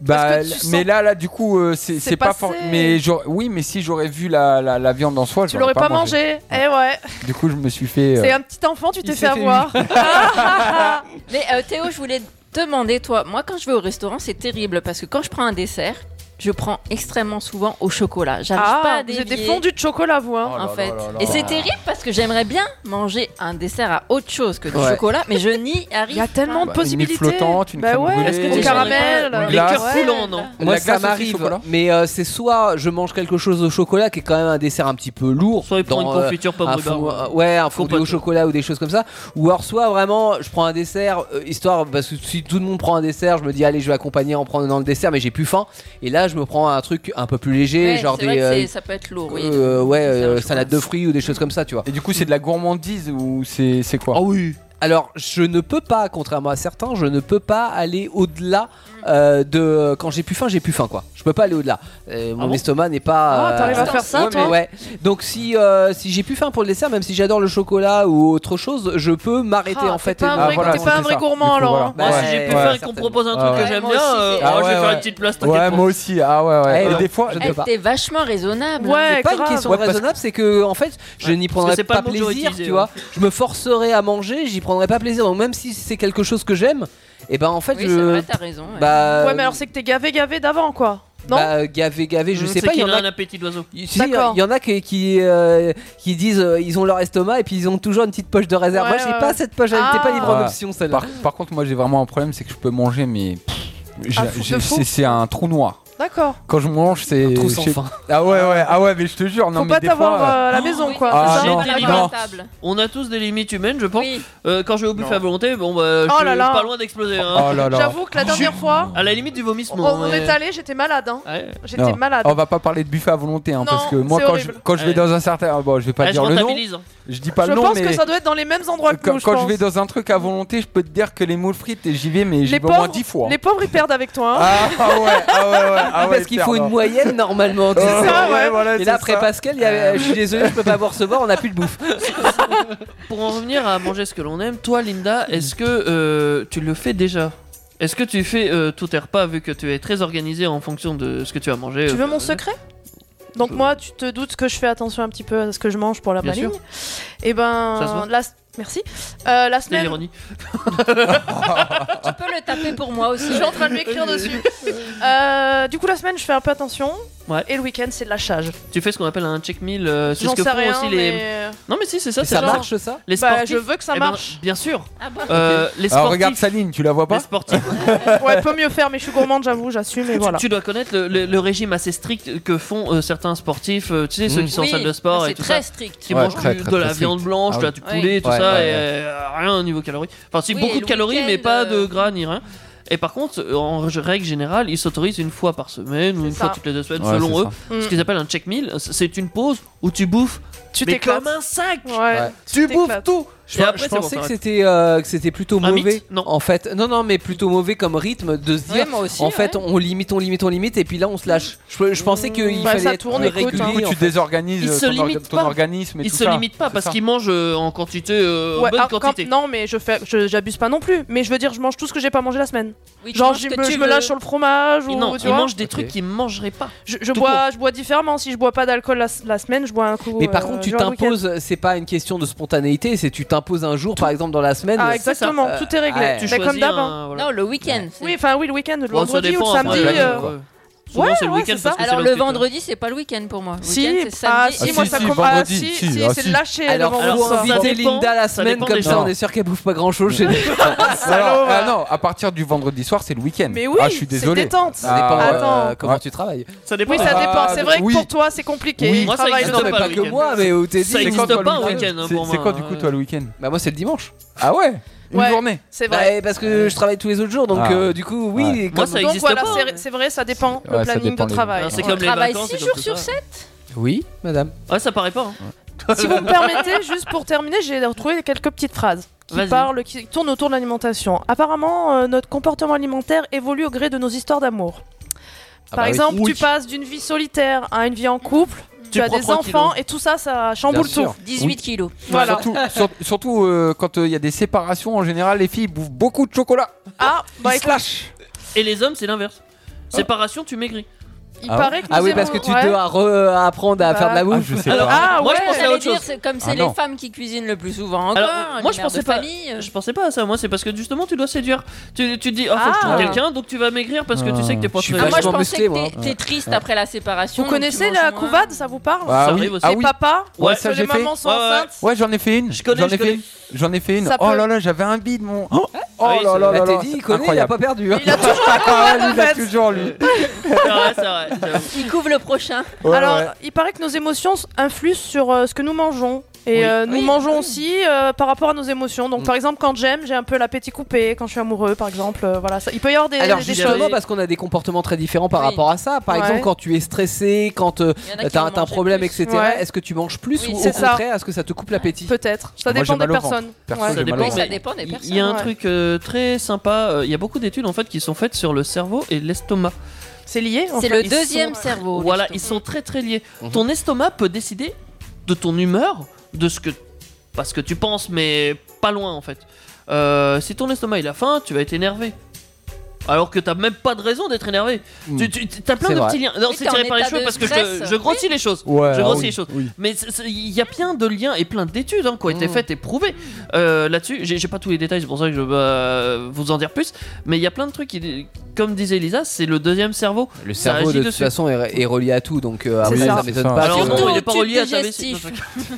Speaker 5: Bah,
Speaker 2: Parce que tu
Speaker 5: mais
Speaker 2: sens-
Speaker 5: là, là, du coup, euh, c'est
Speaker 2: C'est
Speaker 5: c'est pas
Speaker 2: passé.
Speaker 5: fort. Mais j'aurais- oui, mais si j'aurais vu la, la, la viande en soi, je
Speaker 2: Tu l'aurais pas mangé Eh ouais
Speaker 5: Du coup, je me suis fait.
Speaker 2: C'est
Speaker 5: euh,
Speaker 2: un petit enfant, tu t'es
Speaker 5: s'est
Speaker 2: fait
Speaker 5: fait
Speaker 2: avoir
Speaker 6: Mais euh, Théo, je voulais te demander, toi, moi quand je vais au restaurant, c'est terrible parce que quand je prends un dessert, je prends extrêmement souvent au chocolat. J'arrive pas
Speaker 2: Ah,
Speaker 6: à
Speaker 2: vous
Speaker 6: dévier.
Speaker 2: êtes des fondus de chocolat, vous hein.
Speaker 6: Oh, en
Speaker 5: Oh là
Speaker 6: fait.
Speaker 5: là là
Speaker 6: Et
Speaker 5: là.
Speaker 6: c'est terrible parce que j'aimerais bien manger un dessert à autre chose que du
Speaker 4: Ouais.
Speaker 6: chocolat, mais je n'y
Speaker 2: Il
Speaker 6: arrive
Speaker 2: y a tellement
Speaker 5: Bah,
Speaker 2: de
Speaker 5: une nuit
Speaker 2: possibilités
Speaker 5: flottante, une
Speaker 2: Bah
Speaker 5: crème
Speaker 2: ouais,
Speaker 5: brûlée.
Speaker 3: Est-ce que
Speaker 2: au
Speaker 3: t'es-
Speaker 2: caramel
Speaker 3: Les
Speaker 5: Glace.
Speaker 3: cœurs
Speaker 2: Ouais.
Speaker 3: coulants, non
Speaker 4: Moi,
Speaker 5: La
Speaker 4: ça
Speaker 5: glace aussi,
Speaker 4: m'arrive,
Speaker 5: chocolat
Speaker 4: mais euh, c'est soit je mange quelque chose au chocolat qui est quand même un dessert un petit peu lourd.
Speaker 3: Soit il prend
Speaker 4: dans,
Speaker 3: une
Speaker 4: euh,
Speaker 3: confiture pomme
Speaker 4: un
Speaker 3: rhubarbe.
Speaker 4: fond- euh, ouais, un fondu au
Speaker 3: Compote.
Speaker 4: chocolat ou des choses comme ça. Ou alors soit vraiment je prends un dessert, euh, histoire, parce que si tout le monde prend un dessert, je me dis allez, je vais accompagner en prenant le dessert, mais j'ai plus faim. Et là, je me prends un truc un peu plus léger,
Speaker 6: Ouais,
Speaker 4: genre
Speaker 6: c'est
Speaker 4: des.
Speaker 6: vrai que
Speaker 4: euh,
Speaker 6: c'est- ça peut être lourd, oui.
Speaker 4: euh, ouais,
Speaker 6: C'est un
Speaker 4: euh,
Speaker 6: chocolat.
Speaker 4: salade de fruits ou des choses comme ça, tu vois.
Speaker 5: Et du coup, c'est de la gourmandise ou c'est c'est quoi
Speaker 4: Ah oui Alors, je ne peux pas, contrairement à certains, je ne peux pas aller au-delà euh, de quand j'ai plus faim, j'ai plus faim quoi. Je peux pas aller au-delà. Euh, mon
Speaker 3: Ah bon
Speaker 4: estomac n'est pas. euh,
Speaker 3: Ah, t'arrives à faire ça,
Speaker 4: ouais,
Speaker 3: toi
Speaker 4: mais ouais. Donc si euh, si j'ai plus faim pour le dessert, même si j'adore le chocolat ou autre chose, je peux m'arrêter
Speaker 3: Ah,
Speaker 4: en
Speaker 3: t'es
Speaker 4: fait.
Speaker 3: pas un vrai- t'es pas un vrai gourmand, alors, hein. Moi, si j'ai plus faim et qu'on me propose un truc que j'aime bien, euh, oh,
Speaker 4: Ah
Speaker 3: je vais faire une petite place, t'inquiète
Speaker 5: Ouais,
Speaker 3: pas.
Speaker 5: moi aussi. Ah ouais, ouais.
Speaker 4: Eh,
Speaker 5: et des fois,
Speaker 4: je ne
Speaker 6: Elle
Speaker 4: peux pas.
Speaker 6: était vachement raisonnable. hein.
Speaker 4: c'est pas une question de raisonnable, c'est que en fait, je n'y
Speaker 6: parce que
Speaker 4: prendrais
Speaker 6: c'est
Speaker 4: pas,
Speaker 6: pas le mot que
Speaker 4: plaisir,
Speaker 6: j'aurais utilisé,
Speaker 4: tu
Speaker 6: ouais.
Speaker 4: vois. Je me forcerais à manger, j'y prendrais pas plaisir. Donc même si c'est quelque chose que j'aime, et ben en fait,
Speaker 2: Oui,
Speaker 4: je.
Speaker 2: c'est vrai, t'as raison, ouais.
Speaker 4: Bah,
Speaker 2: Ouais, mais alors c'est que t'es gavé, gavé d'avant, quoi. Non
Speaker 4: bah, gavé, gavé, je
Speaker 3: Mmh,
Speaker 4: sais
Speaker 3: c'est
Speaker 4: pas.
Speaker 3: qu'il
Speaker 4: y en
Speaker 3: a un
Speaker 4: a
Speaker 3: appétit d'oiseau.
Speaker 4: Tu sais, Il y en- il y en a qui qui, euh, qui disent euh, ils ont leur estomac et puis ils ont toujours une petite poche de réserve. Moi,
Speaker 3: Ouais,
Speaker 4: j'ai
Speaker 3: ouais,
Speaker 4: pas
Speaker 3: ouais.
Speaker 4: cette poche, elle n'était
Speaker 2: Ah.
Speaker 4: pas libre en
Speaker 5: Voilà.
Speaker 4: option celle-là.
Speaker 5: Ah. Par, par contre, moi j'ai vraiment un problème, c'est que je peux manger, mais pff,
Speaker 2: Ah,
Speaker 5: j'ai-
Speaker 4: fou de
Speaker 5: j'ai-
Speaker 4: fou.
Speaker 5: c'est c'est un trou noir.
Speaker 2: D'accord.
Speaker 5: Quand je mange, c'est.
Speaker 4: Un trou sans
Speaker 5: je sais-
Speaker 4: fin.
Speaker 5: Ah ouais, ouais, ah ouais, mais je te jure, non
Speaker 2: Faut
Speaker 5: mais
Speaker 2: pas
Speaker 5: des
Speaker 2: t'avoir
Speaker 5: fois,
Speaker 2: euh, à la
Speaker 5: oh,
Speaker 2: maison, quoi.
Speaker 5: Ah,
Speaker 2: C'est
Speaker 5: non,
Speaker 2: ça
Speaker 5: non.
Speaker 3: On a tous des limites humaines, je pense. Euh, quand je vais au buffet à volonté, bon bah, je
Speaker 2: Oh
Speaker 3: suis
Speaker 2: là là.
Speaker 3: pas loin d'exploser. hein.
Speaker 5: Oh là là.
Speaker 2: J'avoue que la dernière fois,
Speaker 3: À la limite du
Speaker 2: on,
Speaker 3: vomissement.
Speaker 2: on
Speaker 3: mais-
Speaker 2: est allé, j'étais malade. Hein. J'étais
Speaker 5: Non.
Speaker 2: malade.
Speaker 5: On va pas parler de buffet à volonté, hein,
Speaker 2: Non,
Speaker 5: parce que moi
Speaker 2: c'est
Speaker 5: quand je,
Speaker 2: horrible.
Speaker 5: quand je vais
Speaker 2: Ouais.
Speaker 5: dans un certain, bon, je vais pas
Speaker 3: Ouais, je
Speaker 5: dire le nom.
Speaker 3: rentabilise, hein.
Speaker 5: Je dis pas
Speaker 2: je
Speaker 5: le nom,
Speaker 2: pense
Speaker 5: mais
Speaker 2: que ça doit être dans les mêmes endroits que
Speaker 5: quand,
Speaker 2: nous, je
Speaker 5: quand
Speaker 2: pense.
Speaker 5: je vais dans un truc à volonté, je peux te dire que les moules frites, et j'y vais, mais j'y
Speaker 2: les
Speaker 5: vais au moins
Speaker 2: pauvres,
Speaker 5: 10 fois.
Speaker 2: les pauvres, ils perdent avec toi. hein.
Speaker 5: Ah, ouais, ah ouais, ouais, ah ouais,
Speaker 4: Parce qu'il faut
Speaker 5: perdant.
Speaker 4: une moyenne normalement. tu
Speaker 5: Ouais,
Speaker 4: sais.
Speaker 5: ouais, ouais, voilà,
Speaker 4: et là
Speaker 5: c'est
Speaker 4: après
Speaker 5: ça. Euh,
Speaker 4: Pascal, il y a- euh, je suis désolé, je peux pas vous recevoir, on a plus de bouffe.
Speaker 3: Pour en revenir à manger ce que l'on aime, toi Linda, est-ce que euh, tu le fais déjà Est-ce que tu fais euh, tout tes repas vu que tu es très organisé en fonction de ce que tu as mangé
Speaker 2: Tu
Speaker 3: euh,
Speaker 2: veux mon secret Donc moi, tu te doutes que je fais attention un petit peu à ce que je mange pour la
Speaker 3: Bien
Speaker 2: maligne.
Speaker 3: sûr.
Speaker 2: Et ben,
Speaker 3: Ça se voit.
Speaker 2: la... merci. Euh, la
Speaker 3: C'était
Speaker 2: semaine,
Speaker 3: l'ironie.
Speaker 6: Tu peux le taper pour moi aussi.
Speaker 2: Je suis en train de m'écrire dessus. Euh, du coup, la semaine, je fais un peu attention.
Speaker 3: Ouais.
Speaker 2: Et le week-end, c'est de lâchage.
Speaker 3: Tu fais ce qu'on appelle un check meal. euh, c'est
Speaker 2: J'en
Speaker 3: ce que
Speaker 2: sais
Speaker 3: font
Speaker 2: rien,
Speaker 3: aussi les.
Speaker 2: mais- euh,
Speaker 3: Non mais si c'est ça.
Speaker 5: Mais
Speaker 3: c'est
Speaker 5: ça
Speaker 3: genre-
Speaker 5: marche, ça
Speaker 3: Les
Speaker 2: Bah,
Speaker 3: sportifs.
Speaker 2: je veux que ça
Speaker 3: eh ben,
Speaker 2: marche.
Speaker 3: bien sûr.
Speaker 6: Ah
Speaker 2: bon
Speaker 3: Euh, les
Speaker 5: Alors
Speaker 3: sportifs.
Speaker 5: regarde sa ligne, tu la vois pas
Speaker 2: Ouais, peut mieux faire, mais je suis gourmande, j'avoue, j'assume. Et
Speaker 3: Tu-
Speaker 2: voilà.
Speaker 3: Tu, dois connaître le, le- le régime assez strict que font euh, certains sportifs, euh, tu sais, ceux
Speaker 6: Mm.
Speaker 3: qui sont en
Speaker 6: Oui,
Speaker 3: salle de sport
Speaker 6: c'est
Speaker 3: et tout
Speaker 6: très
Speaker 3: ça.
Speaker 6: strict.
Speaker 3: Qui
Speaker 6: Ouais,
Speaker 3: mangent
Speaker 6: très,
Speaker 3: du-
Speaker 6: très,
Speaker 3: de
Speaker 6: très
Speaker 3: la
Speaker 6: strict.
Speaker 3: viande blanche,
Speaker 6: Ah
Speaker 3: de la-
Speaker 6: oui.
Speaker 3: du
Speaker 6: Ouais.
Speaker 3: poulet, tout
Speaker 6: Ouais,
Speaker 3: ça,
Speaker 6: ouais,
Speaker 3: et
Speaker 6: ouais.
Speaker 3: euh, rien au niveau calories. Enfin, si
Speaker 6: Oui, et
Speaker 3: beaucoup
Speaker 6: le
Speaker 3: de calories, mais
Speaker 6: week-end,
Speaker 3: pas
Speaker 6: euh,
Speaker 3: de gras ni rien. Et par contre, en règle générale, ils s'autorisent une fois par semaine ou une
Speaker 2: ça.
Speaker 3: fois toutes les deux semaines,
Speaker 5: Ouais,
Speaker 3: selon
Speaker 5: c'est
Speaker 3: eux,
Speaker 5: ça.
Speaker 3: ce
Speaker 2: Mm.
Speaker 3: qu'ils appellent un check meal. C'est une pause où tu bouffes.
Speaker 2: Tu
Speaker 3: mais
Speaker 2: t'éclates.
Speaker 3: comme un sac.
Speaker 2: Ouais.
Speaker 4: Tu bouffes
Speaker 2: t'éclates.
Speaker 4: tout. Je,
Speaker 3: Et après,
Speaker 4: je
Speaker 3: c'est bon,
Speaker 4: pensais que
Speaker 3: t'arrêtes.
Speaker 4: c'était euh, que c'était plutôt
Speaker 3: Un mythe
Speaker 4: mauvais
Speaker 3: Non.
Speaker 4: en fait. Non non mais plutôt mauvais comme rythme de se dire
Speaker 3: Ouais, moi aussi,
Speaker 4: en fait on limite on limite on limite et puis là on se lâche. Je, je pensais qu'il
Speaker 2: Bah,
Speaker 4: fallait
Speaker 2: ça
Speaker 4: être
Speaker 2: tourne,
Speaker 4: plus
Speaker 2: écoute,
Speaker 4: régulier.
Speaker 2: hein.
Speaker 5: Du coup,
Speaker 4: en
Speaker 5: tu
Speaker 4: fait.
Speaker 5: désorganises
Speaker 3: Ils
Speaker 5: euh,
Speaker 3: se
Speaker 5: ton, orga-
Speaker 3: limitent
Speaker 5: ton
Speaker 3: pas.
Speaker 5: organisme et
Speaker 3: Ils
Speaker 5: tout
Speaker 3: se
Speaker 5: ça.
Speaker 3: limitent pas
Speaker 5: C'est
Speaker 3: parce
Speaker 5: ça.
Speaker 3: qu'ils mangent euh, en quantité, euh, en
Speaker 2: Ouais, ah,
Speaker 3: bonne
Speaker 2: alors, quand-
Speaker 3: quantité.
Speaker 2: non, mais je fais, je- j'abuse pas non plus. Mais je veux dire, je mange tout ce que j'ai pas mangé la semaine.
Speaker 6: Oui, tu
Speaker 2: Genre,
Speaker 6: manges
Speaker 2: je
Speaker 6: ce que
Speaker 2: me,
Speaker 6: tu
Speaker 2: je me
Speaker 6: veux.
Speaker 2: lâche sur le fromage ou
Speaker 3: Non,
Speaker 2: tu
Speaker 3: ils
Speaker 2: vois.
Speaker 3: mangent des trucs qu'ils mangeraient pas.
Speaker 2: Je, je
Speaker 3: Tout
Speaker 2: bois, je bois différemment. Si je bois pas d'alcool la, la semaine, je bois un coup.
Speaker 4: Mais par
Speaker 2: euh,
Speaker 4: contre, tu
Speaker 2: durant le week-end.
Speaker 4: t'imposes, c'est pas une question de spontanéité, c'est tu t'imposes un jour, par exemple, dans la semaine.
Speaker 2: Ah, exactement,
Speaker 4: Euh,
Speaker 2: tout est réglé.
Speaker 4: ouais.
Speaker 2: mais
Speaker 6: Bah,
Speaker 2: comme d'hab. hein.
Speaker 6: Non, le week-end. c'est-
Speaker 2: Oui, enfin, oui, le week-end, le
Speaker 3: Bon, ça
Speaker 2: vendredi
Speaker 3: dépend,
Speaker 2: ou le samedi.
Speaker 3: après,
Speaker 2: euh,
Speaker 3: ouais. Souvent,
Speaker 2: Ouais,
Speaker 3: c'est le
Speaker 2: ouais,
Speaker 3: weekend
Speaker 2: c'est
Speaker 3: parce
Speaker 2: ça.
Speaker 3: que c'est
Speaker 6: Alors
Speaker 3: l'autre
Speaker 6: le
Speaker 3: truc, hein.
Speaker 6: vendredi, c'est pas le week-end pour moi. Le week-end,
Speaker 2: Si,
Speaker 6: c'est
Speaker 2: ah,
Speaker 6: samedi.
Speaker 2: si,
Speaker 6: et
Speaker 2: moi
Speaker 6: dimanche.
Speaker 2: ça
Speaker 5: si,
Speaker 2: commence. Ah,
Speaker 5: vendredi,
Speaker 2: si,
Speaker 5: si,
Speaker 2: si,
Speaker 5: ah,
Speaker 2: c'est
Speaker 5: si.
Speaker 2: lâcher
Speaker 4: Alors,
Speaker 2: le
Speaker 4: faut
Speaker 2: vendredi soir.
Speaker 3: ça
Speaker 4: inviter
Speaker 3: dépend-
Speaker 4: Linda la
Speaker 3: ça
Speaker 4: semaine,
Speaker 3: dépend
Speaker 4: comme
Speaker 3: des
Speaker 4: ça,
Speaker 3: gens.
Speaker 4: on est sûr qu'elle bouffe pas grand chose chez nous.
Speaker 5: Alors, ah non, à partir du vendredi soir, c'est le week-end.
Speaker 2: Mais oui,
Speaker 5: ah, je suis
Speaker 2: c'est
Speaker 5: désolé.
Speaker 2: détente.
Speaker 4: Ça dépend
Speaker 5: Ah,
Speaker 4: euh,
Speaker 5: ouais.
Speaker 4: comment
Speaker 5: Ouais.
Speaker 4: tu travailles.
Speaker 3: Ça dépend.
Speaker 2: Oui, ça
Speaker 5: Ah,
Speaker 2: dépend. C'est vrai que
Speaker 5: oui.
Speaker 2: pour toi, c'est compliqué.
Speaker 5: Oui.
Speaker 2: Il
Speaker 3: Moi, ça
Speaker 2: travaille
Speaker 3: existe
Speaker 4: Non, mais
Speaker 3: pas
Speaker 4: pas
Speaker 3: le
Speaker 4: que
Speaker 3: week-end.
Speaker 4: moi, mais où t'es
Speaker 3: Ça
Speaker 4: dit-
Speaker 5: C'est
Speaker 3: existe
Speaker 5: quand, toi,
Speaker 3: pas
Speaker 5: le
Speaker 3: au
Speaker 5: week-end
Speaker 3: week-end, hein,
Speaker 5: C'est
Speaker 3: pour
Speaker 5: c'est
Speaker 3: moi,
Speaker 5: quand du
Speaker 3: hein.
Speaker 5: coup toi le week-end
Speaker 4: Bah, moi, c'est le dimanche.
Speaker 5: euh. Ah ouais Une
Speaker 2: Ouais.
Speaker 5: journée
Speaker 2: C'est vrai.
Speaker 4: Bah, parce que je travaille tous les autres jours, donc
Speaker 5: Ah.
Speaker 4: euh, du coup, oui.
Speaker 5: Ouais.
Speaker 4: comme-
Speaker 3: ça
Speaker 2: Donc
Speaker 3: existe
Speaker 2: voilà,
Speaker 3: pas,
Speaker 2: c'est-
Speaker 3: ouais.
Speaker 2: c'est vrai, ça dépend
Speaker 5: Ouais,
Speaker 2: le
Speaker 5: ça
Speaker 2: planning
Speaker 5: dépend
Speaker 2: de
Speaker 5: les-
Speaker 2: travail.
Speaker 3: Ah, C'est
Speaker 2: Ouais.
Speaker 3: comme les
Speaker 6: travaille
Speaker 3: vacances.
Speaker 6: 6
Speaker 3: c'est
Speaker 6: jours
Speaker 3: comme
Speaker 6: sur
Speaker 3: tout ça.
Speaker 6: 7
Speaker 4: Oui, madame.
Speaker 3: Ouais, ça paraît pas. hein.
Speaker 2: Si vous me permettez, juste pour terminer, j'ai retrouvé quelques petites phrases qui
Speaker 3: Vas-y.
Speaker 2: parlent, qui tournent autour de l'alimentation. Apparemment, euh, notre comportement alimentaire évolue au gré de nos histoires d'amour.
Speaker 4: Ah
Speaker 2: Par
Speaker 4: bah oui.
Speaker 2: exemple,
Speaker 4: Oui.
Speaker 2: tu passes d'une vie solitaire à une vie en couple, tu, as
Speaker 3: prends
Speaker 2: des
Speaker 3: trois
Speaker 2: enfants
Speaker 3: kilos.
Speaker 2: et tout ça, ça chamboule
Speaker 5: Bien sûr.
Speaker 2: tout.
Speaker 6: 18 kilos.
Speaker 2: Voilà.
Speaker 5: Surtout, sur- surtout, euh, quand euh, il y a des séparations, en général, les filles bouffent beaucoup de chocolat.
Speaker 2: Ah, bah écoute,
Speaker 3: Et les hommes, c'est l'inverse. Séparation, tu maigris.
Speaker 2: Ah. il
Speaker 4: Ah,
Speaker 2: paraît que
Speaker 4: ah
Speaker 2: nous
Speaker 4: oui,
Speaker 2: aimons-
Speaker 4: parce que tu
Speaker 2: Ouais.
Speaker 4: dois re- euh, apprendre à
Speaker 2: Bah,
Speaker 4: faire de la bouffe.
Speaker 5: je sais
Speaker 3: Alors,
Speaker 5: pas.
Speaker 2: Ah
Speaker 3: Moi, je
Speaker 2: ouais.
Speaker 3: pensais à
Speaker 6: J'allais
Speaker 3: autre
Speaker 6: dire,
Speaker 3: chose.
Speaker 6: c'est comme c'est
Speaker 5: Ah
Speaker 6: les
Speaker 5: non.
Speaker 6: femmes qui cuinent le plus souvent encore.
Speaker 3: Alors,
Speaker 6: les
Speaker 3: moi, je
Speaker 6: mères de
Speaker 3: pensais pas-
Speaker 6: famille, euh,
Speaker 3: Je pensais pas à ça, moi, c'est parce que justement, tu dois séduire. Tu, tu te dis, oh, faut que je trouve
Speaker 2: Ah.
Speaker 3: quelqu'un, donc tu vas maigrir parce que tu sais que t'es pas
Speaker 4: Je suis
Speaker 3: très-
Speaker 6: Ah, moi, je
Speaker 4: vachement
Speaker 6: pensais
Speaker 4: musclé,
Speaker 6: que
Speaker 4: moi.
Speaker 6: t'es- t'es triste après la séparation.
Speaker 2: Vous connaissez la couvade, ça vous parle
Speaker 5: Ah
Speaker 3: ça
Speaker 5: oui,
Speaker 3: arrive aussi.
Speaker 5: ah
Speaker 2: Les
Speaker 5: oui.
Speaker 2: papas,
Speaker 5: Ouais,
Speaker 2: parce
Speaker 5: ça,
Speaker 2: que les
Speaker 5: j'ai fait.
Speaker 2: mamans sont
Speaker 3: Ouais, ouais.
Speaker 2: enceintes.
Speaker 5: Ouais, j'en ai fait une.
Speaker 3: Je connais,
Speaker 5: j'en ai
Speaker 3: je
Speaker 5: fait
Speaker 3: connais.
Speaker 5: une. J'en ai fait une.
Speaker 2: Ça
Speaker 5: oh
Speaker 2: peut-
Speaker 5: là là, j'avais un bide mon. Oh, oh
Speaker 3: oui,
Speaker 5: là
Speaker 3: c'est
Speaker 4: Bah,
Speaker 5: là là là.
Speaker 4: t'es dit, il connaît, il a
Speaker 5: Incroyable.
Speaker 4: pas perdu. hein.
Speaker 2: Il a toujours la couvade
Speaker 5: Ah, lui,
Speaker 2: en
Speaker 5: il a
Speaker 2: fait.
Speaker 5: toujours lui.
Speaker 3: Ah, ouais, c'est vrai, j'avoue.
Speaker 6: Il couvre le prochain.
Speaker 5: Ouais,
Speaker 2: Alors,
Speaker 5: ouais.
Speaker 2: il paraît que nos émotions influent sur euh, ce que nous mangeons. Et euh, nous mangeons aussi euh, par rapport à nos émotions. Donc, par exemple, quand j'aime, j'ai un peu l'appétit coupé. Quand je suis amoureux, par exemple, euh, voilà. ça- il peut y avoir des,
Speaker 4: Alors
Speaker 2: des
Speaker 4: justement
Speaker 2: choses.
Speaker 6: bah,
Speaker 4: parce qu'on a des comportements très différents par rapport à ça. Par
Speaker 2: Ouais.
Speaker 4: exemple quand tu es stressé, quand euh,
Speaker 2: Il y en a qui
Speaker 4: t'as
Speaker 2: vont
Speaker 4: t'as un
Speaker 2: manger
Speaker 4: problème,
Speaker 2: plus.
Speaker 4: etc.
Speaker 2: Ouais.
Speaker 4: Est-ce que tu manges plus
Speaker 2: Oui,
Speaker 4: ou au
Speaker 2: c'est ça.
Speaker 4: contraire est-ce que ça te coupe l'appétit
Speaker 2: Peut-être. Ça dépend des personnes.
Speaker 3: Perso, j'ai mal au ventre.
Speaker 6: des
Speaker 3: Il- Il
Speaker 6: personnes,
Speaker 3: y a un
Speaker 6: ouais.
Speaker 3: truc euh, très sympa. euh, Il y a beaucoup d'études en fait qui sont faites sur le cerveau et l'estomac.
Speaker 2: C'est lié.
Speaker 6: en C'est fait. le deuxième cerveau,
Speaker 3: Voilà, ils sont très très liés. Ton estomac peut décider de ton humeur, de ce que, pas ce que tu penses, mais pas loin en fait. Euh, si ton estomac il a faim, tu vas être énervé. Alors que t'as même pas de raison d'être énervé. Tu, tu- t'as plein
Speaker 4: C'est
Speaker 3: de
Speaker 4: vrai.
Speaker 3: petits liens. Non,
Speaker 4: Oui,
Speaker 3: Hmm. c'est
Speaker 4: t'es en
Speaker 3: tiré par les
Speaker 4: état
Speaker 3: cheveux
Speaker 4: de
Speaker 3: parce que je,
Speaker 4: stress.
Speaker 3: te- je grossis les choses.
Speaker 4: Ouais,
Speaker 3: je
Speaker 4: ah
Speaker 3: grossis
Speaker 4: oui,
Speaker 3: les choses.
Speaker 4: oui.
Speaker 3: Mais c'est- c'est- il y a plein de liens et plein d'études hein, qui ont été
Speaker 4: Mm.
Speaker 3: faites et prouvées euh, là-dessus. J'ai, j'ai pas tous les détails, c'est pour ça que je veux pas vous en dire plus. Mais il y a plein de trucs. qui- comme disait Elisa, c'est le deuxième cerveau.
Speaker 4: Le
Speaker 3: Ça
Speaker 4: cerveau de
Speaker 3: agit
Speaker 4: toute
Speaker 3: dessus.
Speaker 4: façon est, est relié à tout donc euh, à
Speaker 3: C'est
Speaker 4: mon avis,
Speaker 3: ça.
Speaker 4: ça m'étonne pas.
Speaker 3: Alors,
Speaker 4: qu'ils
Speaker 3: non,
Speaker 4: vont-
Speaker 3: Oh, il est pas relié à ta vessie.
Speaker 6: digestif.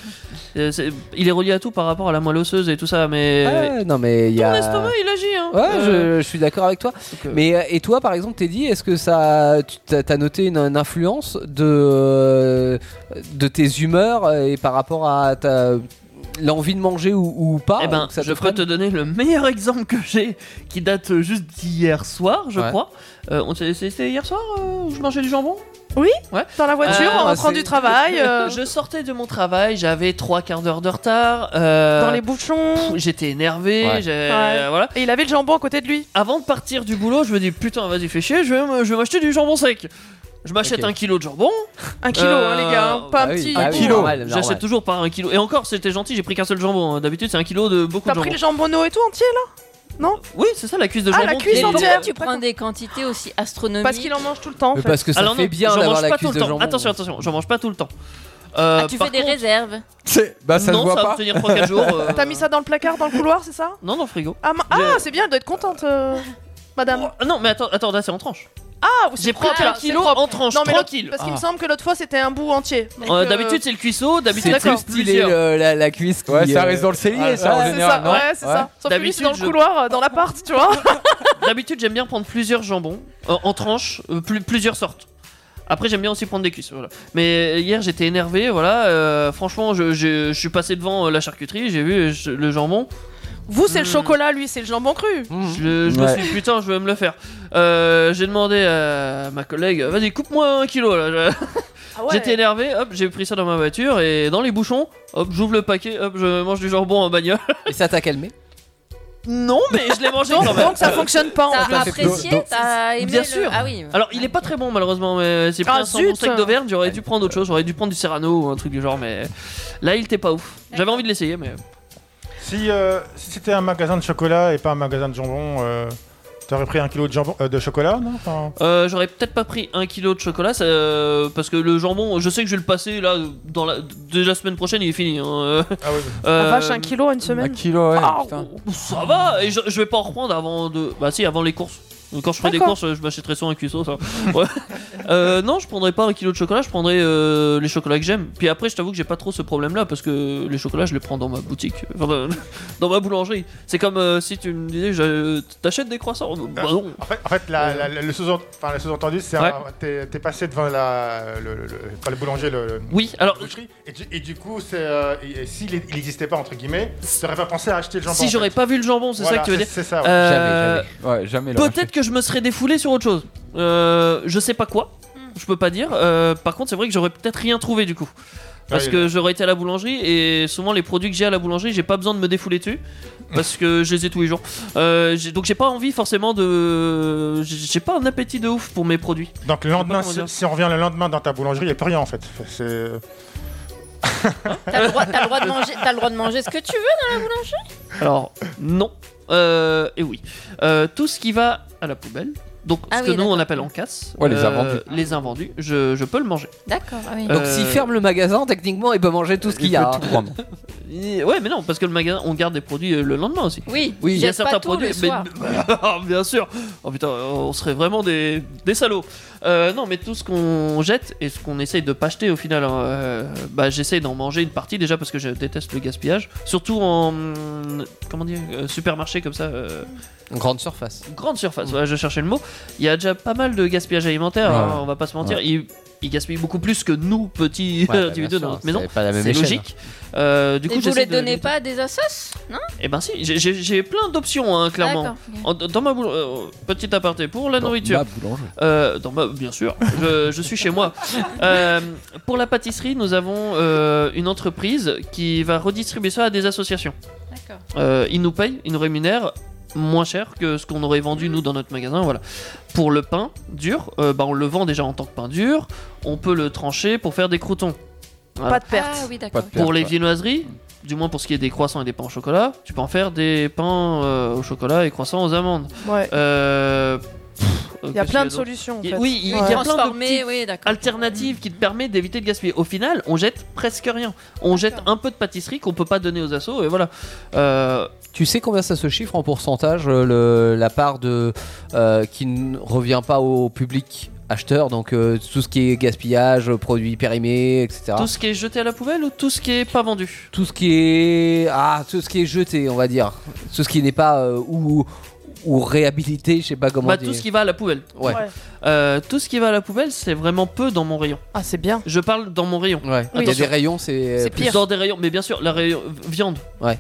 Speaker 3: Euh, c'est- il est relié à tout par rapport à la moelle osseuse et tout ça, mais.
Speaker 2: euh,
Speaker 4: Ouais, Euh, non mais il y a.
Speaker 3: Ton estomac, il agit. Hein.
Speaker 4: Ouais,
Speaker 3: Euh,
Speaker 4: je, je suis d'accord avec toi. Mais euh, et toi, par exemple, Teddy, est-ce que ça, tu t'as- t'as noté une, une influence de de tes humeurs euh, et par rapport à ta l'envie de manger ou, ou pas
Speaker 3: Eh ben,
Speaker 4: ou que ça te
Speaker 3: je pourrais te donner le meilleur exemple que j'ai, qui date euh, juste d'hier soir, je
Speaker 4: Ouais.
Speaker 3: crois. Euh, on s'est- C'était hier soir euh, où je mangeais du jambon
Speaker 2: Oui
Speaker 3: ouais.
Speaker 2: Dans la voiture, en rentrant du travail. euh,
Speaker 3: Ah, Je sortais de mon travail, j'avais trois quarts d'heure de retard. euh,
Speaker 2: Dans les bouchons.
Speaker 3: pff, J'étais énervé.
Speaker 2: Ouais.
Speaker 3: j'ai- euh,
Speaker 2: Ouais.
Speaker 3: Voilà.
Speaker 2: Et il avait le jambon à côté de lui.
Speaker 3: Avant de partir du boulot, je me dis putain, vas-y, fais chier, je vais me- je vais m'acheter du jambon sec. Je m'achète
Speaker 2: Ok.
Speaker 3: un kilo de jambon.
Speaker 2: Un kilo, hein, les gars, hein, pas
Speaker 5: Bah
Speaker 2: un
Speaker 5: Ah
Speaker 2: petit
Speaker 3: Un
Speaker 2: bout.
Speaker 3: kilo.
Speaker 2: Normal, normal.
Speaker 3: Euh, J'achète toujours par un kilo. Et encore, c'était gentil, j'ai pris qu'un seul jambon. hein. D'habitude, c'est un kilo de beaucoup
Speaker 2: T'as
Speaker 3: de jambon.
Speaker 2: pris le jambonneau et tout entier là Non
Speaker 3: Oui, c'est ça la cuisse Euh, de
Speaker 2: Ah,
Speaker 3: jambon.
Speaker 2: la cuisse
Speaker 3: qui est-
Speaker 2: entière.
Speaker 6: Tu prends des quantités aussi astronomiques.
Speaker 2: Parce qu'il en mange tout le temps. en fait.
Speaker 3: Alors non, j'en mange pas tout le temps.
Speaker 6: jambon.
Speaker 3: Attention, attention, j'en mange pas tout le temps. Euh,
Speaker 6: Ah, Tu
Speaker 3: par
Speaker 6: fais des
Speaker 3: contre-
Speaker 6: réserves.
Speaker 5: Bah, ça se
Speaker 3: non,
Speaker 5: voit
Speaker 3: ça va
Speaker 5: pas.
Speaker 3: me tenir 3-4 jours. euh,
Speaker 2: T'as mis ça dans le placard, dans le couloir, c'est ça
Speaker 3: Non, non, frigo.
Speaker 2: Ah, ma- ah, c'est bien, elle doit être contente, euh, madame.
Speaker 3: Ah Non, mais attends, attends, là c'est en tranche.
Speaker 2: Ah, c'est
Speaker 3: J'ai pris
Speaker 2: propre,
Speaker 3: un
Speaker 2: alors,
Speaker 3: kilo
Speaker 2: c'est propre.
Speaker 3: en tranche,
Speaker 2: Non, mais l'autre-
Speaker 3: tranquille.
Speaker 2: Parce qu'il me
Speaker 3: Ah.
Speaker 2: semble que l'autre fois c'était un bout entier. Donc,
Speaker 3: Euh,
Speaker 2: euh,
Speaker 3: D'habitude c'est le cuisseau, d'habitude
Speaker 2: D'accord.
Speaker 3: c'est
Speaker 4: plus stylé, le- la, la cuisse. Qui,
Speaker 5: Ouais, ça
Speaker 4: euh,
Speaker 5: reste dans le
Speaker 3: Ah,
Speaker 5: cellier, ça, en
Speaker 4: ouais,
Speaker 5: général,
Speaker 4: c'est ça,
Speaker 5: non
Speaker 4: ouais,
Speaker 2: c'est ça. Sauf que lui, c'est dans le couloir, euh, dans l'appart, tu vois.
Speaker 3: D'habitude j'aime bien prendre plusieurs jambons euh, en tranches, euh, plus- plusieurs sortes. Après j'aime bien aussi prendre des cuisses. voilà. Mais hier j'étais énervé, voilà. euh, franchement je, je- je suis passé devant euh, la charcuterie, j'ai vu euh, je- le jambon.
Speaker 2: Vous, c'est le chocolat, lui, c'est le jambon cru.
Speaker 3: Hmm. Je,
Speaker 2: Ouais.
Speaker 3: je me suis dit, putain, je vais me le faire. Euh, j'ai demandé à ma collègue, vas-y, coupe-moi un kilo là. Je-
Speaker 2: Ah ouais.
Speaker 3: J'étais énervé, hop, j'ai pris ça dans ma voiture et dans les bouchons, hop, j'ouvre le paquet, hop, je mange du jambon en bagnole.
Speaker 4: Et ça t'a calmé
Speaker 3: Non, mais je l'ai
Speaker 5: Oh,
Speaker 3: mangé
Speaker 2: Donc-
Speaker 3: quand même.
Speaker 2: donc ça fonctionne pas, en T'as fait. apprécié,
Speaker 3: Donc-
Speaker 6: t'as aimé
Speaker 3: Bien
Speaker 6: le-
Speaker 3: sûr.
Speaker 6: Ah oui.
Speaker 3: Alors, il est pas très bon malheureusement, mais c'est pris
Speaker 6: Ah,
Speaker 3: un jambon
Speaker 6: zut.
Speaker 3: sec d'Auvergne, j'aurais dû prendre autre chose, j'aurais dû prendre du Serrano ou un truc du genre, mais là, il était pas ouf. J'avais envie de l'essayer, mais.
Speaker 7: Si, euh, si c'était un magasin de chocolat et pas un magasin de jambon, euh, t'aurais pris un kilo de, jambon, euh, de chocolat, non Enfin,
Speaker 3: Euh, j'aurais peut-être pas pris un kilo de chocolat ça, euh, parce que le jambon, je sais que je vais le passer là, dans la, déjà la semaine prochaine, il est fini. hein. Euh,
Speaker 2: Ah, vache, un kilo en une semaine.
Speaker 5: Un kilo, ouais,
Speaker 3: Ah,
Speaker 5: putain.
Speaker 3: Ça va, et je, je vais pas en reprendre avant de. Bah, si, avant les courses. Quand je ferai des
Speaker 2: D'accord.
Speaker 3: courses, je m'achèterai soit un cuisseau, ça. Ouais. Euh, non, je prendrai pas un kilo de chocolat, je prendrai euh, les chocolats que j'aime. Puis après, je t'avoue que j'ai pas trop ce problème-là parce que les chocolats, je les prends dans ma boutique, euh, Enfin, dans- dans ma boulangerie. C'est comme euh, si tu me disais, je- t'achètes des croissants Bah non.
Speaker 7: Ah, En fait, en fait, la- la- la- le sous-ent- enfin, le sous-entendu, c'est
Speaker 3: Ouais.
Speaker 7: un- t'es t'es passé devant la, le, le- le- pas le boulanger, le, le-
Speaker 3: Oui, alors-
Speaker 7: la boucherie, et, du- et du coup, c'est, euh, et- et s'il est- il n'existait pas entre guillemets, t'aurais pas pensé à acheter le jambon.
Speaker 3: Si
Speaker 7: en
Speaker 3: j'aurais
Speaker 7: fait.
Speaker 3: pas vu le jambon, c'est
Speaker 7: Voilà,
Speaker 3: ça que tu veux
Speaker 7: c'est-
Speaker 3: dire
Speaker 7: c'est ça, ouais.
Speaker 3: Euh,
Speaker 5: Jamais, jamais. Ouais, jamais l'aurait
Speaker 3: Peut-être que je me serais défoulé sur autre chose. Euh, je sais pas quoi.
Speaker 6: Hmm.
Speaker 3: Je peux pas dire. Euh, par contre, c'est vrai que j'aurais peut-être rien trouvé du coup. Parce
Speaker 5: Ouais,
Speaker 3: que j'aurais été à la boulangerie et souvent les produits que j'ai à la boulangerie, j'ai pas besoin de me défouler dessus
Speaker 5: Hmm.
Speaker 3: parce que je les ai tous les jours. Euh, j'ai- donc j'ai pas envie forcément de. J'ai j'ai pas un appétit de ouf pour mes produits.
Speaker 7: Donc le lendemain,
Speaker 3: comment
Speaker 7: si,
Speaker 3: dire.
Speaker 7: si on revient le lendemain dans ta boulangerie, il n'y a plus rien en fait. C'est- euh,
Speaker 6: T'as le droit- t'as le droit de manger- t'as le droit de manger ce que tu veux dans la boulangerie
Speaker 3: Alors non. Euh, et oui. Euh, tout ce qui va à la poubelle. Donc
Speaker 6: Ah
Speaker 3: ce que
Speaker 6: oui,
Speaker 3: nous on
Speaker 6: d'accord.
Speaker 3: appelle en casse.
Speaker 5: Ouais, les
Speaker 3: euh,
Speaker 5: invendus.
Speaker 3: les invendus, je, je peux le manger.
Speaker 6: D'accord, ah oui.
Speaker 4: Donc
Speaker 3: Euh,
Speaker 4: s'il ferme le magasin, techniquement, il peut manger tout ce qu'il y a.
Speaker 3: peut tout prendre. Ouais, mais non, parce que le magasin, on garde des produits euh, le lendemain aussi.
Speaker 6: Oui,
Speaker 3: il y a
Speaker 6: jette pas
Speaker 3: certains
Speaker 6: tout le
Speaker 3: produits.
Speaker 6: soir.
Speaker 3: Ah, bien sûr. Oh putain, on serait vraiment des, des salauds. Euh, non, mais tout ce qu'on jette et ce qu'on essaye de pas jeter au final, hein, euh, bah j'essaye d'en manger une partie déjà parce que je déteste le gaspillage, surtout en hum, comment dire, euh, supermarché comme ça. euh,
Speaker 4: Grande surface. Mm.
Speaker 3: grande surface, voilà, je cherchais le mot. Il y a déjà pas mal de gaspillage alimentaire,
Speaker 4: Ouais.
Speaker 3: hein, on va pas se mentir.
Speaker 4: Ouais.
Speaker 3: Il, ils gaspillent beaucoup plus que nous, petits
Speaker 4: Ouais, bah,
Speaker 3: individus
Speaker 4: bien
Speaker 3: dans
Speaker 4: sûr,
Speaker 3: notre maison.
Speaker 4: c'est pas la même
Speaker 3: C'est
Speaker 4: échelle.
Speaker 3: logique. Euh, du coup,
Speaker 6: Et vous
Speaker 3: j'essaie
Speaker 6: les
Speaker 3: de
Speaker 6: donnez
Speaker 3: limiter.
Speaker 6: pas à des assos, non
Speaker 3: Eh ben si, j'ai- j'ai j'ai plein d'options, hein, clairement.
Speaker 6: D'accord,
Speaker 3: En- Dans ma boule- euh, petite aparté pour la
Speaker 5: Dans
Speaker 3: nourriture.
Speaker 5: ma boulangerie.
Speaker 3: Euh, dans ma- bien sûr, je, je suis chez moi. Euh, pour la pâtisserie, nous avons euh, une entreprise qui va redistribuer ça à des associations.
Speaker 6: D'accord.
Speaker 3: Euh, ils nous payent, ils nous rémunèrent moins cher que ce qu'on aurait vendu nous dans notre magasin. Voilà. Pour le pain dur, euh, bah, on le vend déjà en tant que pain dur. On peut le trancher pour faire des croutons. Voilà.
Speaker 6: Pas de perte. Ah oui, d'accord. Pas de
Speaker 3: Pour
Speaker 6: perte,
Speaker 3: les
Speaker 6: ouais.
Speaker 3: viennoiseries, du moins pour ce qui est des croissants et des pains au chocolat, tu peux en faire des pains euh, au chocolat et croissants aux amandes.
Speaker 2: Ouais.
Speaker 3: Euh, pff, euh,
Speaker 2: Il y a
Speaker 3: qu'est-ce
Speaker 2: plein
Speaker 3: qu'il
Speaker 2: de
Speaker 3: d'autre
Speaker 2: solutions, en
Speaker 3: Il-
Speaker 2: fait.
Speaker 3: Oui, il y a
Speaker 2: Ouais.
Speaker 3: plein de
Speaker 2: Transformer,
Speaker 3: petites
Speaker 6: oui, d'accord.
Speaker 3: alternatives qui te permettent d'éviter de gaspiller. Au final, on jette presque rien. On jette un peu de pâtisserie qu'on peut pas donner aux assos et voilà. Euh,
Speaker 4: Tu sais combien ça se chiffre en pourcentage euh, le- la part de euh, qui ne revient pas au public acheteur, donc euh, tout ce qui est gaspillage, euh, produits périmés, etc.
Speaker 3: Tout ce qui est jeté à la poubelle ou tout ce qui est pas vendu
Speaker 4: Tout ce qui est ah tout ce qui est jeté, on va dire, tout ce qui n'est pas euh, ou ou réhabilité, je sais pas comment
Speaker 3: Bah,
Speaker 4: dire.
Speaker 3: tout ce qui va à la poubelle.
Speaker 4: Ouais. Ouais.
Speaker 3: Euh, tout ce qui va à la poubelle, c'est vraiment peu dans mon rayon.
Speaker 2: Ah, c'est bien.
Speaker 3: Je parle dans mon rayon.
Speaker 4: Ouais. Il y a des rayons, c'est
Speaker 3: C'est pire. Dans des rayons, mais bien sûr, la rayon viande.
Speaker 4: Ouais.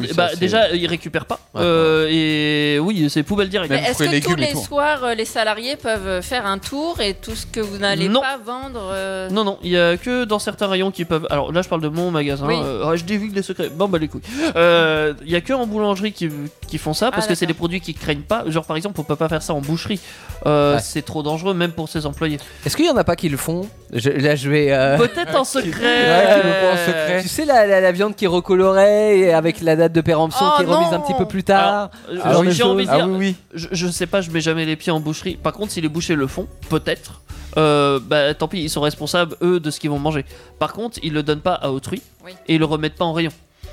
Speaker 4: Ah oui, ça,
Speaker 3: bah,
Speaker 4: c'est-
Speaker 3: déjà, ils récupèrent pas.
Speaker 4: Ouais.
Speaker 3: Euh, et oui, c'est poubelle direct.
Speaker 6: Mais est-ce que tous les
Speaker 3: hein.
Speaker 6: soirs, euh, les salariés peuvent faire un tour et tout ce que vous n'allez
Speaker 3: Non.
Speaker 6: pas vendre euh,
Speaker 3: Non, non, il y a que dans certains rayons qui peuvent. Alors là, je parle de mon magasin.
Speaker 6: Oui.
Speaker 3: euh, ouais, je divulgue des secrets. Bon, bah les couilles. Euh, Il y a que en boulangerie qui, qui font ça parce
Speaker 6: Ah,
Speaker 3: que c'est
Speaker 6: d'accord.
Speaker 3: des produits qui craignent pas. Genre, par exemple, on peut pas faire ça en boucherie. Euh,
Speaker 4: Ouais.
Speaker 3: C'est trop dangereux, même pour ses employés.
Speaker 4: Est-ce qu'il y en a pas qui le font Je- Là, je vais. euh,
Speaker 3: Peut-être en secret.
Speaker 4: Ouais, qui le font en secret. Tu sais la, la- la viande qui est recolorée et avec la date de péremption
Speaker 3: Oh
Speaker 4: qui est remise un
Speaker 3: non
Speaker 4: petit peu plus tard.
Speaker 3: Alors,
Speaker 5: Euh,
Speaker 4: ce genre de
Speaker 3: Euh, j'ai
Speaker 4: choses.
Speaker 3: envie de
Speaker 5: Ah
Speaker 3: dire, Ah Je, je sais pas, je mets jamais les pieds en boucherie. Par contre, si les bouchers le font, peut-être, euh, bah tant pis, ils sont responsables eux de ce qu'ils vont manger. Par contre, ils le donnent pas à autrui et ils le remettent pas en rayon.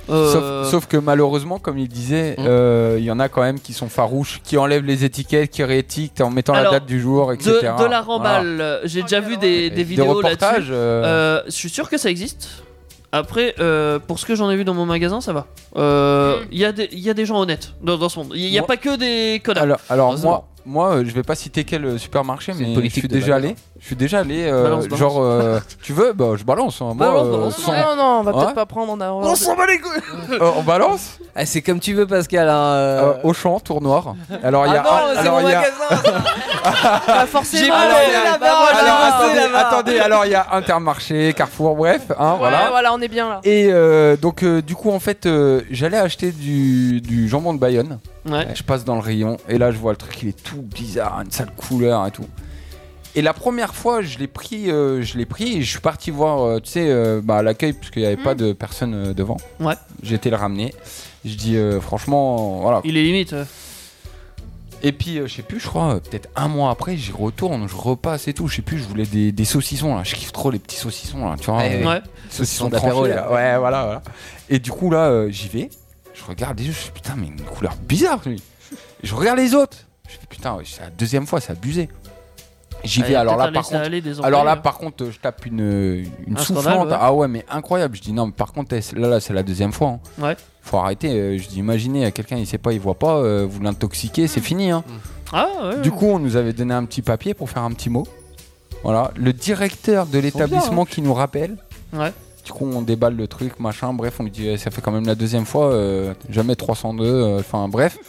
Speaker 3: Euh,
Speaker 5: Sauf, sauf que malheureusement, comme il disait, euh, il y en a quand même qui sont farouches, qui enlèvent les étiquettes, qui réétiquettent en mettant
Speaker 3: Alors,
Speaker 5: la date du jour, etc.
Speaker 3: de, de la
Speaker 5: Voilà.
Speaker 3: remballe, j'ai déjà vu des, des
Speaker 5: Des
Speaker 3: vidéos
Speaker 5: reportages,
Speaker 3: là-dessus.
Speaker 5: euh.
Speaker 3: Euh, je suis sûr que ça existe. Après, euh, pour ce que j'en ai vu dans mon magasin, ça va. Euh, Il y, a des- il y a des gens honnêtes dans, dans ce monde. Il n'y a
Speaker 5: Moi-
Speaker 3: pas que des connards.
Speaker 5: Alors, alors
Speaker 3: Heureusement.
Speaker 5: moi, moi, euh, je vais pas citer quel euh, supermarché,
Speaker 4: une
Speaker 5: mais je
Speaker 4: politique
Speaker 5: suis
Speaker 4: de
Speaker 5: déjà
Speaker 4: balance.
Speaker 5: allé. Je suis déjà allé. euh,
Speaker 4: Balance, balance.
Speaker 5: Genre, euh, tu veux Bah, je balance. hein. Moi,
Speaker 4: Balance,
Speaker 5: euh,
Speaker 4: balance.
Speaker 5: sans-
Speaker 2: Oh, Non, non, on va
Speaker 5: Ouais.
Speaker 2: peut-être pas prendre en avant.
Speaker 5: On s'en bat les couilles Euh, on balance
Speaker 4: Eh, C'est comme tu veux, Pascal. Hein,
Speaker 5: Euh, Auchan, Tournoir. Alors, Oh, il y a.
Speaker 4: Ah non, c'est
Speaker 5: alors,
Speaker 4: mon
Speaker 5: il y a-
Speaker 2: Bah, forcément,
Speaker 5: Alors, il y a-
Speaker 2: c'est là-bas,
Speaker 5: alors,
Speaker 2: voilà.
Speaker 5: attendez,
Speaker 2: Ah, C'est là-bas.
Speaker 5: attendez, alors il y a Intermarché, Carrefour, bref, hein,
Speaker 2: Ouais,
Speaker 5: voilà.
Speaker 2: voilà, on est bien là.
Speaker 5: Et euh, donc, euh, du coup, en fait, euh, j'allais acheter du, du jambon de Bayonne.
Speaker 3: Ouais.
Speaker 5: Je passe dans le rayon et là, je vois le truc, il est tout bizarre, une sale couleur et tout. Et la première fois, je l'ai pris, euh, je l'ai pris et je suis parti voir, euh, tu sais, euh, bah, à l'accueil, parce qu'il n'y avait pas de personne euh, devant.
Speaker 3: Mm. Ouais.
Speaker 5: J'ai été le ramener. Je dis, euh, franchement, voilà.
Speaker 3: Il est limite.
Speaker 5: Et puis, euh, je sais plus, je crois, euh, peut-être un mois après, j'y retourne, je repasse et tout. Je sais plus, je voulais des, des saucissons là. Je kiffe trop les petits saucissons là, tu vois.
Speaker 4: Ouais,
Speaker 5: euh,
Speaker 4: ouais. Saucissons
Speaker 5: Saucissons
Speaker 4: d'apéro,
Speaker 5: d'apéro
Speaker 4: là.
Speaker 5: là. Ouais, voilà, voilà. Et du coup, là, euh, j'y vais. Je regarde les jeux, je fais putain, mais une couleur bizarre lui. Et je regarde les autres. Je fais putain, ouais, c'est la deuxième fois, c'est abusé. J'y
Speaker 3: Ah,
Speaker 5: vais,
Speaker 3: il a
Speaker 5: alors là,
Speaker 3: peut-être
Speaker 5: par
Speaker 3: laissé
Speaker 5: contre,
Speaker 3: aller des
Speaker 5: alors là,
Speaker 3: employés. hein.
Speaker 5: par contre, je tape une, une
Speaker 3: Un
Speaker 5: soufflante.
Speaker 3: scandale, ouais.
Speaker 5: Ah ouais, mais incroyable. Je dis non, mais par contre, eh, là, là c'est la deuxième fois. hein
Speaker 3: Ouais.
Speaker 5: faut arrêter. euh, Je dis, imaginez, euh, quelqu'un il sait pas, il voit pas, euh, vous l'intoxiquez, c'est fini. hein.
Speaker 3: Mmh. Ah, ouais.
Speaker 5: Du coup, on nous avait donné un petit papier pour faire un petit mot. Voilà, le directeur de
Speaker 3: bien,
Speaker 5: l'établissement
Speaker 3: hein.
Speaker 5: qui nous rappelle.
Speaker 3: Ouais.
Speaker 5: Du coup, on déballe le truc, machin. Bref, on lui dit, eh, ça fait quand même la deuxième fois, euh, jamais 302. euh, Enfin, bref.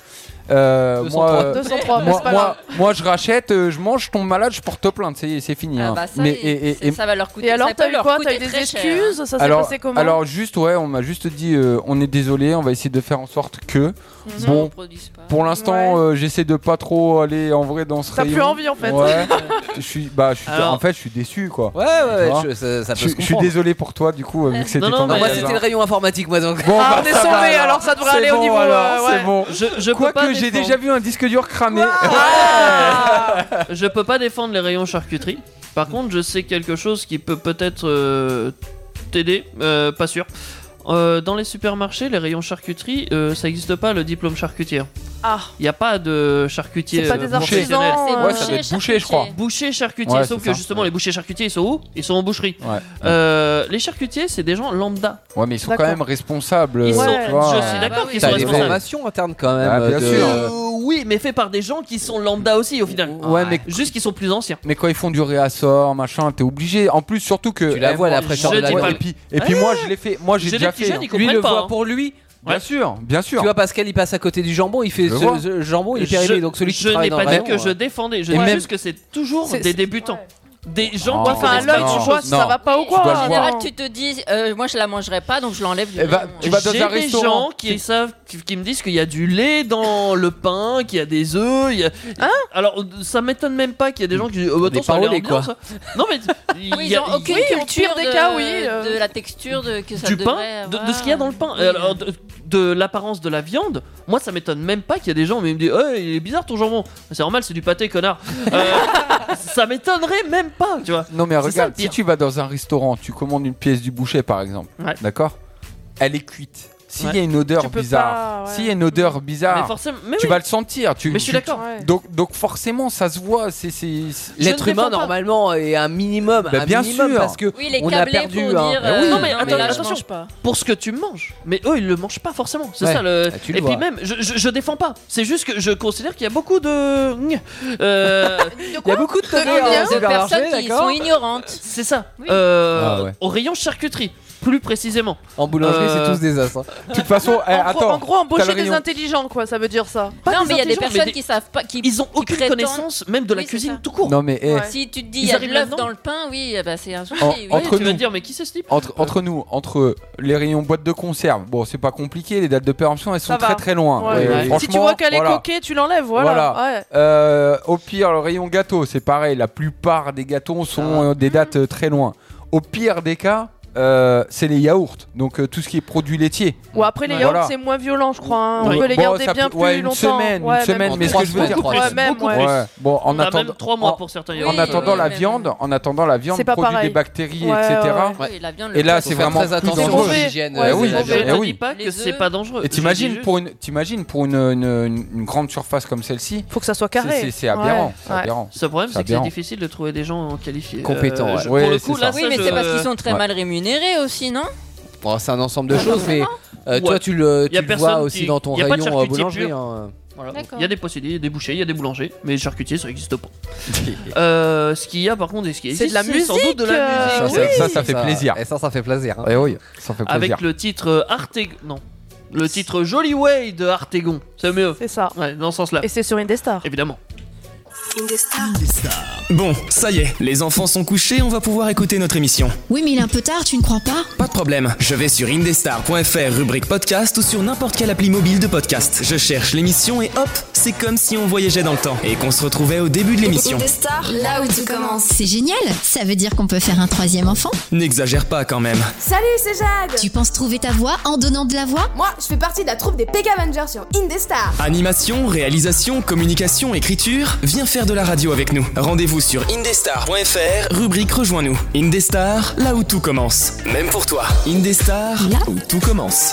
Speaker 5: Euh,
Speaker 2: 203,
Speaker 5: moi, euh,
Speaker 2: 203, mais
Speaker 5: moi,
Speaker 2: c'est pas
Speaker 5: moi-
Speaker 2: grave.
Speaker 5: moi, je rachète, euh, je mange, je tombe malade, je porte plainte, c'est c'est fini.
Speaker 6: Ah
Speaker 5: hein.
Speaker 6: bah ça,
Speaker 5: Mais-
Speaker 6: et-
Speaker 5: et- et-
Speaker 6: c'est- ça va leur coûter.
Speaker 2: Et alors,
Speaker 6: ça
Speaker 2: t'as
Speaker 6: peut
Speaker 2: eu
Speaker 6: leur
Speaker 2: quoi
Speaker 6: coûter
Speaker 2: T'as eu des
Speaker 6: très cher.
Speaker 2: excuses Ça s'est
Speaker 5: alors,
Speaker 2: passé comment
Speaker 5: alors juste ouais, on m'a juste dit euh, on est désolé, on va essayer de faire en sorte que
Speaker 2: Ils en
Speaker 5: bon
Speaker 2: reproduisent pas.
Speaker 5: pour l'instant
Speaker 2: Ouais.
Speaker 5: euh, j'essaie de pas trop aller en vrai dans ce
Speaker 2: T'as plus
Speaker 5: rayon.
Speaker 2: envie, en fait.
Speaker 5: Ouais. je suis bah je suis
Speaker 4: Alors-
Speaker 5: en fait je suis déçu quoi.
Speaker 4: Ouais, ouais,
Speaker 5: Tu
Speaker 4: ouais,
Speaker 5: vois
Speaker 4: je- ça- ça peut se
Speaker 5: Je- je suis
Speaker 4: comprendre.
Speaker 5: désolé pour toi du coup euh, vu que c'était
Speaker 4: Non, non,
Speaker 5: ton
Speaker 4: mais moi,
Speaker 5: magasin.
Speaker 4: c'était le rayon informatique, moi donc.
Speaker 5: Bon,
Speaker 2: Ah,
Speaker 5: bah,
Speaker 2: on est
Speaker 5: ça va,
Speaker 2: sauvés,
Speaker 5: alors.
Speaker 2: alors ça devrait
Speaker 5: C'est
Speaker 2: aller au
Speaker 5: bon,
Speaker 2: niveau,
Speaker 5: alors,
Speaker 2: euh, ouais.
Speaker 5: C'est bon.
Speaker 3: Je, je peux pas
Speaker 5: Quoique j'ai
Speaker 3: défendre.
Speaker 5: déjà vu un disque dur cramé.
Speaker 3: je peux pas défendre les rayons charcuterie. Par contre, je sais quelque chose qui peut peut-être euh, t'aider, euh, pas sûr. euh, dans les supermarchés, les rayons charcuterie, euh, ça n'existe pas le diplôme charcutier.
Speaker 2: Ah.
Speaker 3: Il n'y a pas de charcutier
Speaker 2: C'est pas
Speaker 3: euh,
Speaker 2: des
Speaker 3: professionnel.
Speaker 2: artisans, C'est euh, Ouais, ça doit être boucher, je crois.
Speaker 3: Boucher charcutier,
Speaker 5: Ouais,
Speaker 3: sauf
Speaker 5: c'est
Speaker 3: que
Speaker 5: ça.
Speaker 3: justement les bouchers charcutiers ils sont où Ils sont en boucherie.
Speaker 5: Ouais.
Speaker 3: Euh, les charcutiers c'est des gens lambda.
Speaker 5: Ouais, mais ils sont quand
Speaker 3: D'accord.
Speaker 5: même responsables.
Speaker 3: Ils
Speaker 5: euh,
Speaker 3: sont-
Speaker 5: tu vois.
Speaker 3: je suis d'accord qu'ils
Speaker 5: T'as
Speaker 3: sont
Speaker 5: des
Speaker 3: responsables.
Speaker 5: formations internes quand même.
Speaker 4: euh,
Speaker 5: Ah, bien
Speaker 4: de-
Speaker 5: sûr.
Speaker 4: Euh,
Speaker 3: oui, mais fait par des gens qui sont lambda aussi au final. Ah,
Speaker 5: Ouais, mais
Speaker 3: juste qu'ils sont plus anciens.
Speaker 5: Mais quand ils font du réassort, machin, t'es obligé. En plus, surtout que. Eh, Tu
Speaker 4: la vois, la fraîcheur de la
Speaker 5: Et
Speaker 4: gueule.
Speaker 5: puis, et puis
Speaker 4: Ah.
Speaker 5: moi, je l'ai fait. Moi, j'ai
Speaker 4: J'ai
Speaker 5: déjà
Speaker 4: des petits
Speaker 5: fait.
Speaker 4: jeunes, ils comprennent pas, hein.
Speaker 5: lui. Bien sûr, bien sûr.
Speaker 4: Tu vois, Pascal, il passe à côté du jambon, il fait
Speaker 5: Je
Speaker 4: ce,
Speaker 5: le vois.
Speaker 4: ce jambon, il est périmé.
Speaker 3: Je-
Speaker 4: donc celui qui
Speaker 3: je
Speaker 4: travaille
Speaker 3: n'ai
Speaker 4: dans
Speaker 3: pas
Speaker 4: le
Speaker 3: dit
Speaker 4: rayon,
Speaker 3: que je
Speaker 4: euh,
Speaker 3: défendais. Je
Speaker 4: Et
Speaker 3: dis
Speaker 4: même-
Speaker 3: juste que c'est toujours
Speaker 6: C'est-
Speaker 3: des débutants, des
Speaker 5: Oh.
Speaker 3: gens qui font
Speaker 5: Enfin,
Speaker 3: des
Speaker 5: l'œil,
Speaker 3: expériences.
Speaker 5: tu vois, ça Non. va pas ou quoi Tu dois le
Speaker 6: En général,
Speaker 5: voir.
Speaker 6: tu te dis, euh, moi je la mangerai pas, donc je l'enlève du.
Speaker 5: Eh ben,
Speaker 6: rayon.
Speaker 5: tu vas dans
Speaker 3: J'ai
Speaker 5: un
Speaker 3: des
Speaker 5: restaurant.
Speaker 3: gens qui savent, qui, qui me disent qu'il y a du lait dans le pain, qu'il y a des œufs. il y a-
Speaker 6: Hein
Speaker 3: Alors, ça m'étonne même pas qu'il y a des gens qui disent, oh,
Speaker 4: Des
Speaker 3: attends, ça a
Speaker 4: pains au
Speaker 3: l'air
Speaker 4: lait,
Speaker 3: bien,
Speaker 4: quoi.
Speaker 3: ça. Non mais il
Speaker 6: Oui,
Speaker 3: y
Speaker 6: ils
Speaker 3: a-
Speaker 6: ont aucune
Speaker 2: Oui, au
Speaker 6: culture
Speaker 2: pire des
Speaker 6: de,
Speaker 2: cas, oui, euh,
Speaker 6: de la texture de, que ça
Speaker 3: du
Speaker 6: devrait
Speaker 3: pain, de, de
Speaker 6: avoir.
Speaker 3: ce qu'il y a dans le pain, Euh, alors, de, de l'apparence de la viande. Moi, ça m'étonne même pas qu'il y a des gens mais ils me disent, oh, il est bizarre ton jambon. C'est normal, c'est du pâté, connard. Euh, ça m'étonnerait même pas, tu vois.
Speaker 5: Non mais
Speaker 3: C'est ça, le
Speaker 5: regarde, si
Speaker 3: pire.
Speaker 5: tu vas dans un restaurant, tu commandes une pièce du boucher par exemple,
Speaker 3: Ouais.
Speaker 5: d'accord Elle est cuite. S'il y a
Speaker 3: Ouais.
Speaker 5: une odeur
Speaker 3: Tu peux
Speaker 5: bizarre,
Speaker 3: pas, ouais.
Speaker 5: s'il y a une odeur bizarre,
Speaker 3: Mais forcément- mais
Speaker 5: tu
Speaker 3: oui.
Speaker 5: vas le sentir. Tu,
Speaker 3: Mais je suis
Speaker 5: tu-
Speaker 3: d'accord. Ouais.
Speaker 5: Donc, donc forcément, ça se voit. C'est c'est-
Speaker 4: L'être humain, normalement, est un minimum.
Speaker 5: Bah,
Speaker 4: un
Speaker 5: bien
Speaker 4: minimum,
Speaker 5: sûr.
Speaker 4: Parce que
Speaker 6: Oui, il est
Speaker 4: on a
Speaker 6: câblé
Speaker 4: perdu.
Speaker 6: pour
Speaker 4: hein.
Speaker 6: dire,
Speaker 4: Mais
Speaker 6: euh,
Speaker 4: oui,
Speaker 6: non,
Speaker 4: mais
Speaker 6: mais
Speaker 4: attends,
Speaker 6: là, je
Speaker 4: attention.
Speaker 6: mange pas.
Speaker 3: pour ce que tu manges. Mais eux, ils le mangent pas forcément. C'est
Speaker 4: Ouais.
Speaker 3: ça le.
Speaker 4: Ah, tu le
Speaker 3: Et puis
Speaker 4: vois.
Speaker 3: même, je, je, je défends pas. C'est juste que je considère qu'il y a beaucoup de. Euh,
Speaker 4: Il y a beaucoup de
Speaker 6: de, de personnes qui sont ignorantes.
Speaker 3: C'est ça. Euh,
Speaker 5: Ah ouais.
Speaker 3: Au rayon charcuterie, plus précisément. Euh,
Speaker 4: En boulangerie, c'est tous des as. hein.
Speaker 5: De toute façon, eh,
Speaker 2: En gros,
Speaker 5: attends.
Speaker 2: en gros,
Speaker 5: t'as le
Speaker 2: embaucher des
Speaker 5: rayon.
Speaker 2: intelligents, quoi, ça veut dire ça.
Speaker 3: Pas
Speaker 6: non, mais il y a des
Speaker 3: intelligents, mais
Speaker 6: personnes
Speaker 3: des-
Speaker 6: qui savent pas, qui
Speaker 3: Ils ont
Speaker 6: qui
Speaker 3: aucune
Speaker 6: prétendent-
Speaker 3: connaissance, même de la
Speaker 6: Oui, c'est
Speaker 3: cuisine
Speaker 6: ça.
Speaker 3: tout court.
Speaker 5: Non mais eh,
Speaker 6: Si tu te dis
Speaker 3: Ils
Speaker 6: il y a de
Speaker 3: arrivent
Speaker 6: l'œuf
Speaker 3: là-dedans.
Speaker 6: dans le pain, oui, eh ben, c'est un souci.
Speaker 5: En-
Speaker 6: oui.
Speaker 5: entre
Speaker 3: tu vas
Speaker 5: nous.
Speaker 3: te dire, mais qui c'est ce type
Speaker 5: entre, entre nous, entre les rayons boîtes de conserve, bon, c'est pas compliqué. Les dates de péremption, elles sont
Speaker 2: Ça va.
Speaker 5: très très loin.
Speaker 2: Ouais.
Speaker 5: Et
Speaker 2: Si tu
Speaker 5: franchement,
Speaker 2: vois qu'elle est
Speaker 5: voilà.
Speaker 2: coquée, tu l'enlèves, voilà.
Speaker 5: Voilà.
Speaker 2: Ouais.
Speaker 5: Euh, au pire, le rayon gâteau, c'est pareil. La plupart des gâteaux sont euh, des
Speaker 2: Mm.
Speaker 5: dates euh, très loin. Au pire des cas, euh, c'est les yaourts. Donc euh, tout ce qui est produit laitier.
Speaker 2: Ou après les
Speaker 5: Ouais.
Speaker 2: yaourts,
Speaker 5: Voilà.
Speaker 2: c'est moins violent, je crois. hein. On
Speaker 5: Oui.
Speaker 2: peut les
Speaker 5: Bon,
Speaker 2: garder
Speaker 5: ça
Speaker 2: bien
Speaker 5: peut- ouais,
Speaker 2: plus
Speaker 5: une
Speaker 2: longtemps.
Speaker 5: semaine, une
Speaker 2: Ouais,
Speaker 5: semaine,
Speaker 2: même
Speaker 5: mais ce que je veux dire,
Speaker 2: Ouais, même, ouais.
Speaker 5: Ouais. Bon, en
Speaker 3: On a
Speaker 5: attendant.
Speaker 3: même 3 mois
Speaker 5: en-
Speaker 3: pour certains
Speaker 5: en
Speaker 3: yaourts.
Speaker 5: attendant
Speaker 6: oui,
Speaker 5: la
Speaker 6: même.
Speaker 5: viande, en attendant la viande
Speaker 2: C'est pas
Speaker 5: produit
Speaker 2: pareil.
Speaker 5: des bactéries,
Speaker 2: Ouais,
Speaker 5: etc.
Speaker 2: ouais,
Speaker 6: Oui, la viande, le
Speaker 5: Et là,
Speaker 6: poisson.
Speaker 5: c'est vraiment
Speaker 4: très
Speaker 5: plus
Speaker 4: attention
Speaker 5: dangereux.
Speaker 4: à l'hygiène, euh,
Speaker 5: Eh
Speaker 4: de
Speaker 5: oui,
Speaker 4: la
Speaker 5: eh
Speaker 3: Je
Speaker 4: viande.
Speaker 5: oui.
Speaker 3: te dis pas que
Speaker 6: Les
Speaker 3: c'est
Speaker 6: œufs.
Speaker 3: pas dangereux.
Speaker 5: Et
Speaker 3: Je
Speaker 5: t'imagines
Speaker 3: dis
Speaker 5: pour une, t'imagines pour une, une, une- une grande surface comme celle-ci,
Speaker 2: Faut que ça soit carré.
Speaker 5: c'est- c'est c'est aberrant.
Speaker 2: Ouais,
Speaker 5: c'est
Speaker 2: ouais.
Speaker 5: aberrant.
Speaker 3: juste- Ce problème,
Speaker 5: C'est
Speaker 3: c'est que c'est
Speaker 5: aberrant.
Speaker 3: difficile de trouver des gens qualifiés.
Speaker 4: Compétents,
Speaker 3: Euh,
Speaker 4: ouais.
Speaker 3: je-
Speaker 5: Ouais,
Speaker 3: Pour le
Speaker 5: c'est
Speaker 3: coup,
Speaker 5: ça.
Speaker 3: là,
Speaker 6: Oui,
Speaker 3: ça,
Speaker 6: mais
Speaker 3: je-
Speaker 6: c'est parce qu'ils sont très
Speaker 5: Ouais.
Speaker 6: mal rémunérés aussi, non
Speaker 4: Bon, c'est un ensemble de choses, mais euh, toi,
Speaker 3: Ouais.
Speaker 4: tu le,
Speaker 3: Y a
Speaker 4: tu le vois
Speaker 3: personne
Speaker 4: aussi
Speaker 3: qui-
Speaker 4: dans ton
Speaker 3: y a pas de
Speaker 4: rayon euh,
Speaker 3: charcutier
Speaker 4: boulangerie.
Speaker 3: pur.
Speaker 4: hein.
Speaker 3: Voilà.
Speaker 6: D'accord.
Speaker 3: Il y a des possédés, il y a des bouchers, il y a des boulangers, mais les charcutiers ça n'existe pas. Euh, ce qu'il y a par contre, et ce qui
Speaker 2: C'est de
Speaker 3: existe,
Speaker 2: la
Speaker 3: sans doute de la
Speaker 2: musique, euh,
Speaker 3: musique.
Speaker 5: Ça, ça- ça, ça fait plaisir.
Speaker 4: Et ça, ça fait plaisir. hein.
Speaker 5: Eh oui, ça fait plaisir.
Speaker 3: Avec le titre euh, Arteg... Non. Le titre Jolly Way de Artegon. C'est mieux.
Speaker 2: C'est ça.
Speaker 3: Ouais, dans ce sens-là.
Speaker 2: Et c'est sur Indestar.
Speaker 3: Évidemment.
Speaker 9: Bon, ça y est, les enfants sont couchés, on va pouvoir écouter notre émission.
Speaker 1: Oui, mais il est un peu tard, tu ne crois pas
Speaker 9: Pas de problème, je vais sur indestar.fr rubrique podcast ou sur n'importe quelle appli mobile de podcast. Je cherche l'émission et hop, c'est comme si on voyageait dans le temps et qu'on se retrouvait au début de l'émission.
Speaker 1: stars, là où tu commences. C'est génial Ça veut dire qu'on peut faire un troisième enfant
Speaker 9: N'exagère pas quand même.
Speaker 14: Salut, c'est Jade
Speaker 1: Tu penses trouver ta voix en donnant de la voix
Speaker 14: Moi, je fais partie de la troupe des Pega Avengers sur Indestar.
Speaker 9: Animation, réalisation, communication, écriture, viens faire de la radio avec nous. Rendez-vous sur indestar.fr, rubrique Rejoins-nous. Indestar, là où tout commence. Même pour toi. Indestar, là où tout commence.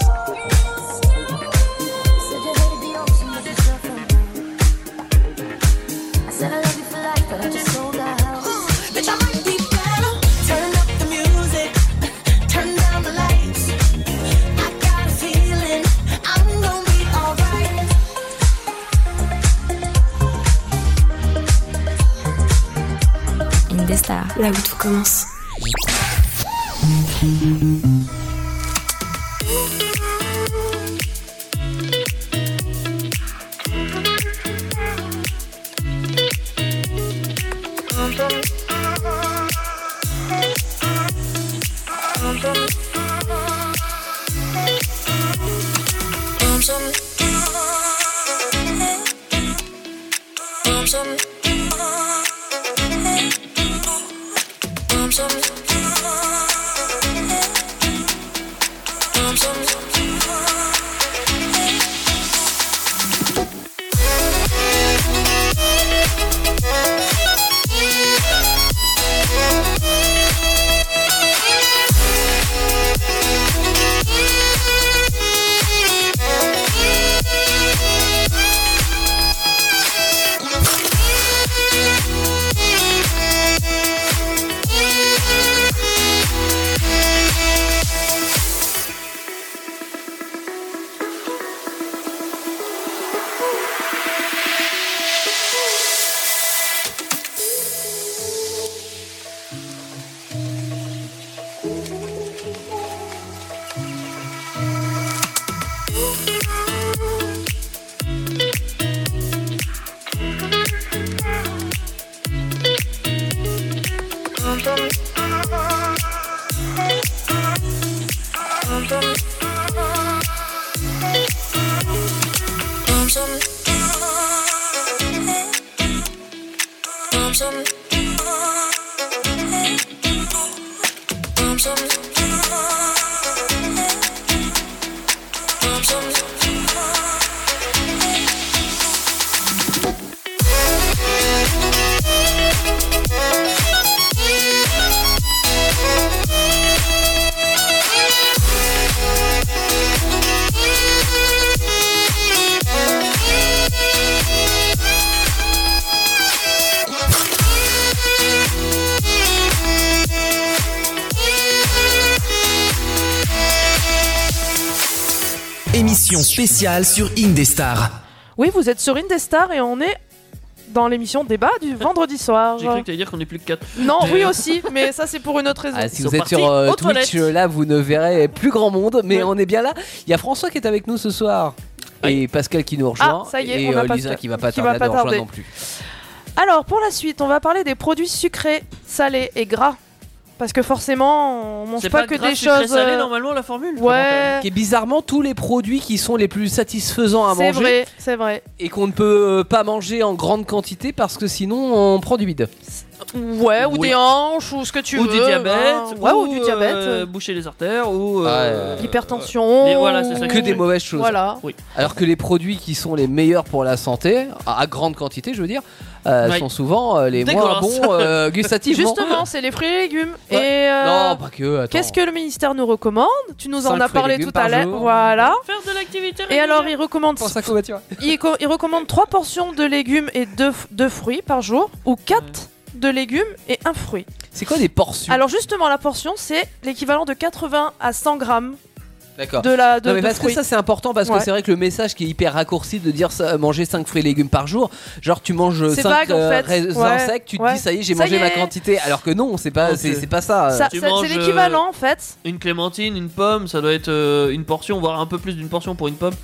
Speaker 14: Indestar, là où tout commence.
Speaker 8: Thank you.
Speaker 9: Émission spéciale sur Indestar.
Speaker 2: Oui, vous êtes sur Indestar et on est dans l'émission débat du vendredi soir.
Speaker 3: J'ai cru que t'allais dire qu'on est plus que euh, 4.
Speaker 2: Non, oui aussi, mais ça c'est pour une autre raison.
Speaker 4: Ah, si vous êtes sur euh, Twitch, euh, là, vous ne verrez plus grand monde, mais on est bien là. Il y a François qui est avec nous ce soir. Et Pascal qui nous rejoint.
Speaker 2: Ah, ça y est,
Speaker 4: et
Speaker 2: on
Speaker 4: euh,
Speaker 2: a
Speaker 4: Lisa
Speaker 2: Pascal
Speaker 4: qui va pas
Speaker 2: qui
Speaker 4: tarder
Speaker 2: va pas
Speaker 4: à nous rejoindre
Speaker 2: tarder.
Speaker 4: non plus.
Speaker 2: Alors pour la suite, on va parler des produits sucrés, salés et gras. Parce que forcément, on mange
Speaker 3: C'est
Speaker 2: pas,
Speaker 3: pas
Speaker 2: que
Speaker 3: gras,
Speaker 2: des
Speaker 3: sucré,
Speaker 2: choses.
Speaker 3: salé,
Speaker 2: euh,
Speaker 3: normalement, la formule
Speaker 2: Ouais.
Speaker 4: Qui est bizarrement tous les produits qui sont les plus satisfaisants à
Speaker 2: C'est
Speaker 4: manger.
Speaker 2: vrai, c'est vrai.
Speaker 4: Et qu'on ne peut euh, pas manger en grande quantité parce que sinon on prend du bide.
Speaker 2: Ouais, ou des hanches, ou ce que tu
Speaker 3: ou
Speaker 2: veux.
Speaker 3: du diabète,
Speaker 2: hein. Ouais, ou, du
Speaker 3: euh,
Speaker 2: diabète.
Speaker 3: boucher les artères, ou
Speaker 4: Ah,
Speaker 3: euh,
Speaker 2: L'hypertension.
Speaker 3: Mais voilà, c'est ça
Speaker 4: que des mauvaises choses.
Speaker 2: Voilà.
Speaker 4: Alors que les produits qui sont les meilleurs pour la santé, à à grande quantité, je veux dire, euh,
Speaker 2: Ouais.
Speaker 4: sont souvent euh, les moins
Speaker 2: Dégueulasse.
Speaker 4: bons euh, gustativement.
Speaker 2: Justement, c'est les fruits et légumes. Et euh,
Speaker 4: Non, pas que. attends.
Speaker 2: qu'est-ce que le ministère nous recommande Tu nous en
Speaker 4: Cinq
Speaker 2: as
Speaker 4: fruits et
Speaker 2: parlé
Speaker 4: légumes
Speaker 2: tout à
Speaker 4: par
Speaker 2: l'heure.
Speaker 4: jour.
Speaker 2: Voilà.
Speaker 3: Faire de l'activité
Speaker 2: Et alors, il recommande,
Speaker 4: Pense à covoiturage.
Speaker 2: il, co- il recommande 3 portions de légumes et 2 fruits par jour, ou 4 de légumes et un fruit.
Speaker 4: C'est quoi des portions
Speaker 2: Alors, justement, la portion, c'est l'équivalent de 80 à 100 grammes.
Speaker 4: D'accord.
Speaker 2: de la- de-
Speaker 4: Non, mais
Speaker 2: de
Speaker 4: parce que
Speaker 2: fruits.
Speaker 4: ça c'est important parce
Speaker 2: Ouais.
Speaker 4: que c'est vrai que le message qui est hyper raccourci de dire ça, manger 5 fruits et légumes par jour, genre tu manges
Speaker 2: C'est
Speaker 4: 5
Speaker 2: vague, en fait.
Speaker 4: raisins
Speaker 2: Ouais.
Speaker 4: secs, tu te
Speaker 2: Ouais.
Speaker 4: dis ça y est j'ai
Speaker 2: Ça
Speaker 4: mangé
Speaker 2: y
Speaker 4: ma
Speaker 2: est.
Speaker 4: quantité, alors que non c'est pas c'est c'est pas ça. euh,
Speaker 2: Ça-
Speaker 3: Tu
Speaker 2: ça-
Speaker 3: manges, euh,
Speaker 2: c'est l'équivalent, en fait.
Speaker 3: Une clémentine, une pomme, ça doit être euh, une portion, voire un peu plus d'une portion pour une pomme.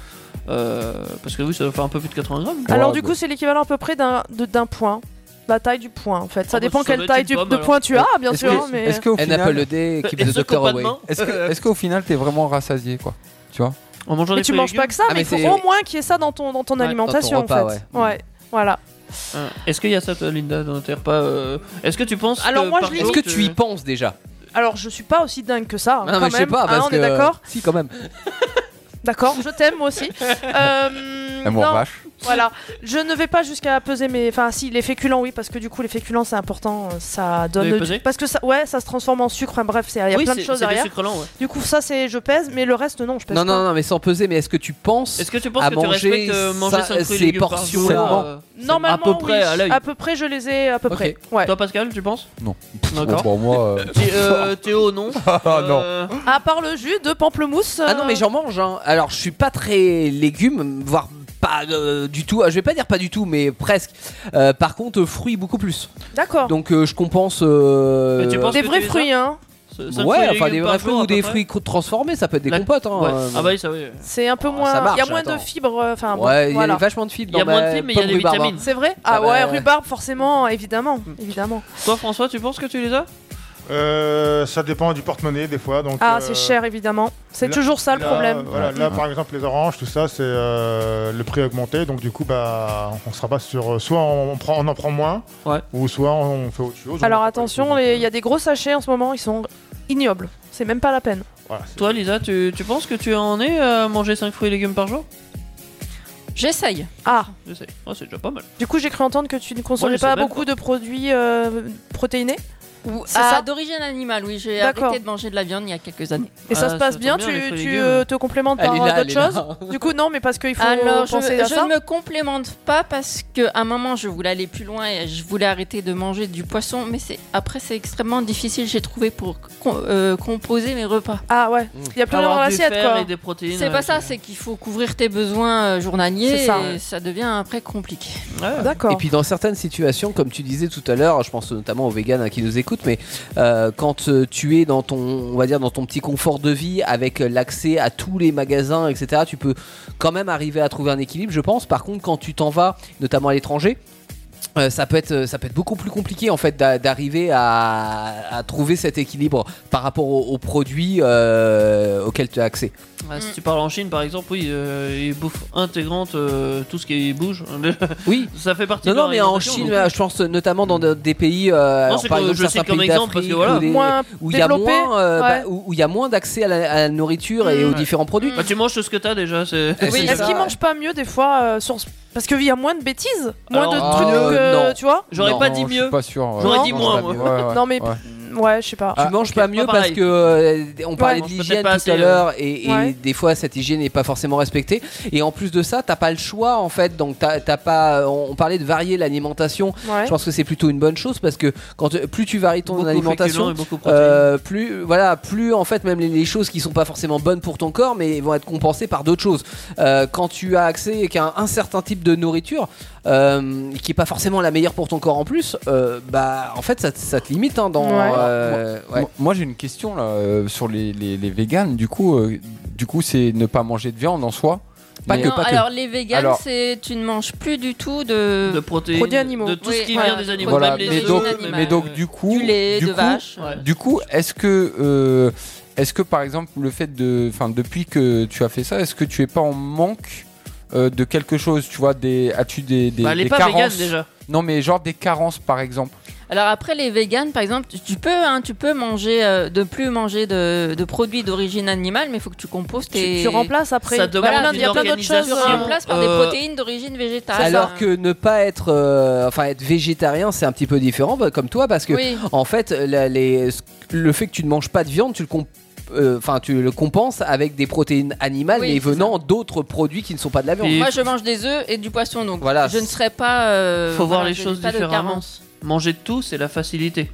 Speaker 3: Euh, parce que oui, ça doit faire un peu plus de 80 grammes.
Speaker 2: Alors
Speaker 4: bah.
Speaker 2: du coup, c'est l'équivalent à peu près d'un de- d'un point. La taille du point, en fait. Ça
Speaker 3: Ah, bah,
Speaker 2: dépend
Speaker 3: ça doit
Speaker 2: quelle
Speaker 3: être
Speaker 2: taille
Speaker 3: une
Speaker 2: du-
Speaker 3: pomme,
Speaker 2: de
Speaker 3: alors.
Speaker 2: point tu as, bien
Speaker 5: Est-ce
Speaker 2: sûr.
Speaker 5: que-
Speaker 2: mais...
Speaker 5: Est-ce qu'au
Speaker 4: An
Speaker 5: final,
Speaker 4: apple a day keeps the doctor away.
Speaker 5: Est-ce que- est-ce qu'au final, t'es vraiment rassasié, quoi Tu vois
Speaker 3: En mangeant
Speaker 2: Mais tu manges pas que ça,
Speaker 4: Ah,
Speaker 2: mais il faut au moins qu'il y ait ça dans ton, dans ton alimentation,
Speaker 3: repas,
Speaker 2: en fait. Ouais, voilà.
Speaker 3: Euh, Est-ce qu'il y a ça, toi, Linda, dans tes repas euh, Est-ce que tu penses.
Speaker 2: Alors,
Speaker 3: que
Speaker 2: moi, je
Speaker 3: par euh,
Speaker 2: l'ai-
Speaker 3: jour,
Speaker 2: Est-ce que tu y
Speaker 4: penses déjà
Speaker 2: Alors, je suis pas aussi dingue que ça, hein,
Speaker 4: Ah Non,
Speaker 2: quand
Speaker 4: mais
Speaker 2: même.
Speaker 4: je sais pas
Speaker 2: hein,
Speaker 4: parce
Speaker 2: on est
Speaker 4: que- euh,
Speaker 2: d'accord
Speaker 4: Si quand même.
Speaker 2: D'accord, je t'aime, moi aussi. Euh,
Speaker 4: Amour
Speaker 2: non,
Speaker 4: vache.
Speaker 2: Voilà. Je ne vais pas jusqu'à peser mes... Enfin, si, les féculents, oui, parce que du coup, les féculents, c'est important. euh, Ça
Speaker 3: Vous
Speaker 2: donne...
Speaker 3: avez
Speaker 2: du-
Speaker 3: pesé
Speaker 2: Parce que ça, ouais, ça se transforme en sucre. Enfin, bref, c'est- il y a
Speaker 3: Oui,
Speaker 2: plein de
Speaker 3: c'est-
Speaker 2: choses
Speaker 3: c'est des
Speaker 2: derrière.
Speaker 3: sucres lents, ouais.
Speaker 2: Du coup, ça, c'est je pèse, mais le reste, non, je pèse
Speaker 4: Non
Speaker 2: pas.
Speaker 4: non non mais sans peser mais est-ce que tu penses
Speaker 3: Est-ce que tu penses
Speaker 4: à
Speaker 3: que tu
Speaker 4: manger,
Speaker 3: respectes, euh, manger
Speaker 4: ça-
Speaker 3: cinq fruits et
Speaker 4: ces
Speaker 3: légumes par
Speaker 4: portions
Speaker 3: jour,
Speaker 4: là
Speaker 3: euh,
Speaker 2: Normalement,
Speaker 3: À peu près,
Speaker 2: oui.
Speaker 3: à l'œil.
Speaker 2: peu près, je les ai à peu près.
Speaker 3: Toi, Pascal, tu penses
Speaker 5: Non.
Speaker 3: D'accord.
Speaker 5: Bon, moi. euh,
Speaker 3: Et, euh, Théo, non
Speaker 5: Ah non.
Speaker 3: Euh,
Speaker 2: À part le jus de pamplemousse.
Speaker 4: Ah non mais j'en mange hein. Alors je suis pas très légumes voire pas euh, du tout, Ah, je vais pas dire pas du tout mais presque. Euh, par contre euh, fruits beaucoup plus.
Speaker 2: D'accord.
Speaker 4: Donc euh, je compense euh,
Speaker 3: Mais tu penses
Speaker 2: Des
Speaker 3: que
Speaker 2: vrais
Speaker 3: tu les
Speaker 2: fruits,
Speaker 3: as
Speaker 2: hein.
Speaker 3: ce- cinq fruits
Speaker 4: Ouais,
Speaker 3: et
Speaker 4: enfin des
Speaker 3: légumes par
Speaker 4: vrais fruits
Speaker 3: jour, à
Speaker 4: ou
Speaker 3: peu
Speaker 4: des
Speaker 3: près
Speaker 4: fruits co- transformés, ça peut être des compotes. Hein.
Speaker 3: Ouais.
Speaker 4: Euh,
Speaker 3: Ah bah oui, ça oui.
Speaker 2: C'est un peu moins.
Speaker 4: ça marche,
Speaker 2: il y a moins de
Speaker 4: attends.
Speaker 2: fibres. euh, Enfin, bon,
Speaker 4: Ouais, il y a
Speaker 2: voilà.
Speaker 4: vachement de fibres.
Speaker 3: Il y a
Speaker 4: dans
Speaker 3: moins de
Speaker 4: ma
Speaker 3: fibres, mais il y a
Speaker 4: pomme
Speaker 3: des
Speaker 4: rhubarbe, hein.
Speaker 3: vitamines.
Speaker 2: C'est vrai
Speaker 4: Ah
Speaker 2: Ah ouais,
Speaker 4: bah, ouais.
Speaker 2: rhubarbe, forcément, évidemment. évidemment.
Speaker 3: Toi, François, tu penses que tu les as
Speaker 7: Euh, ça dépend du porte-monnaie des fois. Donc, euh,
Speaker 2: Ah, c'est cher, évidemment. C'est
Speaker 7: là-
Speaker 2: toujours ça le
Speaker 7: là,
Speaker 2: problème.
Speaker 7: Voilà, là, par exemple, les oranges, tout ça, c'est euh, le prix a augmenté. Donc, du coup, bah, on sera pas sur. Soit on, prend, on en prend moins, ou soit on fait autre chose.
Speaker 2: Alors attention, les- il y a des gros sachets en ce moment, ils sont ignobles. C'est même pas la peine.
Speaker 3: Toi, Lisa, tu, tu penses que tu en es à manger 5 fruits et légumes par jour
Speaker 6: J'essaye.
Speaker 2: Ah
Speaker 3: J'essaie. Oh, c'est déjà pas mal.
Speaker 2: Du coup, j'ai cru entendre que tu ne consommais
Speaker 3: Moi, je
Speaker 2: pas
Speaker 3: sais même
Speaker 2: beaucoup de produits euh, protéinés
Speaker 6: Ou
Speaker 2: C'est
Speaker 6: ah,
Speaker 2: ça
Speaker 6: d'origine animale, oui. J'ai
Speaker 2: D'accord.
Speaker 6: arrêté de manger de la viande il y a quelques années.
Speaker 2: Et
Speaker 5: Ah,
Speaker 3: Ah,
Speaker 2: ça se passe bien, tu, tu, euh, te complémentes
Speaker 6: Elle
Speaker 2: par
Speaker 6: est
Speaker 2: euh,
Speaker 6: là, elle
Speaker 2: d'autres
Speaker 6: est là.
Speaker 2: choses Du coup, non, mais parce qu'il faut
Speaker 6: Alors, je,
Speaker 2: penser
Speaker 6: me-
Speaker 2: à
Speaker 6: je
Speaker 2: ça.
Speaker 6: ne me complémente pas parce que à un moment, je voulais aller plus loin et je voulais arrêter de manger du poisson, mais c'est après, c'est extrêmement difficile, j'ai trouvé, pour com- euh, composer mes repas.
Speaker 2: Ah ouais, il y a plus rien dans
Speaker 6: Avoir du
Speaker 2: l'assiette,
Speaker 6: fer
Speaker 2: quoi.
Speaker 6: et des protéines, C'est pas ça, c'est qu'il faut couvrir tes besoins euh, journaliers
Speaker 2: C'est ça.
Speaker 6: et ça devient après compliqué.
Speaker 4: Et puis dans certaines situations, comme tu disais tout à l'heure, je pense notamment aux véganes hein, qui nous écoutent, mais euh, quand euh, tu es dans ton, on va dire dans ton petit confort de vie avec euh, l'accès à tous les magasins, etc., tu peux quand même arriver à trouver un équilibre, je pense. Par contre, quand tu t'en vas, notamment à l'étranger. euh, ça peut, être, euh, ça peut être beaucoup plus compliqué en fait d'a- d'arriver à, à trouver cet équilibre par rapport aux, aux produits euh, auxquels tu as accès.
Speaker 3: Ouais, Si tu parles en Chine Mm. par exemple, oui, euh, ils bouffent intégrante euh, tout ce qui bouge.
Speaker 4: Oui,
Speaker 3: ça fait partie
Speaker 4: Non,
Speaker 3: de
Speaker 4: non,
Speaker 3: leur
Speaker 4: mais en
Speaker 3: alimentation,
Speaker 4: Chine,
Speaker 3: donc-
Speaker 4: euh, je pense euh, notamment dans de- des pays, euh,
Speaker 3: Non,
Speaker 4: alors,
Speaker 3: c'est
Speaker 4: par
Speaker 3: que
Speaker 4: exemple
Speaker 3: je le
Speaker 4: certains
Speaker 3: cite comme
Speaker 4: pays
Speaker 3: exemple, parce
Speaker 4: d'Afrique,
Speaker 3: que voilà.
Speaker 4: où des-
Speaker 3: Moins
Speaker 4: où il y a
Speaker 3: développé,
Speaker 4: moins, euh,
Speaker 3: ouais.
Speaker 4: bah, où où il y a moins d'accès à la, à la nourriture et aux
Speaker 3: Ouais.
Speaker 4: différents produits.
Speaker 3: Bah, tu manges tout ce que t'as déjà. C'est.
Speaker 4: Oui,
Speaker 3: c'est
Speaker 4: est-ce
Speaker 3: ça.
Speaker 2: Qui mange pas mieux des fois euh, sur... Parce qu'il y a moins de bêtises, moins
Speaker 3: Alors,
Speaker 2: de
Speaker 5: Ah,
Speaker 3: euh,
Speaker 2: trucs, euh,
Speaker 3: non.
Speaker 2: tu vois
Speaker 3: J'aurais
Speaker 4: Non,
Speaker 3: pas dit
Speaker 4: je suis
Speaker 3: mieux.
Speaker 4: pas sûr,
Speaker 5: euh,
Speaker 4: ouais.
Speaker 3: J'aurais
Speaker 4: Non.
Speaker 3: dit
Speaker 4: Non,
Speaker 3: moins.
Speaker 4: je
Speaker 3: moi.
Speaker 4: l'avais- ouais, ouais.
Speaker 2: Non mais
Speaker 4: Ouais.
Speaker 2: ouais, je sais Ah, pas.
Speaker 4: euh, Tu manges pas mieux parce que euh, on parlait
Speaker 2: Ouais.
Speaker 4: de
Speaker 2: Mange
Speaker 4: l'hygiène
Speaker 2: peut-être pas
Speaker 4: tout à
Speaker 2: assez,
Speaker 4: l'heure
Speaker 2: euh.
Speaker 4: et, et
Speaker 2: Ouais.
Speaker 4: des fois cette hygiène n'est pas forcément respectée et en plus de ça t'as pas le choix en fait donc t'as t'as pas on on parlait de varier l'alimentation
Speaker 2: Ouais.
Speaker 4: je pense que c'est plutôt une bonne chose parce que quand euh, plus tu varies ton
Speaker 3: Beaucoup
Speaker 4: alimentation
Speaker 3: féculents et beaucoup
Speaker 4: euh, plus voilà plus en fait même les, les choses qui sont pas forcément bonnes pour ton corps mais vont être compensées par d'autres choses Euh, quand tu as accès qu'à un, un certain type de nourriture euh, qui est pas forcément la meilleure pour ton corps en plus euh, bah en fait ça, te- ça te limite hein, dans euh,
Speaker 3: Ah,
Speaker 5: Moi,
Speaker 4: ouais.
Speaker 5: moi- moi, j'ai une question là euh, sur les, les, les véganes. Du coup, euh, du coup, c'est ne pas manger de viande en soi. Pas que,
Speaker 6: Non,
Speaker 5: pas que.
Speaker 6: alors les véganes,
Speaker 5: Alors,
Speaker 6: c'est tu ne manges plus du tout de,
Speaker 3: de protéines, Produits animaux. de tout ce qui vient des animaux,
Speaker 5: Voilà,
Speaker 3: même les
Speaker 5: mais
Speaker 3: œufs,
Speaker 5: donc,
Speaker 3: même,
Speaker 5: mais donc
Speaker 3: euh,
Speaker 5: du coup,
Speaker 6: du lait,
Speaker 5: du
Speaker 6: de
Speaker 5: coup-
Speaker 6: vache.
Speaker 5: Du coup, est-ce que, euh, est-ce que par exemple le fait de, enfin depuis que tu as fait ça, est-ce que tu es pas en manque euh, de quelque chose Tu vois, des, as-tu des, des,
Speaker 3: Bah, elle est
Speaker 5: des
Speaker 3: pas
Speaker 5: carences
Speaker 3: végane, déjà.
Speaker 5: Non, mais genre des carences par exemple.
Speaker 6: Alors après les véganes, par exemple, tu- tu peux, hein, tu peux manger, euh, de plus manger de, de produits d'origine animale, mais il faut que tu composes tes.
Speaker 2: tu remplaces après.
Speaker 6: Ça demande
Speaker 2: Voilà, il y a
Speaker 6: une
Speaker 2: plein d'autres choses.
Speaker 6: Tu remplaces par des
Speaker 4: euh,
Speaker 6: protéines d'origine végétale.
Speaker 4: Alors que ne pas être, euh, enfin être végétarien, c'est un petit peu différent, bah, comme toi, parce que
Speaker 6: Oui.
Speaker 4: en fait, la- les- le fait que tu ne manges pas de viande, tu le comp- euh, Enfin, tu le compenses avec des protéines animales,
Speaker 6: Oui,
Speaker 4: mais
Speaker 6: c'est
Speaker 4: venant d'autres produits qui ne sont pas de la viande.
Speaker 6: Moi, je mange des œufs et du poisson, donc
Speaker 4: Voilà.
Speaker 6: je ne serais pas. euh,
Speaker 3: Faut voir
Speaker 6: voilà,
Speaker 3: les
Speaker 6: je
Speaker 3: choses
Speaker 6: n'ai pas de
Speaker 3: différemment.
Speaker 6: carence.
Speaker 3: Manger de tout, c'est la facilité.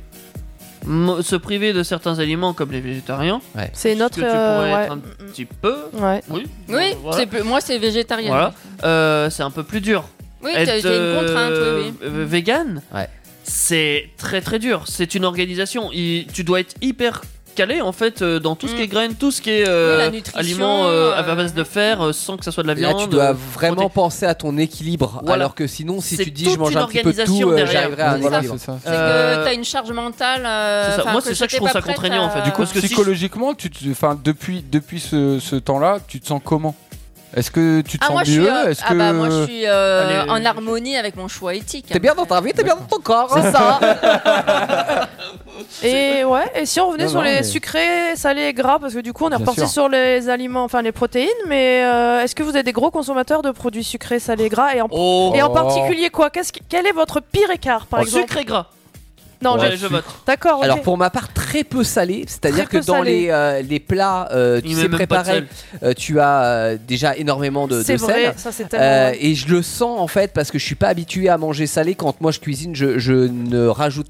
Speaker 3: Mo- se priver de certains aliments comme les végétariens,
Speaker 2: C'est
Speaker 3: ce
Speaker 2: notre,
Speaker 3: que tu pourrais
Speaker 2: euh, ouais.
Speaker 3: être un petit peu.
Speaker 2: Ouais.
Speaker 3: Oui.
Speaker 6: Oui,
Speaker 3: Euh, Voilà.
Speaker 6: c'est plus- moi c'est végétarien.
Speaker 3: Voilà. Euh, c'est un peu plus dur.
Speaker 6: Oui, t'as- t'as une contrainte, oui, oui.
Speaker 3: euh, vegan, c'est très très dur. C'est une organisation. Il- tu dois être hyper calé en fait euh, dans tout ce qui est graines, tout ce qui est euh,
Speaker 4: Oui, la nutrition,
Speaker 3: aliments euh, à base de fer, euh, sans que ça soit de la
Speaker 4: Là,
Speaker 3: viande.
Speaker 4: tu dois
Speaker 3: euh,
Speaker 4: vraiment penser à ton équilibre,
Speaker 3: Voilà.
Speaker 4: alors que sinon, si
Speaker 3: C'est
Speaker 4: tu dis je
Speaker 3: toute
Speaker 4: mange
Speaker 3: une
Speaker 4: un petit peu de tout,
Speaker 3: organisation
Speaker 4: euh,
Speaker 3: derrière.
Speaker 4: j'arriverai à un
Speaker 3: C'est ça.
Speaker 4: équilibre.
Speaker 5: C'est ça.
Speaker 6: C'est que Euh, t'as une charge mentale. euh,
Speaker 3: Euh, c'est ça.
Speaker 6: enfin,
Speaker 3: Moi, c'est ça que
Speaker 6: t'es
Speaker 3: je trouve
Speaker 6: pas
Speaker 3: ça
Speaker 6: prête
Speaker 3: contraignant,
Speaker 6: à-
Speaker 3: en fait.
Speaker 5: Du coup,
Speaker 3: Parce que si-
Speaker 5: psychologiquement, tu te- enfin, depuis, depuis ce, ce temps-là, tu te sens comment Est-ce que tu te
Speaker 6: Ah,
Speaker 5: sens
Speaker 6: moi, je suis,
Speaker 5: mieux
Speaker 6: euh,
Speaker 5: Est-ce
Speaker 6: ah
Speaker 5: que-
Speaker 6: bah, moi je suis euh,
Speaker 5: Allez,
Speaker 6: en harmonie avec mon choix éthique.
Speaker 4: T'es bien dans ta vie, t'es bien dans ton corps, c'est ça.
Speaker 2: Et ouais, et si on revenait
Speaker 4: Non,
Speaker 2: sur
Speaker 4: non,
Speaker 2: les
Speaker 4: mais-
Speaker 2: sucrés, salés et gras, parce que du coup on est
Speaker 4: Bien
Speaker 2: reparti
Speaker 4: sûr.
Speaker 2: sur les aliments, enfin les protéines, mais euh, est-ce que vous êtes des gros consommateurs de produits sucrés, salés et gras et en, et en
Speaker 4: Oh.
Speaker 2: particulier quoi Qu'est-ce qui- Quel est votre pire écart par
Speaker 4: En
Speaker 2: exemple
Speaker 4: sucré
Speaker 3: gras.
Speaker 2: Non,
Speaker 4: Ouais,
Speaker 2: j'ai-
Speaker 4: je vote.
Speaker 2: D'accord. ok.
Speaker 4: Alors pour ma part très peu salé, c'est-à-dire que
Speaker 2: Très peu
Speaker 4: dans
Speaker 2: salé.
Speaker 4: les, euh, les plats euh, tu
Speaker 2: Il
Speaker 4: sais
Speaker 2: met même pas de
Speaker 4: préparer, euh, tu as euh, déjà énormément de, de
Speaker 2: C'est
Speaker 4: sel. Euh,
Speaker 2: vrai, ça, c'est tellement vrai.
Speaker 4: et je le sens en fait parce que je suis pas habitué à manger salé. Quand moi je cuisine, je, je ne rajoute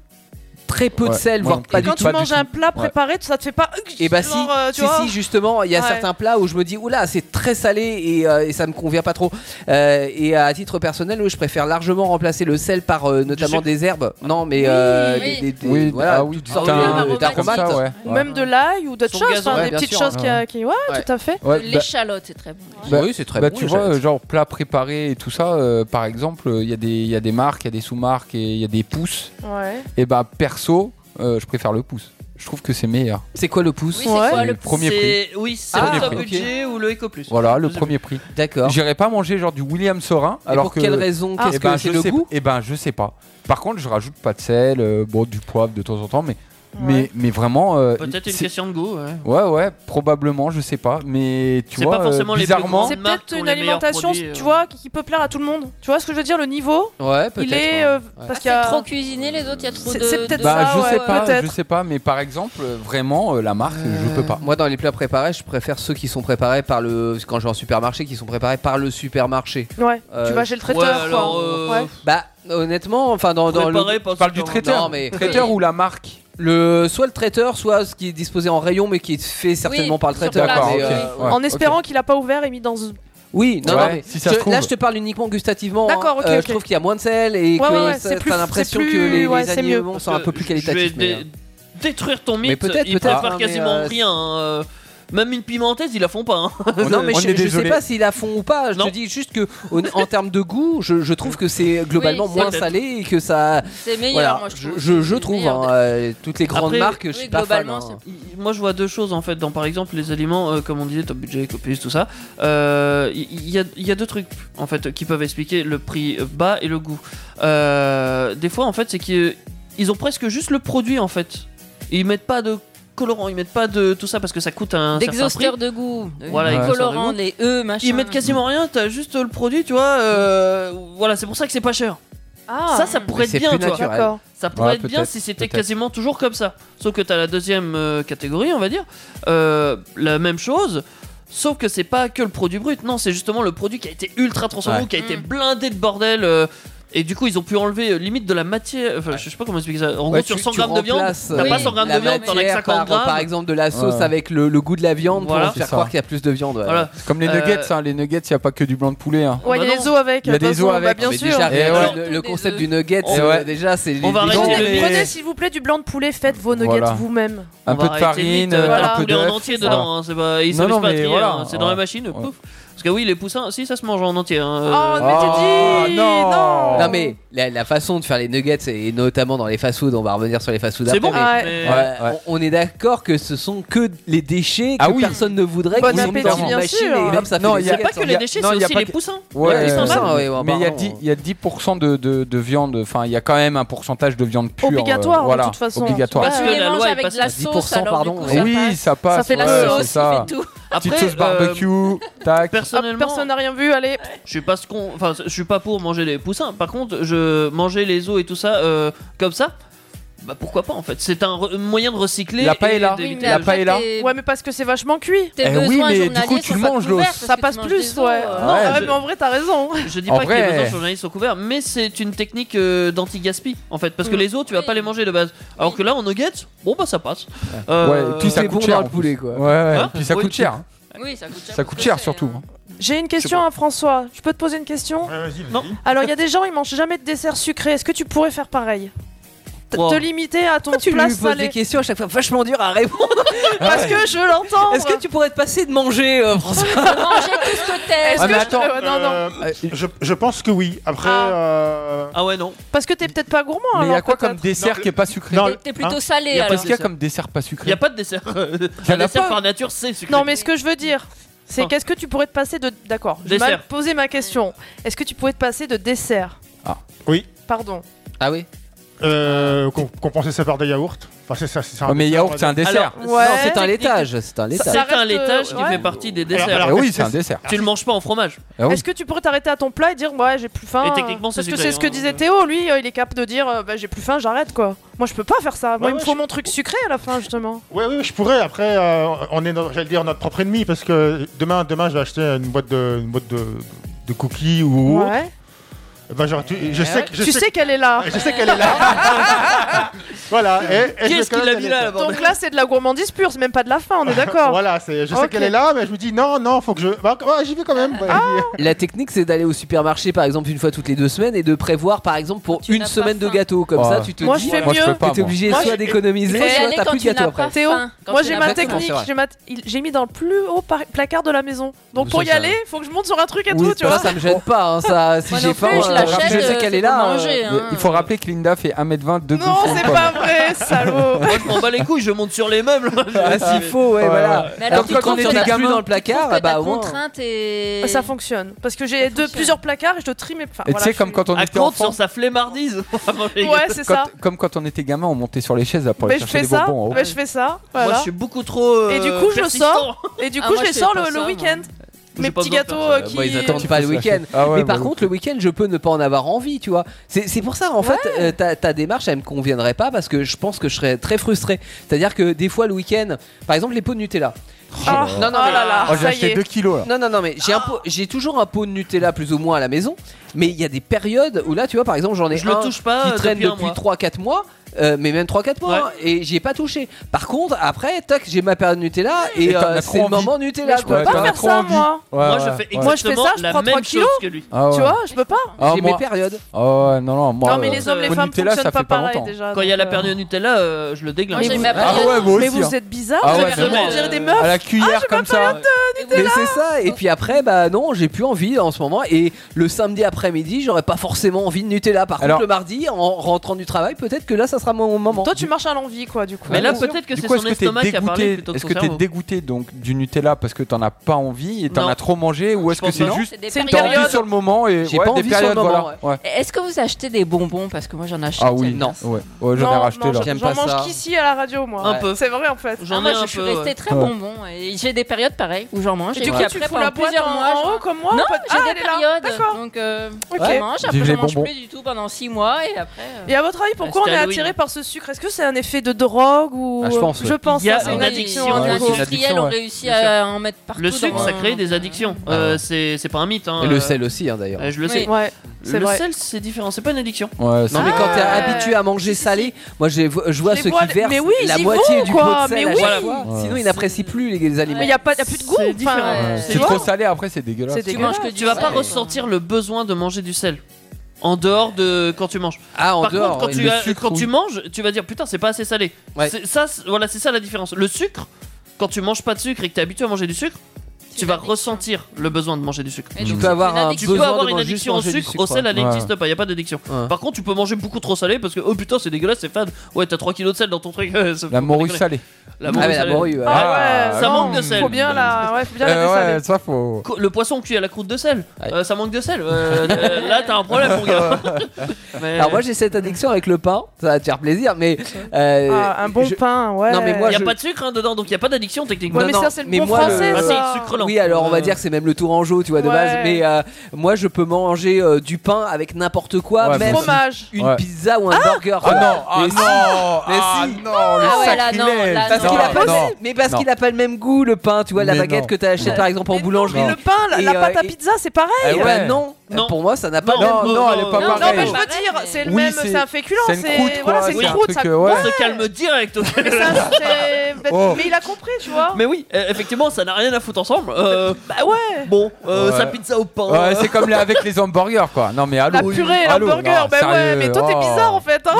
Speaker 4: très peu de
Speaker 2: Ouais,
Speaker 4: sel,
Speaker 2: moi
Speaker 4: voire
Speaker 2: non plus.
Speaker 4: pas
Speaker 2: Et
Speaker 4: du
Speaker 2: quand
Speaker 4: tout.
Speaker 2: tu manges un plat
Speaker 4: Ouais.
Speaker 2: préparé, ça te fait pas.
Speaker 4: Et bah si,
Speaker 2: Genre, euh, tu
Speaker 4: si,
Speaker 2: vois
Speaker 4: si, justement, il y a
Speaker 2: Ouais.
Speaker 4: certains plats où je me dis, oula, c'est très salé et, euh, et ça me convient pas trop. Euh, et à titre personnel, oui, je préfère largement remplacer le sel par euh, notamment
Speaker 5: sucre.
Speaker 4: des herbes. Non, mais euh,
Speaker 2: oui.
Speaker 4: des, des- des-
Speaker 5: Oui,
Speaker 4: voilà,
Speaker 5: ah oui,
Speaker 4: toutes
Speaker 5: du
Speaker 4: sortes
Speaker 5: thym,
Speaker 4: de-
Speaker 5: des trucs comme ça,
Speaker 4: d'aromates.
Speaker 5: ouais.
Speaker 2: Ou même de l'ail ou d'autres
Speaker 4: Son
Speaker 2: choses,
Speaker 4: gazon.
Speaker 2: enfin,
Speaker 4: Ouais,
Speaker 2: des
Speaker 4: bien
Speaker 2: petites
Speaker 4: sûr.
Speaker 2: choses qui, euh,
Speaker 4: Ouais.
Speaker 2: qui- ouais,
Speaker 4: Ouais.
Speaker 2: tout à fait. Euh,
Speaker 5: Ouais, bah-
Speaker 6: L'échalote, c'est très bon.
Speaker 5: Bah-
Speaker 4: oui, c'est très
Speaker 5: bah,
Speaker 4: bon,
Speaker 5: Tu
Speaker 4: les
Speaker 5: vois,
Speaker 4: galettes.
Speaker 5: euh, genre plat préparé et tout ça, euh, par exemple, il y, a des- y a des marques, il y a des sous-marques et il y a des pouces.
Speaker 2: Ouais.
Speaker 5: Et bah, perso, euh, je préfère le pouce. Je trouve que c'est meilleur.
Speaker 4: C'est quoi le pouce
Speaker 3: Oui, c'est quoi le
Speaker 5: Premier
Speaker 3: c'est-
Speaker 5: prix. Ah.
Speaker 3: Oui, c'est
Speaker 5: Premier
Speaker 3: le top
Speaker 5: prix.
Speaker 3: budget ou le Eco Plus.
Speaker 5: Voilà, le premier prix.
Speaker 4: D'accord.
Speaker 5: J'irai pas manger genre du William Sorin.
Speaker 4: Et
Speaker 5: alors
Speaker 4: pour
Speaker 5: que...
Speaker 4: quelle raison
Speaker 5: Eh
Speaker 4: Qu'est-ce que
Speaker 5: ben,
Speaker 4: c'est
Speaker 5: je
Speaker 4: le
Speaker 5: sais-
Speaker 4: goût
Speaker 5: Eh ben, je sais pas. Par contre, je rajoute pas de sel, euh, bon, du poivre de temps en temps, mais, mais, mais vraiment. euh,
Speaker 3: Peut-être une
Speaker 5: c'est-
Speaker 3: question de goût. ouais.
Speaker 5: Ouais, ouais, probablement, je sais pas. Mais tu
Speaker 3: C'est
Speaker 5: vois,
Speaker 3: pas
Speaker 5: euh,
Speaker 3: forcément les plus
Speaker 5: bizarrement.
Speaker 2: C'est
Speaker 3: marques
Speaker 2: peut-être
Speaker 3: qui ont
Speaker 2: une
Speaker 3: les meilleurs
Speaker 2: alimentation,
Speaker 3: produits, euh.
Speaker 2: tu vois, qui, qui peut plaire à tout le monde. Tu vois ce que je veux dire Le niveau,
Speaker 4: Ouais,
Speaker 2: il est. euh,
Speaker 6: Ah,
Speaker 2: Parce
Speaker 6: c'est
Speaker 2: qu'il y a.
Speaker 6: trop cuisiné, les autres, il y a trop
Speaker 2: C'est-
Speaker 6: de.
Speaker 2: c'est peut-être
Speaker 6: de-
Speaker 5: Bah, je
Speaker 2: ouais,
Speaker 5: sais
Speaker 2: ouais,
Speaker 5: pas, je
Speaker 2: peut-être.
Speaker 5: sais pas, mais par exemple, euh, vraiment, euh, la marque, je peux pas.
Speaker 4: Moi, dans les plats préparés, je préfère ceux qui sont préparés par le. Quand je vais en supermarché, qui sont préparés par le supermarché.
Speaker 2: Ouais,
Speaker 4: Euh,
Speaker 2: tu vas chez le traiteur, quoi. Ouais.
Speaker 4: Bah, honnêtement, enfin, dans. dans
Speaker 3: Préparé
Speaker 4: le...
Speaker 3: par le Tu parles du supermarché. traiteur
Speaker 4: Non, mais...
Speaker 5: Traiteur ou la marque
Speaker 4: le, Soit le traiteur, soit ce qui est disposé en rayon, mais qui est fait certainement par le
Speaker 2: sur
Speaker 4: traiteur.
Speaker 2: place,
Speaker 4: mais,
Speaker 2: oui.
Speaker 4: euh, ouais.
Speaker 2: En espérant qu'il a pas ouvert et mis dans.
Speaker 4: Oui, non,
Speaker 5: Ouais,
Speaker 4: non, mais
Speaker 5: si ça se
Speaker 4: je-
Speaker 5: trouve.
Speaker 4: là je te parle uniquement gustativement.
Speaker 2: D'accord,
Speaker 4: hein.
Speaker 2: ok,
Speaker 4: Euh,
Speaker 2: ok.
Speaker 4: Je trouve qu'il y a moins de sel et
Speaker 2: Ouais,
Speaker 4: que
Speaker 2: ouais,
Speaker 4: ça-
Speaker 2: c'est plus-
Speaker 4: t'as l'impression
Speaker 2: c'est plus-
Speaker 4: que les,
Speaker 2: ouais,
Speaker 4: les
Speaker 2: c'est mieux.
Speaker 4: aliments sont un peu plus
Speaker 3: Je vais
Speaker 4: qualitatifs. mais,
Speaker 3: dé- détruire ton
Speaker 4: Mais
Speaker 3: mythe.
Speaker 4: peut-être,
Speaker 3: il
Speaker 4: peut-être,
Speaker 3: prépare
Speaker 4: hein, mais,
Speaker 3: quasiment
Speaker 4: euh,
Speaker 3: rien. hein, euh, Même une pimentaise, ils la font pas. hein.
Speaker 4: Oh non mais je, je sais pas s'ils la font ou pas. Je te dis juste que au- en termes de goût, je, je trouve que c'est globalement
Speaker 6: Oui, c'est-
Speaker 4: moins
Speaker 6: peut-être.
Speaker 4: salé et que ça.
Speaker 6: C'est meilleur,
Speaker 4: Voilà,
Speaker 6: moi, je trouve.
Speaker 4: je, je trouve. hein, euh, toutes les grandes
Speaker 3: Après,
Speaker 4: marques, je suis pas fan. hein.
Speaker 3: c'est- Moi, je vois deux choses en fait. Dans par exemple les aliments, euh, comme on disait, top budget, Copus, tout ça. euh, Il y, y a, il y a deux trucs en fait qui peuvent expliquer le prix bas et le goût. Euh, des fois, en fait, c'est qu'ils ils ont presque juste le produit en fait. Ils mettent pas de colorant, ils mettent pas de tout ça parce que ça coûte un certain
Speaker 6: D'exhausteurs
Speaker 3: prix.
Speaker 6: de goût, de
Speaker 3: Voilà, exhausteurs de
Speaker 6: colorants,
Speaker 3: goût.
Speaker 6: les E, machin.
Speaker 3: Ils mettent quasiment rien, t'as juste le produit, tu vois. euh, voilà, c'est pour ça que c'est pas cher.
Speaker 2: Ah.
Speaker 3: ça, ça pourrait
Speaker 4: Mais
Speaker 3: être
Speaker 4: c'est
Speaker 3: bien,
Speaker 4: plus
Speaker 3: toi.
Speaker 4: naturel. D'accord.
Speaker 3: Ça pourrait
Speaker 4: Ouais,
Speaker 3: être bien
Speaker 4: peut-être,
Speaker 3: si c'était
Speaker 4: peut-être.
Speaker 3: quasiment toujours comme ça. Sauf que t'as la deuxième euh, catégorie, on va dire, euh, la même chose. Sauf que c'est pas que le produit brut, non, c'est justement le produit qui a été ultra transformé,
Speaker 4: Ouais.
Speaker 3: qui a été blindé de bordel. euh, et du coup, ils ont pu enlever euh, limite de la matière. Enfin, je sais pas comment expliquer ça. En
Speaker 4: Ouais,
Speaker 3: gros, sur
Speaker 4: tu-
Speaker 3: 100
Speaker 4: tu
Speaker 3: grammes de viande,
Speaker 4: remplaces,
Speaker 3: t'as
Speaker 4: euh,
Speaker 3: pas 100 grammes
Speaker 4: la
Speaker 3: de viande, t'en as que
Speaker 4: matière
Speaker 3: 50
Speaker 4: par,
Speaker 3: grammes.
Speaker 4: par exemple de la sauce
Speaker 5: Ouais.
Speaker 4: avec le, le goût de la viande
Speaker 3: Voilà.
Speaker 4: pour faire
Speaker 5: C'est
Speaker 4: croire
Speaker 5: ça.
Speaker 4: qu'il y a plus de viande. ouais.
Speaker 5: C'est Comme les nuggets, hein, les nuggets, il n'y a pas que du blanc de poulet. hein.
Speaker 2: Ouais, il y a des os avec.
Speaker 5: Il y a
Speaker 2: de toute
Speaker 5: des os
Speaker 2: façon,
Speaker 5: avec.
Speaker 2: bah, bien
Speaker 5: Mais
Speaker 2: sûr.
Speaker 5: déjà,
Speaker 4: Et
Speaker 5: rien
Speaker 4: ouais, le, le
Speaker 6: euh,
Speaker 4: concept du nugget,
Speaker 5: On-
Speaker 4: c'est-
Speaker 5: ouais.
Speaker 4: déjà, c'est
Speaker 5: On va
Speaker 4: les
Speaker 5: arrêter
Speaker 4: viandes,
Speaker 5: de-
Speaker 4: mais-
Speaker 2: Prenez s'il vous plaît du blanc de poulet, faites vos nuggets
Speaker 5: Voilà.
Speaker 2: vous-même.
Speaker 5: Un peu de farine, euh, un peu
Speaker 3: de en
Speaker 5: d'œuf,
Speaker 3: entier
Speaker 5: voilà.
Speaker 3: dedans, hein, c'est pas, ils
Speaker 5: Non, non,
Speaker 3: s'amusent pas à
Speaker 5: mais
Speaker 3: trier,
Speaker 5: voilà,
Speaker 3: hein, c'est dans la
Speaker 5: voilà.
Speaker 3: machine, pouf. Parce que oui, les poussins, si ça se mange en entier. hein, euh.
Speaker 4: Ah, non, mais la, la façon de faire les nuggets et notamment dans les fast-food, on va revenir sur les fast-food
Speaker 3: C'est
Speaker 4: après.
Speaker 3: bon,
Speaker 4: mais,
Speaker 3: mais-
Speaker 4: euh,
Speaker 3: Ouais, ouais.
Speaker 4: On, on est d'accord que ce sont que les déchets que
Speaker 5: Ah oui.
Speaker 4: personne ne voudrait.
Speaker 5: Bon
Speaker 4: qui sont
Speaker 5: appétit,
Speaker 4: dans une
Speaker 5: bien
Speaker 4: machine
Speaker 5: sûr.
Speaker 4: et hop, ça fait
Speaker 5: Non,
Speaker 4: des
Speaker 5: il y
Speaker 4: nuggets,
Speaker 5: a- il y a-
Speaker 4: hein.
Speaker 5: non, il y a pas que- Ouais,
Speaker 4: les
Speaker 5: euh,
Speaker 4: poussins, ouais, ouais,
Speaker 5: mais il y a
Speaker 4: pardon.
Speaker 5: 10 il y a 10% de, de, de viande, enfin il y a quand même un pourcentage de viande pure. euh,
Speaker 2: Obligatoire, de
Speaker 5: voilà,
Speaker 2: toute façon.
Speaker 5: Obligatoire.
Speaker 2: Parce que
Speaker 6: la loi avec
Speaker 3: passe
Speaker 6: de la
Speaker 3: à
Speaker 6: sauce, alors du coup, ça
Speaker 5: oui,
Speaker 6: passe.
Speaker 5: ça passe.
Speaker 2: Ça fait la
Speaker 5: ouais,
Speaker 2: sauce,
Speaker 5: c'est ça.
Speaker 6: il fait tout.
Speaker 5: Petite
Speaker 3: Après,
Speaker 5: sauce barbecue, tac.
Speaker 3: Personnellement,
Speaker 2: euh, personne n'a rien vu, allez.
Speaker 3: je suis pas ce con, enfin, je suis pas pour manger les poussins. Par contre, je manger les os et tout ça euh, comme ça, bah pourquoi pas en fait. C'est un re- moyen de recycler.
Speaker 5: La
Speaker 3: et
Speaker 5: paella.
Speaker 3: d'éviter
Speaker 5: Oui, mais La après, paella. t'es-
Speaker 2: Ouais, mais parce que c'est vachement cuit.
Speaker 5: Tes Eh oui, besoins mais du journaliers coup, tu sont le pas manges, couverts l'os. parce
Speaker 2: Ça
Speaker 5: que
Speaker 2: passe
Speaker 5: tu manges
Speaker 2: plus,
Speaker 5: des os,
Speaker 2: ouais. Non,
Speaker 5: euh.
Speaker 2: ah
Speaker 5: Ouais,
Speaker 2: ouais,
Speaker 5: je-
Speaker 2: mais en vrai, t'as raison.
Speaker 3: Je dis
Speaker 5: En
Speaker 3: pas que les
Speaker 5: vrai-
Speaker 3: besoins journalistes sont couverts, mais c'est une technique euh, d'anti-gaspi en fait, parce que
Speaker 5: Mm.
Speaker 3: les os tu vas pas les manger de base. Alors que là en nuggets, bon bah ça passe. Euh,
Speaker 5: Ouais, et puis ça
Speaker 3: c'est
Speaker 5: coûte
Speaker 3: bon
Speaker 5: cher
Speaker 3: dans le
Speaker 5: en plus.
Speaker 3: poulet,
Speaker 5: Ouais, ouais,
Speaker 3: Hein
Speaker 5: et puis ça
Speaker 3: Oui,
Speaker 5: coûte
Speaker 3: tu-
Speaker 5: cher. hein.
Speaker 6: Oui, ça coûte cher.
Speaker 5: Ça coûte cher surtout. hein.
Speaker 2: J'ai une question à François. Je peux te poser une question
Speaker 3: Non.
Speaker 2: Alors, il y a des gens, ils mangent jamais de dessert sucré. Est-ce que tu pourrais faire pareil T-
Speaker 4: Wow.
Speaker 2: Te limiter à ton
Speaker 4: Pourquoi tu lui
Speaker 2: plat
Speaker 4: poses
Speaker 2: salé.
Speaker 4: des questions à chaque fois vachement dures à répondre
Speaker 2: Parce que je l'entends.
Speaker 4: Est-ce que tu pourrais te passer de manger, euh, François
Speaker 6: Manger tout ce que t'aimes.
Speaker 7: Ah, mais
Speaker 2: je-
Speaker 7: attends,
Speaker 2: euh, non, non.
Speaker 7: euh, je, je pense que oui. Après.
Speaker 2: Ah.
Speaker 7: euh,
Speaker 3: Ah ouais, non.
Speaker 2: Parce que t'es peut-être pas gourmand.
Speaker 5: Mais il y a
Speaker 2: alors,
Speaker 5: quoi comme
Speaker 2: peut-être.
Speaker 5: dessert qui est pas sucré
Speaker 7: Non, hein
Speaker 6: T'es plutôt
Speaker 5: Y
Speaker 6: salé,
Speaker 5: a pas-
Speaker 6: alors.
Speaker 5: Qu'est-ce qu'il y a comme dessert pas
Speaker 3: Il y
Speaker 5: sucré
Speaker 3: a pas de dessert. euh,
Speaker 5: Y
Speaker 3: Un
Speaker 5: en a
Speaker 3: dessert
Speaker 5: pas.
Speaker 3: par nature c'est sucré.
Speaker 2: Non, mais ce que je veux dire, c'est
Speaker 3: Ah.
Speaker 2: qu'est-ce que tu pourrais te passer de. D'accord, j'ai
Speaker 3: Dessert.
Speaker 2: mal posé ma question. Est-ce que tu pourrais te passer de dessert
Speaker 7: Oui.
Speaker 2: Pardon.
Speaker 4: Ah oui
Speaker 7: Euh, qu'on- qu'on pensait ça par des yaourts. Enfin, c'est ça. c'est un
Speaker 5: Oh, mais
Speaker 7: dessert,
Speaker 5: yaourt,
Speaker 7: on va
Speaker 5: c'est un
Speaker 7: dire.
Speaker 5: dessert.
Speaker 4: Non, c'est un laitage, c'est un laitage.
Speaker 3: C'est un laitage qui
Speaker 2: ouais.
Speaker 3: fait partie des desserts.
Speaker 5: alors, Eh oui, c'est un dessert.
Speaker 3: Tu le manges pas en fromage.
Speaker 5: Ah
Speaker 2: Est-ce que tu pourrais t'arrêter à ton plat et dire ouais j'ai plus faim
Speaker 3: Et
Speaker 2: euh,
Speaker 3: techniquement, c'est
Speaker 2: Parce que
Speaker 3: sucré,
Speaker 2: c'est ce que
Speaker 3: hein.
Speaker 2: disait Théo, lui euh, il est capable de dire euh, bah, j'ai plus faim j'arrête quoi. Moi je peux pas faire ça, moi
Speaker 7: Ouais,
Speaker 2: il me
Speaker 7: ouais,
Speaker 2: faut
Speaker 7: je-
Speaker 2: mon truc sucré à la fin justement.
Speaker 7: Ouais, ouais, je pourrais. Après, euh, on est, notre- j'allais dire, notre propre ennemi parce que demain, demain, je vais acheter une boîte de, une boîte de, de cookies ou. autre.
Speaker 2: Ouais.
Speaker 7: Eh Ben, j'aurais- tu- je sais, que- je
Speaker 2: tu sais qu'elle est là.
Speaker 7: Je sais qu'elle est là. voilà. Et, et je vais
Speaker 3: Qu'est-ce
Speaker 7: quand
Speaker 3: qu'il
Speaker 7: même
Speaker 3: a mis là,
Speaker 7: la
Speaker 3: la
Speaker 7: laisser.
Speaker 3: bordel
Speaker 2: Donc là c'est de la gourmandise pure, c'est même pas de la faim, on est d'accord.
Speaker 7: Voilà, c'est- je sais
Speaker 2: Ok.
Speaker 7: qu'elle est là, mais je me dis non, non, faut que je. Bah, ouais, j'y vais quand
Speaker 2: Ah.
Speaker 7: même.
Speaker 4: La technique, c'est d'aller au supermarché, par exemple, une fois toutes les deux semaines et de prévoir, par exemple, pour une
Speaker 6: n'as pas
Speaker 4: semaine de
Speaker 6: faim.
Speaker 4: gâteau. Comme
Speaker 5: Ouais.
Speaker 4: ça, tu te
Speaker 2: Moi,
Speaker 4: dis,
Speaker 2: je fais Moi, je mieux. peux pas,
Speaker 4: t'es
Speaker 5: moi.
Speaker 4: obligé
Speaker 2: Moi,
Speaker 4: soit
Speaker 2: je-
Speaker 4: d'économiser,
Speaker 6: Il faut y
Speaker 4: soit
Speaker 6: aller
Speaker 4: t'as
Speaker 6: quand
Speaker 4: plus de
Speaker 6: tu
Speaker 4: gâteau
Speaker 6: n'as
Speaker 4: après.
Speaker 6: pas
Speaker 2: Théo,
Speaker 6: faim, quand
Speaker 2: moi
Speaker 6: tu
Speaker 2: j'ai
Speaker 6: n'as
Speaker 2: ma
Speaker 6: pas faim.
Speaker 2: technique, j'ai ma- il- j'ai mis dans le plus haut par- placard de la maison. Donc
Speaker 4: Ça,
Speaker 2: pour y
Speaker 4: ça-
Speaker 2: aller, faut que je monte sur un truc et
Speaker 4: Oui,
Speaker 2: tout, tu vois.
Speaker 4: ça, ça me gêne pas, hein, ça, si
Speaker 6: Moi
Speaker 4: j'ai
Speaker 6: non
Speaker 4: faim,
Speaker 6: plus, je
Speaker 4: euh,
Speaker 6: l'achète,
Speaker 4: je sais
Speaker 6: euh,
Speaker 4: qu'elle
Speaker 6: c'est
Speaker 4: est là.
Speaker 6: pour
Speaker 4: hein.
Speaker 6: manger, hein.
Speaker 5: Il faut rappeler que Linda fait 1m20 de
Speaker 2: Non, c'est pas vrai, salaud.
Speaker 3: Moi, je m'en bats les couilles, je monte sur les meubles.
Speaker 4: Ah, s'il faut, ouais,
Speaker 5: Ouais,
Speaker 4: voilà.
Speaker 5: ouais.
Speaker 6: Mais alors,
Speaker 4: Comme quand on
Speaker 6: tu trouves
Speaker 4: était
Speaker 6: que
Speaker 4: gamin dans le
Speaker 6: Tu trouves
Speaker 4: placard, bah
Speaker 6: que ta
Speaker 4: au moins.
Speaker 6: contrainte est.
Speaker 2: Ça fonctionne parce que j'ai deux
Speaker 6: fonctionne.
Speaker 2: plusieurs placards et je trie mes enfin,
Speaker 5: Et tu
Speaker 2: voilà,
Speaker 5: sais,
Speaker 2: je
Speaker 5: comme
Speaker 2: suis-
Speaker 5: quand on
Speaker 3: À
Speaker 5: était
Speaker 3: compte
Speaker 5: enfant.
Speaker 3: sur sa flemmardise.
Speaker 2: Ouais, c'est ça.
Speaker 5: quand- Comme quand on était gamin, on montait sur les chaises là, pour
Speaker 2: Mais
Speaker 5: aller
Speaker 2: je
Speaker 5: chercher
Speaker 2: fais
Speaker 5: des
Speaker 2: ça,
Speaker 5: bonbons oh. en haut.
Speaker 2: mais je fais ça,
Speaker 3: Moi,
Speaker 2: voilà.
Speaker 3: je suis beaucoup trop. euh,
Speaker 2: Et du coup, je le
Speaker 3: persistant.
Speaker 2: sors. Et du
Speaker 6: Ah,
Speaker 2: coup,
Speaker 6: moi,
Speaker 2: je les
Speaker 6: je fais
Speaker 2: sors
Speaker 6: pas
Speaker 2: le,
Speaker 6: ça,
Speaker 2: le
Speaker 6: moi.
Speaker 2: week-end.
Speaker 3: J'ai
Speaker 2: Mes
Speaker 3: pas
Speaker 2: petits
Speaker 3: besoin de
Speaker 2: gâteaux
Speaker 3: faire ça.
Speaker 2: euh,
Speaker 3: Bah,
Speaker 2: qui.
Speaker 4: Moi, ils attendent
Speaker 5: Qui
Speaker 4: pas le
Speaker 5: faut se
Speaker 4: week-end.
Speaker 5: lâcher. Ah ouais,
Speaker 4: mais par
Speaker 5: moi non
Speaker 4: contre, le week-end, je peux ne pas en avoir envie, tu vois. C'est c'est pour ça, en fait, euh, ta, ta démarche, elle me conviendrait pas parce que je pense que je serais très frustré. C'est-à-dire que des fois, le week-end, par exemple, les pots de Nutella.
Speaker 2: Ah,
Speaker 4: Non, non,
Speaker 2: oh
Speaker 4: mais-
Speaker 2: là là,
Speaker 5: Oh, j'ai
Speaker 2: ça y
Speaker 5: acheté
Speaker 2: est.
Speaker 5: 2 kilos là.
Speaker 4: Non, non, non, mais j'ai un pot- j'ai toujours un pot de Nutella plus ou moins à la maison, mais il y a des périodes où là, tu vois, par exemple, j'en ai
Speaker 3: Je
Speaker 4: un
Speaker 3: le touche pas
Speaker 4: qui
Speaker 3: euh,
Speaker 4: traîne
Speaker 3: depuis un
Speaker 4: depuis,
Speaker 3: mois.
Speaker 4: 3-4 mois. euh, mais même 3-4 points, hein, et j'y ai pas touché. Par contre, après, tac, j'ai ma paire de Nutella, et,
Speaker 5: Et t'en
Speaker 4: euh,
Speaker 5: as trop
Speaker 4: c'est le
Speaker 5: envie.
Speaker 4: moment
Speaker 5: Mais
Speaker 4: Nutella.
Speaker 5: je peux Ouais, pas t'en as faire trop ça, envie. moi. Ouais,
Speaker 3: moi, je
Speaker 5: ouais,
Speaker 3: fais
Speaker 5: ouais.
Speaker 3: exactement
Speaker 5: Moi, je fais ça, je
Speaker 3: la
Speaker 5: prends
Speaker 3: même
Speaker 5: 3
Speaker 3: chose
Speaker 5: kilos.
Speaker 3: que lui.
Speaker 5: Ah ouais.
Speaker 2: Tu vois, je peux pas.
Speaker 5: Ah,
Speaker 3: J'ai
Speaker 5: moi-
Speaker 3: mes périodes.
Speaker 5: Ah ouais, non, non, moi.
Speaker 2: Non, mais les hommes, les
Speaker 5: au
Speaker 2: femmes
Speaker 5: Nutella,
Speaker 2: fonctionnent
Speaker 5: ça
Speaker 2: pas
Speaker 5: fait
Speaker 2: pareil,
Speaker 5: longtemps.
Speaker 2: déjà.
Speaker 3: Quand il y a la paire de Nutella, euh, je le déglingue.
Speaker 2: Ah, Moi, j'ai ma
Speaker 4: Ah ouais, moi
Speaker 2: Mais
Speaker 4: aussi,
Speaker 2: vous
Speaker 4: hein.
Speaker 2: êtes bizarre,
Speaker 4: Ah
Speaker 2: vous
Speaker 4: ouais,
Speaker 2: êtes vraiment,
Speaker 4: vraiment.
Speaker 2: on dirait des meufs.
Speaker 4: à la cuillère comme ça. Mais c'est ça. Et puis après, bah non, j'ai plus envie en ce moment. Et le samedi après-midi, j'aurais pas forcément envie de Nutella. Par
Speaker 5: Alors-
Speaker 4: contre, le mardi, en rentrant du travail, peut-être que là, ça sera mon moment.
Speaker 2: Toi, tu marches à l'envie, quoi, du coup.
Speaker 3: Mais là, peut-être que
Speaker 5: Du
Speaker 3: c'est
Speaker 5: coup,
Speaker 3: son
Speaker 5: est-ce que t'es
Speaker 3: estomac qui a parlé
Speaker 5: dégoûté
Speaker 3: plutôt que
Speaker 5: Est-ce
Speaker 3: son
Speaker 5: que t'es
Speaker 3: cerveau.
Speaker 5: dégoûté donc du Nutella parce que t'en as pas envie et t'en
Speaker 3: Non.
Speaker 5: as trop mangé ou est-ce que
Speaker 3: pense
Speaker 5: c'est
Speaker 3: pas.
Speaker 5: juste
Speaker 6: C'est des
Speaker 5: t'as
Speaker 6: périodes.
Speaker 5: envie sur le moment et
Speaker 4: J'ai
Speaker 5: ouais,
Speaker 4: pas
Speaker 5: des
Speaker 4: envie sur le
Speaker 5: périodes
Speaker 4: moment,
Speaker 5: voilà. Ouais.
Speaker 6: Est-ce que vous achetez des bonbons Parce que moi, j'en achète.
Speaker 5: Ah oui, non. Ouais, Ouais, j'en ai
Speaker 2: Non,
Speaker 5: racheté
Speaker 2: non,
Speaker 5: là.
Speaker 2: J'en j'en mange qu'ici à la radio, moi.
Speaker 3: Un peu.
Speaker 2: C'est vrai, en fait.
Speaker 3: J'en
Speaker 6: moi,
Speaker 3: ai
Speaker 6: je
Speaker 3: un
Speaker 6: suis
Speaker 3: peu,
Speaker 6: restée
Speaker 3: ouais.
Speaker 6: très
Speaker 4: Ouais.
Speaker 6: bonbon. Et j'ai des périodes pareilles où j'en mange.
Speaker 2: Et du coup,
Speaker 6: puis
Speaker 2: tu
Speaker 6: après,
Speaker 2: fous la
Speaker 6: pendant
Speaker 2: boîte
Speaker 6: plusieurs
Speaker 2: en,
Speaker 6: mois,
Speaker 2: en
Speaker 6: j'en-
Speaker 2: haut comme moi
Speaker 6: Non,
Speaker 2: en fait.
Speaker 6: j'ai
Speaker 2: Ah, elle
Speaker 6: des
Speaker 2: est là.
Speaker 6: périodes.
Speaker 2: D'accord.
Speaker 6: Donc, euh,
Speaker 2: Ok.
Speaker 6: je mange, après,
Speaker 5: Vive les
Speaker 6: j'en mange
Speaker 5: bonbons.
Speaker 6: plus du tout pendant 6 mois. Et après. euh,
Speaker 2: Et à votre avis, pourquoi
Speaker 3: Ah,
Speaker 2: on
Speaker 3: c'était
Speaker 2: est
Speaker 3: Halloween.
Speaker 2: attiré par ce sucre Est-ce que c'est un effet de drogue ou
Speaker 4: Ah, je pense, ouais.
Speaker 2: Je pense.
Speaker 3: Il y a
Speaker 2: hein, c'est
Speaker 3: une
Speaker 2: une
Speaker 6: les-
Speaker 3: addiction,
Speaker 2: addiction.
Speaker 6: les
Speaker 5: ouais,
Speaker 2: hein, du
Speaker 5: c'est
Speaker 2: coup.
Speaker 5: une
Speaker 6: industriels
Speaker 5: addiction,
Speaker 6: ont
Speaker 5: ouais.
Speaker 6: réussi
Speaker 3: Bien sûr.
Speaker 6: à en mettre partout.
Speaker 3: Le sucre,
Speaker 6: dans-
Speaker 3: ça crée des addictions.
Speaker 4: Ah.
Speaker 3: Euh, c'est c'est pas un mythe. Hein.
Speaker 4: Et le
Speaker 3: euh,
Speaker 4: sel aussi, hein, d'ailleurs.
Speaker 3: euh, je le
Speaker 6: Oui.
Speaker 3: sais.
Speaker 2: Ouais, c'est
Speaker 3: le
Speaker 2: vrai. Ah.
Speaker 3: sel, c'est différent. C'est pas une addiction.
Speaker 5: Ouais, c'est-
Speaker 4: Non, mais quand t'es
Speaker 2: Ouais.
Speaker 4: habitué à manger salé, moi je, je vois
Speaker 2: Les
Speaker 4: ceux
Speaker 2: voiles-
Speaker 4: qui versent
Speaker 2: mais oui, ils
Speaker 4: la
Speaker 2: y
Speaker 4: moitié
Speaker 2: vont,
Speaker 4: du
Speaker 2: quoi,
Speaker 4: pot de sel
Speaker 2: mais
Speaker 4: à
Speaker 2: oui.
Speaker 4: chaque fois.
Speaker 5: Ouais.
Speaker 4: Sinon, ils n'apprécient plus les, les aliments.
Speaker 2: Mais il n'y a, pas- y a plus de goût.
Speaker 3: C'est
Speaker 2: enfin,
Speaker 3: différent.
Speaker 2: euh,
Speaker 6: Ouais.
Speaker 5: C'est
Speaker 2: tu
Speaker 5: trop
Speaker 2: vois
Speaker 5: salé après, c'est dégueulasse.
Speaker 2: C'est
Speaker 6: Tu
Speaker 2: dégueulasse.
Speaker 6: manges que du
Speaker 3: Tu vas pas
Speaker 6: sel.
Speaker 3: ressentir le besoin de manger du sel. En dehors de quand tu manges.
Speaker 4: Ah, en
Speaker 3: Par
Speaker 4: dehors.
Speaker 3: contre, quand,
Speaker 4: et
Speaker 3: tu,
Speaker 4: le
Speaker 3: as-
Speaker 4: sucre,
Speaker 3: quand
Speaker 4: oui.
Speaker 3: tu manges, tu vas dire putain, c'est pas assez salé.
Speaker 4: Ouais.
Speaker 3: C'est- Ça, c'est- voilà, c'est ça la différence. Le sucre, quand tu manges pas de sucre et que t'es habitué à manger du sucre, tu
Speaker 6: une
Speaker 3: vas
Speaker 6: addiction.
Speaker 3: ressentir le besoin de manger du sucre.
Speaker 6: Et
Speaker 4: Tu
Speaker 6: donc,
Speaker 4: peux
Speaker 6: c'est
Speaker 4: avoir
Speaker 6: une
Speaker 4: un
Speaker 3: Tu
Speaker 6: addiction.
Speaker 3: peux
Speaker 4: besoin
Speaker 3: avoir
Speaker 4: de
Speaker 3: une
Speaker 4: manger
Speaker 3: addiction au
Speaker 4: juste manger
Speaker 3: sucre,
Speaker 4: du
Speaker 3: au sel,
Speaker 5: ouais.
Speaker 3: elle n'existe pas, y a pas d'addiction.
Speaker 4: Ouais.
Speaker 3: Par contre, tu peux manger beaucoup trop salé parce que oh putain, c'est dégueulasse, c'est fade. Ouais, t'as 3 kilos de sel dans ton truc. euh, ça-
Speaker 5: La
Speaker 3: faut
Speaker 5: morue
Speaker 3: déconner.
Speaker 5: salée.
Speaker 3: La
Speaker 4: Ah,
Speaker 3: morue
Speaker 4: mais la
Speaker 3: salée.
Speaker 4: morue, ouais.
Speaker 2: Ah ouais,
Speaker 3: Ça
Speaker 2: non,
Speaker 3: manque de sel.
Speaker 2: Faut bien la, ouais, faut bien la
Speaker 5: Euh,
Speaker 2: dessaler.
Speaker 5: ouais, ça faut.
Speaker 3: Co- Le poisson cuit à la croûte de sel,
Speaker 4: Ouais.
Speaker 3: Euh, ça manque de sel. Euh, euh, là, t'as un problème, mon gars. Mais-
Speaker 4: Alors, moi j'ai cette addiction avec le pain, ça va te faire plaisir, mais. euh,
Speaker 2: Ah, un bon
Speaker 4: je-
Speaker 2: pain, ouais.
Speaker 4: Non, mais moi,
Speaker 3: Il n'y a
Speaker 4: je-
Speaker 3: pas de sucre hein, dedans, donc il n'y a pas d'addiction techniquement.
Speaker 2: Ouais,
Speaker 4: Non,
Speaker 2: mais
Speaker 4: non,
Speaker 2: ça, c'est le
Speaker 4: mais
Speaker 2: bon
Speaker 4: moi,
Speaker 2: français,
Speaker 4: le-
Speaker 3: Ah,
Speaker 2: ça.
Speaker 3: c'est sucre lent.
Speaker 4: Oui, alors on
Speaker 3: Euh,
Speaker 4: va dire que c'est même le tourangeau, tu vois, de
Speaker 2: Ouais.
Speaker 4: base. Mais euh, moi, je peux manger euh, du pain avec n'importe quoi,
Speaker 5: Ouais,
Speaker 4: même
Speaker 5: moi aussi.
Speaker 2: Fromage.
Speaker 4: une
Speaker 5: Ouais.
Speaker 4: pizza ou un burger.
Speaker 5: Ah
Speaker 4: tu vois.
Speaker 5: non, ah
Speaker 4: Mais si,
Speaker 5: non,
Speaker 4: mais
Speaker 5: ah
Speaker 4: si.
Speaker 5: non, le
Speaker 6: Ah ouais, là, non,
Speaker 5: sacrilège.
Speaker 6: là,
Speaker 4: Parce
Speaker 6: non.
Speaker 4: qu'il a
Speaker 5: Non,
Speaker 4: pas,
Speaker 5: non.
Speaker 4: mais parce
Speaker 5: Non.
Speaker 4: qu'il a pas le même goût le pain, tu vois, la
Speaker 5: Mais
Speaker 4: baguette
Speaker 5: non.
Speaker 4: que t'achètes
Speaker 5: Non.
Speaker 4: par exemple en boulangerie.
Speaker 2: Mais le pain, la,
Speaker 4: Et,
Speaker 2: la
Speaker 4: euh,
Speaker 2: pâte à
Speaker 4: et-
Speaker 2: pizza, c'est pareil.
Speaker 4: Eh
Speaker 5: Eh
Speaker 4: ben
Speaker 5: ouais.
Speaker 4: non,
Speaker 3: Non.
Speaker 4: pour moi ça n'a pas.
Speaker 3: Non.
Speaker 4: le-
Speaker 5: Non, non, elle est pas
Speaker 3: Non,
Speaker 2: Non, mais
Speaker 5: pareille.
Speaker 2: je veux dire, c'est le
Speaker 5: Oui,
Speaker 2: même,
Speaker 5: c'est-
Speaker 2: c'est un féculent,
Speaker 5: c'est une croûte, quoi,
Speaker 2: voilà, c'est
Speaker 5: c'est
Speaker 2: une
Speaker 5: un
Speaker 2: croûte,
Speaker 5: truc,
Speaker 2: ça.
Speaker 5: euh, ouais.
Speaker 3: On se calme direct. ok
Speaker 2: Mais ça, c'est-
Speaker 5: Oh.
Speaker 2: Mais il a compris, tu vois.
Speaker 3: Mais oui, euh, effectivement, ça n'a rien à foutre ensemble. Euh,
Speaker 2: Bah ouais.
Speaker 3: bon, euh,
Speaker 5: Ouais.
Speaker 3: sa pizza au pain.
Speaker 5: Ouais, c'est comme les- avec les hamburgers quoi. Non mais allô.
Speaker 2: La purée,
Speaker 5: Allô,
Speaker 2: l'hamburger,
Speaker 5: non,
Speaker 2: bah ouais,
Speaker 5: sérieux,
Speaker 2: mais toi t'es
Speaker 5: oh.
Speaker 2: bizarre en fait, hein.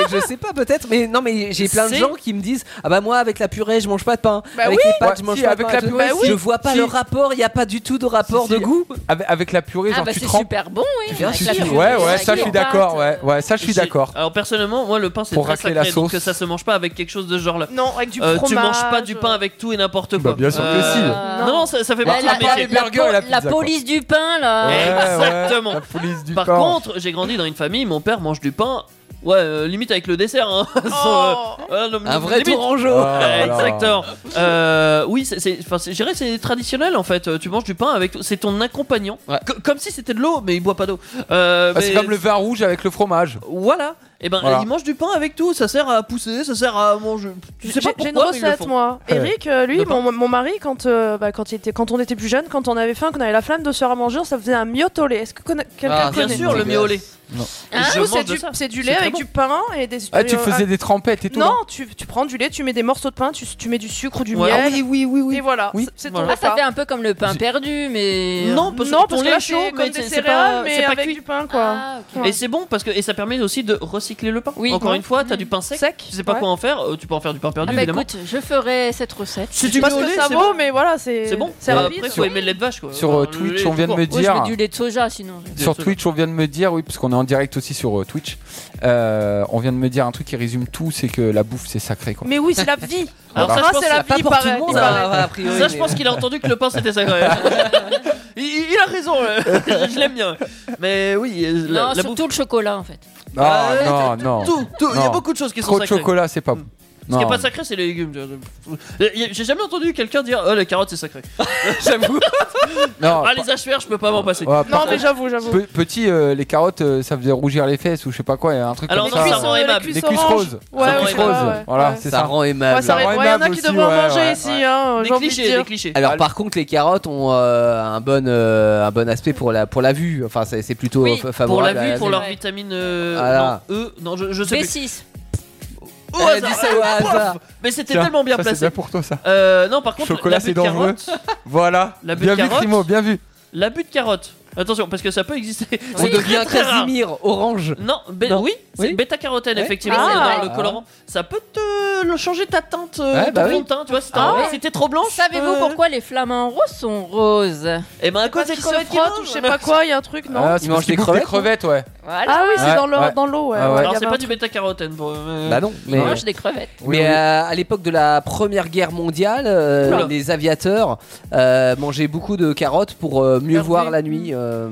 Speaker 4: Mais je sais pas peut-être, mais non mais j'ai plein de
Speaker 3: C'est-
Speaker 4: gens qui me disent ah bah moi avec la purée je mange pas de pain,
Speaker 2: Bah
Speaker 4: avec
Speaker 2: oui.
Speaker 4: les pâtes
Speaker 5: Ouais,
Speaker 4: je mange
Speaker 5: si,
Speaker 4: pas
Speaker 5: avec
Speaker 4: de
Speaker 5: la
Speaker 4: pain, je-
Speaker 5: purée,
Speaker 4: je
Speaker 5: si.
Speaker 4: vois pas
Speaker 5: Si.
Speaker 4: le rapport, il y a pas du tout de rapport
Speaker 5: Si,
Speaker 4: de
Speaker 5: si.
Speaker 4: goût.
Speaker 5: Avec, avec la purée,
Speaker 6: Ah,
Speaker 5: genre
Speaker 6: bah,
Speaker 5: tu
Speaker 6: c'est
Speaker 5: trempes.
Speaker 6: super bon, oui.
Speaker 4: Bien
Speaker 6: avec
Speaker 4: sûr.
Speaker 6: la
Speaker 4: Ouais,
Speaker 6: purée,
Speaker 5: Ouais, ouais,
Speaker 6: avec
Speaker 5: ça
Speaker 6: les
Speaker 5: je suis d'accord. Ouais,
Speaker 6: pâtes,
Speaker 5: ouais, ça je suis
Speaker 3: J'ai-
Speaker 5: d'accord.
Speaker 3: Alors personnellement, moi le pain c'est
Speaker 5: Pour
Speaker 3: très
Speaker 5: racler
Speaker 3: sacré,
Speaker 5: la
Speaker 3: donc
Speaker 5: sauce.
Speaker 3: que ça se mange pas avec quelque chose de ce genre là.
Speaker 2: Non, avec du
Speaker 3: Euh,
Speaker 2: fromage.
Speaker 3: tu manges pas du pain avec tout et n'importe quoi.
Speaker 5: Bah, bien sûr que si.
Speaker 6: Euh,
Speaker 3: Non, non, ça, ça fait
Speaker 6: Bah,
Speaker 3: partie
Speaker 6: la,
Speaker 3: du métier.
Speaker 5: les burgers et la
Speaker 6: la- la
Speaker 5: pizza,
Speaker 6: police du pain là.
Speaker 3: Ouais. Exactement.
Speaker 5: la police du
Speaker 3: Par
Speaker 5: pain.
Speaker 3: contre, j'ai grandi dans une famille, mon père mange du pain, ouais, euh, limite avec le dessert. Hein, Sans,
Speaker 2: Oh.
Speaker 3: euh, euh,
Speaker 4: Un vrai
Speaker 3: limite.
Speaker 4: tourangeau.
Speaker 5: Ah,
Speaker 3: Ouais,
Speaker 5: voilà.
Speaker 3: Exactement. Euh, oui, c'est- c'est, enfin, c'est- je dirais que c'est traditionnel en fait. Euh, Tu manges du pain avec, c'est ton accompagnant,
Speaker 4: Ouais.
Speaker 3: Co- comme si c'était de l'eau, mais il boit pas d'eau. Euh,
Speaker 5: Ah, c'est
Speaker 3: mais-
Speaker 5: comme le vin rouge avec le fromage.
Speaker 3: Voilà. Et ben,
Speaker 5: Voilà.
Speaker 3: il mange du pain avec tout. Ça sert à pousser, ça sert à manger. Tu sais
Speaker 2: J'ai
Speaker 3: pas
Speaker 2: j'ai une
Speaker 3: pourquoi, mais ils le
Speaker 2: recette
Speaker 3: font.
Speaker 2: moi.
Speaker 5: Eh Ouais.
Speaker 2: Eric, euh, lui,
Speaker 3: De
Speaker 2: mon, mon mari, quand, euh, bah, quand, il était, quand on était plus jeune, quand on avait faim, qu'on avait la flamme de se faire à manger, ça faisait un miotolé. Est-ce que conna- quelqu'un
Speaker 4: Ah,
Speaker 3: Bien
Speaker 2: connaît
Speaker 4: c'est
Speaker 3: sûr, le
Speaker 4: dégueulasse.
Speaker 3: mieux au lait.
Speaker 6: Hein
Speaker 3: Et je
Speaker 2: Du coup, c'est
Speaker 3: mange de
Speaker 2: du,
Speaker 3: ça.
Speaker 2: c'est du
Speaker 3: C'est
Speaker 2: lait
Speaker 3: très
Speaker 2: avec
Speaker 3: bon.
Speaker 2: du pain et des.
Speaker 5: Ah, tu
Speaker 2: euh,
Speaker 5: faisais des trempettes et tout. hein.
Speaker 2: Non, tu, tu prends du lait, tu mets des morceaux de pain, tu, tu mets du sucre ou du
Speaker 3: Ouais.
Speaker 2: miel.
Speaker 4: oui oui oui
Speaker 2: Et voilà,
Speaker 5: Ah Oui.
Speaker 2: c'est- c'est ton
Speaker 3: Voilà.
Speaker 6: Ah, ça
Speaker 2: repas.
Speaker 6: fait un peu comme le pain perdu, mais.
Speaker 3: euh, Non, parce
Speaker 2: non,
Speaker 3: que ton
Speaker 2: parce que
Speaker 3: lait
Speaker 2: là,
Speaker 3: est chaud,
Speaker 2: c'est
Speaker 3: mais
Speaker 2: comme des
Speaker 3: c'est- c'est pas-
Speaker 2: céréales,
Speaker 3: c'est
Speaker 2: mais
Speaker 3: pas
Speaker 2: avec
Speaker 3: cuit.
Speaker 2: du pain, quoi.
Speaker 6: Ah, ok.
Speaker 2: Ouais.
Speaker 3: Et c'est bon parce que et ça permet aussi de recycler le pain.
Speaker 6: Oui.
Speaker 3: Encore
Speaker 6: Ouais.
Speaker 3: une fois, t'as
Speaker 6: Mmh.
Speaker 3: du pain sec.
Speaker 2: Sec.
Speaker 3: Tu sais pas
Speaker 2: ouais.
Speaker 3: quoi en faire. euh, tu peux en faire du pain perdu
Speaker 6: Ah, bah
Speaker 3: évidemment.
Speaker 6: écoute, je ferai cette recette.
Speaker 3: C'est
Speaker 2: Je
Speaker 3: du
Speaker 2: sais pas
Speaker 3: mieux
Speaker 2: ce
Speaker 3: au
Speaker 2: que
Speaker 3: lait,
Speaker 2: ça
Speaker 3: c'est
Speaker 2: vaut,
Speaker 3: bon.
Speaker 2: mais voilà, c'est
Speaker 3: C'est bon.
Speaker 2: c'est
Speaker 3: Euh,
Speaker 2: rapide.
Speaker 3: Après, faut aimer le lait de vache quoi.
Speaker 5: Sur
Speaker 3: Enfin,
Speaker 5: euh,
Speaker 3: le
Speaker 5: Twitch,
Speaker 3: lait
Speaker 5: on
Speaker 3: tout
Speaker 5: vient de
Speaker 3: court.
Speaker 5: me
Speaker 6: Moi, je
Speaker 5: dire.
Speaker 6: mets du lait de soja sinon.
Speaker 5: Sur
Speaker 3: Bien sûr.
Speaker 5: Twitch, on vient de me dire, oui, parce qu'on est en direct aussi sur euh, Twitch, euh, on vient de me dire un truc qui résume tout, c'est que la bouffe, c'est sacré. Quoi.
Speaker 2: Mais oui, c'est la vie.
Speaker 3: Alors
Speaker 2: Grâce
Speaker 3: ça, je pense,
Speaker 2: à la
Speaker 3: c'est
Speaker 2: vie,
Speaker 4: Pas
Speaker 2: il
Speaker 4: pour tout le
Speaker 2: paraît.
Speaker 4: monde,
Speaker 2: Il paraît.
Speaker 4: hein, a priori.
Speaker 3: Ça, je
Speaker 4: mais-
Speaker 3: pense qu'il a entendu que le pain c'était sacré. il, il a raison, euh, je, je l'aime bien. Mais oui, euh, la,
Speaker 6: Non,
Speaker 3: la bouffe.
Speaker 6: surtout le chocolat en fait.
Speaker 5: Ah,
Speaker 3: Ouais,
Speaker 5: non, non.
Speaker 3: Tout, tout, il y a
Speaker 5: Non.
Speaker 3: beaucoup de choses qui
Speaker 5: Trop
Speaker 3: sont
Speaker 5: de
Speaker 3: sacrées. Hmm.
Speaker 5: chocolat, c'est pas bon.
Speaker 3: Ce qui est
Speaker 5: Non.
Speaker 3: pas sacré, c'est les légumes. Euh, y a- J'ai jamais entendu quelqu'un dire Oh, la carotte c'est sacré.
Speaker 4: J'avoue.
Speaker 5: Non,
Speaker 3: Ah, les HPR, je peux pas m'en passer.
Speaker 5: Ouais, par-
Speaker 2: Non, mais j'avoue, j'avoue.
Speaker 5: pe- petit, euh, les carottes, euh, ça faisait rougir les fesses ou je sais pas quoi, il y a un truc
Speaker 3: Alors,
Speaker 5: comme
Speaker 3: non,
Speaker 5: ça.
Speaker 3: ça rend aimable.
Speaker 5: Des cuisses roses.
Speaker 2: Ouais,
Speaker 5: Des
Speaker 2: ouais,
Speaker 5: cuisses
Speaker 2: ouais,
Speaker 5: roses.
Speaker 2: ouais.
Speaker 5: Voilà,
Speaker 2: Ouais.
Speaker 5: c'est
Speaker 4: Ça
Speaker 5: ça.
Speaker 4: rend
Speaker 2: Ouais,
Speaker 4: aimable.
Speaker 2: ça
Speaker 5: rend
Speaker 2: aurait- ouais, y en a
Speaker 5: aimable
Speaker 2: qui
Speaker 5: aussi,
Speaker 2: devraient en
Speaker 5: ouais,
Speaker 2: manger
Speaker 5: ouais,
Speaker 2: ici,
Speaker 5: ouais.
Speaker 2: hein,
Speaker 3: Des
Speaker 2: j'ai envie de
Speaker 3: clichés,
Speaker 2: dire.
Speaker 3: des clichés.
Speaker 4: Alors par contre les carottes ont euh, un bon euh, un bon aspect pour la pour la vue. Enfin c'est c'est plutôt
Speaker 6: Oui,
Speaker 4: euh, fa-
Speaker 3: Pour
Speaker 4: favorable.
Speaker 3: la
Speaker 4: à
Speaker 3: vue, pour
Speaker 6: la
Speaker 3: leur
Speaker 6: vue.
Speaker 3: vitamine euh,
Speaker 4: Voilà.
Speaker 3: non, E, non, je, je sais plus.
Speaker 6: B6.
Speaker 3: Au
Speaker 4: Elle a
Speaker 3: hasard,
Speaker 4: dit ça au
Speaker 3: euh, pof
Speaker 4: hasard.
Speaker 3: Mais c'était
Speaker 5: Tiens,
Speaker 3: tellement bien
Speaker 5: ça, c'est
Speaker 3: placé.
Speaker 5: bien pour toi, ça.
Speaker 3: Euh, non, par contre,
Speaker 5: Chocolat,
Speaker 3: l'abus
Speaker 5: c'est
Speaker 3: de
Speaker 5: dangereux.
Speaker 3: carotte-
Speaker 5: voilà.
Speaker 3: La
Speaker 5: bien
Speaker 3: butte
Speaker 5: vu,
Speaker 3: carotte.
Speaker 5: Primo, bien vu.
Speaker 3: L'abus de carotte. Attention, parce que ça peut exister.
Speaker 4: On
Speaker 3: C'est
Speaker 4: devient
Speaker 3: très, très rare.
Speaker 4: Casimir, orange.
Speaker 3: Non, bé- oui, c'est bêta-carotène,
Speaker 4: Ouais.
Speaker 3: effectivement,
Speaker 4: Ah.
Speaker 3: c'est dans le
Speaker 4: Ah.
Speaker 3: colorant. Ça peut te Euh, le changer ta teinte, euh,
Speaker 4: Ouais, bah
Speaker 3: ton
Speaker 4: oui.
Speaker 3: fond de teint, tu vois, si t'as-
Speaker 6: Ah ouais.
Speaker 3: si t'es trop blanche. Euh.
Speaker 6: Savez-vous pourquoi les flamants roses sont roses
Speaker 3: Eh ben à
Speaker 6: cause
Speaker 2: Parce
Speaker 6: des
Speaker 2: qu'ils se
Speaker 6: crevettes qui
Speaker 2: frottent ou je
Speaker 6: mangent.
Speaker 2: sais pas quoi, il y a un truc, non
Speaker 5: Ah, c'est parce qu'il bouffe des crevettes, ouais.
Speaker 2: Ah oui, c'est
Speaker 4: Ouais,
Speaker 2: dans l'eau,
Speaker 4: ouais.
Speaker 2: dans l'eau, ouais.
Speaker 4: Ah ouais.
Speaker 2: ouais,
Speaker 4: Alors,
Speaker 2: y
Speaker 4: c'est
Speaker 2: avait
Speaker 3: Pas
Speaker 2: un
Speaker 3: du bêta-carotène. pour- euh,
Speaker 4: Bah non, mais.
Speaker 6: Mange des crevettes.
Speaker 4: Mais euh, à l'époque de la Première Guerre mondiale, euh,
Speaker 3: Oula.
Speaker 4: les aviateurs euh, mangeaient beaucoup de carottes pour euh, mieux voir la nuit. euh,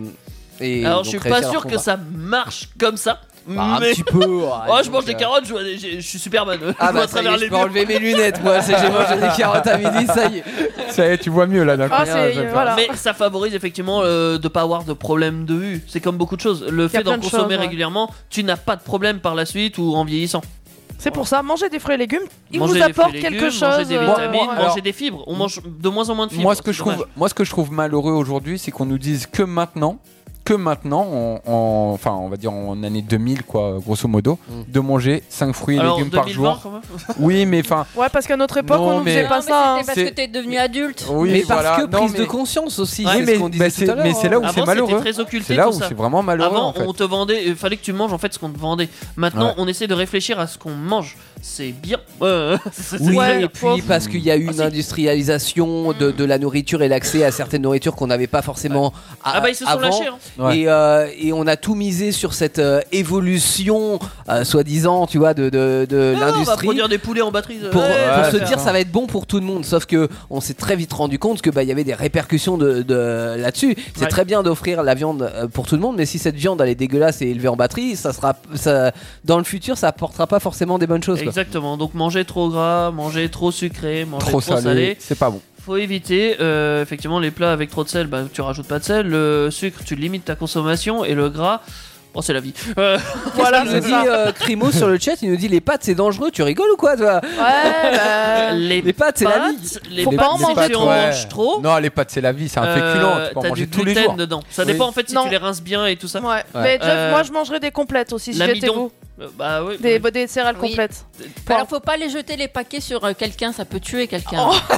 Speaker 4: et
Speaker 3: Alors
Speaker 4: donc
Speaker 3: je suis
Speaker 4: réussir
Speaker 3: pas
Speaker 4: leur
Speaker 3: sûr que
Speaker 4: combat.
Speaker 3: ça marche comme ça.
Speaker 4: Bah, un
Speaker 3: mais-
Speaker 4: petit peu. ouais,
Speaker 3: Oh, je
Speaker 4: donc,
Speaker 3: mange des
Speaker 4: euh,
Speaker 3: carottes, je, vois des- j'ai- je suis Superman. euh,
Speaker 4: Ah
Speaker 3: je vois
Speaker 4: bah
Speaker 3: à
Speaker 4: ça y
Speaker 3: travers
Speaker 4: est,
Speaker 3: les
Speaker 4: je peux
Speaker 3: murs.
Speaker 4: enlever mes lunettes moi, c'est j'ai mangé des carottes à midi, ça y est.
Speaker 5: Ça y est, tu vois mieux là d'un
Speaker 2: Ah,
Speaker 5: coup. J'aime pas.
Speaker 3: Mais ça favorise effectivement euh, de pas avoir de problème de vue. C'est comme beaucoup de choses. Le fait
Speaker 2: plein
Speaker 3: d'en
Speaker 2: de
Speaker 3: consommer
Speaker 2: choses, ouais.
Speaker 3: régulièrement, tu n'as pas de problème par la suite ou en vieillissant.
Speaker 2: C'est pour ça, manger des fruits et légumes, il vous
Speaker 3: Manger des fruits et
Speaker 2: apporte
Speaker 3: légumes,
Speaker 2: quelque chose.
Speaker 3: Manger des
Speaker 2: euh,
Speaker 3: vitamines,
Speaker 2: ouais.
Speaker 3: manger des fibres. On mange de moins en moins de fibres.
Speaker 5: moi, ce que je
Speaker 3: c'est dommage.
Speaker 5: trouve, moi, ce que je trouve malheureux aujourd'hui, c'est qu'on nous dise que maintenant, que maintenant, en- en- enfin, on va dire en année 2000, quoi, grosso modo,
Speaker 4: Mm.
Speaker 5: de manger 5 fruits et
Speaker 3: Alors,
Speaker 5: légumes par
Speaker 3: 2020,
Speaker 5: jour.
Speaker 3: quand même.
Speaker 5: Oui, mais enfin,
Speaker 2: Ouais, parce qu'à notre époque,
Speaker 5: Non,
Speaker 2: on nous
Speaker 5: mais-
Speaker 2: faisait
Speaker 6: Non,
Speaker 2: pas
Speaker 6: mais
Speaker 2: ça. hein.
Speaker 6: c'était parce que t'es devenu adulte.
Speaker 5: oui,
Speaker 4: mais
Speaker 5: voilà.
Speaker 4: parce que
Speaker 5: Non,
Speaker 4: prise
Speaker 5: mais-
Speaker 4: de conscience aussi,
Speaker 3: Ouais,
Speaker 4: c'est
Speaker 5: mais-
Speaker 4: ce qu'on disait
Speaker 5: bah,
Speaker 4: tout
Speaker 5: c'est-
Speaker 4: à l'heure. hein.
Speaker 5: mais c'est là où
Speaker 3: Avant,
Speaker 5: c'est malheureux.
Speaker 3: C'était très occulté.
Speaker 5: C'est là
Speaker 3: tout
Speaker 5: où
Speaker 3: ça.
Speaker 5: c'est vraiment malheureux,
Speaker 3: Avant,
Speaker 5: en fait.
Speaker 3: on te vendait. Il fallait que tu manges en fait ce qu'on te vendait. Maintenant,
Speaker 5: Ouais.
Speaker 3: on essaie de réfléchir à ce qu'on mange. C'est bien. Euh, c'est- c'est
Speaker 4: Oui,
Speaker 3: très
Speaker 4: et
Speaker 3: bien.
Speaker 4: puis parce qu'il y
Speaker 3: Ah,
Speaker 4: a eu une industrialisation de, de la nourriture et l'accès à certaines nourritures qu'on n'avait pas forcément à-
Speaker 3: Ah bah, ils se sont
Speaker 4: avant.
Speaker 3: lâchés, hein.
Speaker 5: Ouais.
Speaker 4: Et, euh, et on a tout misé sur cette euh, évolution, euh, soi-disant, tu vois, de, de, de
Speaker 3: Ah, on va
Speaker 4: l'industrie.
Speaker 3: produire des poulets en batterie. euh.
Speaker 4: Pour,
Speaker 3: Ouais,
Speaker 4: pour
Speaker 3: ouais,
Speaker 4: se
Speaker 3: ouais.
Speaker 4: dire ça va être bon pour tout le monde, sauf que on s'est très vite rendu compte que bah il y avait des répercussions de, de- là-dessus. C'est
Speaker 3: Ouais.
Speaker 4: très bien d'offrir la viande euh, pour tout le monde, mais si cette viande elle est dégueulasse et élevée en batterie, ça sera ça dans le futur ça apportera pas forcément des bonnes choses. quoi.
Speaker 3: Exactement. Donc manger trop gras, manger trop sucré, manger
Speaker 5: trop salé, c'est pas bon.
Speaker 3: Faut éviter. euh, effectivement, les plats avec trop de sel, bah, tu rajoutes pas de sel. Le sucre, tu limites ta consommation. Et le gras, bon, c'est la vie. Euh,
Speaker 4: Voilà, nous dit euh, Crimo sur le chat, il nous dit les pâtes c'est dangereux, tu rigoles ou quoi toi
Speaker 2: Ouais, bah,
Speaker 3: les,
Speaker 4: Les pâtes c'est la
Speaker 3: pâtes,
Speaker 4: vie.
Speaker 3: les
Speaker 2: Faut
Speaker 3: pâtes,
Speaker 2: pas en
Speaker 3: si
Speaker 2: manger
Speaker 3: tu
Speaker 5: trop.
Speaker 3: en manges trop.
Speaker 5: Non, les pâtes, c'est la vie, c'est un féculent.
Speaker 3: euh,
Speaker 5: Tu peux en
Speaker 3: t'as
Speaker 5: manger
Speaker 3: du
Speaker 5: tous les
Speaker 3: gluten
Speaker 5: jours.
Speaker 3: dedans. Ça
Speaker 5: Oui.
Speaker 3: dépend en fait si
Speaker 2: Non.
Speaker 3: tu les rinces bien et tout ça.
Speaker 2: Ouais. Mais Jeff,
Speaker 3: Euh,
Speaker 2: moi, je mangerais des complètes aussi si j'étais
Speaker 3: L'amidon.
Speaker 2: vous.
Speaker 3: Euh, Bah oui.
Speaker 2: Des, des céréales
Speaker 6: Oui.
Speaker 2: complètes.
Speaker 6: Alors faut pas les jeter les paquets sur euh, quelqu'un, ça peut tuer quelqu'un.
Speaker 2: Oh,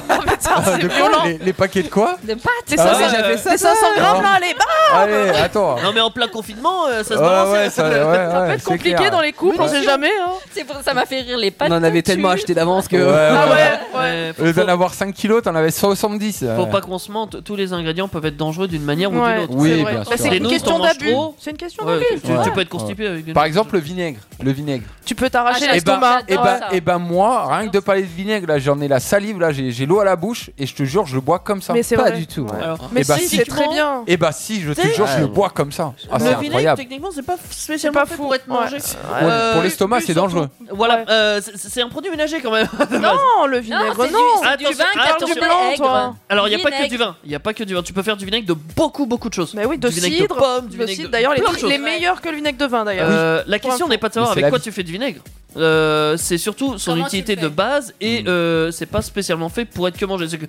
Speaker 5: Ah, de quoi, les, les paquets de quoi
Speaker 6: De pâtes.
Speaker 2: C'est
Speaker 5: Ah,
Speaker 2: 500
Speaker 5: j'ai fait ça,
Speaker 2: les 500 grammes là, allez, bah,
Speaker 5: Allez, attends.
Speaker 3: Non mais en plein confinement, euh, ça se
Speaker 5: Ouais,
Speaker 3: balance.
Speaker 5: ouais, ça, ouais,
Speaker 2: ça peut
Speaker 5: ouais,
Speaker 2: être
Speaker 5: c'est
Speaker 2: compliqué
Speaker 5: clair.
Speaker 2: dans les couples,
Speaker 5: Ouais.
Speaker 2: on sait jamais. Hein.
Speaker 6: C'est pour ça m'a fait rire les pâtes.
Speaker 4: On en avait
Speaker 6: te
Speaker 4: tellement
Speaker 6: tuent.
Speaker 4: acheté d'avance que
Speaker 5: Ouais,
Speaker 2: Ah
Speaker 5: ouais.
Speaker 2: ouais, ouais.
Speaker 3: Mais
Speaker 5: Au
Speaker 3: faut,
Speaker 5: lieu d'en avoir 5 kilos, t'en avais 170.
Speaker 3: faut
Speaker 5: ouais.
Speaker 3: pas qu'on se mente. Tous les ingrédients peuvent être dangereux d'une manière ou d'une
Speaker 2: Ouais,
Speaker 3: autre.
Speaker 5: Oui,
Speaker 2: c'est
Speaker 5: bien
Speaker 2: vrai.
Speaker 5: sûr.
Speaker 2: Bah, c'est
Speaker 3: Les
Speaker 2: une
Speaker 3: nôtres,
Speaker 2: question
Speaker 3: on mange
Speaker 2: d'abus.
Speaker 3: trop.
Speaker 2: C'est une question
Speaker 3: Ouais,
Speaker 2: d'abus.
Speaker 3: tu, tu- tu peux être constipé avec une-
Speaker 5: Par exemple, le vinaigre. Le vinaigre.
Speaker 2: Tu peux
Speaker 6: Ah,
Speaker 2: t'arracher
Speaker 5: Et bah,
Speaker 2: l'estomac.
Speaker 5: et
Speaker 6: j'adore
Speaker 5: bah,
Speaker 6: ça.
Speaker 5: et bah, moi, rien que de parler de vinaigre, là, j'en ai la salive, là, j'ai j'ai l'eau à la bouche, et je te jure, je le bois comme ça.
Speaker 2: Mais c'est
Speaker 4: pas
Speaker 2: vrai.
Speaker 4: du tout.
Speaker 5: Ouais.
Speaker 3: Alors,
Speaker 2: Mais
Speaker 5: Et bah,
Speaker 2: si, c'est
Speaker 3: physiquement,
Speaker 2: très bien.
Speaker 5: Et bah, si, je te
Speaker 3: T'es-
Speaker 5: jure, je le
Speaker 4: Ouais.
Speaker 5: bois comme ça. Ah, c'est
Speaker 3: le vinaigre,
Speaker 5: incroyable.
Speaker 3: techniquement, c'est pas spécialement
Speaker 2: C'est pas
Speaker 3: fait
Speaker 2: fou,
Speaker 3: pour être
Speaker 2: ouais.
Speaker 3: mangé.
Speaker 5: Pour-
Speaker 3: Euh,
Speaker 5: pour l'estomac, c'est dangereux.
Speaker 3: Voilà,
Speaker 2: Ouais.
Speaker 3: euh, c'est- c'est un produit ménager quand même.
Speaker 2: Non, le
Speaker 6: Non,
Speaker 2: vinaigre,
Speaker 6: c'est du,
Speaker 2: non.
Speaker 6: c'est du
Speaker 3: Attention,
Speaker 6: vin qui
Speaker 3: attention.
Speaker 6: a
Speaker 2: Du blanc,
Speaker 6: tourné
Speaker 2: toi.
Speaker 6: aigre.
Speaker 3: Alors, il n'y a pas que
Speaker 6: Vinaigre.
Speaker 3: du vin. Il n'y a pas que du vin. Tu peux faire du vinaigre de beaucoup, beaucoup de choses.
Speaker 2: Mais oui, de
Speaker 3: Du vinaigre de
Speaker 2: cidre,
Speaker 3: pomme, du
Speaker 2: de
Speaker 3: vinaigre
Speaker 2: cidre.
Speaker 3: de-
Speaker 2: D'ailleurs, les,
Speaker 3: plein de
Speaker 2: trucs
Speaker 3: choses.
Speaker 2: les meilleurs que le vinaigre de vin, d'ailleurs.
Speaker 3: Euh, la question
Speaker 2: Pour
Speaker 3: n'est pas de savoir
Speaker 5: Mais c'est
Speaker 3: avec
Speaker 5: la
Speaker 3: quoi
Speaker 5: vie.
Speaker 3: tu fais du vinaigre. Euh, c'est surtout son
Speaker 6: Comment tu
Speaker 3: utilité
Speaker 6: le
Speaker 3: de
Speaker 6: fais
Speaker 3: base et
Speaker 5: Mm.
Speaker 3: euh, c'est pas spécialement fait pour être que mangé. C'est que-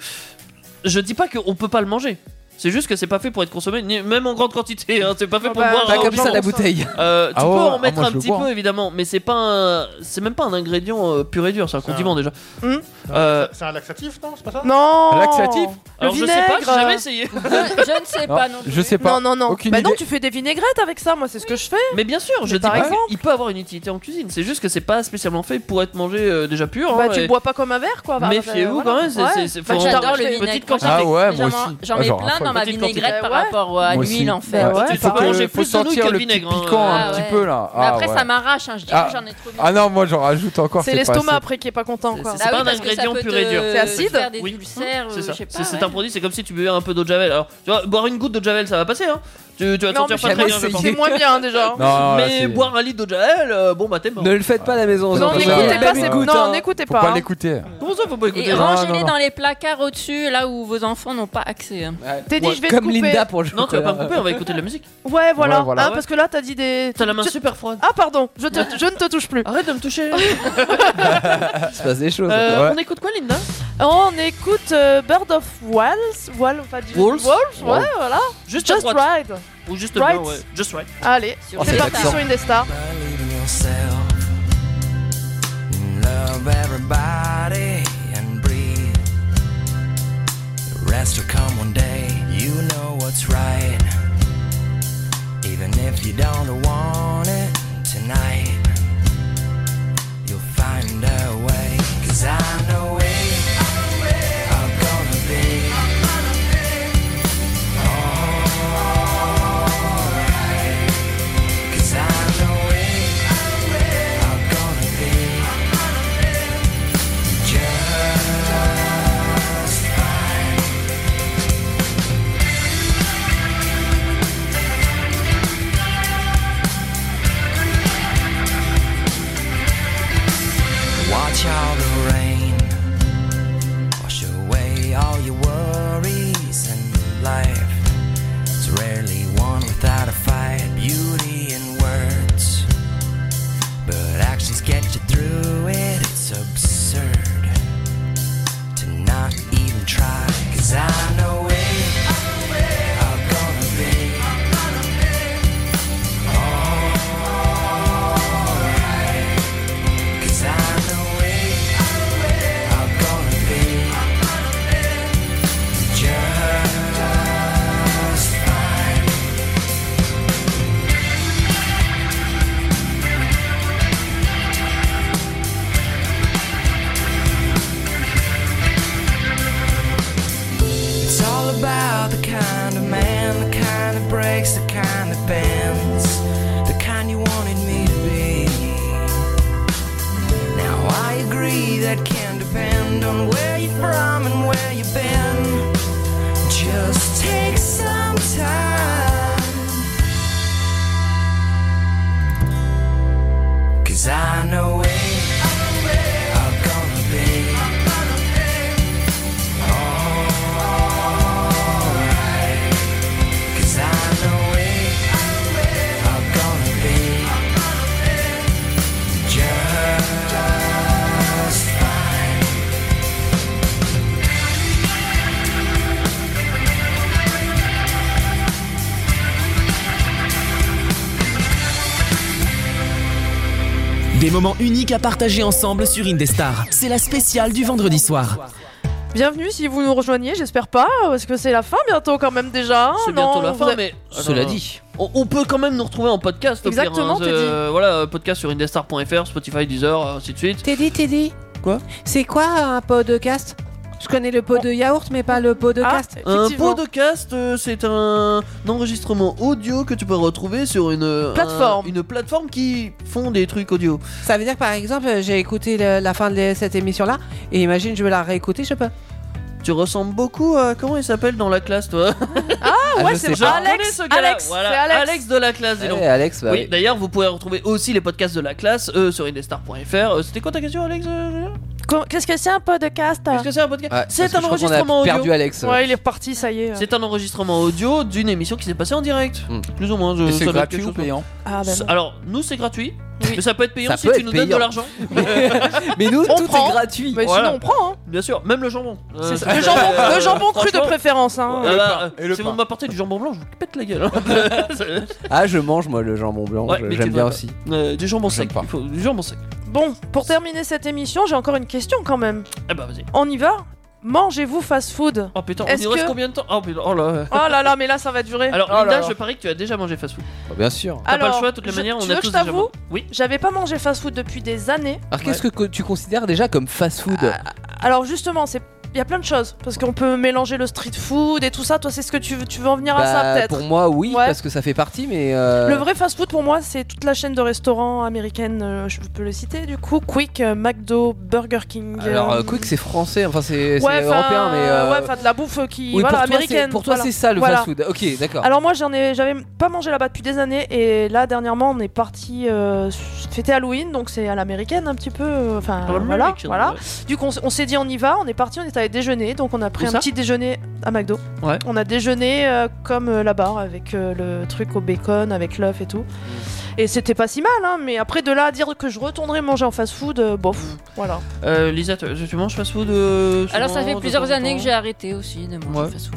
Speaker 3: Je dis pas qu'on peut pas le manger. C'est juste que c'est pas fait pour être consommé, ni- même en grande quantité. hein. C'est pas fait
Speaker 2: Ah
Speaker 3: pour
Speaker 2: bah,
Speaker 3: boire.
Speaker 4: Pas
Speaker 3: en
Speaker 4: comme ça
Speaker 3: grand.
Speaker 4: la bouteille.
Speaker 3: Euh, tu
Speaker 5: Ah
Speaker 3: peux
Speaker 5: ouais, ouais.
Speaker 3: en
Speaker 5: Ah,
Speaker 3: mettre
Speaker 5: moi,
Speaker 3: un
Speaker 5: je le
Speaker 3: petit
Speaker 5: bois.
Speaker 3: peu évidemment, mais c'est pas un... c'est même pas un ingrédient euh, pur et dur, c'est un
Speaker 7: C'est un-
Speaker 3: condiment déjà.
Speaker 2: Hmm.
Speaker 3: Euh,
Speaker 7: C'est un laxatif, non C'est pas ça
Speaker 2: Non.
Speaker 5: Laxatif
Speaker 2: Le
Speaker 3: alors
Speaker 2: vinaigre.
Speaker 3: je sais pas, j'ai jamais essayé.
Speaker 6: Je, je ne sais
Speaker 5: Non,
Speaker 6: pas non plus.
Speaker 5: je sais pas.
Speaker 2: Non, non, non.
Speaker 5: Aucune
Speaker 2: Bah non,
Speaker 5: idée.
Speaker 2: tu fais des vinaigrettes avec ça, moi, c'est ce que je fais.
Speaker 3: mais bien sûr, je
Speaker 2: Mais
Speaker 3: dis
Speaker 2: par
Speaker 3: pas
Speaker 2: exemple.
Speaker 3: qu'il peut avoir une utilité en cuisine. C'est juste que c'est pas spécialement fait pour être mangé euh, déjà pur.
Speaker 2: Bah,
Speaker 3: hein,
Speaker 2: tu
Speaker 3: et-
Speaker 2: bois pas comme un verre, quoi. Bah,
Speaker 3: Méfiez-vous
Speaker 2: bah,
Speaker 3: quand
Speaker 2: voilà.
Speaker 3: même, c'est-
Speaker 2: Ouais.
Speaker 3: c'est- c'est-
Speaker 2: Bah,
Speaker 3: faut
Speaker 2: j'adore
Speaker 6: J'adore
Speaker 3: en-
Speaker 6: le
Speaker 2: les-
Speaker 3: petite
Speaker 6: vinaigre.
Speaker 3: quantité.
Speaker 5: Ah ouais, moi
Speaker 6: J'en
Speaker 5: aussi.
Speaker 6: j'en
Speaker 5: Ah,
Speaker 6: mets
Speaker 5: genre,
Speaker 6: plein dans ma
Speaker 3: Petite quantité.
Speaker 6: vinaigrette par
Speaker 2: Ouais.
Speaker 6: rapport à
Speaker 5: Moi aussi.
Speaker 6: l'huile en fait.
Speaker 2: Ouais.
Speaker 5: Il
Speaker 2: Tu
Speaker 5: faut,
Speaker 2: peux
Speaker 5: que-
Speaker 3: manger
Speaker 5: faut
Speaker 3: plus de nouilles
Speaker 5: sentir
Speaker 3: que
Speaker 5: le
Speaker 3: de vinaigre,
Speaker 5: petit
Speaker 3: hein.
Speaker 5: piquant
Speaker 6: Ah
Speaker 5: un
Speaker 6: ouais.
Speaker 5: petit peu là.
Speaker 6: Mais
Speaker 5: Ah,
Speaker 6: après
Speaker 5: ouais.
Speaker 6: ça m'arrache, hein, je dis
Speaker 5: Ah.
Speaker 6: que j'en ai trop mis.
Speaker 5: Ah non, moi j'en rajoute encore.
Speaker 2: C'est
Speaker 5: pas
Speaker 2: l'estomac
Speaker 5: assez.
Speaker 2: après qui est pas content, quoi.
Speaker 3: c'est
Speaker 6: Bah
Speaker 3: pas
Speaker 6: oui,
Speaker 3: un
Speaker 6: parce que ça
Speaker 3: ingrédient
Speaker 6: peut
Speaker 3: pur
Speaker 6: te-
Speaker 3: et dur.
Speaker 2: C'est acide
Speaker 6: faire des
Speaker 3: Oui.
Speaker 6: ulcères,
Speaker 3: C'est
Speaker 6: euh,
Speaker 3: ça.
Speaker 6: je sais pas,
Speaker 3: C'est c'est
Speaker 6: ouais.
Speaker 3: un produit, c'est comme si tu buvais un peu d'eau de javel. Alors, tu vois, boire une goutte d'eau de javel, ça va passer, hein. Tu, tu vas te
Speaker 2: Non, mais
Speaker 3: sentir pas très bien, je
Speaker 4: essayé.
Speaker 3: pense.
Speaker 2: C'est moins bien, déjà.
Speaker 5: Non, là,
Speaker 3: Mais
Speaker 5: c'est-
Speaker 3: boire un litre d'eau de javel, euh, bon bah t'es mort.
Speaker 4: Ne le faites pas à la maison.
Speaker 2: Non,
Speaker 5: Ouais.
Speaker 2: n'écoutez
Speaker 4: Même
Speaker 2: pas,
Speaker 4: une
Speaker 2: c'est
Speaker 4: goutte,
Speaker 2: Non,
Speaker 4: hein.
Speaker 2: n'écoutez
Speaker 5: Faut
Speaker 2: pas.
Speaker 5: pas
Speaker 2: hein.
Speaker 5: l'écouter.
Speaker 3: Comment ça faut pas écouter
Speaker 6: Et
Speaker 5: Non,
Speaker 6: rangez-les
Speaker 5: non.
Speaker 6: dans les placards au-dessus, là où vos enfants n'ont pas accès. hein.
Speaker 2: T'es dit,
Speaker 4: Moi,
Speaker 2: je vais te
Speaker 4: Comme
Speaker 2: couper.
Speaker 4: Linda pour le
Speaker 3: Non, tu vas pas me
Speaker 4: chocolat.
Speaker 3: couper, on va écouter de la musique.
Speaker 2: Ouais, voilà.
Speaker 5: Ouais, voilà.
Speaker 2: Hein, Parce que là, t'as dit des.
Speaker 3: Ah T'as la main
Speaker 2: Tu-
Speaker 3: super froide.
Speaker 2: Ah, pardon, je, te- je ne te touche plus.
Speaker 3: Arrête de me toucher.
Speaker 4: Il se passe des choses.
Speaker 3: Euh,
Speaker 5: Ouais.
Speaker 3: On écoute quoi, Linda
Speaker 2: On écoute euh, Bird of Walls. Wall, enfin, du-
Speaker 3: Walls.
Speaker 2: Walls, ouais, voilà.
Speaker 3: Juste à
Speaker 2: Just
Speaker 3: droite.
Speaker 2: Ride.
Speaker 3: Ou juste
Speaker 2: Right.
Speaker 3: bien, ouais. Just right.
Speaker 2: Allez,
Speaker 6: Sur
Speaker 2: Ah, Oh, c'est
Speaker 6: les
Speaker 2: parti
Speaker 6: placards.
Speaker 2: sur Indestar.
Speaker 10: by leaving yourself in
Speaker 15: everybody and breathe. The rest will come one day, you know what's right. Even if you don't want it tonight, you'll find a way. Cause I know it. I'm gonna be alright. 'Cause I know it. I'm gonna be just fine. Watch all the rain wash away all your worries and life. It's rarely one without a fight, beauty in words. But actions get you through it, it's absurd to not even try. Cause I know it. I'm gonna be alright. 'Cause I know it. I'm gonna be just fine. It's all about the kind of man, the kind that breaks, the kind that bends, the kind you wanted me to be. Now I agree that can depend on where you're from and where you've been. Just take some time. Cause I know it. I'm gonna be alright. 'Cause I know it. I'm gonna be just fine.
Speaker 9: Des moments uniques à partager ensemble sur Indestar. C'est la spéciale du vendredi soir.
Speaker 2: Bienvenue si vous nous rejoignez, j'espère pas, parce que c'est la fin bientôt quand même déjà. hein,
Speaker 3: C'est
Speaker 2: non,
Speaker 3: bientôt la
Speaker 2: vous
Speaker 3: fin,
Speaker 2: avez-
Speaker 3: mais.
Speaker 4: Cela dit.
Speaker 3: On, on peut quand même nous retrouver en podcast. au pire,
Speaker 2: Exactement,
Speaker 3: hein,
Speaker 2: t'as
Speaker 3: euh, Voilà, euh, podcast sur indestar.fr, Spotify, Deezer, euh, ainsi de suite.
Speaker 16: Teddy, Teddy.
Speaker 3: Quoi
Speaker 16: C'est quoi un podcast Je connais le pot de yaourt, mais pas le pot
Speaker 3: Ah,
Speaker 16: de cast.
Speaker 3: Un podcast, euh, c'est un enregistrement audio que tu peux retrouver sur une euh,
Speaker 16: Plateforme.
Speaker 3: un- une plateforme qui font des trucs audio.
Speaker 16: Ça veut dire par exemple, euh, j'ai écouté le- la fin de cette émission-là, et imagine, je vais la réécouter, je peux.
Speaker 3: Tu ressembles beaucoup à comment il s'appelle dans la classe, toi Ah
Speaker 16: ouais, c'est vrai.
Speaker 3: Alex,
Speaker 16: Alex,
Speaker 3: ce gars-là.
Speaker 16: Alex,
Speaker 3: Voilà,
Speaker 16: c'est Alex.
Speaker 3: de la classe. dis
Speaker 4: Ouais,
Speaker 3: donc.
Speaker 4: Alex, bah
Speaker 3: oui.
Speaker 4: oui.
Speaker 3: D'ailleurs, vous pouvez retrouver aussi les podcasts de la classe euh, sur indestar.fr. Euh, C'était quoi ta question, Alex euh,
Speaker 2: Qu- Qu'est-ce que c'est un podcast Qu'est-ce
Speaker 3: que c'est un podcast
Speaker 4: Ouais, parce
Speaker 2: C'est
Speaker 4: que
Speaker 2: un
Speaker 4: je crois qu'on a
Speaker 2: enregistrement audio.
Speaker 4: perdu Alex. euh.
Speaker 2: Ouais, il est parti, ça y est. euh.
Speaker 3: C'est un enregistrement audio d'une émission qui s'est passée en direct.
Speaker 4: Hmm.
Speaker 3: Plus ou moins. je-
Speaker 5: Et c'est
Speaker 3: ça doit être
Speaker 5: gratuit
Speaker 3: quelque
Speaker 5: ou
Speaker 3: chose comme-
Speaker 5: payant
Speaker 2: Ah, bah
Speaker 3: C'est-
Speaker 2: non.
Speaker 3: Alors, nous, c'est gratuit. Mais ça peut être payant
Speaker 4: Ça
Speaker 3: si
Speaker 4: peut
Speaker 3: tu
Speaker 4: être
Speaker 3: nous donnes de
Speaker 4: payant.
Speaker 3: l'argent.
Speaker 4: Mais nous,
Speaker 3: On
Speaker 4: tout
Speaker 3: prend.
Speaker 4: est gratuit.
Speaker 3: Mais Voilà. sinon, on
Speaker 2: prend. hein.
Speaker 3: Bien sûr, même le jambon. Euh,
Speaker 2: C'est ça. Le jambon- le jambon cru de
Speaker 3: franchement,
Speaker 2: préférence, hein.
Speaker 3: ah
Speaker 2: Et le
Speaker 3: bah,
Speaker 2: pain.
Speaker 3: euh,
Speaker 2: Et le
Speaker 3: si vous
Speaker 2: pain.
Speaker 3: m'apportez du jambon blanc, je vous pète la gueule. hein.
Speaker 4: Ah, je mange moi le jambon blanc,
Speaker 3: Ouais,
Speaker 4: je-
Speaker 3: mais tu
Speaker 4: j'aime bien
Speaker 3: dois-
Speaker 4: aussi.
Speaker 3: Euh, du jambon sec. Il faut du jambon sec.
Speaker 2: Bon, pour terminer cette émission, j'ai encore une question quand même.
Speaker 3: Eh bah, vas-y.
Speaker 2: On y va Mangez-vous fast-food
Speaker 3: Oh putain, on
Speaker 2: Est-ce
Speaker 3: y reste
Speaker 2: que-
Speaker 3: combien de temps oh, putain, oh là.
Speaker 2: Oh là là, mais là ça va durer.
Speaker 3: Alors,
Speaker 2: Oh là
Speaker 3: Linda,
Speaker 2: là.
Speaker 3: je parie que tu as déjà mangé fast-food.
Speaker 5: Oh,
Speaker 4: bien sûr.
Speaker 3: T'as pas le
Speaker 2: Alors,
Speaker 3: choix, de toutes les
Speaker 2: je-
Speaker 3: manières, on
Speaker 2: tu
Speaker 3: a
Speaker 2: veux que
Speaker 3: tous
Speaker 2: je t'avoue
Speaker 3: Oui. Ah,
Speaker 2: J'avais pas mangé fast-food depuis des années.
Speaker 4: Alors qu'est-ce que tu considères déjà comme fast-food
Speaker 16: Ah,
Speaker 2: Alors justement, c'est il y a plein de choses parce qu'on peut mélanger le street food et tout ça. Toi, c'est ce que tu veux, tu veux en venir à ça
Speaker 4: Bah,
Speaker 2: peut-être
Speaker 4: Pour moi, oui,
Speaker 2: Ouais.
Speaker 4: parce que ça fait partie, mais. euh,
Speaker 2: Le vrai fast-food pour moi, c'est toute la chaîne de restaurants américaines. euh, je peux le citer du coup Quick, euh, McDo, Burger King.
Speaker 4: Alors,
Speaker 2: euh,
Speaker 4: euh, Quick, c'est français, enfin, c'est c'est
Speaker 2: ouais, enfin,
Speaker 4: européen, mais. euh,
Speaker 2: ouais, enfin de la bouffe qui
Speaker 4: oui,
Speaker 2: voilà
Speaker 4: pour toi,
Speaker 2: américaine.
Speaker 4: c'est- Pour toi,
Speaker 2: voilà.
Speaker 4: c'est ça le
Speaker 2: Voilà.
Speaker 4: fast-food. Ok, d'accord.
Speaker 2: Alors moi j'en ai j'avais pas mangé là-bas depuis des années et là dernièrement on est parti euh, fêter Halloween donc c'est à l'américaine un petit peu euh, enfin
Speaker 16: À Ah, l'américaine,
Speaker 2: voilà voilà.
Speaker 16: ouais.
Speaker 2: Du coup on, s- on s'est dit on y va, on est parti, on est allé déjeuner donc on a pris
Speaker 16: Où
Speaker 2: un
Speaker 16: ça
Speaker 2: petit déjeuner à McDo.
Speaker 3: Ouais.
Speaker 2: On a déjeuné euh, comme euh, là-bas avec euh, le truc au bacon avec l'œuf et tout.
Speaker 16: Mm.
Speaker 2: Et c'était pas si mal hein, mais après de là à dire que je retournerai manger en fast-food euh, bof
Speaker 16: Mm.
Speaker 2: voilà.
Speaker 3: Euh, Lisa, tu, tu manges fast-food euh,
Speaker 6: Alors
Speaker 3: souvent,
Speaker 6: ça fait
Speaker 3: de
Speaker 6: plusieurs
Speaker 3: temps en
Speaker 6: années
Speaker 3: temps
Speaker 6: que j'ai arrêté aussi de manger
Speaker 3: Ouais.
Speaker 6: fast-food.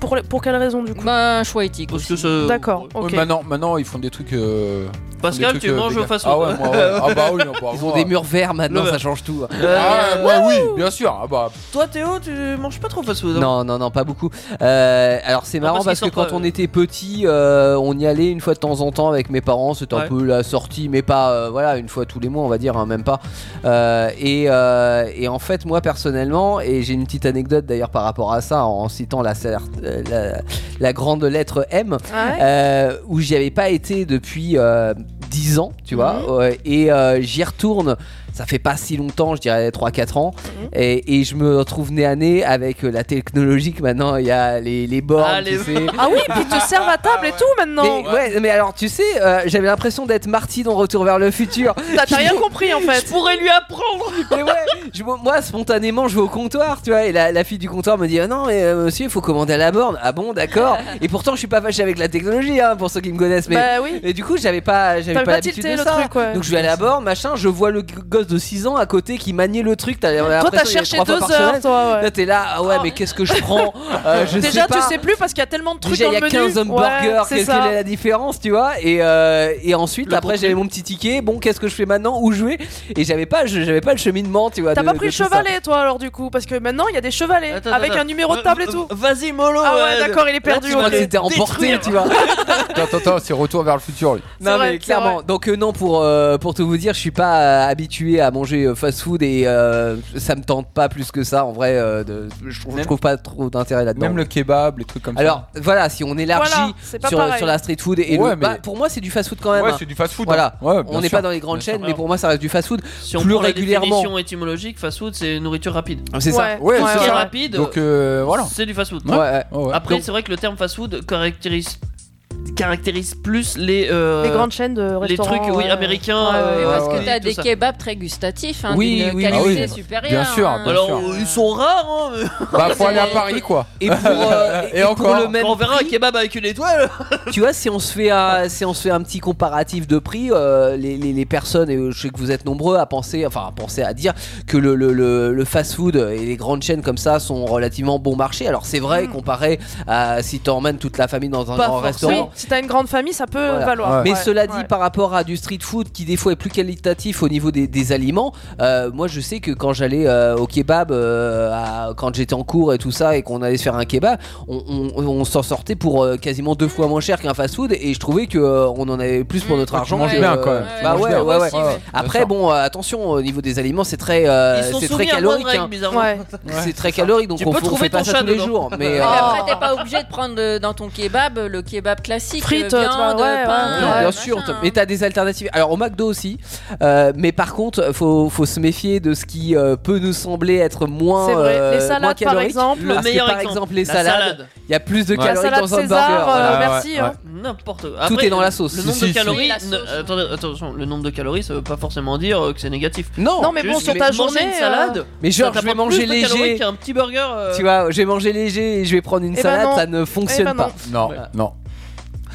Speaker 2: Pour, les- pour quelle raison du coup
Speaker 6: Un choix éthique.
Speaker 3: Parce que ça-
Speaker 2: D'accord,
Speaker 5: Ouais,
Speaker 2: ok.
Speaker 5: maintenant, maintenant, ils font des trucs. euh,
Speaker 3: Pascal,
Speaker 5: des trucs,
Speaker 3: tu
Speaker 5: euh,
Speaker 3: manges au
Speaker 5: vegan.
Speaker 3: fast-food.
Speaker 5: Ah ouais, moi, ouais. Ah bah oui, non, bah,
Speaker 4: Ils
Speaker 5: moi.
Speaker 4: ont des murs verts maintenant,
Speaker 5: Le-
Speaker 4: ça change tout.
Speaker 5: Ah ouais, moi, oui, bien sûr. Ah bah.
Speaker 3: Euh, Toi, Théo, tu manges pas trop fast-food. hein
Speaker 4: Non, non, non, pas beaucoup. Euh, alors c'est marrant
Speaker 3: parce
Speaker 4: parce,
Speaker 3: qu'ils
Speaker 4: que
Speaker 3: sortent
Speaker 4: quand
Speaker 3: pas,
Speaker 4: on était petit, euh, on y allait une fois de temps en temps avec mes parents. C'était
Speaker 3: Ouais.
Speaker 4: un peu la sortie, mais pas euh, voilà une fois tous les mois, on va dire, hein, même pas. Euh, et, euh, et en fait, moi personnellement, et j'ai une petite anecdote d'ailleurs par rapport à ça, en citant la, cer- euh, la, la grande lettre M,
Speaker 8: Ah ouais
Speaker 4: euh, où j'y avais pas été depuis euh, 10 ans, tu vois,
Speaker 8: Mhm.
Speaker 4: ouais, et euh, j'y retourne. Ça fait pas si longtemps, je dirais 3-4 ans,
Speaker 8: Mhm.
Speaker 4: et, et je me retrouve nez à nez avec euh, la technologie que maintenant il y a les, les bornes,
Speaker 2: Ah,
Speaker 4: tu
Speaker 2: les-
Speaker 4: sais.
Speaker 2: Ah oui, puis ils te servent à table et tout maintenant.
Speaker 4: Mais, ouais, mais alors tu sais, euh, j'avais l'impression d'être Marty dans Retour vers le futur.
Speaker 2: T'as t'as rien compris en fait.
Speaker 3: Je pourrais lui apprendre.
Speaker 4: Mais ouais, je- moi spontanément je vais au comptoir, tu vois, et la, la fille du comptoir me dit ah non mais euh, monsieur il faut commander à la borne. Ah bon d'accord. Et pourtant je suis pas fâché avec la technologie hein, pour ceux qui me connaissent, mais
Speaker 2: Bah oui.
Speaker 4: et du coup j'avais pas j'avais pas,
Speaker 2: T'avais pas
Speaker 4: l'habitude
Speaker 2: tilté
Speaker 4: de
Speaker 2: le
Speaker 4: ça.
Speaker 2: truc, ouais.
Speaker 4: Donc je vais à la borne machin, je vois le g- gosse de 6 ans à côté qui maniait le truc. T'as l'impression
Speaker 2: Toi, t'as
Speaker 4: qu'il y a
Speaker 2: cherché
Speaker 4: trois fois
Speaker 2: deux
Speaker 4: par
Speaker 2: heures,
Speaker 4: semaine.
Speaker 2: toi, ouais.
Speaker 4: Là t'es là ah ouais mais qu'est-ce que je prends Euh, je
Speaker 2: Déjà,
Speaker 4: sais pas.
Speaker 2: tu sais plus parce qu'il y a tellement de trucs
Speaker 4: Déjà,
Speaker 2: dans
Speaker 4: il y
Speaker 2: le
Speaker 4: a
Speaker 2: menu.
Speaker 4: 15 hamburgers,
Speaker 2: Ouais, c'est
Speaker 4: qu'est-ce
Speaker 2: ça.
Speaker 4: qu'elle est la différence, tu vois et, euh, et ensuite,
Speaker 2: Le
Speaker 4: après,
Speaker 2: contenu.
Speaker 4: j'avais mon petit ticket. Bon, qu'est-ce que je fais maintenant Où jouer Et j'avais pas, je- j'avais pas le cheminement, tu vois.
Speaker 2: T'as
Speaker 4: euh, de-
Speaker 2: pas pris
Speaker 4: de
Speaker 2: le
Speaker 4: tout ça.
Speaker 2: chevalet, toi, alors du coup Parce que maintenant, il y a des chevalets
Speaker 3: Attends,
Speaker 2: avec
Speaker 3: attends.
Speaker 2: un numéro de table et tout.
Speaker 3: Vas-y, mollo.
Speaker 2: Ah ouais,
Speaker 3: euh,
Speaker 2: d'accord, il est
Speaker 3: là,
Speaker 2: perdu.
Speaker 3: tu vas
Speaker 2: ok.
Speaker 3: le
Speaker 4: T'es emporté,
Speaker 3: détruire.
Speaker 4: tu vois.
Speaker 5: Attends, attends, attends, c'est retour vers le futur, lui.
Speaker 4: Non mais clairement. Donc euh, non pour euh, pour tout vous dire, je suis pas euh, habitué à manger fast food et euh, ça me tente pas plus que ça en vrai. euh, de- je, trouve- je trouve pas trop d'intérêt là-dedans.
Speaker 5: Même le kebab, les trucs comme ça.
Speaker 4: Alors voilà, si on élargit
Speaker 5: Voilà, c'est pas
Speaker 4: sur,
Speaker 5: pareil.
Speaker 4: sur la street food et le-
Speaker 5: Ouais, mais-
Speaker 4: bah, pour moi c'est du fast food quand même.
Speaker 5: Ouais,
Speaker 4: hein.
Speaker 5: c'est du fast-food,
Speaker 4: Voilà,
Speaker 5: hein. Ouais, bien
Speaker 4: on n'est
Speaker 5: sûr.
Speaker 4: pas dans les grandes
Speaker 5: Bien sûr. Ah
Speaker 4: chaînes, mais pour moi ça reste du fast food
Speaker 3: Si on
Speaker 4: plus
Speaker 3: prend La
Speaker 4: régulièrement.
Speaker 3: définition étymologique, fast-food, c'est une nourriture rapide.
Speaker 4: Ah, C'est ça. Ouais,
Speaker 3: Ouais,
Speaker 4: ouais,
Speaker 3: tout ce qui
Speaker 4: ouais.
Speaker 3: est rapide.
Speaker 4: Donc, euh, voilà.
Speaker 3: C'est du fast-food.
Speaker 4: Ouais, ouais. ouais.
Speaker 3: Après,
Speaker 4: Donc-
Speaker 3: c'est vrai que le terme fast-food caractérise caractérise plus les euh,
Speaker 6: Les grandes chaînes de
Speaker 3: les
Speaker 6: restaurants,
Speaker 3: trucs oui
Speaker 6: ouais.
Speaker 3: américains
Speaker 6: Ouais, ouais,
Speaker 3: euh,
Speaker 6: ouais, parce que
Speaker 3: et
Speaker 6: t'as
Speaker 3: tout
Speaker 6: des
Speaker 3: ça.
Speaker 6: kebabs très gustatifs, hein,
Speaker 3: Oui,
Speaker 6: d'une
Speaker 3: oui,
Speaker 6: qualité
Speaker 3: oui. Bien
Speaker 6: supérieure. hein.
Speaker 5: sûr, bien
Speaker 3: alors
Speaker 5: sûr.
Speaker 3: ils sont rares hein, mais-
Speaker 5: Bah, faut aller à Paris, quoi.
Speaker 4: Et pour, euh, et pour le même
Speaker 3: on verra un kebab avec une étoile
Speaker 4: tu vois, si on se fait un, si on se fait un petit comparatif de prix, euh, les, les- les personnes, et euh, je sais que vous êtes nombreux à penser, enfin à penser à dire que le, le- le- le fast-food et les grandes chaînes comme ça sont relativement bon marché. Alors c'est vrai comparé à si t'emmènes toute la famille dans un
Speaker 2: Mm. Pas
Speaker 4: grand
Speaker 2: forcément.
Speaker 4: restaurant.
Speaker 2: Oui, Si t'as une grande famille, ça
Speaker 3: euh,
Speaker 2: peut
Speaker 4: Voilà.
Speaker 2: valoir.
Speaker 4: Mais
Speaker 2: Ouais,
Speaker 4: cela dit,
Speaker 2: ouais.
Speaker 4: par rapport à du street food qui des fois est plus qualitatif au niveau des, des aliments, euh, moi je sais que quand j'allais euh, au kebab, euh, à- quand j'étais en cours et tout ça, et qu'on allait se faire un kebab, on, on- on s'en sortait pour euh, quasiment deux fois moins cher qu'un fast food, et je trouvais que euh, on en avait plus
Speaker 3: Mm.
Speaker 4: pour notre
Speaker 5: Ouais, tu
Speaker 4: argent.
Speaker 5: manges
Speaker 4: que,
Speaker 5: bien,
Speaker 4: euh,
Speaker 5: quand même. Tu
Speaker 4: Bah
Speaker 5: manges
Speaker 4: ouais,
Speaker 5: bien.
Speaker 4: ouais, ouais.
Speaker 5: Aussi, ouais.
Speaker 4: Après
Speaker 5: Bien sûr.
Speaker 4: bon, euh, attention au niveau des aliments, c'est très, euh,
Speaker 3: Ils sont
Speaker 4: c'est très
Speaker 3: soumis à moins de
Speaker 4: calorique.
Speaker 3: règles,
Speaker 4: hein.
Speaker 3: bizarrement. Ouais.
Speaker 4: C'est très calorique, donc
Speaker 3: Tu
Speaker 4: on,
Speaker 3: peux
Speaker 4: on
Speaker 3: trouver
Speaker 4: fait pas
Speaker 3: ton
Speaker 4: ça
Speaker 3: chat
Speaker 4: tous les
Speaker 3: dedans.
Speaker 4: jours. Mais
Speaker 6: Mais
Speaker 4: euh,
Speaker 6: après, t'es pas obligé de prendre euh, dans ton kebab euh, le kebab classique.
Speaker 2: Frites,
Speaker 6: euh,
Speaker 2: toi,
Speaker 6: viande,
Speaker 2: ouais, ouais,
Speaker 6: pain,
Speaker 4: Non, Ah, bien sûr, t'as-
Speaker 3: hein.
Speaker 4: mais t'as des alternatives. Alors au McDo aussi, euh, mais par contre, faut, faut se méfier de ce qui euh, peut nous sembler être moins,
Speaker 2: C'est vrai.
Speaker 4: euh,
Speaker 2: Les salades,
Speaker 4: moins
Speaker 2: par
Speaker 4: calorique.
Speaker 2: exemple. Le
Speaker 4: Parce que,
Speaker 3: meilleur
Speaker 4: par
Speaker 3: exemple,
Speaker 4: exemple, les
Speaker 3: la
Speaker 4: salades,
Speaker 3: salade.
Speaker 4: il y a plus de
Speaker 3: Ouais. La
Speaker 4: calories
Speaker 3: salade
Speaker 4: dans un
Speaker 3: César,
Speaker 4: burger.
Speaker 3: euh,
Speaker 4: voilà.
Speaker 3: merci,
Speaker 4: Ouais.
Speaker 3: hein. N'importe quoi. Après,
Speaker 4: Tout est dans la sauce.
Speaker 3: Le nombre de calories. ne- attendez, attention, le nombre de calories, ça veut pas forcément dire euh, que c'est négatif.
Speaker 4: Non. Non, mais bon,
Speaker 3: Juste
Speaker 4: sur ta
Speaker 3: manger
Speaker 4: journée,
Speaker 3: une
Speaker 4: euh,
Speaker 3: salade.
Speaker 4: Mais genre, je vais manger léger.
Speaker 3: Un petit burger. euh,
Speaker 4: Tu vois, j'ai mangé léger et je vais prendre une
Speaker 3: Eh ben
Speaker 4: salade,
Speaker 3: non.
Speaker 4: ça ne fonctionne pas.
Speaker 5: Non, non.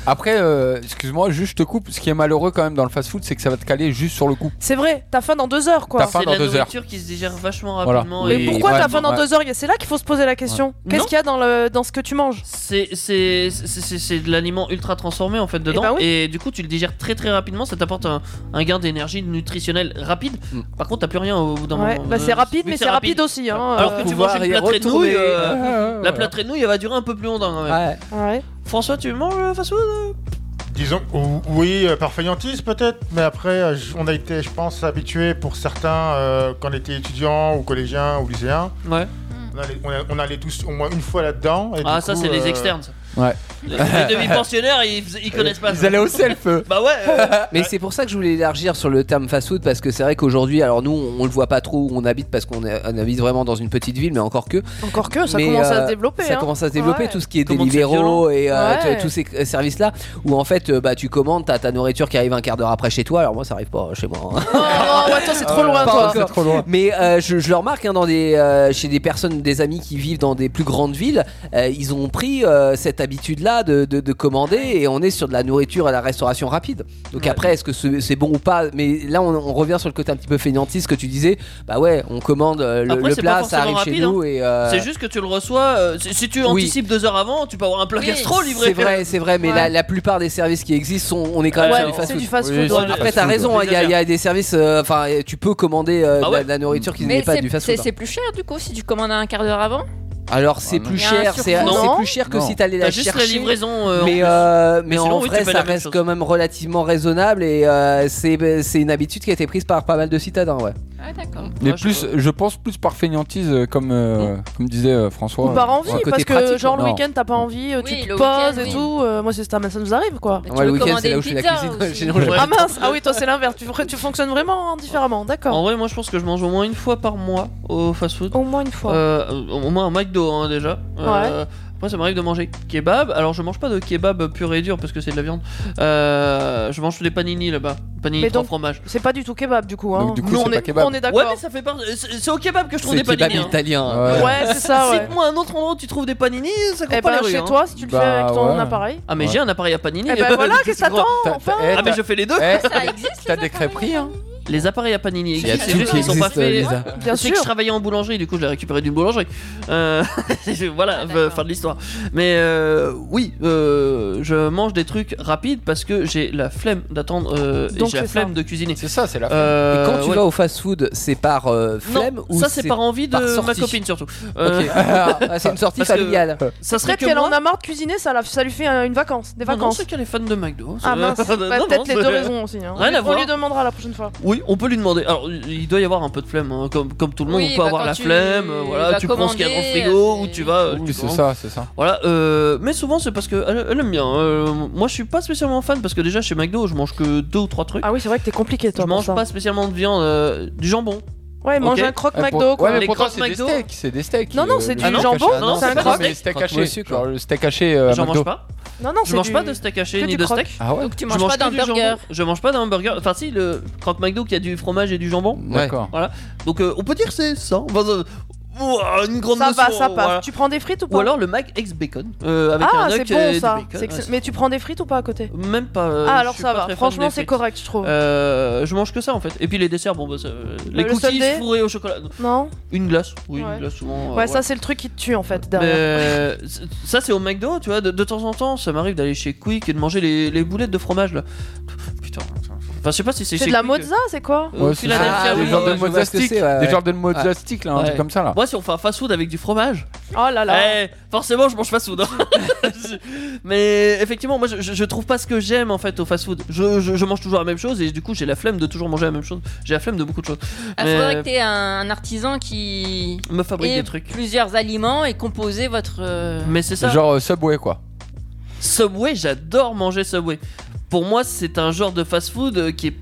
Speaker 5: Après, euh, excuse-moi, juste je te coupe. Ce qui est malheureux quand même dans le fast-food, c'est que ça va te caler juste sur le coup.
Speaker 2: C'est vrai, t'as faim dans deux heures quoi.
Speaker 5: T'as faim C'est dans la deux heures.
Speaker 3: nourriture qui se digère vachement
Speaker 5: Voilà.
Speaker 3: rapidement.
Speaker 5: Mais
Speaker 3: et-
Speaker 2: Pourquoi
Speaker 5: Ouais,
Speaker 2: t'as faim dans
Speaker 5: ouais.
Speaker 2: deux heures C'est là qu'il faut se poser la question.
Speaker 3: Ouais.
Speaker 2: Qu'est-ce
Speaker 3: Non.
Speaker 2: qu'il y a dans, le, dans ce que tu manges
Speaker 3: C'est c'est- c'est- c'est- c'est de l'aliment ultra transformé en fait dedans
Speaker 2: bah oui.
Speaker 3: et du coup tu le digères très très rapidement ça t'apporte un, un gain d'énergie nutritionnelle rapide
Speaker 4: Mm.
Speaker 3: par contre t'as plus rien au bout d'un
Speaker 2: Ouais,
Speaker 3: moment
Speaker 2: bah, c'est
Speaker 3: Euh,
Speaker 2: rapide, mais c'est rapide aussi, hein.
Speaker 3: alors
Speaker 2: Euh,
Speaker 3: que tu manges
Speaker 2: Pouvoir
Speaker 3: une
Speaker 2: y
Speaker 3: plâtrée de nouilles
Speaker 2: retourner.
Speaker 3: euh,
Speaker 2: Ouais, ouais, ouais,
Speaker 3: la
Speaker 2: ouais.
Speaker 3: plâtrée de nouilles elle va durer un peu plus longtemps quand même. François tu manges euh, fast food euh
Speaker 7: Disons, ou- oui, euh, par faillantise peut-être, mais après, euh, j- on a été, je pense, habitué pour certains, euh, quand on était étudiant ou collégien ou lycéen.
Speaker 3: Ouais.
Speaker 7: On allait, on a- on allait tous au moins une fois là-dedans. et
Speaker 3: ah
Speaker 7: du
Speaker 3: ça
Speaker 7: coup,
Speaker 3: c'est les
Speaker 7: euh,
Speaker 3: externes ça.
Speaker 5: Ouais.
Speaker 3: les demi-pensionnaires ils, faisaient- ils connaissent
Speaker 4: Euh,
Speaker 3: pas ça. bah ouais euh,
Speaker 4: Mais c'est pour ça que je voulais élargir sur le terme fast food parce que c'est vrai qu'aujourd'hui, alors nous on, on le voit pas trop où on habite parce qu'on est- on habite vraiment dans une petite ville, mais encore que.
Speaker 2: Encore que, ça
Speaker 4: Mais,
Speaker 2: commence à
Speaker 4: euh,
Speaker 2: se développer.
Speaker 4: Ça
Speaker 2: hein.
Speaker 4: commence à se développer,
Speaker 2: Ouais.
Speaker 4: tout ce qui est
Speaker 2: Comment c'est
Speaker 4: Deliveroo et euh,
Speaker 2: Ouais.
Speaker 4: t- tous ces euh, services-là où en fait euh, bah, tu commandes, t'as ta nourriture qui arrive un quart d'heure après chez toi. Alors moi ça arrive pas chez moi. hein.
Speaker 6: Ah,
Speaker 2: Oh, ouais, toi, c'est trop loin,
Speaker 4: Pas
Speaker 2: toi.
Speaker 4: encore. Mais euh, je, je le remarque hein, dans des, euh, chez des personnes, des amis qui vivent dans des plus grandes villes, euh, ils ont pris euh, cette habitude-là de, de- de commander et on est sur de la nourriture à la restauration rapide. Donc après, est-ce que ce- c'est bon ou pas Mais là, on, on revient sur le côté un petit peu fainéantiste que tu disais. Bah ouais, on commande euh, le,
Speaker 3: Après,
Speaker 4: le
Speaker 3: c'est pas
Speaker 4: plat, ça arrive
Speaker 3: forcément rapide,
Speaker 4: chez nous
Speaker 3: hein.
Speaker 4: et. euh,
Speaker 3: C'est juste que tu le reçois. euh, si, si tu
Speaker 4: Oui.
Speaker 3: anticipes deux heures avant, tu peux avoir un plat gastro livré.
Speaker 4: C'est vrai, c'est vrai, mais
Speaker 3: Ouais.
Speaker 4: la, la plupart des services qui existent sont, on est quand même
Speaker 3: Ouais,
Speaker 4: sur du
Speaker 3: c'est
Speaker 4: fast-food.
Speaker 3: du fast-food, Oui, ouais. c'est du
Speaker 4: Après, t'as
Speaker 3: fast-food,
Speaker 4: raison, hein,
Speaker 3: ouais.
Speaker 4: il y, a- il y a des services, euh, enfin, tu peux commander euh,
Speaker 3: Ah
Speaker 4: de, la, de la nourriture qui n'est
Speaker 6: Mais
Speaker 4: pas
Speaker 6: c'est-
Speaker 4: du
Speaker 6: c'est
Speaker 4: fast-food. hein.
Speaker 6: c'est plus cher du coup si tu commandes un quart d'heure avant
Speaker 4: Alors c'est plus
Speaker 6: Il y a un
Speaker 4: cher, c'est
Speaker 6: surcoût.
Speaker 4: c'est
Speaker 6: Non.
Speaker 4: plus cher que
Speaker 6: Non.
Speaker 4: si t'allais la
Speaker 3: T'as juste la
Speaker 4: chercher.
Speaker 3: livraison, euh, en
Speaker 4: mais
Speaker 3: plus.
Speaker 4: euh, mais,
Speaker 3: Mais
Speaker 4: en
Speaker 3: sinon, oui, tu
Speaker 4: vrai,
Speaker 3: payes
Speaker 4: ça
Speaker 3: la même
Speaker 4: reste
Speaker 3: chose.
Speaker 4: quand même relativement raisonnable et euh, c'est c'est une habitude qui a été prise par pas mal de citadins, ouais.
Speaker 2: Ah,
Speaker 5: Mais plus, je, pense plus par fainéantise, euh, comme, euh, comme disait euh, François.
Speaker 2: Ou par
Speaker 5: euh,
Speaker 2: envie,
Speaker 5: sur le côté
Speaker 2: parce que
Speaker 5: pratique,
Speaker 2: genre le
Speaker 5: non.
Speaker 2: week-end t'as pas envie, euh,
Speaker 6: Oui,
Speaker 2: tu
Speaker 6: le
Speaker 2: te poses et
Speaker 6: week-end,
Speaker 2: tout. euh, moi c'est ça, ça nous arrive quoi.
Speaker 4: tu Ouais, le peux week-end, c'est là où commander je fais la une cuisine, pizza sinon, aussi. je-
Speaker 2: ah mince, ah oui toi c'est l'inverse, tu, tu fonctionnes vraiment hein, différemment, d'accord.
Speaker 3: En vrai, moi je pense que je mange au moins une fois par mois au fast-food. Euh,
Speaker 2: Au moins une fois.
Speaker 3: au moins un McDo hein, déjà.
Speaker 2: Ouais.
Speaker 3: Après, ça m'arrive de manger kebab. Alors, je mange pas de kebab pur et dur parce que c'est de la viande. Euh, je mange des panini là-bas. Panini
Speaker 2: Mais
Speaker 3: trois
Speaker 2: donc,
Speaker 3: fromages.
Speaker 2: C'est pas du tout kebab du coup. Hein.
Speaker 3: du coup,
Speaker 2: Nous,
Speaker 3: c'est
Speaker 2: on,
Speaker 3: pas
Speaker 2: est,
Speaker 3: kebab.
Speaker 2: on est d'accord.
Speaker 3: Ouais, mais ça fait part. C'est c'est au kebab que je trouve des panini. hein.
Speaker 4: italien.
Speaker 2: Ouais, c'est ça, ouais.
Speaker 3: Cite-moi un autre endroit où tu trouves des panini, ça compte
Speaker 2: Eh
Speaker 3: pas
Speaker 2: ben,
Speaker 3: les rues,
Speaker 2: chez
Speaker 3: hein.
Speaker 2: toi, si tu le fais avec ton appareil.
Speaker 3: Ah, mais
Speaker 5: Ouais.
Speaker 3: j'ai un appareil à panini.
Speaker 2: Eh ben voilà, qu'est-ce que
Speaker 3: crois
Speaker 2: t'attends,
Speaker 3: T'as-
Speaker 2: enfin
Speaker 3: Ah, mais je fais les deux.
Speaker 5: Eh, t'as-
Speaker 3: T'as des crêperies, hein les appareils à panini
Speaker 5: Il y a tout
Speaker 3: existent, c'est juste
Speaker 5: qui
Speaker 3: qu'ils sont pas
Speaker 5: existe,
Speaker 3: faits.
Speaker 5: Lisa.
Speaker 2: Bien
Speaker 3: je sais que je
Speaker 2: sûr.
Speaker 3: travaillais en boulangerie, du coup je l'ai récupéré d'une boulangerie. Euh, je- voilà, euh, fin de l'histoire. Mais euh, oui, euh, je mange des trucs rapides parce que j'ai la flemme d'attendre euh, et
Speaker 4: Donc,
Speaker 3: j'ai la
Speaker 4: c'est ça.
Speaker 3: flemme de cuisiner. Euh, C'est
Speaker 5: ça, c'est la
Speaker 3: flemme.
Speaker 4: et quand tu vas au fast-food, c'est par euh,
Speaker 3: Non,
Speaker 4: flemme ou
Speaker 3: ça c'est par envie de
Speaker 4: par
Speaker 3: ma
Speaker 4: sortie
Speaker 3: copine surtout. Euh,
Speaker 4: Ok. Ah, c'est une sortie
Speaker 3: parce que
Speaker 4: familiale.
Speaker 3: Ça serait
Speaker 2: Peut-être
Speaker 3: que
Speaker 2: qu'elle
Speaker 3: moi-
Speaker 2: en a marre de cuisiner, ça, la- ça lui fait euh, une vacance, des
Speaker 3: Non, non,
Speaker 2: vacances.
Speaker 3: c'est qu'elle est fan de McDo.
Speaker 2: Ah mince,
Speaker 3: Non,
Speaker 2: Bah,
Speaker 3: non,
Speaker 2: peut-être les
Speaker 3: c'est-
Speaker 2: deux raisons aussi. hein.
Speaker 3: Rien
Speaker 2: on,
Speaker 3: à
Speaker 2: on
Speaker 3: voir.
Speaker 2: lui demandera la prochaine fois.
Speaker 3: Oui, on peut lui demander. Alors, il doit y avoir un peu de flemme, hein, comme, comme tout le monde,
Speaker 2: Oui,
Speaker 3: on peut
Speaker 2: bah,
Speaker 3: avoir
Speaker 2: quand
Speaker 3: la
Speaker 2: tu
Speaker 3: flemme. euh, voilà,
Speaker 2: vas
Speaker 3: tu prends ce qu'il y a dans le
Speaker 2: commander,
Speaker 3: frigo ou tu vas. euh, tu
Speaker 5: Oui, c'est
Speaker 3: commandes.
Speaker 5: ça, c'est ça.
Speaker 3: Voilà, euh, mais souvent c'est parce que elle, elle aime bien. euh, moi, je suis pas spécialement fan parce que déjà chez McDo, je mange que deux ou trois trucs.
Speaker 2: Ah oui, c'est vrai que t'es compliqué toi.
Speaker 3: Je mange pas spécialement de viande, euh, du jambon.
Speaker 2: Ouais, mange
Speaker 3: Ok.
Speaker 2: un
Speaker 5: Eh,
Speaker 2: croque McDo quoi.
Speaker 3: Les crocs McDo.
Speaker 5: c'est des steaks. euh,
Speaker 2: Non, non, c'est du jambon, non, c'est un
Speaker 5: croc.
Speaker 2: croque.
Speaker 5: mais les steaks
Speaker 3: Croque
Speaker 5: hachés.
Speaker 3: monsieur, quoi.
Speaker 5: Genre le steak haché. euh, à
Speaker 3: J'en mange
Speaker 5: McDo.
Speaker 3: pas.
Speaker 2: Non, non,
Speaker 3: je mange pas de steak haché ni de steak.
Speaker 5: Ah ouais
Speaker 6: Donc tu
Speaker 3: Je
Speaker 6: manges
Speaker 3: mange
Speaker 6: pas
Speaker 3: que
Speaker 6: d'un
Speaker 3: du jambon.
Speaker 6: burger.
Speaker 3: Je mange pas d'un burger. Enfin, si, le croque McDo qui a du fromage et du jambon.
Speaker 5: D'accord.
Speaker 3: Voilà. Donc, euh, on peut dire c'est ça. Enfin, ça- Ouah, une grande
Speaker 2: Ça va,
Speaker 3: notion,
Speaker 2: ça passe.
Speaker 3: voilà.
Speaker 2: Tu prends des frites ou pas
Speaker 3: Ou alors le Mac ex bacon euh, avec
Speaker 2: Ah,
Speaker 3: un
Speaker 2: c'est
Speaker 3: œuf et
Speaker 2: bon
Speaker 3: du
Speaker 2: ça.
Speaker 3: bacon.
Speaker 2: C'est excellent.
Speaker 3: Ouais,
Speaker 2: Mais tu prends des frites ou pas à côté
Speaker 3: c'est- Même pas. euh,
Speaker 2: Ah,
Speaker 3: je
Speaker 2: alors
Speaker 3: suis
Speaker 2: ça
Speaker 3: pas
Speaker 2: va.
Speaker 3: très fan
Speaker 2: Franchement,
Speaker 3: des
Speaker 2: c'est
Speaker 3: frites.
Speaker 2: correct, je trouve.
Speaker 3: Euh, je mange que ça en fait. Et puis les desserts, bon bah ça- les
Speaker 2: Euh, le
Speaker 3: cookies
Speaker 2: sundae
Speaker 3: fourrés au chocolat.
Speaker 2: Non.
Speaker 3: Une glace, oui,
Speaker 2: Ouais.
Speaker 3: une glace souvent. euh,
Speaker 2: Ouais,
Speaker 3: voilà.
Speaker 2: ça c'est le truc qui te tue en fait
Speaker 3: Mais,
Speaker 2: derrière.
Speaker 3: euh, c'est- ça c'est au McDo, tu vois, de, de temps en temps, ça m'arrive d'aller chez Quick et de manger les, les boulettes de fromage là. Putain. Enfin, je sais pas si c'est
Speaker 2: C'est
Speaker 3: chez
Speaker 2: de la
Speaker 3: Quick, euh,
Speaker 2: mozza, c'est quoi
Speaker 3: euh, Philadelphia,
Speaker 5: Ah, des
Speaker 3: oui.
Speaker 5: genres de Je vois mozza ce que stick, c'est, ouais, des ouais. genres de mozza
Speaker 3: Ouais.
Speaker 5: stick, là, un truc comme ça, là.
Speaker 3: Moi, si on fait un fast-food avec du fromage,
Speaker 2: Oh là là.
Speaker 3: eh, forcément, je mange fast-food. hein. Mais effectivement, moi, je, je- je trouve pas ce que j'aime en fait au fast-food. Je, je- je mange toujours la même chose et du coup, j'ai la flemme de toujours manger la même chose. J'ai la flemme de beaucoup de choses.
Speaker 6: Il
Speaker 3: Mais-
Speaker 6: Ah, faudrait que t'aies un artisan qui
Speaker 3: Me fabrique
Speaker 6: ait
Speaker 3: des trucs.
Speaker 6: plusieurs aliments et composer votre. euh,
Speaker 3: Mais c'est ça.
Speaker 5: Genre euh, Subway, quoi.
Speaker 3: Subway, j'adore manger Subway. Pour moi, c'est un genre de fast-food euh, qui est.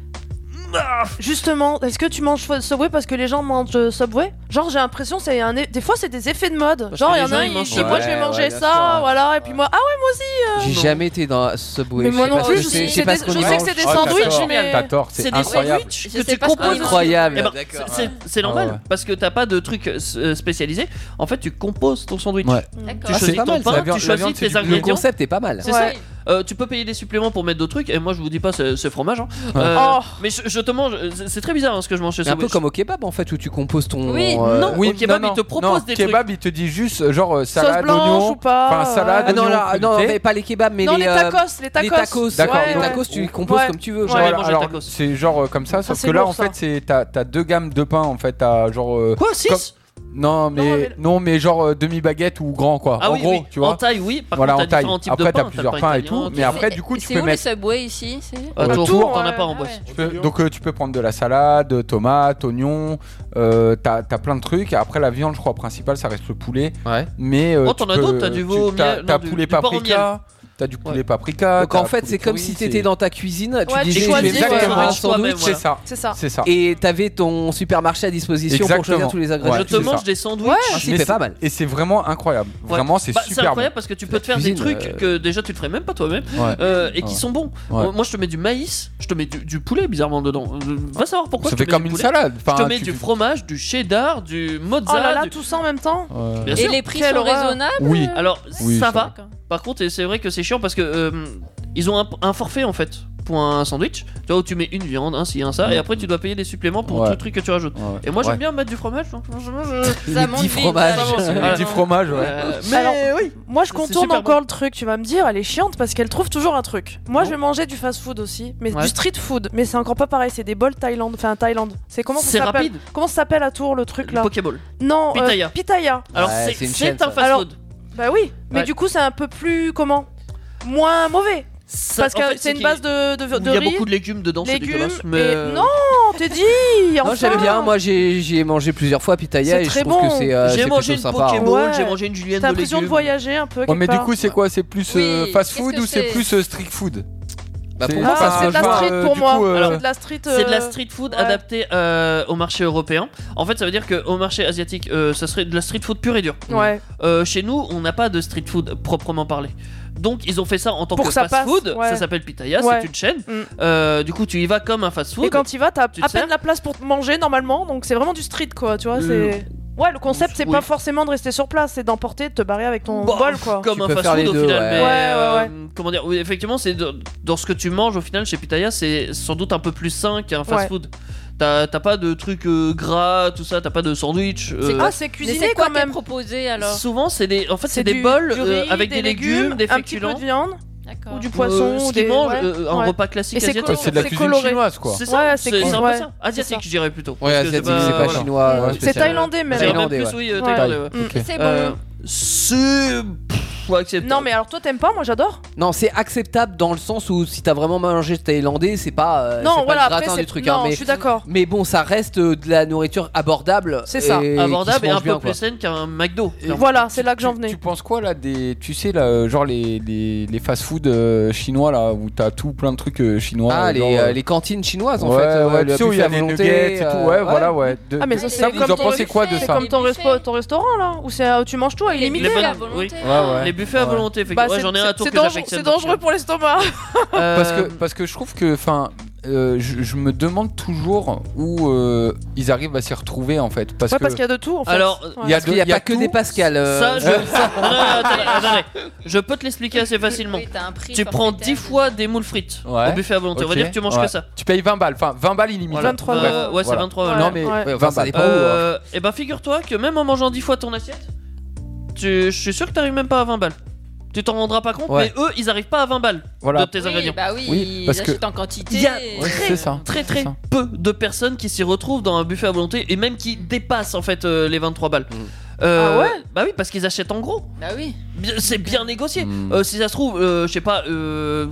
Speaker 2: Justement, est-ce que tu manges Subway parce que les gens mangent euh, Subway Genre j'ai l'impression c'est un é- des fois c'est des effets de mode. Genre
Speaker 3: que
Speaker 2: il y en
Speaker 3: les gens,
Speaker 2: a un
Speaker 3: ils
Speaker 2: Ah il
Speaker 3: mangent
Speaker 2: dit moi je vais
Speaker 4: Subway.
Speaker 2: manger
Speaker 4: Ouais,
Speaker 2: ça
Speaker 4: bien sûr, ouais.
Speaker 2: voilà et puis moi ah ouais moi aussi. euh.
Speaker 4: J'ai jamais été dans Subway.
Speaker 2: Mais
Speaker 4: je
Speaker 2: moi
Speaker 4: sais
Speaker 2: non
Speaker 4: pas
Speaker 2: plus,
Speaker 4: ce
Speaker 2: je
Speaker 4: que
Speaker 2: sais-
Speaker 4: c'est,
Speaker 2: je sais
Speaker 4: pas
Speaker 2: des-
Speaker 4: ce qu'on
Speaker 2: je sais que
Speaker 4: mange.
Speaker 2: c'est des Oh, sandwichs, t'as tort. Ah, mais-
Speaker 5: T'as tort, c'est
Speaker 3: des
Speaker 5: incroyable.
Speaker 3: sandwichs
Speaker 4: Je sais
Speaker 3: que tu
Speaker 4: pas ce qu'on
Speaker 3: composes.
Speaker 4: mange. Incroyable.
Speaker 3: Eh ben,
Speaker 4: D'accord.
Speaker 3: c'est- C'est normal
Speaker 4: Ah ouais.
Speaker 3: parce que t'as pas de truc euh, spécialisé. En fait, tu composes ton sandwich.
Speaker 4: Ouais.
Speaker 3: Tu
Speaker 4: D'accord. Ah, c'est
Speaker 3: choisis
Speaker 4: pas
Speaker 3: ton
Speaker 4: mal, ça. La
Speaker 3: pain,
Speaker 4: viande-
Speaker 3: tu
Speaker 4: la viande,
Speaker 3: choisis
Speaker 4: c'est du
Speaker 3: tes
Speaker 4: bleu.
Speaker 3: ingrédients.
Speaker 4: Le concept est pas mal.
Speaker 3: C'est
Speaker 4: Ouais.
Speaker 3: ça. Euh, tu peux payer des suppléments pour mettre d'autres trucs. Et moi, je vous dis pas, c'est c'est fromage. hein.
Speaker 4: Ouais.
Speaker 3: Euh,
Speaker 4: Oh.
Speaker 3: Mais je, je te mange. c'est- C'est très bizarre hein, ce que je mange chez
Speaker 4: C'est un peu
Speaker 3: Subway.
Speaker 4: comme au kebab Ah, bah, en fait où tu composes ton. euh,
Speaker 3: Oui, non, au kebab, il te propose
Speaker 5: non,
Speaker 3: des trucs.
Speaker 5: kebab, il te dit juste euh, genre euh, salade,
Speaker 2: blanche
Speaker 5: oignon.
Speaker 2: ou pas,
Speaker 5: Enfin, salade,
Speaker 4: Ah non,
Speaker 5: oignon,
Speaker 4: là,
Speaker 5: crudités.
Speaker 4: non, mais pas les kebabs, mais
Speaker 2: Non, les
Speaker 4: euh,
Speaker 2: tacos, les tacos.
Speaker 4: D'accord,
Speaker 2: Ouais,
Speaker 4: les
Speaker 2: ouais.
Speaker 4: tacos, tu les composes
Speaker 2: Ouais.
Speaker 4: comme tu veux.
Speaker 2: Ouais. Jamais mangé
Speaker 5: alors,
Speaker 2: de tacos.
Speaker 5: C'est genre euh, comme ça, sauf
Speaker 2: c'est
Speaker 5: que là,
Speaker 2: lourd,
Speaker 5: en
Speaker 2: ça.
Speaker 5: fait, c'est t'as t'as deux gammes de pain en fait. T'as genre. euh,
Speaker 3: Quoi, six
Speaker 5: comme- Non, mais non, mais genre euh, demi baguette ou grand quoi.
Speaker 3: Ah
Speaker 5: en
Speaker 3: oui,
Speaker 5: gros,
Speaker 3: oui.
Speaker 5: tu vois.
Speaker 3: En taille, oui. Par
Speaker 5: voilà,
Speaker 3: contre,
Speaker 5: en
Speaker 3: t'as
Speaker 5: taille.
Speaker 3: différents types de
Speaker 5: Après,
Speaker 3: pains.
Speaker 5: t'as
Speaker 3: T'as le
Speaker 5: plusieurs
Speaker 3: pain
Speaker 5: pains et
Speaker 3: italien,
Speaker 5: tout.
Speaker 3: t'as
Speaker 5: Mais
Speaker 3: le
Speaker 5: après,
Speaker 3: pain-
Speaker 5: du coup, tu
Speaker 6: C'est
Speaker 5: peux
Speaker 6: où le
Speaker 5: mettre.
Speaker 6: Subway ici C'est-
Speaker 2: Ah,
Speaker 5: Euh,
Speaker 3: Tours,
Speaker 5: Tours,
Speaker 3: t'en as
Speaker 5: ouais.
Speaker 3: pas en boîte.
Speaker 5: Tu peux- donc euh, tu peux prendre de la salade, tomate, oignon, euh, t'as t'as plein de trucs. Après la viande, je crois principale, ça reste le poulet.
Speaker 4: Ouais.
Speaker 5: Mais euh,
Speaker 3: Oh, t'en
Speaker 5: tu
Speaker 3: as
Speaker 5: peux-
Speaker 3: d'autres, t'as du veau au
Speaker 5: tu- T'as
Speaker 3: miel-
Speaker 5: t'as
Speaker 3: non, du-
Speaker 5: poulet
Speaker 3: du porc au
Speaker 5: paprika,
Speaker 3: miel.
Speaker 5: T'as du poulet paprika.
Speaker 4: Donc
Speaker 5: t'as
Speaker 4: Euh, en fait,
Speaker 5: poulet
Speaker 4: c'est comme
Speaker 5: curry,
Speaker 4: si
Speaker 5: c'est-
Speaker 4: t'étais dans ta cuisine, tu
Speaker 5: Ouais, tu
Speaker 4: disais je
Speaker 5: choisis,
Speaker 4: vais
Speaker 5: ouais.
Speaker 4: faire
Speaker 5: Exactement.
Speaker 4: un
Speaker 5: Tu choisis
Speaker 4: hein, sandwich,
Speaker 5: toi-même, voilà.
Speaker 2: C'est ça.
Speaker 5: C'est ça.
Speaker 4: Et t'avais ton supermarché à disposition pour choisir
Speaker 5: Exactement.
Speaker 4: tous les ingrédients.
Speaker 5: Ouais, c'est ça.
Speaker 4: Ah, si,
Speaker 5: Mais
Speaker 4: c'est pas mal.
Speaker 5: Et c'est vraiment incroyable.
Speaker 3: Ouais.
Speaker 5: Vraiment, c'est
Speaker 3: Bah,
Speaker 5: super.
Speaker 3: C'est incroyable
Speaker 5: bon.
Speaker 3: parce que tu peux te faire des
Speaker 5: cuisine,
Speaker 3: trucs
Speaker 5: euh,
Speaker 3: que déjà tu te ferais même pas toi-même
Speaker 5: Ouais.
Speaker 3: euh, et qui
Speaker 5: Ouais.
Speaker 3: sont bons.
Speaker 5: Ouais.
Speaker 3: Moi- Moi, je te mets du maïs, je te mets du, du poulet bizarrement dedans. Euh, Va savoir pourquoi.
Speaker 5: Ça
Speaker 3: je te
Speaker 5: fait
Speaker 3: mets
Speaker 5: comme
Speaker 3: du
Speaker 5: une
Speaker 3: poulet.
Speaker 5: salade.
Speaker 3: je
Speaker 5: Enfin,
Speaker 3: te mets
Speaker 5: tu
Speaker 3: du
Speaker 5: fais-
Speaker 3: fromage, du cheddar, du mozzarella.
Speaker 2: Oh là là,
Speaker 3: du-
Speaker 2: tout ça en même temps
Speaker 3: Bien
Speaker 6: Et
Speaker 3: sûr.
Speaker 6: les prix sont raisonnables
Speaker 3: Oui.
Speaker 2: euh,
Speaker 3: Alors
Speaker 5: Oui,
Speaker 3: ça
Speaker 5: ça
Speaker 3: va. Par contre, et c'est vrai que c'est chiant parce que euh, ils ont un, un forfait en fait pour un sandwich. Tu vois où tu mets une viande, un ci, un ça, et après tu dois payer des suppléments pour
Speaker 5: Ouais.
Speaker 3: tout le truc que tu rajoutes. Et moi j'aime
Speaker 5: Ouais.
Speaker 3: bien mettre du fromage. Donc franchement, je...
Speaker 5: Les Ça monte dix vite, fromages. ça monte. Les
Speaker 3: Voilà.
Speaker 5: dix fromages, ouais.
Speaker 3: Euh, mais
Speaker 2: Alors,
Speaker 3: oui.
Speaker 2: Moi, je
Speaker 3: C'est
Speaker 2: contourne
Speaker 3: super
Speaker 2: encore le truc. Tu vas me dire, elle est chiante parce qu'elle trouve toujours un truc. Moi, je vais manger du fast-food aussi, mais
Speaker 3: Ouais.
Speaker 2: du street-food. Mais c'est encore pas pareil. C'est des bols Thaïlande. Enfin, Thaïlande. C'est comment ça
Speaker 3: C'est
Speaker 2: s'appelle
Speaker 3: rapide.
Speaker 2: Comment ça s'appelle à Tours le truc là
Speaker 3: Pokéball.
Speaker 2: Non. euh,
Speaker 3: Pitaya.
Speaker 2: pitaya.
Speaker 3: Alors c'est c'est un
Speaker 2: Alors,
Speaker 3: fast-food.
Speaker 2: Bah oui, mais
Speaker 3: Ouais.
Speaker 2: du coup, c'est un peu plus comment Moins mauvais.
Speaker 3: Ça-
Speaker 2: parce
Speaker 3: en
Speaker 2: que
Speaker 3: fait,
Speaker 2: c'est une
Speaker 3: qu'il-
Speaker 2: base de, de, de
Speaker 3: Il y a
Speaker 2: riz,
Speaker 3: beaucoup de légumes dedans, c'est
Speaker 2: légumes
Speaker 3: dégueulasse.
Speaker 2: et-
Speaker 3: Mais euh,
Speaker 2: Non, t'es dit.
Speaker 4: Non,
Speaker 2: enfin.
Speaker 4: j'aime bien. Moi, j'ai j'y ai mangé plusieurs fois pitaya
Speaker 2: C'est
Speaker 4: et je
Speaker 2: très
Speaker 4: trouve que
Speaker 2: bon.
Speaker 4: c'est euh,
Speaker 2: J'ai
Speaker 4: c'est
Speaker 2: mangé
Speaker 4: plutôt
Speaker 2: une
Speaker 4: sympa. hein.
Speaker 2: Pokéball, Ouais. j'ai mangé
Speaker 3: une julienne
Speaker 2: T'as l'impression de voyager un peu.
Speaker 5: Ouais, mais
Speaker 2: quelque
Speaker 5: du
Speaker 2: part.
Speaker 5: coup, c'est quoi C'est plus euh,
Speaker 2: Oui,
Speaker 5: fast
Speaker 2: qu'est-ce
Speaker 5: food
Speaker 2: que
Speaker 5: ou c'est
Speaker 2: c'est
Speaker 5: plus euh, street food
Speaker 4: Bah,
Speaker 2: Bah, pour moi,
Speaker 5: pas-
Speaker 3: Ah,
Speaker 2: ça, c'est de la
Speaker 5: je vois,
Speaker 2: street
Speaker 5: euh,
Speaker 2: pour
Speaker 5: du
Speaker 2: moi.
Speaker 5: coup, euh,
Speaker 2: Alors, C'est de la street,
Speaker 3: C'est de la
Speaker 2: euh,
Speaker 3: street food
Speaker 2: ouais.
Speaker 3: adaptée euh, au marché européen. En fait, ça veut dire qu'au marché asiatique, euh, ça serait de la street food pure et dure.
Speaker 2: Ouais.
Speaker 3: Euh, chez nous, on n'a pas de street food proprement parlé. Donc, ils ont fait ça en tant
Speaker 2: Pour
Speaker 3: que
Speaker 2: que ça
Speaker 3: fast
Speaker 2: passe,
Speaker 3: food.
Speaker 2: ouais.
Speaker 3: Ça s'appelle Pitaya,
Speaker 2: Ouais.
Speaker 3: c'est une chaîne.
Speaker 2: Mm.
Speaker 3: Euh, du coup, tu y vas comme un fast food.
Speaker 2: Et quand il va, t'as à
Speaker 3: te
Speaker 2: peine
Speaker 3: sers.
Speaker 2: la place pour te manger normalement, donc c'est vraiment du street quoi, tu vois.
Speaker 3: Le-
Speaker 2: C'est ouais, le concept c'est
Speaker 3: Oui.
Speaker 2: pas forcément de rester sur place, c'est d'emporter, de te barrer avec ton
Speaker 3: Bah,
Speaker 2: bol quoi.
Speaker 3: Comme un
Speaker 4: peux
Speaker 3: fast
Speaker 4: faire les
Speaker 3: food au
Speaker 4: deux,
Speaker 3: final.
Speaker 4: ouais.
Speaker 3: mais,
Speaker 4: Ouais, ouais,
Speaker 3: euh,
Speaker 4: ouais.
Speaker 3: comment dire Oui, effectivement, c'est de- dans ce que tu manges au final chez Pitaya, c'est sans doute un peu plus sain qu'un fast
Speaker 2: Ouais.
Speaker 3: food. T'as t'as pas de trucs euh, gras, tout ça, t'as pas de sandwich. euh,
Speaker 2: Ah, c'est
Speaker 6: Mais
Speaker 2: cuisiné
Speaker 6: c'est quoi
Speaker 2: quand même.
Speaker 6: proposé alors
Speaker 3: Souvent, c'est des, en fait, c'est
Speaker 2: C'est
Speaker 3: des
Speaker 2: du-
Speaker 3: bols
Speaker 2: du
Speaker 3: euh,
Speaker 2: riz,
Speaker 3: avec des,
Speaker 2: des
Speaker 3: légumes,
Speaker 2: légumes,
Speaker 3: des
Speaker 2: un petit peu
Speaker 3: féculents.
Speaker 2: de viande ou du
Speaker 3: Euh,
Speaker 2: poisson
Speaker 3: ce
Speaker 2: ou
Speaker 3: qu'ils
Speaker 2: des
Speaker 3: mangent,
Speaker 2: ouais,
Speaker 3: euh, un
Speaker 2: ouais.
Speaker 3: repas classique
Speaker 2: Et c'est
Speaker 3: asiatique.
Speaker 2: coloré, coloré.
Speaker 3: C'est ça,
Speaker 2: Ouais,
Speaker 3: c'est
Speaker 2: coloré.
Speaker 3: c'est un peu
Speaker 2: Ouais.
Speaker 3: ça. Asiatique, je dirais plutôt.
Speaker 4: Ouais,
Speaker 3: Parce que
Speaker 4: asiatique, c'est pas chinois, euh, C'est spécial.
Speaker 2: thaïlandais, même.
Speaker 3: Je dirais
Speaker 4: Thaïlandais,
Speaker 3: plus, oui, euh,
Speaker 2: ouais.
Speaker 3: thaïlandais. ouais.
Speaker 2: Mm. Et c'est bon.
Speaker 3: Euh, C'est. pff, ouais, acceptable.
Speaker 2: Non mais alors toi t'aimes pas, moi j'adore.
Speaker 4: Non, c'est acceptable dans le sens où si t'as vraiment mangé thaïlandais, c'est pas, euh,
Speaker 2: Non,
Speaker 4: c'est pas
Speaker 2: voilà,
Speaker 4: le
Speaker 2: après,
Speaker 4: gratin
Speaker 2: c'est-
Speaker 4: du truc.
Speaker 2: non,
Speaker 4: hein, mais,
Speaker 2: je suis d'accord.
Speaker 4: Mais bon, ça reste euh, de la nourriture abordable.
Speaker 2: C'est ça.
Speaker 4: et qui se
Speaker 3: Abordable et
Speaker 4: mange
Speaker 3: un
Speaker 4: bien,
Speaker 3: peu
Speaker 4: quoi.
Speaker 3: plus saine qu'un McDo. clairement.
Speaker 2: Voilà, Ah, c'est là que j'en venais.
Speaker 5: Tu penses quoi là des, tu sais là, euh, genre les, les, les fast-food euh, chinois là où t'as tout plein de trucs euh, chinois.
Speaker 4: Ah,
Speaker 5: euh,
Speaker 4: les,
Speaker 5: genre,
Speaker 4: euh,
Speaker 5: euh,
Speaker 4: les cantines chinoises en
Speaker 5: ouais,
Speaker 4: fait. euh,
Speaker 5: ouais,
Speaker 4: le
Speaker 5: tu sais où il y a
Speaker 4: buffet à
Speaker 5: des
Speaker 4: volonté,
Speaker 5: nuggets et tout,
Speaker 4: euh,
Speaker 5: ouais, voilà, ouais. De-
Speaker 2: Ah mais ça
Speaker 5: de-
Speaker 2: c'est
Speaker 5: vous
Speaker 2: comme
Speaker 5: en
Speaker 2: ton
Speaker 5: pensez quoi de
Speaker 2: c'est
Speaker 5: ça
Speaker 2: comme ton, respo- ton restaurant là où c'est où tu manges tout à illimité.
Speaker 3: bonnes-
Speaker 2: là.
Speaker 3: oui.
Speaker 5: Ouais, ouais.
Speaker 3: Les buffets à
Speaker 5: Ouais.
Speaker 3: volonté,
Speaker 2: Bah,
Speaker 3: effectivement. Ouais,
Speaker 2: c'est-
Speaker 3: J'en ai un à
Speaker 2: c'est-
Speaker 3: tour
Speaker 2: c'est
Speaker 3: que
Speaker 2: dangereux,
Speaker 3: j'affectionne.
Speaker 2: c'est dangereux pour l'estomac.
Speaker 5: Parce que parce que je trouve que enfin. euh, je, je me demande toujours où euh, ils arrivent à s'y retrouver en fait. Parce
Speaker 2: Ouais,
Speaker 5: que-
Speaker 2: parce qu'il y a de tout en fait.
Speaker 5: Alors,
Speaker 2: Ouais.
Speaker 5: il y a, de- il y a tout.
Speaker 4: Pascal.
Speaker 3: Ça, je... ça- non, non, non, attendez, attendez. Je peux te l'expliquer assez facilement. tu prends 10 fois des moules frites
Speaker 5: Ouais.
Speaker 3: au buffet à volonté. On va
Speaker 5: Ok.
Speaker 3: dire que tu manges
Speaker 5: Ouais.
Speaker 3: que ça.
Speaker 5: Tu payes 20 balles, enfin 20 balles illimitées.
Speaker 3: Voilà. 23
Speaker 5: Bref,
Speaker 3: balles. Ouais, c'est
Speaker 5: voilà.
Speaker 3: 23 balles.
Speaker 5: Non, mais
Speaker 3: Ouais.
Speaker 5: ouais,
Speaker 3: Enfin,
Speaker 5: 20
Speaker 3: ça
Speaker 5: balles.
Speaker 3: dépend où, Euh, et ben figure-toi que même en mangeant 10 fois ton assiette, tu... je suis sûr que t'arrives même pas à 20 balles. Tu t'en rendras pas compte,
Speaker 5: Ouais.
Speaker 3: mais eux, ils arrivent pas à 20 balles
Speaker 5: Voilà.
Speaker 3: de tes
Speaker 5: Oui,
Speaker 3: ingrédients.
Speaker 6: bah oui, Oui, ils parce que- achètent en quantité.
Speaker 3: Il y a
Speaker 6: Ouais,
Speaker 3: très,
Speaker 6: c'est ça,
Speaker 3: très,
Speaker 6: c'est
Speaker 3: très
Speaker 6: ça.
Speaker 3: peu de personnes qui s'y retrouvent dans un buffet à volonté et même qui dépassent en fait euh, les 23 balles.
Speaker 4: Mm.
Speaker 3: Euh,
Speaker 6: Ah ouais
Speaker 3: Bah oui, parce qu'ils achètent en gros.
Speaker 6: Bah oui.
Speaker 3: Bien- C'est bien négocié.
Speaker 5: Mm.
Speaker 4: Mm.
Speaker 3: Euh, si ça se trouve, euh, je sais pas, euh,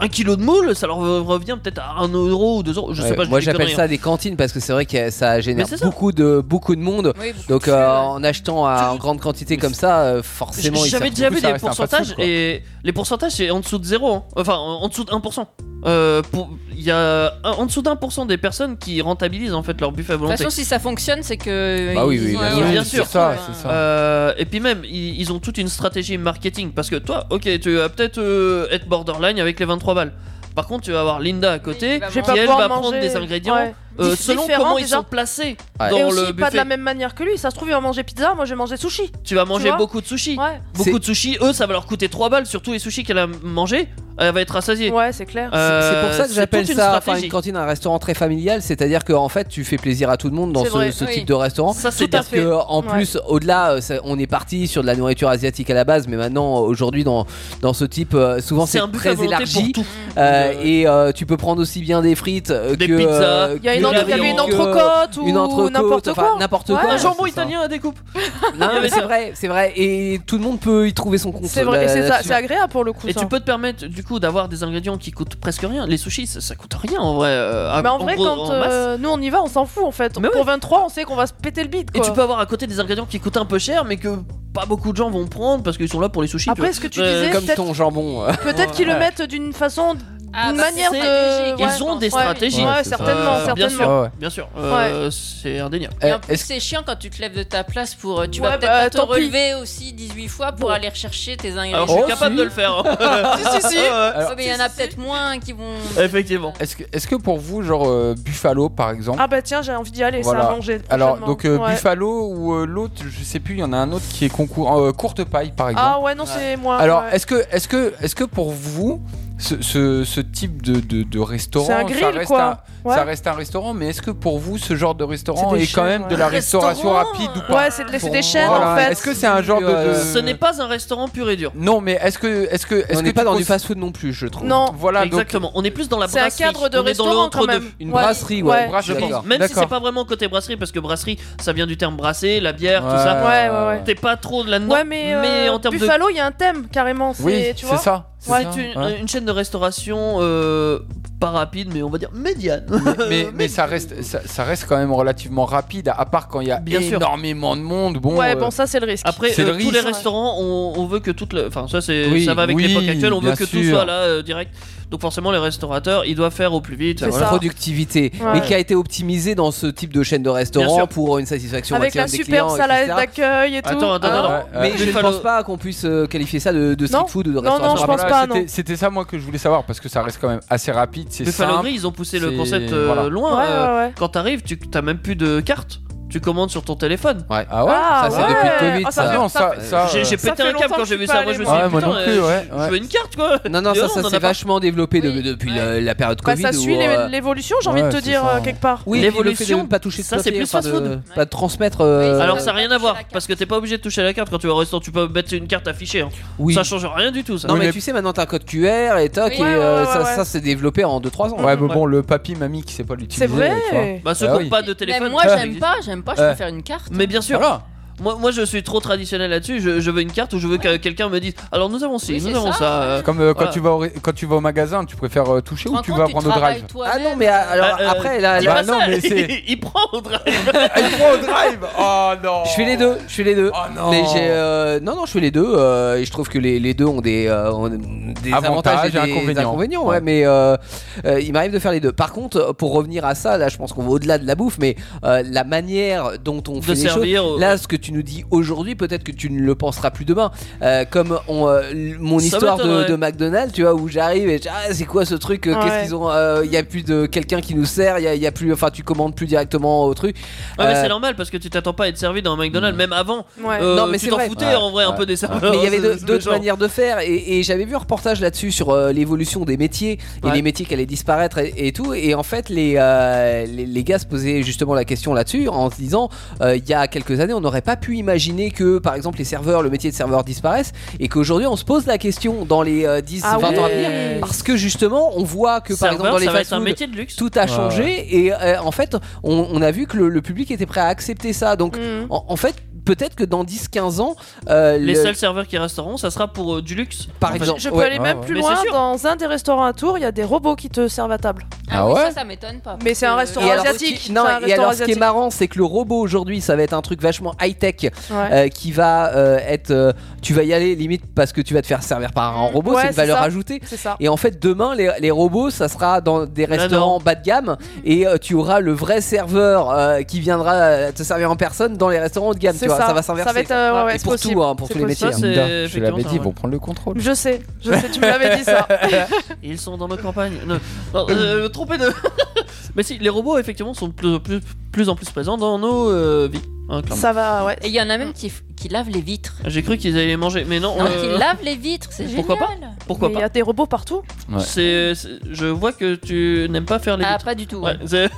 Speaker 3: un kilo de moule, ça leur revient peut-être à 1 euro ou 2 euros. Je sais
Speaker 4: Ouais,
Speaker 3: pas. je
Speaker 4: moi
Speaker 3: dis
Speaker 4: j'appelle
Speaker 3: conneries,
Speaker 4: ça
Speaker 3: hein.
Speaker 4: des cantines parce que c'est vrai que ça génère
Speaker 3: Mais c'est ça.
Speaker 4: beaucoup de beaucoup de monde.
Speaker 3: Oui, beaucoup
Speaker 4: Donc
Speaker 3: de
Speaker 4: euh,
Speaker 3: flux, ouais.
Speaker 4: en achetant à, en grande quantité comme ça, euh, forcément. ils
Speaker 3: J'avais
Speaker 4: servent
Speaker 3: déjà
Speaker 4: beaucoup,
Speaker 3: vu
Speaker 4: ça
Speaker 3: des
Speaker 4: reste un fast-food,
Speaker 3: pourcentages
Speaker 4: quoi.
Speaker 3: et les pourcentages c'est en dessous de 0, hein. enfin en en dessous de 1%. Euh, pour- Il y a un- en dessous d'un pour cent des personnes qui rentabilisent en fait leur buffet à
Speaker 6: De toute
Speaker 3: volonté.
Speaker 6: façon, si ça fonctionne, c'est que.
Speaker 3: Bah
Speaker 6: ils-
Speaker 3: bien,
Speaker 6: ils-
Speaker 3: sûr.
Speaker 6: ils-
Speaker 3: Euh, et puis même, ils, ils ont toute une stratégie marketing parce que toi, ok, tu vas peut-être euh, être borderline avec les 23 balles. Par contre, tu vas avoir Linda à côté
Speaker 2: va
Speaker 3: qui
Speaker 2: manger.
Speaker 3: Bah, elle
Speaker 2: Je vais pas
Speaker 3: va
Speaker 2: pouvoir
Speaker 3: prendre
Speaker 2: manger,
Speaker 3: des ingrédients
Speaker 2: ouais.
Speaker 3: euh,
Speaker 2: Dif-
Speaker 3: selon
Speaker 2: différents
Speaker 3: comment ils
Speaker 2: déjà.
Speaker 3: sont placés
Speaker 4: Ouais.
Speaker 3: dans
Speaker 2: Et aussi,
Speaker 3: le
Speaker 2: pas de
Speaker 3: buffet.
Speaker 2: la même manière que lui. Ça se trouve, il va manger pizza, moi je vais manger sushi.
Speaker 3: Tu vas manger
Speaker 2: vois
Speaker 3: beaucoup de sushis.
Speaker 2: Ouais.
Speaker 3: Beaucoup de sushis, eux, ça va leur coûter 3 balles. Surtout les sushis qu'elle a mangé, elle va être rassasiée.
Speaker 2: Ouais, c'est clair.
Speaker 4: C'est- C'est pour ça que j'appelle
Speaker 3: Euh, toute une
Speaker 4: ça enfin,
Speaker 3: stratégie.
Speaker 4: une cantine un restaurant très familial, c'est-à-dire que en fait tu fais plaisir à tout le monde dans
Speaker 3: C'est
Speaker 4: ce,
Speaker 3: vrai,
Speaker 4: ce
Speaker 3: oui.
Speaker 4: type de restaurant.
Speaker 3: Ça, c'est
Speaker 4: C'est-à-dire
Speaker 3: tout à fait.
Speaker 4: que en
Speaker 3: Ouais.
Speaker 4: plus au-delà, euh, ça- on est parti sur de la nourriture asiatique à la base, mais maintenant euh, aujourd'hui dans dans ce type, euh, souvent
Speaker 3: C'est
Speaker 4: c'est
Speaker 3: un buffet à
Speaker 4: très
Speaker 3: volonté
Speaker 4: élargi
Speaker 3: pour tout.
Speaker 4: Euh, et euh, tu peux prendre aussi bien des frites euh,
Speaker 3: Des
Speaker 4: que
Speaker 3: pizzas,
Speaker 4: euh,
Speaker 3: Il y a
Speaker 4: que
Speaker 3: une entre- il y avait une
Speaker 4: que-
Speaker 3: entrecôte ou
Speaker 4: une entrecôte,
Speaker 3: n'importe
Speaker 4: enfin,
Speaker 3: quoi.
Speaker 4: n'importe
Speaker 3: Ouais.
Speaker 4: quoi.
Speaker 3: Un jambon
Speaker 4: c'est ça.
Speaker 3: italien à découpe.
Speaker 4: Non, mais c'est vrai, c'est vrai. Et tout le monde peut y trouver son compte.
Speaker 2: C'est vrai, et
Speaker 4: là-
Speaker 2: c'est ça,
Speaker 4: là-dessus.
Speaker 2: c'est agréable pour le coup.
Speaker 3: Et
Speaker 2: ça.
Speaker 3: tu peux te permettre du coup d'avoir des ingrédients qui coûtent presque rien. Les sushis, ça, ça coûte rien en vrai. euh,
Speaker 2: Mais en, vrai,
Speaker 3: gros,
Speaker 2: quand
Speaker 3: en masse.
Speaker 2: euh, nous on y va, on s'en fout en fait. Pour 23, on sait qu'on va se péter le bide.
Speaker 3: Et
Speaker 2: quoi.
Speaker 3: tu peux avoir à côté des ingrédients qui coûtent un peu cher, mais que pas beaucoup de gens vont prendre parce qu'ils sont là pour les sushis.
Speaker 2: Après,
Speaker 3: vois.
Speaker 2: ce que tu
Speaker 3: Euh,
Speaker 2: disais, peut-être-
Speaker 5: euh.
Speaker 2: Peut-être qu'ils le
Speaker 3: Ouais.
Speaker 2: mettent d'une façon. Une manière
Speaker 3: C'est
Speaker 2: de.
Speaker 3: Ils
Speaker 2: ouais,
Speaker 3: ont des
Speaker 2: ouais.
Speaker 3: stratégies.
Speaker 2: Ouais, certainement,
Speaker 3: Euh, Bien
Speaker 5: Ah
Speaker 3: sûr,
Speaker 2: certainement.
Speaker 3: bien sûr. Euh,
Speaker 6: Ouais.
Speaker 3: C'est indéniable.
Speaker 6: Et en
Speaker 5: Eh,
Speaker 6: plus, c'est chiant quand tu te lèves de ta place pour. euh, Tu
Speaker 2: Euh, Ouais,
Speaker 6: vas peut-être
Speaker 2: bah,
Speaker 6: pas te
Speaker 2: tant pis. Oh,
Speaker 6: relever aussi 18 fois pour aller rechercher tes ingrédients.
Speaker 3: Alors, je suis capable de le faire. hein.
Speaker 6: si, si, si.
Speaker 3: Ouais, ouais.
Speaker 6: Ouais, mais il y en a peut-être moins qui vont.
Speaker 3: Effectivement.
Speaker 5: Est-ce que, est-ce que pour vous, genre euh, Buffalo par exemple
Speaker 2: Ah bah tiens, j'ai envie d'y aller,
Speaker 5: Voilà.
Speaker 2: ça à manger.
Speaker 5: Alors
Speaker 2: prochainement.
Speaker 5: donc euh,
Speaker 2: Ouais.
Speaker 5: Buffalo ou euh, l'autre, je sais plus, il y en a un autre qui est concours euh, courte paille par exemple.
Speaker 2: Ah ouais, non, c'est moi.
Speaker 5: Alors
Speaker 2: ouais.
Speaker 5: est-ce que est-ce que est-ce que pour vous ce, ce- ce type de, de- de restaurant
Speaker 2: C'est un
Speaker 5: ça
Speaker 2: grill,
Speaker 5: reste
Speaker 2: quoi.
Speaker 5: un,
Speaker 2: Ouais.
Speaker 5: ça reste un restaurant mais est-ce que pour vous ce genre de restaurant
Speaker 2: C'est
Speaker 5: est,
Speaker 2: des
Speaker 5: quand
Speaker 2: chaînes,
Speaker 5: même de
Speaker 2: ouais.
Speaker 5: la restauration
Speaker 2: Restaurant
Speaker 5: rapide ou pas
Speaker 2: Ouais, c'est de- c'est des chaînes, en fait.
Speaker 5: Est-ce que c'est un genre de, de-
Speaker 3: Euh, Ce n'est pas un restaurant pur et dur.
Speaker 5: Non mais est-ce que est-ce que est-ce
Speaker 4: On
Speaker 5: que
Speaker 4: n'est
Speaker 5: tu
Speaker 4: pas dans du
Speaker 5: cons-
Speaker 4: fast-food non plus, je trouve.
Speaker 5: Non. Voilà, donc-
Speaker 3: exactement. on est plus dans la
Speaker 2: C'est un
Speaker 3: brasserie.
Speaker 2: cadre de
Speaker 3: on est dans le
Speaker 2: restaurant,
Speaker 3: entre
Speaker 2: quand
Speaker 3: deux.
Speaker 2: même. Une Ouais. brasserie, ouais,
Speaker 3: Je
Speaker 2: brasserie,
Speaker 3: pense.
Speaker 2: d'accord.
Speaker 3: Même si c'est
Speaker 2: D'accord.
Speaker 3: pas vraiment côté brasserie, parce que brasserie, ça vient du terme brasser, la bière, tout
Speaker 5: Ouais.
Speaker 3: ça.
Speaker 5: Ouais, ouais, ouais.
Speaker 3: T'es pas trop là-dedans.
Speaker 2: Ouais, mais, euh,
Speaker 3: en termes de
Speaker 2: Buffalo, il y a un thème carrément. c'est-
Speaker 3: Oui,
Speaker 2: tu
Speaker 3: c'est
Speaker 2: vois
Speaker 5: ça,
Speaker 3: C'est une, euh, une chaîne de restauration euh, pas rapide, mais on va dire médiane.
Speaker 5: mais, mais- mais ça reste ça, ça reste quand même relativement rapide à part quand il y a
Speaker 3: Bien sûr.
Speaker 5: énormément de monde bon
Speaker 2: ouais,
Speaker 5: euh,
Speaker 2: bon, ça c'est le risque.
Speaker 3: Après,
Speaker 5: C'est le
Speaker 3: euh, tous les
Speaker 5: risque.
Speaker 3: restaurants, on, on veut que toute la... Enfin, ça, c'est,
Speaker 5: Oui,
Speaker 3: ça va avec
Speaker 5: oui,
Speaker 3: l'époque actuelle, on veut
Speaker 5: bien
Speaker 3: que tout
Speaker 5: sûr.
Speaker 3: soit là, euh, direct. Donc forcément, les restaurateurs, ils doivent faire au plus vite.
Speaker 4: La
Speaker 3: voilà.
Speaker 4: productivité,
Speaker 3: Ouais.
Speaker 4: mais qui a été optimisée dans ce type de chaîne de
Speaker 3: Bien
Speaker 4: restaurant
Speaker 3: sûr.
Speaker 4: pour une satisfaction
Speaker 2: Avec la
Speaker 4: maximum des
Speaker 2: superbe
Speaker 4: clients,
Speaker 2: salade
Speaker 4: etc.
Speaker 2: d'accueil et tout.
Speaker 3: Attends, attends,
Speaker 2: Ah.
Speaker 3: attends.
Speaker 4: Mais je ne
Speaker 3: Buffalo-
Speaker 4: pense pas qu'on puisse euh, qualifier ça de, de street food ou de restaurant.
Speaker 5: Voilà, c'était- C'était ça, moi, que je voulais savoir parce que ça reste quand même assez rapide. C'est
Speaker 3: Buffalo
Speaker 5: simple,
Speaker 3: Grill, ils ont poussé le
Speaker 5: c'est-
Speaker 3: concept euh,
Speaker 5: voilà.
Speaker 3: loin.
Speaker 2: Ouais,
Speaker 3: euh,
Speaker 2: ouais, ouais.
Speaker 3: Quand t'arrives, tu t'as même plus de carte. Tu commandes sur ton téléphone.
Speaker 5: Ah
Speaker 2: ouais Ah Ça, c'est ouais. depuis le Covid, Ah, ça ça. fait-
Speaker 5: Non, ça- ça fait- ça,
Speaker 3: J'ai j'ai
Speaker 5: euh, ça
Speaker 3: pété
Speaker 5: fait
Speaker 3: un câble
Speaker 5: longtemps
Speaker 3: quand
Speaker 5: que
Speaker 3: j'ai
Speaker 5: je
Speaker 3: vu
Speaker 5: suis
Speaker 3: ça.
Speaker 5: pas
Speaker 3: Moi, je me
Speaker 5: allée
Speaker 3: suis dit,
Speaker 5: Ouais, moi
Speaker 3: putain,
Speaker 5: non plus,
Speaker 3: euh,
Speaker 5: ouais,
Speaker 3: je veux une carte, quoi.
Speaker 4: Non, non,
Speaker 3: Et
Speaker 4: ça,
Speaker 3: on en
Speaker 4: ça s'est
Speaker 3: a pas.
Speaker 4: vachement développé de- depuis le- la période
Speaker 2: Bah,
Speaker 4: Covid.
Speaker 2: ça suit
Speaker 4: où,
Speaker 2: l'é-
Speaker 4: euh,
Speaker 2: l'évolution, j'ai envie de te dire euh, quelque part.
Speaker 4: Oui, l'évolution, de pas toucher de
Speaker 3: ça, c'est
Speaker 4: papier,
Speaker 3: plus
Speaker 4: enfin,
Speaker 3: fast-food.
Speaker 4: de- Pas de transmettre. euh,
Speaker 3: Alors ça n'a rien à voir parce que t'es pas obligé de toucher à la carte quand tu vas au restaurant, tu peux mettre une carte affichée. hein.
Speaker 4: Oui.
Speaker 3: Ça change rien du tout ça.
Speaker 4: Non, mais tu sais, maintenant t'as un code QR et toc,
Speaker 3: Oui.
Speaker 4: et
Speaker 3: Ouais,
Speaker 4: euh,
Speaker 3: ouais, ouais,
Speaker 4: ça,
Speaker 3: ouais.
Speaker 4: ça s'est développé en 2-3 ans.
Speaker 5: Ouais, mais bon, le papy mamie qui sait pas l'utiliser.
Speaker 4: vrai.
Speaker 5: tu vois.
Speaker 3: Bah ceux
Speaker 5: Ah
Speaker 3: qui ont
Speaker 5: oui.
Speaker 3: pas de téléphone.
Speaker 6: Même moi,
Speaker 3: ça
Speaker 6: j'aime
Speaker 3: existe.
Speaker 6: pas, j'aime pas, je
Speaker 3: Ouais.
Speaker 6: peux faire une carte.
Speaker 3: Mais bien sûr.
Speaker 6: Voilà.
Speaker 3: Moi, moi, je suis trop traditionnel là-dessus. Je, je veux une carte ou je veux que quelqu'un me dise. Alors nous avons ci, nous avons ça. euh,
Speaker 5: Comme euh, quand,
Speaker 3: voilà.
Speaker 5: tu vas au, ré- quand tu vas au magasin, tu préfères euh, toucher ou tu vas prendre le drive
Speaker 4: Ah non, mais ah, alors
Speaker 5: Euh, euh,
Speaker 4: après, là.
Speaker 5: dis
Speaker 4: là-
Speaker 5: pas Bah non, ça, mais c'est-
Speaker 3: il prend au drive.
Speaker 5: il prend au drive Oh non
Speaker 4: Je fais les deux, je fais les deux.
Speaker 5: Oh non.
Speaker 4: Mais j'ai, euh, non, non, je fais les deux. euh, et je trouve que les, les deux ont des, euh, ont des
Speaker 5: Avantages
Speaker 4: avantages et,
Speaker 5: et
Speaker 4: des
Speaker 5: inconvénients.
Speaker 4: ouais, mais euh, euh, il m'arrive de faire les deux. Par contre, pour revenir à ça, là, je pense qu'on va au-delà de la bouffe, mais euh, la manière dont on fait les
Speaker 3: servir,
Speaker 4: choses.
Speaker 3: euh,
Speaker 4: Là, ce que tu nous dis aujourd'hui, peut-être que tu ne le penseras plus demain. Euh, comme on, euh, l- mon
Speaker 3: Ça
Speaker 4: histoire de,
Speaker 3: m'étonnerait.
Speaker 4: de McDonald's, tu vois, où j'arrive et je dis, ah, c'est quoi ce truc euh,
Speaker 3: Ouais.
Speaker 4: Qu'est-ce qu'ils ont euh, Il y a plus de quelqu'un qui nous sert. Il y a, il y a plus, enfin, tu commandes plus directement au truc.
Speaker 3: Ouais, mais
Speaker 4: Euh, Mm.
Speaker 3: c'est normal parce que tu t'attends pas à être servi dans un McDonald's même avant. Euh,
Speaker 4: non, mais
Speaker 3: tu
Speaker 4: c'est
Speaker 3: t'en
Speaker 4: vrai.
Speaker 3: foutais
Speaker 4: Ouais.
Speaker 3: en vrai un
Speaker 4: Ouais.
Speaker 3: peu des serveurs.
Speaker 4: Mais il y avait
Speaker 3: c'est-
Speaker 4: de-
Speaker 3: c'est
Speaker 4: d'autres
Speaker 3: genre-
Speaker 4: manières de faire, et, et j'avais vu un reportage là-dessus sur euh, l'évolution des métiers et les métiers qui allaient disparaître et, et tout. Et en fait, les, euh, les, les gars se posaient justement la question là-dessus en se disant euh, il y a quelques années, on n'aurait pas pu imaginer que par exemple les serveurs, le métier de serveur disparaisse, et qu'aujourd'hui on se pose la question dans les euh, 10
Speaker 3: Ah
Speaker 4: 20 ans à venir
Speaker 3: ouais.
Speaker 4: parce que justement on voit que par
Speaker 3: Serveur,
Speaker 4: exemple dans les
Speaker 3: ça va être un
Speaker 4: fast-food,
Speaker 3: métier de luxe.
Speaker 4: tout a
Speaker 3: Ouais,
Speaker 4: changé
Speaker 3: ouais.
Speaker 4: et euh, en fait on, on a vu que le, le public était prêt à accepter ça donc
Speaker 2: Mm.
Speaker 4: en, en fait peut-être que dans 10-15 ans euh,
Speaker 3: Les
Speaker 4: le-
Speaker 3: seuls serveurs qui resteront, ça sera pour euh, du luxe.
Speaker 4: Par
Speaker 3: en fait.
Speaker 4: exemple.
Speaker 2: Je peux aller même plus
Speaker 3: Mais
Speaker 2: loin.
Speaker 3: c'est sûr.
Speaker 2: Dans un des restaurants à Tours, il y a des robots qui te servent à table.
Speaker 4: Ah oui, ça, ouais
Speaker 6: Ça m'étonne pas.
Speaker 2: Mais c'est un
Speaker 6: parce que-
Speaker 2: restaurant
Speaker 4: Et alors,
Speaker 2: asiatique.
Speaker 4: ce qui- non,
Speaker 2: c'est un
Speaker 4: et
Speaker 2: restaurant
Speaker 4: alors ce qui est
Speaker 2: asiatique.
Speaker 4: marrant, c'est que le robot aujourd'hui, ça va être un truc vachement high-tech
Speaker 2: Ouais.
Speaker 4: euh, qui va euh, être. euh, tu vas y aller limite parce que tu vas te faire servir par un robot,
Speaker 2: Ouais,
Speaker 4: c'est une
Speaker 2: c'est
Speaker 4: valeur
Speaker 2: ça.
Speaker 4: ajoutée.
Speaker 2: C'est ça.
Speaker 4: Et en fait, demain, les, les robots, ça sera dans des restaurants bas de gamme et euh, tu auras le vrai serveur euh, qui viendra euh, te servir en personne dans les restaurants haut de gamme.
Speaker 2: C'est
Speaker 4: Tu vois,
Speaker 2: ça.
Speaker 4: ça. va s'inverser.
Speaker 2: Ça va être, euh,
Speaker 4: ça.
Speaker 2: ouais, ouais,
Speaker 4: Et
Speaker 2: c'est
Speaker 4: pour
Speaker 2: possible.
Speaker 4: tout, hein, pour
Speaker 2: C'est
Speaker 4: tous les métiers.
Speaker 2: possible.
Speaker 4: hein.
Speaker 2: Ça, c'est-
Speaker 5: Dingue, Je
Speaker 2: effectivement,
Speaker 5: l'avais
Speaker 2: ça,
Speaker 5: dit, ils
Speaker 2: ouais.
Speaker 5: vont prendre le contrôle.
Speaker 2: Je sais, je sais, tu me l'avais dit ça.
Speaker 3: Ils sont dans nos campagnes. Non, non, euh, trompé de. Mais si, les robots effectivement sont de plus, en plus, plus en plus présents dans nos euh, vies. hein, clairement.
Speaker 2: va, ouais.
Speaker 6: Et il y en a même qui, f- qui lavent les vitres.
Speaker 3: J'ai cru qu'ils allaient les manger, mais non.
Speaker 6: Non,
Speaker 3: euh,
Speaker 6: qui lavent les vitres, c'est génial.
Speaker 3: Pourquoi pas Pourquoi
Speaker 2: Mais
Speaker 3: pas
Speaker 2: Il y a des robots partout.
Speaker 3: C'est, c'est- je vois que tu n'aimes pas faire les
Speaker 6: Ah,
Speaker 3: vitres.
Speaker 6: pas du tout.
Speaker 3: Ouais, c'est-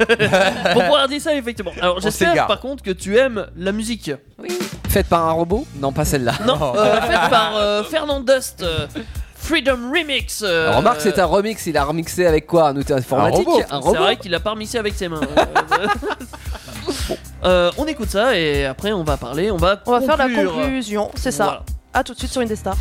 Speaker 3: Pour pouvoir dire ça, effectivement. Alors, j'espère
Speaker 4: s'égare.
Speaker 3: par contre que tu aimes la musique.
Speaker 4: Faite par un robot Non, pas celle-là.
Speaker 3: Non, euh, faite par euh, Fernand Dust. euh, Freedom Remix. euh,
Speaker 4: Remarque, c'est un remix. Il a remixé avec quoi Un outil informatique
Speaker 3: C'est vrai qu'il a pas remixé avec ses mains. Euh, bon, euh, on écoute ça et après on va parler, on va
Speaker 2: On va faire la
Speaker 3: conclure.
Speaker 2: conclusion, c'est ça.
Speaker 3: Voilà.
Speaker 2: A tout de suite sur Indestar.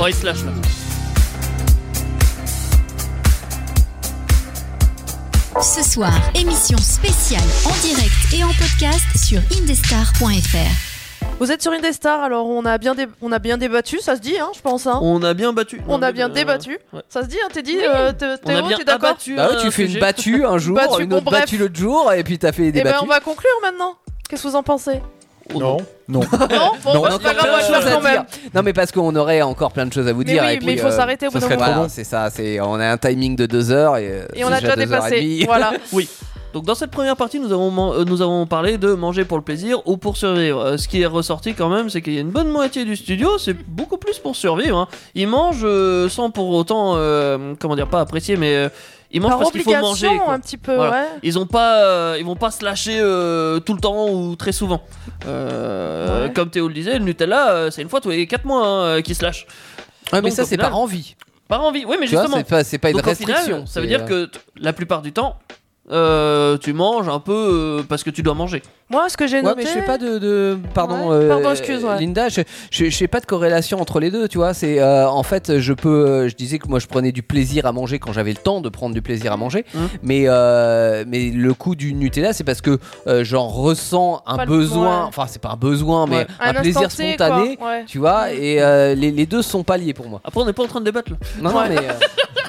Speaker 3: Oh, il se lâche là.
Speaker 1: Ce soir, émission spéciale en direct et en podcast sur indestar.fr.
Speaker 2: Vous êtes sur Indestar, alors on a bien, dé- on a bien débattu, ça se dit, hein, je pense. Hein.
Speaker 3: On a bien battu.
Speaker 2: On
Speaker 3: Non,
Speaker 2: a
Speaker 3: mais,
Speaker 2: bien
Speaker 3: euh,
Speaker 2: débattu.
Speaker 3: ouais.
Speaker 2: Ça se dit, hein, t'es dit, euh, Théo,
Speaker 3: On a bien
Speaker 2: t'es d'accord
Speaker 3: abattu euh,
Speaker 4: Bah ouais, tu fais une battue un jour,
Speaker 2: Battue,
Speaker 4: une
Speaker 2: bon,
Speaker 4: autre
Speaker 2: bref.
Speaker 4: battue l'autre jour, et puis t'as fait des
Speaker 2: Et ben
Speaker 4: battues.
Speaker 2: on va conclure maintenant. Qu'est-ce que vous en pensez
Speaker 4: Non. Non.
Speaker 2: Non, bon, bah, c'est pas grave, on va le faire quand même.
Speaker 4: Non, mais parce qu'on aurait encore plein de choses à vous
Speaker 2: Mais
Speaker 4: dire.
Speaker 2: oui,
Speaker 4: et
Speaker 2: mais
Speaker 4: puis,
Speaker 2: il faut s'arrêter au bout
Speaker 4: ça
Speaker 2: d'un
Speaker 4: serait
Speaker 2: moment.
Speaker 4: trop long, C'est ça, c'est- on a un timing de deux heures et, euh,
Speaker 2: Et on
Speaker 4: c'est
Speaker 2: a déjà
Speaker 4: deux heures et
Speaker 2: dépassé,
Speaker 4: demie.
Speaker 2: voilà.
Speaker 3: Oui. Donc dans cette première partie, nous avons, man- euh, nous avons parlé de manger pour le plaisir ou pour survivre. Euh, ce qui est ressorti quand même, c'est qu'il y a une bonne moitié du studio, c'est beaucoup plus pour survivre. hein. Ils mangent euh, sans pour autant, euh, comment dire, pas apprécier, mais euh, ils mangent
Speaker 2: Par
Speaker 3: parce qu'il faut
Speaker 2: obligation,
Speaker 3: manger. quoi.
Speaker 2: un petit peu, ouais.
Speaker 3: Ils ont pas, euh, ils vont pas se lâcher euh, tout le temps ou très souvent. Euh,
Speaker 4: Ouais.
Speaker 3: Comme Théo le disait, le Nutella, euh, c'est une fois tous les 4 mois hein, euh, qu'ils se lâchent.
Speaker 4: Ouais, mais
Speaker 3: Donc,
Speaker 4: ça,
Speaker 3: au
Speaker 4: c'est
Speaker 3: final-
Speaker 4: par envie.
Speaker 3: Par envie, oui, mais
Speaker 4: Tu vois,
Speaker 3: justement.
Speaker 4: c'est pas- c'est pas une
Speaker 3: Donc, au final,
Speaker 4: restriction,
Speaker 3: ça veut
Speaker 4: c'est, euh,
Speaker 3: dire que t- la plupart du temps, euh, tu manges un peu euh, parce que tu dois manger.
Speaker 2: Moi, ce que j'ai
Speaker 4: Ouais,
Speaker 2: noté.
Speaker 4: mais je fais pas de. de- Pardon, euh,
Speaker 2: pardon, excuse, ouais.
Speaker 4: Linda, je, je, je fais pas de corrélation entre les deux, tu vois. C'est euh, en fait, je peux. euh, Je disais que moi, je prenais du plaisir à manger quand j'avais le temps de prendre du plaisir à manger,
Speaker 2: Mmh.
Speaker 4: mais euh, mais le coup du Nutella, c'est parce que euh, j'en ressens un
Speaker 2: Pas le-
Speaker 4: besoin.
Speaker 2: ouais.
Speaker 4: Enfin, c'est pas un besoin, mais
Speaker 3: Ouais.
Speaker 4: un,
Speaker 3: Un instant
Speaker 4: plaisir
Speaker 3: T,
Speaker 4: spontané,
Speaker 3: quoi, ouais.
Speaker 4: tu
Speaker 2: Mmh.
Speaker 4: vois. Et euh, les, les deux sont pas liés pour moi.
Speaker 3: Après, on n'est pas en train de débattre. Là.
Speaker 4: Non, non,
Speaker 3: Ouais.
Speaker 4: mais. euh,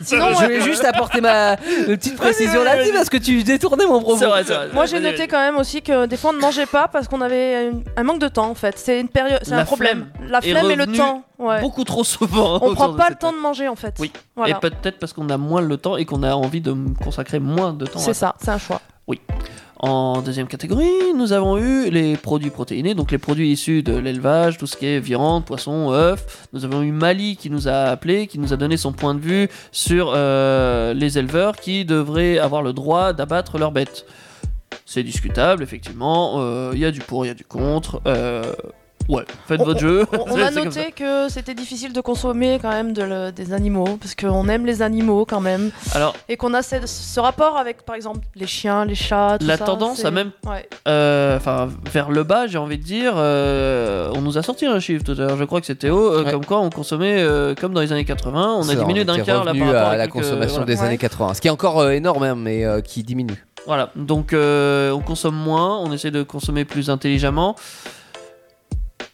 Speaker 2: Sinon,
Speaker 4: je
Speaker 2: ouais.
Speaker 4: voulais juste apporter ma une petite précision
Speaker 2: Vas-y, vas-y,
Speaker 4: là-dessus
Speaker 2: vas-y.
Speaker 4: parce que tu détournais mon propos.
Speaker 3: C'est vrai, c'est vrai.
Speaker 2: Moi j'ai noté quand même aussi que des fois on ne mangeait pas parce qu'on avait une- un manque de temps en fait. C'est une période, c'est
Speaker 3: La
Speaker 2: un problème.
Speaker 3: flemme
Speaker 2: La
Speaker 3: est
Speaker 2: flemme et le
Speaker 3: revenue
Speaker 2: temps. Ouais.
Speaker 3: Beaucoup trop souvent.
Speaker 2: On
Speaker 3: autour
Speaker 2: prend
Speaker 3: de
Speaker 2: pas
Speaker 3: cette
Speaker 2: le temps de manger en fait.
Speaker 3: Oui.
Speaker 2: Voilà.
Speaker 3: Et peut-être parce qu'on a moins le temps et qu'on a envie de m- consacrer moins de temps. à
Speaker 2: C'est ça, c'est un choix.
Speaker 3: Oui. En deuxième catégorie, nous avons eu les produits protéinés, donc les produits issus de l'élevage, tout ce qui est viande, poisson, œufs. Nous avons eu Mali qui nous a appelé, qui nous a donné son point de vue sur euh, les éleveurs qui devraient avoir le droit d'abattre leurs bêtes. C'est discutable, effectivement. euh, Il y a du pour, il y a du contre. euh, ouais, faites
Speaker 2: On-
Speaker 3: votre jeu.
Speaker 2: on- On
Speaker 3: C'est
Speaker 2: a
Speaker 3: comme ça.
Speaker 2: noté que c'était difficile de consommer quand même de le- des animaux parce qu'on aime les animaux quand même.
Speaker 3: Alors,
Speaker 2: Et qu'on a ce, ce rapport avec par exemple les chiens, les chats, Ah, tout
Speaker 3: la
Speaker 2: ça,
Speaker 3: tendance
Speaker 2: c'est-
Speaker 3: à même
Speaker 2: Ouais.
Speaker 3: euh, enfin vers le bas j'ai envie de dire euh, on nous a sorti un chiffre tout à l'heure je crois que c'est Théo euh, comme quoi on consommait euh, comme dans les années 80 on a
Speaker 4: Ça,
Speaker 3: diminué d'un
Speaker 4: était
Speaker 3: quart là
Speaker 4: revenu
Speaker 3: par rapport
Speaker 4: à la
Speaker 3: quelques-
Speaker 4: consommation
Speaker 3: euh, voilà.
Speaker 4: des années 80, ce qui est encore euh, énorme, hein, mais euh, qui diminue.
Speaker 3: Voilà, donc euh, on consomme moins, on essaie de consommer plus intelligemment.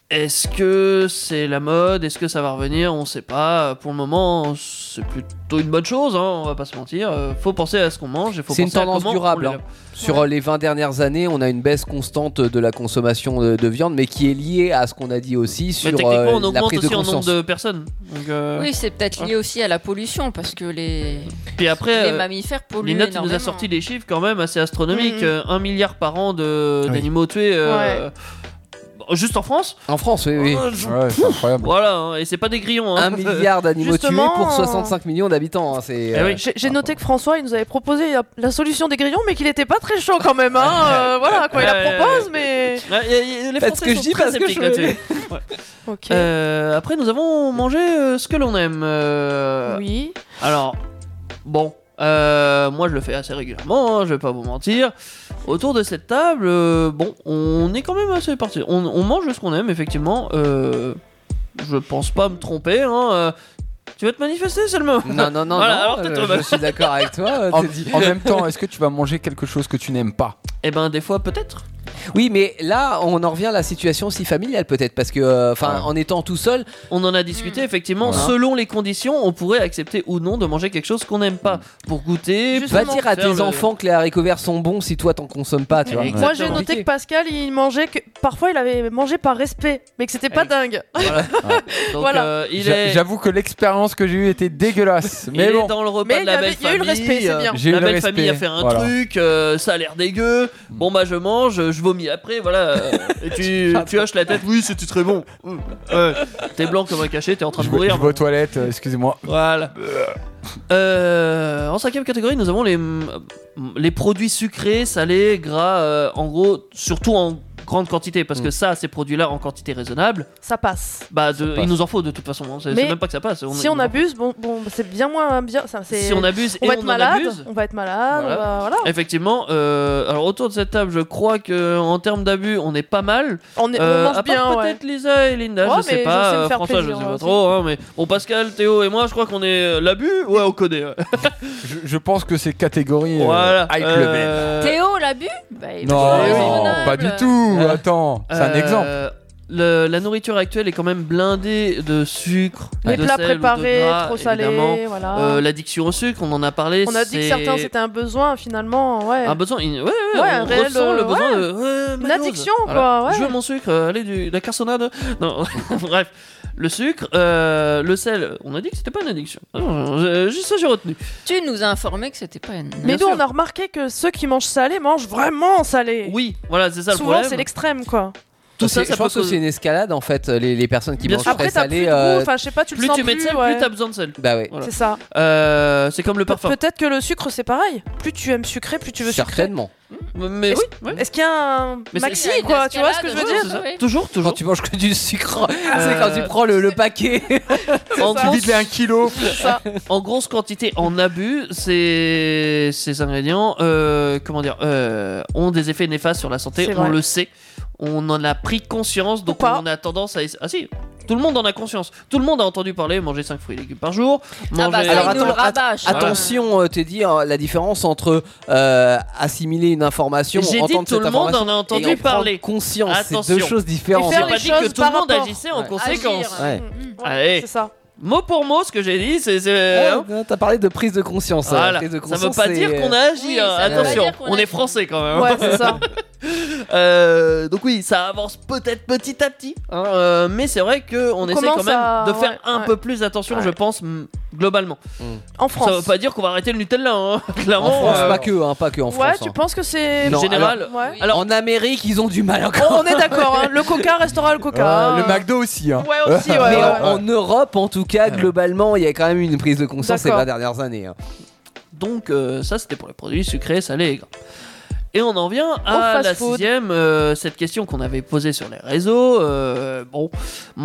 Speaker 3: Est-ce que c'est la mode Est-ce que ça va revenir On sait pas. Pour le moment, c'est plutôt une bonne chose, hein, on va pas se mentir. Euh, faut penser à ce qu'on mange. et faut
Speaker 4: C'est une
Speaker 3: penser à
Speaker 4: tendance
Speaker 3: comment on
Speaker 4: durable.
Speaker 3: le-
Speaker 4: hein. Sur euh, les 20 dernières années, on a une baisse constante de la consommation de, de viande, mais qui est liée à ce qu'on a dit aussi
Speaker 3: Mais
Speaker 4: sur
Speaker 3: techniquement,
Speaker 4: euh,
Speaker 3: on
Speaker 4: la
Speaker 3: augmente
Speaker 4: prise de
Speaker 3: aussi en
Speaker 4: conscience.
Speaker 3: nombre de personnes. Donc, euh,
Speaker 6: Oui, c'est peut-être lié aussi à la pollution parce que les,
Speaker 3: Puis après,
Speaker 6: les
Speaker 3: euh,
Speaker 6: mammifères polluent
Speaker 3: Lina, tu nous
Speaker 6: énormément.
Speaker 3: as sorti des chiffres quand même assez astronomiques.
Speaker 6: Mhm.
Speaker 3: Euh, Un milliard par an de- d'animaux tués. euh, bon, Juste en France
Speaker 4: En France, oui, oui.
Speaker 3: Oh, je- Voilà, hein, et c'est pas des grillons.
Speaker 4: Un milliard d'animaux tués
Speaker 2: Justement,
Speaker 4: pour
Speaker 2: euh,
Speaker 4: 65 millions d'habitants. hein, c'est,
Speaker 3: Eh
Speaker 4: euh,
Speaker 2: J'ai- J'ai noté que François, il nous avait proposé la, la solution des grillons, mais qu'il n'était pas très chaud quand même. hein. Euh, voilà, quoi, il la
Speaker 3: Ouais.
Speaker 2: propose, mais.
Speaker 3: les Parce Français que je sont dis très hein, parce que sceptiques je- là-dessus.
Speaker 2: Ok.
Speaker 3: Euh, après, nous avons mangé euh, ce que l'on aime. euh,
Speaker 2: Oui.
Speaker 3: Alors, bon, euh, moi je le fais assez régulièrement, hein, je vais pas vous mentir. Autour de cette table, euh, bon, on est quand même assez parti. On, on mange ce qu'on aime, effectivement. euh, je pense pas me tromper. hein, euh, tu vas te manifester, c'est le moment.
Speaker 4: Non, non, non,
Speaker 3: Voilà,
Speaker 4: non,
Speaker 3: alors,
Speaker 4: euh,
Speaker 3: peut-être-
Speaker 4: je suis d'accord avec toi. euh,
Speaker 3: Ah,
Speaker 5: En,
Speaker 4: t'as dit.
Speaker 5: en même temps, est-ce que tu vas manger quelque chose que tu n'aimes pas
Speaker 3: Eh ben, des fois, peut-être.
Speaker 4: Oui, mais là, on en revient à la situation si familiale, peut-être, parce que, euh, enfin, en étant tout seul,
Speaker 3: On en a
Speaker 2: Hmm.
Speaker 3: discuté, effectivement.
Speaker 4: Voilà.
Speaker 3: Selon les conditions, on pourrait accepter ou non de manger quelque chose qu'on n'aime pas.
Speaker 5: Mm.
Speaker 3: Pour goûter,
Speaker 4: va
Speaker 3: pour
Speaker 4: dire à
Speaker 3: faire
Speaker 4: tes
Speaker 3: le-
Speaker 4: enfants que les haricots verts sont bons si toi t'en consommes pas, tu vois.
Speaker 2: Moi, j'ai noté que Pascal, il mangeait que. Parfois, il avait mangé par respect, mais que c'était
Speaker 3: Eh
Speaker 2: pas dingue.
Speaker 3: Donc,
Speaker 2: Voilà.
Speaker 3: euh, il
Speaker 5: J'a-
Speaker 3: est.
Speaker 5: J'avoue que l'expérience que j'ai eue était dégueulasse.
Speaker 3: Il
Speaker 5: Mais
Speaker 3: est
Speaker 5: bon.
Speaker 3: dans le repas
Speaker 2: Mais
Speaker 3: de
Speaker 2: il
Speaker 3: la
Speaker 2: y avait-
Speaker 3: belle
Speaker 2: il y a eu
Speaker 3: famille. euh,
Speaker 2: le respect, c'est bien.
Speaker 5: J'ai eu
Speaker 3: La
Speaker 5: le
Speaker 3: belle
Speaker 5: respect,
Speaker 3: famille a fait un
Speaker 5: voilà. Mm.
Speaker 3: truc, euh, ça a l'air dégueu. Bon bah je mange, euh, je vomis après, voilà. euh, et tu, tu haches la tête. Oui, c'était très bon. Mm. Ouais. T'es blanc comme un cachet, t'es en train de
Speaker 5: Je vais
Speaker 3: mourir.
Speaker 5: je vais aux toilettes, euh, excusez-moi.
Speaker 3: Voilà. Euh, en cinquième catégorie, nous avons les, les produits sucrés, salés, gras, euh, en gros, surtout en grande quantité, parce que ça, ces produits-là en quantité raisonnable,
Speaker 2: Mm. ça passe.
Speaker 3: Bah, de-
Speaker 2: passe.
Speaker 3: il nous en faut de toute façon. hein. C'est
Speaker 2: Mais
Speaker 3: c'est même pas que ça passe.
Speaker 2: si on abuse, bon, bon bah, c'est bien moins bien. Ça, c'est-
Speaker 3: Si on abuse
Speaker 2: on
Speaker 3: et
Speaker 2: va
Speaker 3: on
Speaker 2: être
Speaker 3: en
Speaker 2: malade.
Speaker 3: abuse.
Speaker 2: on va être malade. on va- bah, voilà.
Speaker 3: Effectivement, euh, alors autour de cette table, je crois que en termes d'abus, on est pas mal.
Speaker 2: On, est, on
Speaker 3: Euh,
Speaker 2: mange
Speaker 3: à part
Speaker 2: bien. ouais.
Speaker 3: peut-être Lisa et Linda,
Speaker 2: Ouais,
Speaker 3: je sais
Speaker 2: mais
Speaker 3: pas,
Speaker 2: me
Speaker 3: euh,
Speaker 2: faire
Speaker 3: François,
Speaker 2: plaisir,
Speaker 3: je sais
Speaker 2: moi
Speaker 3: pas
Speaker 2: aussi.
Speaker 3: trop, hein, mais bon, Pascal, Théo et moi, je crois qu'on est euh, l'abus, ouais, on connaît. ouais.
Speaker 5: Je, je pense que c'est catégorie euh,
Speaker 3: Voilà,
Speaker 5: high
Speaker 3: euh,
Speaker 5: level.
Speaker 6: Théo l'a bu Bah, il est
Speaker 5: Non,
Speaker 6: raisonnable.
Speaker 5: pas du tout. Attends, c'est un
Speaker 3: Euh,
Speaker 5: exemple.
Speaker 3: le- la nourriture actuelle est quand même blindée de sucre,
Speaker 2: Les
Speaker 3: de
Speaker 2: plats
Speaker 3: sel ou de
Speaker 2: préparés,
Speaker 3: gras,
Speaker 2: trop salés,
Speaker 3: évidemment.
Speaker 2: voilà.
Speaker 3: Euh, L'addiction au sucre, on en a parlé.
Speaker 2: On a dit que
Speaker 3: c'est
Speaker 2: certains c'était un besoin finalement. Ouais.
Speaker 3: un besoin. in- Ouais, ouais,
Speaker 2: Ouais, un
Speaker 3: on
Speaker 2: réel,
Speaker 3: ressent
Speaker 2: euh,
Speaker 3: le besoin
Speaker 2: ouais.
Speaker 3: de. ouais,
Speaker 2: Une
Speaker 3: ma dose.
Speaker 2: addiction,
Speaker 3: Voilà.
Speaker 2: quoi, ouais.
Speaker 3: Je veux mon sucre, euh, allez, du, la carsonade. Non, bref. Le sucre, euh, le sel, on a dit que c'était pas une addiction. Ah, je- Juste ça, j'ai retenu.
Speaker 6: Tu nous as informé que c'était pas une.
Speaker 2: Mais nous on a remarqué que ceux qui mangent salé mangent vraiment salé.
Speaker 3: Oui, voilà, c'est ça le
Speaker 2: Souvent
Speaker 3: problème.
Speaker 2: c'est l'extrême quoi.
Speaker 3: Tout
Speaker 4: C'est-
Speaker 3: ça, ça
Speaker 4: je pense
Speaker 3: peut
Speaker 4: que c'est
Speaker 3: causer-
Speaker 4: une escalade en fait, euh, les, les personnes qui
Speaker 3: Bien
Speaker 4: mangent
Speaker 3: sûr.
Speaker 4: très
Speaker 3: Après, t'as
Speaker 4: salé.
Speaker 3: plus de goût,
Speaker 4: euh,
Speaker 2: Enfin je sais pas, tu le
Speaker 3: Plus
Speaker 2: sens
Speaker 3: tu mets de sel,
Speaker 2: ouais.
Speaker 3: plus t'as besoin de sel.
Speaker 4: Bah ouais.
Speaker 3: Voilà.
Speaker 2: C'est ça.
Speaker 3: Euh, c'est comme le parfum.
Speaker 2: Peut-être que le sucre c'est pareil. Plus tu aimes sucré, plus tu veux sucré.
Speaker 4: Certainement.
Speaker 3: Mais
Speaker 2: Est-ce-
Speaker 3: oui,
Speaker 2: Est-ce qu'il y a un
Speaker 3: Mais c'est-
Speaker 2: maxi
Speaker 3: Il y a une
Speaker 2: quoi Tu vois ce que je veux
Speaker 3: escalade, ouais,
Speaker 2: dire
Speaker 3: c'est ça. Toujours, toujours.
Speaker 4: Quand tu manges que du sucre, c'est
Speaker 3: Euh,
Speaker 4: quand tu prends le, le paquet.
Speaker 3: En
Speaker 4: Tu
Speaker 3: gros,
Speaker 4: vides les un kilo.
Speaker 3: en grosse quantité, en abus, ces, ces ingrédients euh, comment dire, euh, ont des effets néfastes sur la santé,
Speaker 2: C'est
Speaker 3: on
Speaker 2: vrai.
Speaker 3: le sait. On en a pris conscience, donc on a tendance à... Ah si, tout le monde en a conscience. Tout le monde a entendu parler, manger 5 fruits et légumes par jour.
Speaker 2: Ah bah
Speaker 3: Manger...
Speaker 4: Alors, attends, att- attention, euh, t'es dit hein, la différence entre euh, assimiler une information,
Speaker 3: J'ai dit
Speaker 4: entendre
Speaker 3: tout
Speaker 4: cette
Speaker 3: le monde
Speaker 4: information
Speaker 3: en a entendu
Speaker 4: et en prendre
Speaker 3: parler.
Speaker 4: Conscience, c'est
Speaker 3: Attention.
Speaker 4: deux choses différentes.
Speaker 3: J'ai pas dit que tout le monde agissait en
Speaker 4: Ouais.
Speaker 3: conséquence.
Speaker 4: Ouais.
Speaker 3: Allez.
Speaker 2: Mm, C'est ça.
Speaker 3: Mot pour mot, ce que j'ai dit, c'est. c'est-
Speaker 4: Ouais,
Speaker 3: hein
Speaker 4: Euh, non, T'as parlé de prise de conscience. hein.
Speaker 3: Voilà.
Speaker 4: Prise de
Speaker 3: Ça veut
Speaker 4: conscience,
Speaker 3: pas
Speaker 4: c'est-
Speaker 3: dire qu'on a agi.
Speaker 4: Oui,
Speaker 3: hein.
Speaker 4: ça veut pas
Speaker 3: Attention,
Speaker 4: dire qu'on a
Speaker 3: on, est
Speaker 4: agi.
Speaker 3: français quand même.
Speaker 4: Ouais, c'est ça.
Speaker 3: Euh, donc oui, ça avance peut-être petit à petit, hein, euh, mais c'est vrai que on, essaie
Speaker 2: commence
Speaker 3: quand même
Speaker 2: à-
Speaker 3: de faire
Speaker 2: ouais,
Speaker 3: un
Speaker 2: ouais.
Speaker 3: peu plus attention, je pense, m- globalement.
Speaker 2: En France.
Speaker 3: Ça veut pas dire qu'on va arrêter le Nutella, hein. clairement.
Speaker 4: Mm. En France,
Speaker 3: euh,
Speaker 4: pas que, hein, pas que en
Speaker 2: Ouais,
Speaker 4: France.
Speaker 2: tu
Speaker 4: hein.
Speaker 2: penses que c'est
Speaker 4: Non,
Speaker 3: En général,
Speaker 2: Ouais.
Speaker 4: Alors, en Amérique, ils ont du mal encore. Ah,
Speaker 2: On est d'accord, hein, le coca restera le coca.
Speaker 3: Euh,
Speaker 4: Ouais,
Speaker 2: hein.
Speaker 4: le McDo aussi. hein.
Speaker 2: Ouais, aussi, ouais,
Speaker 4: Mais
Speaker 2: ouais,
Speaker 4: en, en
Speaker 2: ouais.
Speaker 4: Europe, en tout cas, globalement, il y a quand même une prise de conscience ces
Speaker 3: D'accord.
Speaker 4: 20 dernières années. hein.
Speaker 3: Donc euh, ça, c'était pour les produits sucrés, salés et gras. Et on en vient à la
Speaker 2: fast-food.
Speaker 3: sixième, euh, cette question qu'on avait posée sur les réseaux. euh, bon,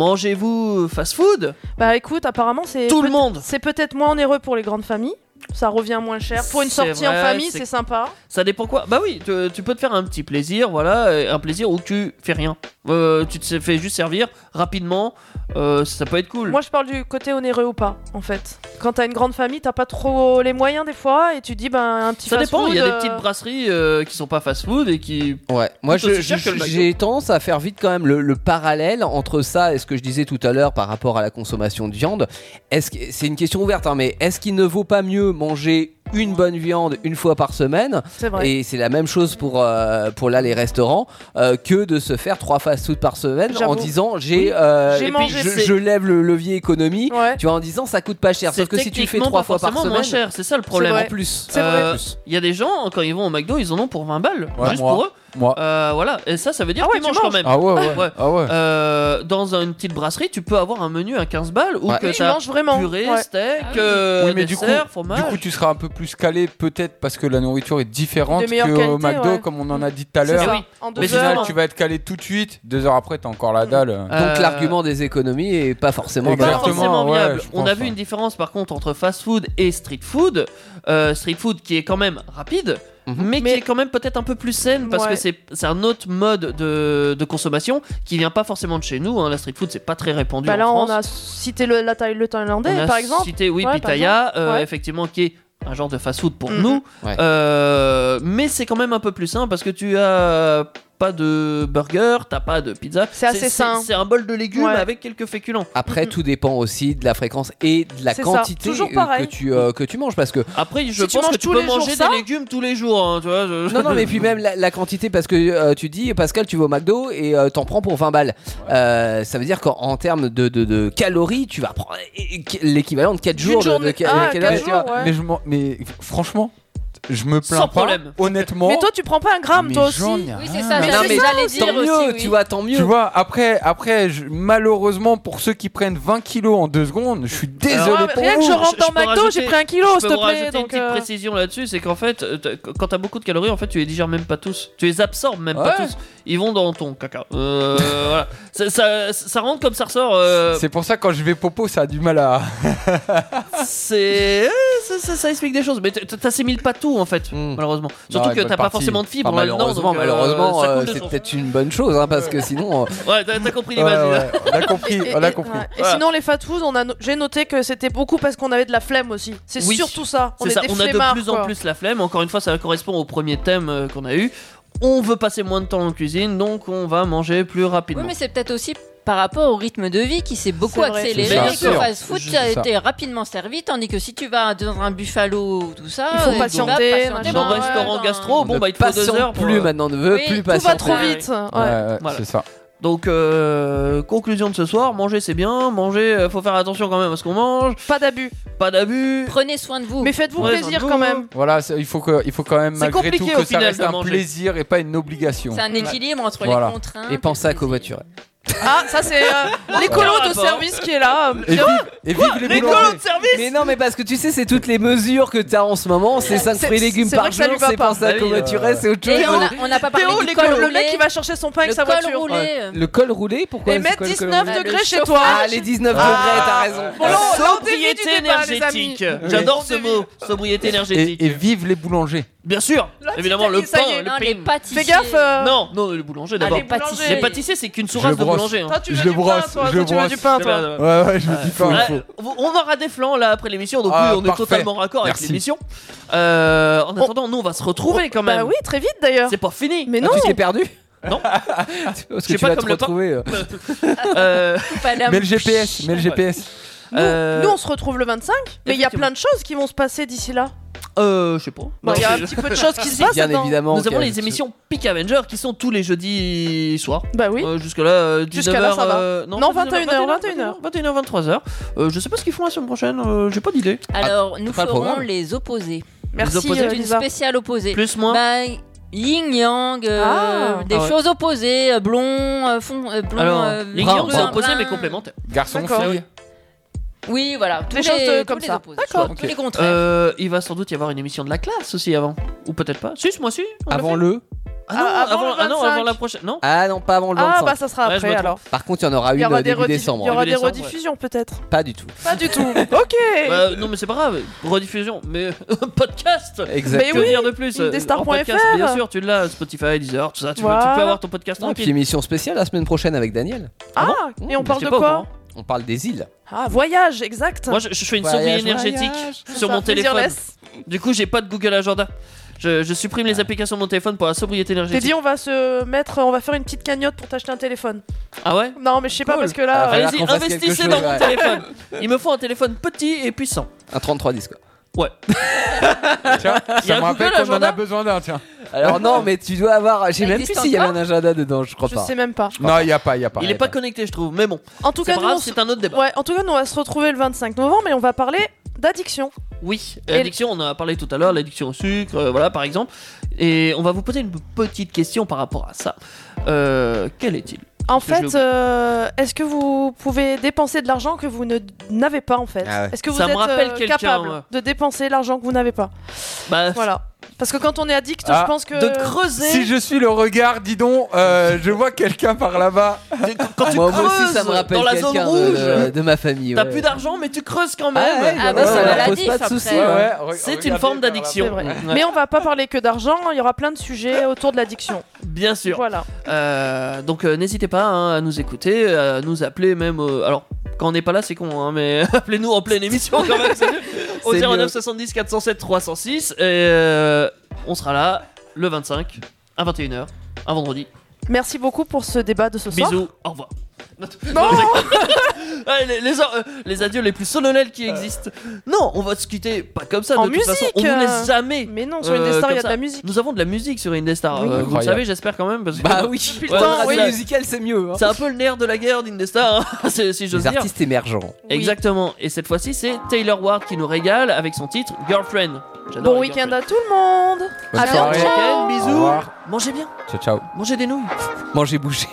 Speaker 3: mangez-vous fast-food
Speaker 2: Bah écoute, apparemment c'est
Speaker 3: Tout le
Speaker 2: peut-
Speaker 3: monde.
Speaker 2: C'est peut-être moins onéreux pour les grandes familles. Ça revient moins cher. Pour une
Speaker 3: C'est
Speaker 2: sortie en
Speaker 3: vrai,
Speaker 2: famille,
Speaker 3: c'est-
Speaker 2: c'est sympa.
Speaker 3: Ça dépend quoi Bah oui, tu, tu peux te faire un petit plaisir, voilà, euh, un plaisir où tu fais rien. Euh, tu te fais juste servir rapidement, euh, ça peut être cool.
Speaker 2: Moi, je parle du côté onéreux ou pas, en fait. Quand t'as une grande famille, t'as pas trop les moyens des fois, et tu dis ben un petit.
Speaker 3: ça dépend, il y a des
Speaker 2: fast-food,
Speaker 3: petites
Speaker 2: euh,
Speaker 3: brasseries euh, qui sont pas fast-food et qui...
Speaker 4: Ouais, moi
Speaker 3: Tout
Speaker 4: je-
Speaker 3: aussi cher que le
Speaker 4: je-
Speaker 3: McDo.
Speaker 4: j'ai tendance à faire vite quand même le, le parallèle entre ça et ce que je disais tout à l'heure par rapport à la consommation de viande. Est-ce que c'est une question ouverte, hein, mais est-ce qu'il ne vaut pas mieux manger une bonne viande une fois par semaine
Speaker 2: C'est vrai.
Speaker 4: Et c'est la même chose pour euh, pour là les restaurants euh, que de se faire trois fast-food par semaine en
Speaker 3: J'avoue.
Speaker 4: disant j'ai
Speaker 3: Oui.
Speaker 4: euh, et
Speaker 3: J'ai
Speaker 4: puis
Speaker 3: mangé,
Speaker 4: je,
Speaker 3: c'est-
Speaker 4: je lève le levier économie, tu vois en disant ça coûte pas cher.
Speaker 3: C'est
Speaker 4: Sauf que si tu fais
Speaker 3: techniquement
Speaker 4: trois
Speaker 3: pas
Speaker 4: fois par
Speaker 3: forcément
Speaker 4: semaine,
Speaker 3: moins cher, c'est ça le problème.
Speaker 4: En plus,
Speaker 3: il
Speaker 4: Euh,
Speaker 3: y a des gens quand ils vont au McDo, ils en ont pour 20 balles,
Speaker 5: Ouais,
Speaker 3: juste
Speaker 5: moi.
Speaker 3: pour eux.
Speaker 5: Moi.
Speaker 3: Euh, voilà, et ça, ça veut dire
Speaker 5: Ah ouais,
Speaker 3: qu'ils
Speaker 5: tu
Speaker 3: mangent quand
Speaker 5: manges.
Speaker 3: même.
Speaker 5: Ah ouais, ouais. Ah ouais.
Speaker 3: Euh, dans une petite brasserie, tu peux avoir un menu à 15 balles ou
Speaker 5: Ouais.
Speaker 3: que
Speaker 5: Oui,
Speaker 3: t'as
Speaker 5: ils mangent vraiment.
Speaker 3: purée,
Speaker 5: Ouais. Ah
Speaker 3: steak, euh,
Speaker 5: Oui, mais du coup,
Speaker 3: dessert, fromage.
Speaker 5: du coup, tu seras un peu plus calé, peut-être parce que la nourriture est différente
Speaker 3: De meilleure
Speaker 5: qu'au
Speaker 3: qualité,
Speaker 5: McDo,
Speaker 3: ouais.
Speaker 5: comme on en a dit tout à
Speaker 3: C'est
Speaker 5: l'heure.
Speaker 3: ça, Oui. en
Speaker 5: Au
Speaker 3: deux
Speaker 5: final,
Speaker 3: heures.
Speaker 5: tu vas être calé tout de suite. Deux heures après, t'as encore la dalle.
Speaker 3: Euh,
Speaker 5: Donc
Speaker 4: Donc l'argument des économies est pas forcément
Speaker 3: pas
Speaker 4: valable.
Speaker 3: bah, forcément viable. On a vu une différence par contre entre fast food et street food. Euh, street food qui est quand même rapide. Mais, qui est quand même peut-être un peu plus saine parce que
Speaker 2: Ouais.
Speaker 3: c'est c'est un autre mode de, de consommation qui vient pas forcément de chez nous. hein. La street food c'est pas très répandu
Speaker 2: Bah
Speaker 3: en
Speaker 2: là,
Speaker 3: France.
Speaker 2: on a cité le, la Thaï- le Thaïlandais,
Speaker 3: On a
Speaker 2: par exemple.
Speaker 3: cité, oui,
Speaker 2: Ouais, par
Speaker 3: Pitaya,
Speaker 2: exemple.
Speaker 3: euh,
Speaker 2: Ouais.
Speaker 3: effectivement, qui est un genre de fast-food pour
Speaker 2: Mhm.
Speaker 3: nous.
Speaker 4: Ouais.
Speaker 3: Euh, mais c'est quand même un peu plus sain parce que tu as pas de burger, t'as pas de pizza.
Speaker 2: C'est assez sain.
Speaker 3: C'est un bol de légumes
Speaker 2: Ouais.
Speaker 3: avec quelques féculents.
Speaker 4: Après, tout dépend aussi de la fréquence et de la
Speaker 3: C'est ça,
Speaker 4: quantité
Speaker 3: toujours
Speaker 4: euh,
Speaker 3: pareil.
Speaker 4: que tu, euh, que tu manges. Parce que.
Speaker 3: Après, je
Speaker 4: Si tu
Speaker 3: pense
Speaker 4: manges
Speaker 3: que tu
Speaker 4: tous
Speaker 3: peux
Speaker 4: les jours
Speaker 3: manger
Speaker 4: ça-
Speaker 3: des légumes tous les jours. hein, tu vois, je-
Speaker 4: Non, non, mais puis même la, la quantité, parce que euh, tu dis, Pascal, tu vas au McDo et euh, t'en prends pour 20 balles. Euh, ça veut dire qu'en en termes de, de- de calories, tu vas Ah,
Speaker 3: Ah,
Speaker 4: prendre euh, l'équivalent de 4 jours de- de, ca- de calories, tu vois.
Speaker 5: Mais, je m'en- mais franchement, je me plains
Speaker 2: Sans
Speaker 5: pas.
Speaker 2: problème.
Speaker 5: Honnêtement.
Speaker 2: Mais toi, tu prends pas un gramme,
Speaker 5: Mais
Speaker 2: toi aussi.
Speaker 5: j'en ai Oui,
Speaker 4: c'est ça, Mais non, mais j'allais dire tant aussi, mieux, oui. tu vois, tant mieux.
Speaker 5: Tu vois, après, après je- malheureusement, pour ceux qui prennent 20 kilos en deux secondes, je suis désolé
Speaker 3: Alors,
Speaker 5: pour
Speaker 2: rien que
Speaker 5: vous.
Speaker 2: je rentre dans
Speaker 3: peux
Speaker 2: McDo, j'ai
Speaker 3: rajouter-
Speaker 2: pris un kilo,
Speaker 3: je peux
Speaker 2: s'il te
Speaker 3: vous
Speaker 2: plaît,
Speaker 3: rajouter
Speaker 2: donc,
Speaker 3: une petite
Speaker 2: euh,
Speaker 3: précision là-dessus, c'est qu'en fait, euh, t'as- quand t'as beaucoup de calories, en fait, tu les digères même pas tous. Tu les absorbes même pas
Speaker 5: Ouais.
Speaker 3: tous. Ils vont dans ton caca. Euh, voilà. Ça, ça- ça rentre comme ça ressort. euh,
Speaker 5: C'est pour ça que quand je vais popo, ça a du mal à.
Speaker 3: c'est euh, ça, ça- ça explique des choses. Mais t- t'as ces mille pas tout en fait,
Speaker 4: Hmm.
Speaker 3: malheureusement. Surtout
Speaker 4: Ouais,
Speaker 3: que
Speaker 4: bonne
Speaker 3: t'as pas
Speaker 4: partie.
Speaker 3: forcément de fibres.
Speaker 4: Enfin,
Speaker 3: là-dedans,
Speaker 4: Ah, malheureusement,
Speaker 3: donc, euh,
Speaker 4: malheureusement,
Speaker 3: ça coule
Speaker 4: euh,
Speaker 3: de
Speaker 4: c'est
Speaker 3: source.
Speaker 4: peut-être une bonne chose, hein, parce que sinon. euh,
Speaker 3: Ouais, t'as t'as compris
Speaker 4: Ouais,
Speaker 3: l'image. là.
Speaker 4: ouais, on a compris,
Speaker 2: Et-
Speaker 4: on a
Speaker 2: et-
Speaker 4: compris.
Speaker 2: ouais. Et
Speaker 3: Voilà.
Speaker 2: sinon, les fat foods, on a no- j'ai noté que c'était beaucoup parce qu'on avait de la flemme aussi. C'est
Speaker 3: Oui.
Speaker 2: surtout ça. On
Speaker 3: C'est
Speaker 2: est
Speaker 3: ça,
Speaker 2: des
Speaker 3: on a de
Speaker 2: flemmards,
Speaker 3: plus
Speaker 2: quoi.
Speaker 3: en plus la flemme. Encore une fois, ça correspond au premier thème euh, qu'on a eu. On veut passer moins de temps en cuisine, donc on va manger plus
Speaker 6: Oui,
Speaker 3: rapidement.
Speaker 6: mais c'est peut-être aussi par rapport au rythme de vie qui s'est beaucoup
Speaker 3: C'est vrai.
Speaker 6: accéléré.
Speaker 3: C'est ça.
Speaker 6: et que le
Speaker 3: Bien sûr.
Speaker 6: fast-food
Speaker 3: Je-
Speaker 6: a
Speaker 3: c'est ça.
Speaker 6: été rapidement servi, tandis que si tu vas dans un buffalo ou tout ça,
Speaker 2: Il faut
Speaker 6: euh, tu vas
Speaker 2: patienter,
Speaker 6: patienter
Speaker 2: machin,
Speaker 3: Dans
Speaker 6: dans-
Speaker 3: le restaurant gastro, bon bah il te faut deux
Speaker 4: patiente
Speaker 3: heures pour.
Speaker 4: plus maintenant, ne veut Oui, plus tout va patienter. trop vite, ouais. Ouais, ouais,
Speaker 5: c'est ça.
Speaker 3: Donc euh, conclusion de ce soir, manger c'est bien, manger euh, faut faire attention quand même à ce qu'on mange.
Speaker 2: Pas d'abus.
Speaker 3: Pas d'abus.
Speaker 6: Prenez soin de vous.
Speaker 2: Mais faites-vous
Speaker 3: Ouais,
Speaker 2: plaisir
Speaker 3: c'est
Speaker 2: quand
Speaker 3: beau.
Speaker 2: même.
Speaker 5: Voilà, c'est- il faut, que, il faut quand même
Speaker 2: C'est
Speaker 5: malgré tout
Speaker 2: compliqué,
Speaker 5: que
Speaker 2: au final,
Speaker 5: ça reste
Speaker 2: de
Speaker 5: un
Speaker 2: manger.
Speaker 5: plaisir et pas une obligation.
Speaker 6: C'est un équilibre entre
Speaker 5: Voilà.
Speaker 6: les contraintes.
Speaker 4: Et penser à covoiturer.
Speaker 2: Ah, ça c'est euh, l'écolo de
Speaker 4: rapport.
Speaker 2: service qui est là.
Speaker 4: Et
Speaker 2: Bien.
Speaker 4: vive, et vive les
Speaker 2: L'école
Speaker 4: boulangers.
Speaker 2: de service
Speaker 4: Mais non, mais parce que tu sais, c'est toutes les mesures que t'as en ce moment. C'est 5
Speaker 2: C'est-
Speaker 4: fruits et légumes
Speaker 2: c'est
Speaker 4: par
Speaker 2: vrai que ça
Speaker 4: jour,
Speaker 2: lui va
Speaker 4: c'est
Speaker 2: pas.
Speaker 4: penser à
Speaker 2: Bah oui,
Speaker 5: euh,
Speaker 4: comment tu restes, c'est autre chose.
Speaker 6: Et on a- on n'a pas parlé
Speaker 2: Théo,
Speaker 6: du
Speaker 2: les
Speaker 6: col
Speaker 2: col- le
Speaker 6: roulé.
Speaker 2: mec qui va chercher son pain avec
Speaker 6: Le
Speaker 2: sa
Speaker 6: col
Speaker 2: voiture.
Speaker 6: roulé,
Speaker 2: Ouais.
Speaker 6: euh,
Speaker 4: Le col roulé, pourquoi
Speaker 2: Et
Speaker 4: c'est
Speaker 2: mettre
Speaker 4: quoi le col
Speaker 2: 19
Speaker 4: roulé
Speaker 2: degrés chez toi.
Speaker 4: Ah, les 19 degrés, t'as raison.
Speaker 2: Bon, là, on- là, on
Speaker 3: Sobriété
Speaker 2: dévie du débat, les amis.
Speaker 3: énergétique. J'adore ce mot, sobriété énergétique.
Speaker 5: Et, et vive les boulangers.
Speaker 3: Bien sûr, évidemment le
Speaker 2: ça y est,
Speaker 3: pain, le
Speaker 2: non,
Speaker 3: pain.
Speaker 2: les pâtissiers. Fais gaffe, euh,
Speaker 3: Non, non, les boulangers d'abord.
Speaker 2: les boulangers.
Speaker 3: Les pâtissiers, c'est qu'une
Speaker 5: Je
Speaker 3: sourasse
Speaker 5: le
Speaker 3: de
Speaker 5: brosse.
Speaker 3: boulanger. hein.
Speaker 5: Toi, tu Je veux le du pain, brosse, toi, je toi, le tu veux brosse. du pain, toi.
Speaker 3: C'est
Speaker 5: Ouais, ouais, je veux du pain,
Speaker 3: Ouais,
Speaker 5: il
Speaker 3: On aura des flancs là après l'émission, donc
Speaker 5: Ah,
Speaker 3: oui, on est
Speaker 5: parfait.
Speaker 3: totalement raccord avec
Speaker 5: Merci.
Speaker 3: l'émission. Euh, en attendant, nous on va se retrouver quand
Speaker 2: Oh.
Speaker 3: même.
Speaker 2: Bah oui, très vite d'ailleurs.
Speaker 3: C'est pas fini.
Speaker 2: Mais
Speaker 3: Ah,
Speaker 2: non.
Speaker 3: tu t'es
Speaker 4: perdu
Speaker 3: Non.
Speaker 4: Parce
Speaker 3: Je
Speaker 4: que
Speaker 3: sais
Speaker 4: tu
Speaker 3: pas
Speaker 4: vas te
Speaker 3: comme le pain.
Speaker 4: retrouver. euh.
Speaker 3: Euh,
Speaker 5: Mets le GPS, mets le GPS.
Speaker 3: Euh,
Speaker 2: Nous, on se retrouve le 25, mais il y a plein de choses qui vont se passer d'ici là.
Speaker 3: Euh, je sais pas.
Speaker 2: Bon, il y a un petit peu de choses qui se passent Bien dedans. évidemment
Speaker 3: Nous
Speaker 2: qu'il y
Speaker 3: avons
Speaker 2: a-
Speaker 3: les émissions Peak Avenger qui sont tous les jeudis soirs.
Speaker 2: Bah oui.
Speaker 3: jusque là, euh, 19h.
Speaker 2: Jusqu'à là, ça va.
Speaker 3: euh,
Speaker 2: non,
Speaker 3: pas
Speaker 2: 21h,
Speaker 3: 21h, 21h, 23h. Euh, je sais pas ce qu'ils font la semaine prochaine, euh, j'ai pas d'idée.
Speaker 6: Alors,
Speaker 3: Ah,
Speaker 6: nous
Speaker 3: pas le
Speaker 6: ferons
Speaker 3: programme.
Speaker 6: les opposés.
Speaker 3: Merci, Les opposés, euh,
Speaker 6: une
Speaker 3: Lisa.
Speaker 6: spéciale opposée.
Speaker 3: Plus, moins
Speaker 6: Bah, Yin Yang, euh,
Speaker 3: Ah.
Speaker 6: des
Speaker 3: Ah ouais.
Speaker 6: choses opposées, euh, blond, euh, fond, euh, blond,
Speaker 3: Alors,
Speaker 6: euh,
Speaker 3: les
Speaker 6: brun,
Speaker 3: liens sont
Speaker 6: brun,
Speaker 3: opposés
Speaker 6: brun.
Speaker 3: mais complémentaires.
Speaker 5: Garçon, fille.
Speaker 6: Oui, voilà.
Speaker 2: Des
Speaker 6: Tous
Speaker 2: choses,
Speaker 6: les-
Speaker 2: euh,
Speaker 6: tous
Speaker 2: comme
Speaker 6: les
Speaker 2: ça.
Speaker 6: opposés.
Speaker 2: D'accord.
Speaker 6: Tous les contraires.
Speaker 3: Euh, il va sans doute y avoir une émission de la classe aussi avant. Ou peut-être pas. Si, ce mois-ci.
Speaker 4: Avant le.
Speaker 3: Ah non,
Speaker 2: Ah, avant
Speaker 3: avant,
Speaker 2: le
Speaker 3: ah non,
Speaker 2: 25.
Speaker 3: avant la prochaine. Non
Speaker 4: Ah non, pas avant le
Speaker 2: Ah,
Speaker 4: 25.
Speaker 2: bah, ça sera Ouais, je après, me trompe. alors.
Speaker 4: Par contre, il y en aura
Speaker 2: Il
Speaker 4: une
Speaker 2: y aura
Speaker 4: euh,
Speaker 2: des,
Speaker 4: début
Speaker 2: rediff-
Speaker 4: décembre.
Speaker 2: il y aura
Speaker 4: hein.
Speaker 2: des rediffusions peut-être.
Speaker 4: Pas du tout.
Speaker 2: Pas du tout. ok.
Speaker 3: Bah, non, mais c'est pas grave. Rediffusion, mais podcast.
Speaker 4: Exact.
Speaker 3: Que
Speaker 4: Mais oui,
Speaker 3: dire de plus euh,
Speaker 2: indestar.fr.
Speaker 3: En podcast, Bien sûr, tu l'as. Spotify, Deezer, tout ça. Tu, peux- tu
Speaker 2: Voilà.
Speaker 3: peux avoir ton podcast
Speaker 4: Et
Speaker 3: en
Speaker 4: puis émission spéciale la semaine prochaine avec Daniel.
Speaker 2: Ah, et on parle de
Speaker 4: j'étais pas au
Speaker 2: quoi
Speaker 4: courant. On parle des îles.
Speaker 2: Ah, voyage, exact.
Speaker 3: Moi, je, je fais une
Speaker 4: Voyage,
Speaker 3: sobriété énergétique
Speaker 2: voyage. C'est
Speaker 3: sur
Speaker 2: ça,
Speaker 3: mon téléphone.
Speaker 2: measureless.
Speaker 3: Du coup, j'ai pas de Google Agenda. Je, je supprime les applications de mon téléphone pour la sobriété
Speaker 2: T'es
Speaker 3: énergétique.
Speaker 2: dit, on va se mettre, on va faire une petite cagnotte pour t'acheter un téléphone.
Speaker 3: Ah ouais
Speaker 2: Non, mais je sais pas parce que là. euh,
Speaker 3: Allez-y, investissez dans mon téléphone. Il me faut un téléphone petit et puissant.
Speaker 4: Un 33 10 quoi.
Speaker 3: Ouais.
Speaker 4: Il y a
Speaker 5: Ça me
Speaker 4: un Google
Speaker 5: rappelle qu'on en
Speaker 4: agenda
Speaker 5: a besoin d'un, tiens.
Speaker 4: Alors non, mais tu dois avoir. J'ai même plus
Speaker 2: existe
Speaker 4: s'il y avait un
Speaker 2: encore
Speaker 4: agenda dedans, je crois
Speaker 2: Je
Speaker 4: pas. Eh ben,
Speaker 2: sais même pas.
Speaker 5: Non, il y a pas, il y a pas.
Speaker 3: Il est pas connecté, je trouve, mais bon.
Speaker 2: En tout
Speaker 3: C'est
Speaker 2: cas,
Speaker 3: pas
Speaker 2: nous,
Speaker 3: grave,
Speaker 2: on s-
Speaker 3: c'est un autre débat.
Speaker 2: Ouais, en tout cas, nous, on va se retrouver le 25 novembre et on va parler d'addiction.
Speaker 3: Oui,
Speaker 2: Et-
Speaker 3: l'addiction, on en a parlé tout à l'heure, l'addiction au sucre, euh, voilà par exemple. Et on va vous poser une petite question par rapport à ça. Euh, quel est-il
Speaker 2: En
Speaker 3: Parce que je l'ai
Speaker 2: fait,
Speaker 3: oublié.
Speaker 2: euh, est-ce que vous pouvez dépenser de l'argent que vous ne n'avez pas en fait
Speaker 3: Ah ouais.
Speaker 2: Est-ce que vous
Speaker 3: Ça me
Speaker 2: êtes
Speaker 3: rappelle
Speaker 2: euh,
Speaker 3: quelqu'un,
Speaker 2: capable
Speaker 3: ouais.
Speaker 2: de dépenser l'argent que vous n'avez pas
Speaker 3: Bah,
Speaker 2: Voilà. Parce que quand on est addict,
Speaker 5: Ah,
Speaker 4: Ah.
Speaker 2: je pense que
Speaker 5: Si je suis le regard, dis donc, euh, je vois quelqu'un par là-bas.
Speaker 4: Moi moi aussi, ça me rappelle
Speaker 3: dans la zone
Speaker 4: quelqu'un
Speaker 3: rouge,
Speaker 4: de, de ma famille.
Speaker 3: T'as
Speaker 4: ouais.
Speaker 3: plus d'argent, mais tu creuses quand même.
Speaker 4: ouais, Ah bah, ouais, c'est ouais, maladif, pose pas de après. soucis, ouais. Ouais,
Speaker 5: re-
Speaker 3: C'est une
Speaker 5: regardez
Speaker 3: forme
Speaker 2: C'est
Speaker 3: d'addiction.
Speaker 2: vrai.
Speaker 3: Ouais.
Speaker 2: Mais on va pas parler que d'argent, il y aura plein de sujets autour de l'addiction.
Speaker 3: Bien sûr.
Speaker 2: Voilà.
Speaker 3: Euh, donc euh, n'hésitez pas hein, à nous écouter, à nous appeler même. euh, alors quand on n'est pas là, c'est con, hein, mais appelez-nous en pleine émission quand même. c'est mieux. Au
Speaker 4: C'est
Speaker 3: 09
Speaker 4: mieux.
Speaker 3: 70 407 306 et euh, on sera là le 25 à 21h, un vendredi.
Speaker 2: Merci beaucoup pour ce débat de ce soir.
Speaker 3: Bisous, au revoir. Non Ouais, les, les, euh, les adieux les plus solennels qui existent. Non, on va se quitter pas comme ça.
Speaker 2: en
Speaker 3: de
Speaker 2: musique
Speaker 3: toute façon, on ne
Speaker 2: euh,
Speaker 3: laisse jamais.
Speaker 2: Mais non, sur
Speaker 3: euh,
Speaker 2: Indestar, il y a
Speaker 3: comme
Speaker 2: de
Speaker 3: ça.
Speaker 2: la musique.
Speaker 3: Nous avons de la musique sur Indestar.
Speaker 2: Oui.
Speaker 3: euh, vous le
Speaker 4: Incroyable.
Speaker 3: savez, j'espère quand même. Parce que
Speaker 4: Bah oui.
Speaker 3: Depuis le
Speaker 4: Ouais,
Speaker 3: temps,
Speaker 4: la
Speaker 3: oui.
Speaker 4: radio musicale, c'est mieux. hein.
Speaker 3: C'est un peu le nerf de la guerre d'Indestar, hein, si si j'ose
Speaker 4: Les
Speaker 3: dire.
Speaker 4: artistes émergents.
Speaker 3: Exactement. Et cette fois-ci, c'est Taylor Ward qui nous régale avec son titre Girlfriend. J'adore
Speaker 2: Bon
Speaker 3: les
Speaker 2: week-end à tout le monde.
Speaker 3: Bonne
Speaker 2: à
Speaker 3: soirée.
Speaker 2: bientôt.
Speaker 3: Week-end, bisous.
Speaker 5: Au revoir.
Speaker 3: Mangez bien.
Speaker 5: Ciao, ciao.
Speaker 3: Mangez des nouilles.
Speaker 4: Mangez bouché.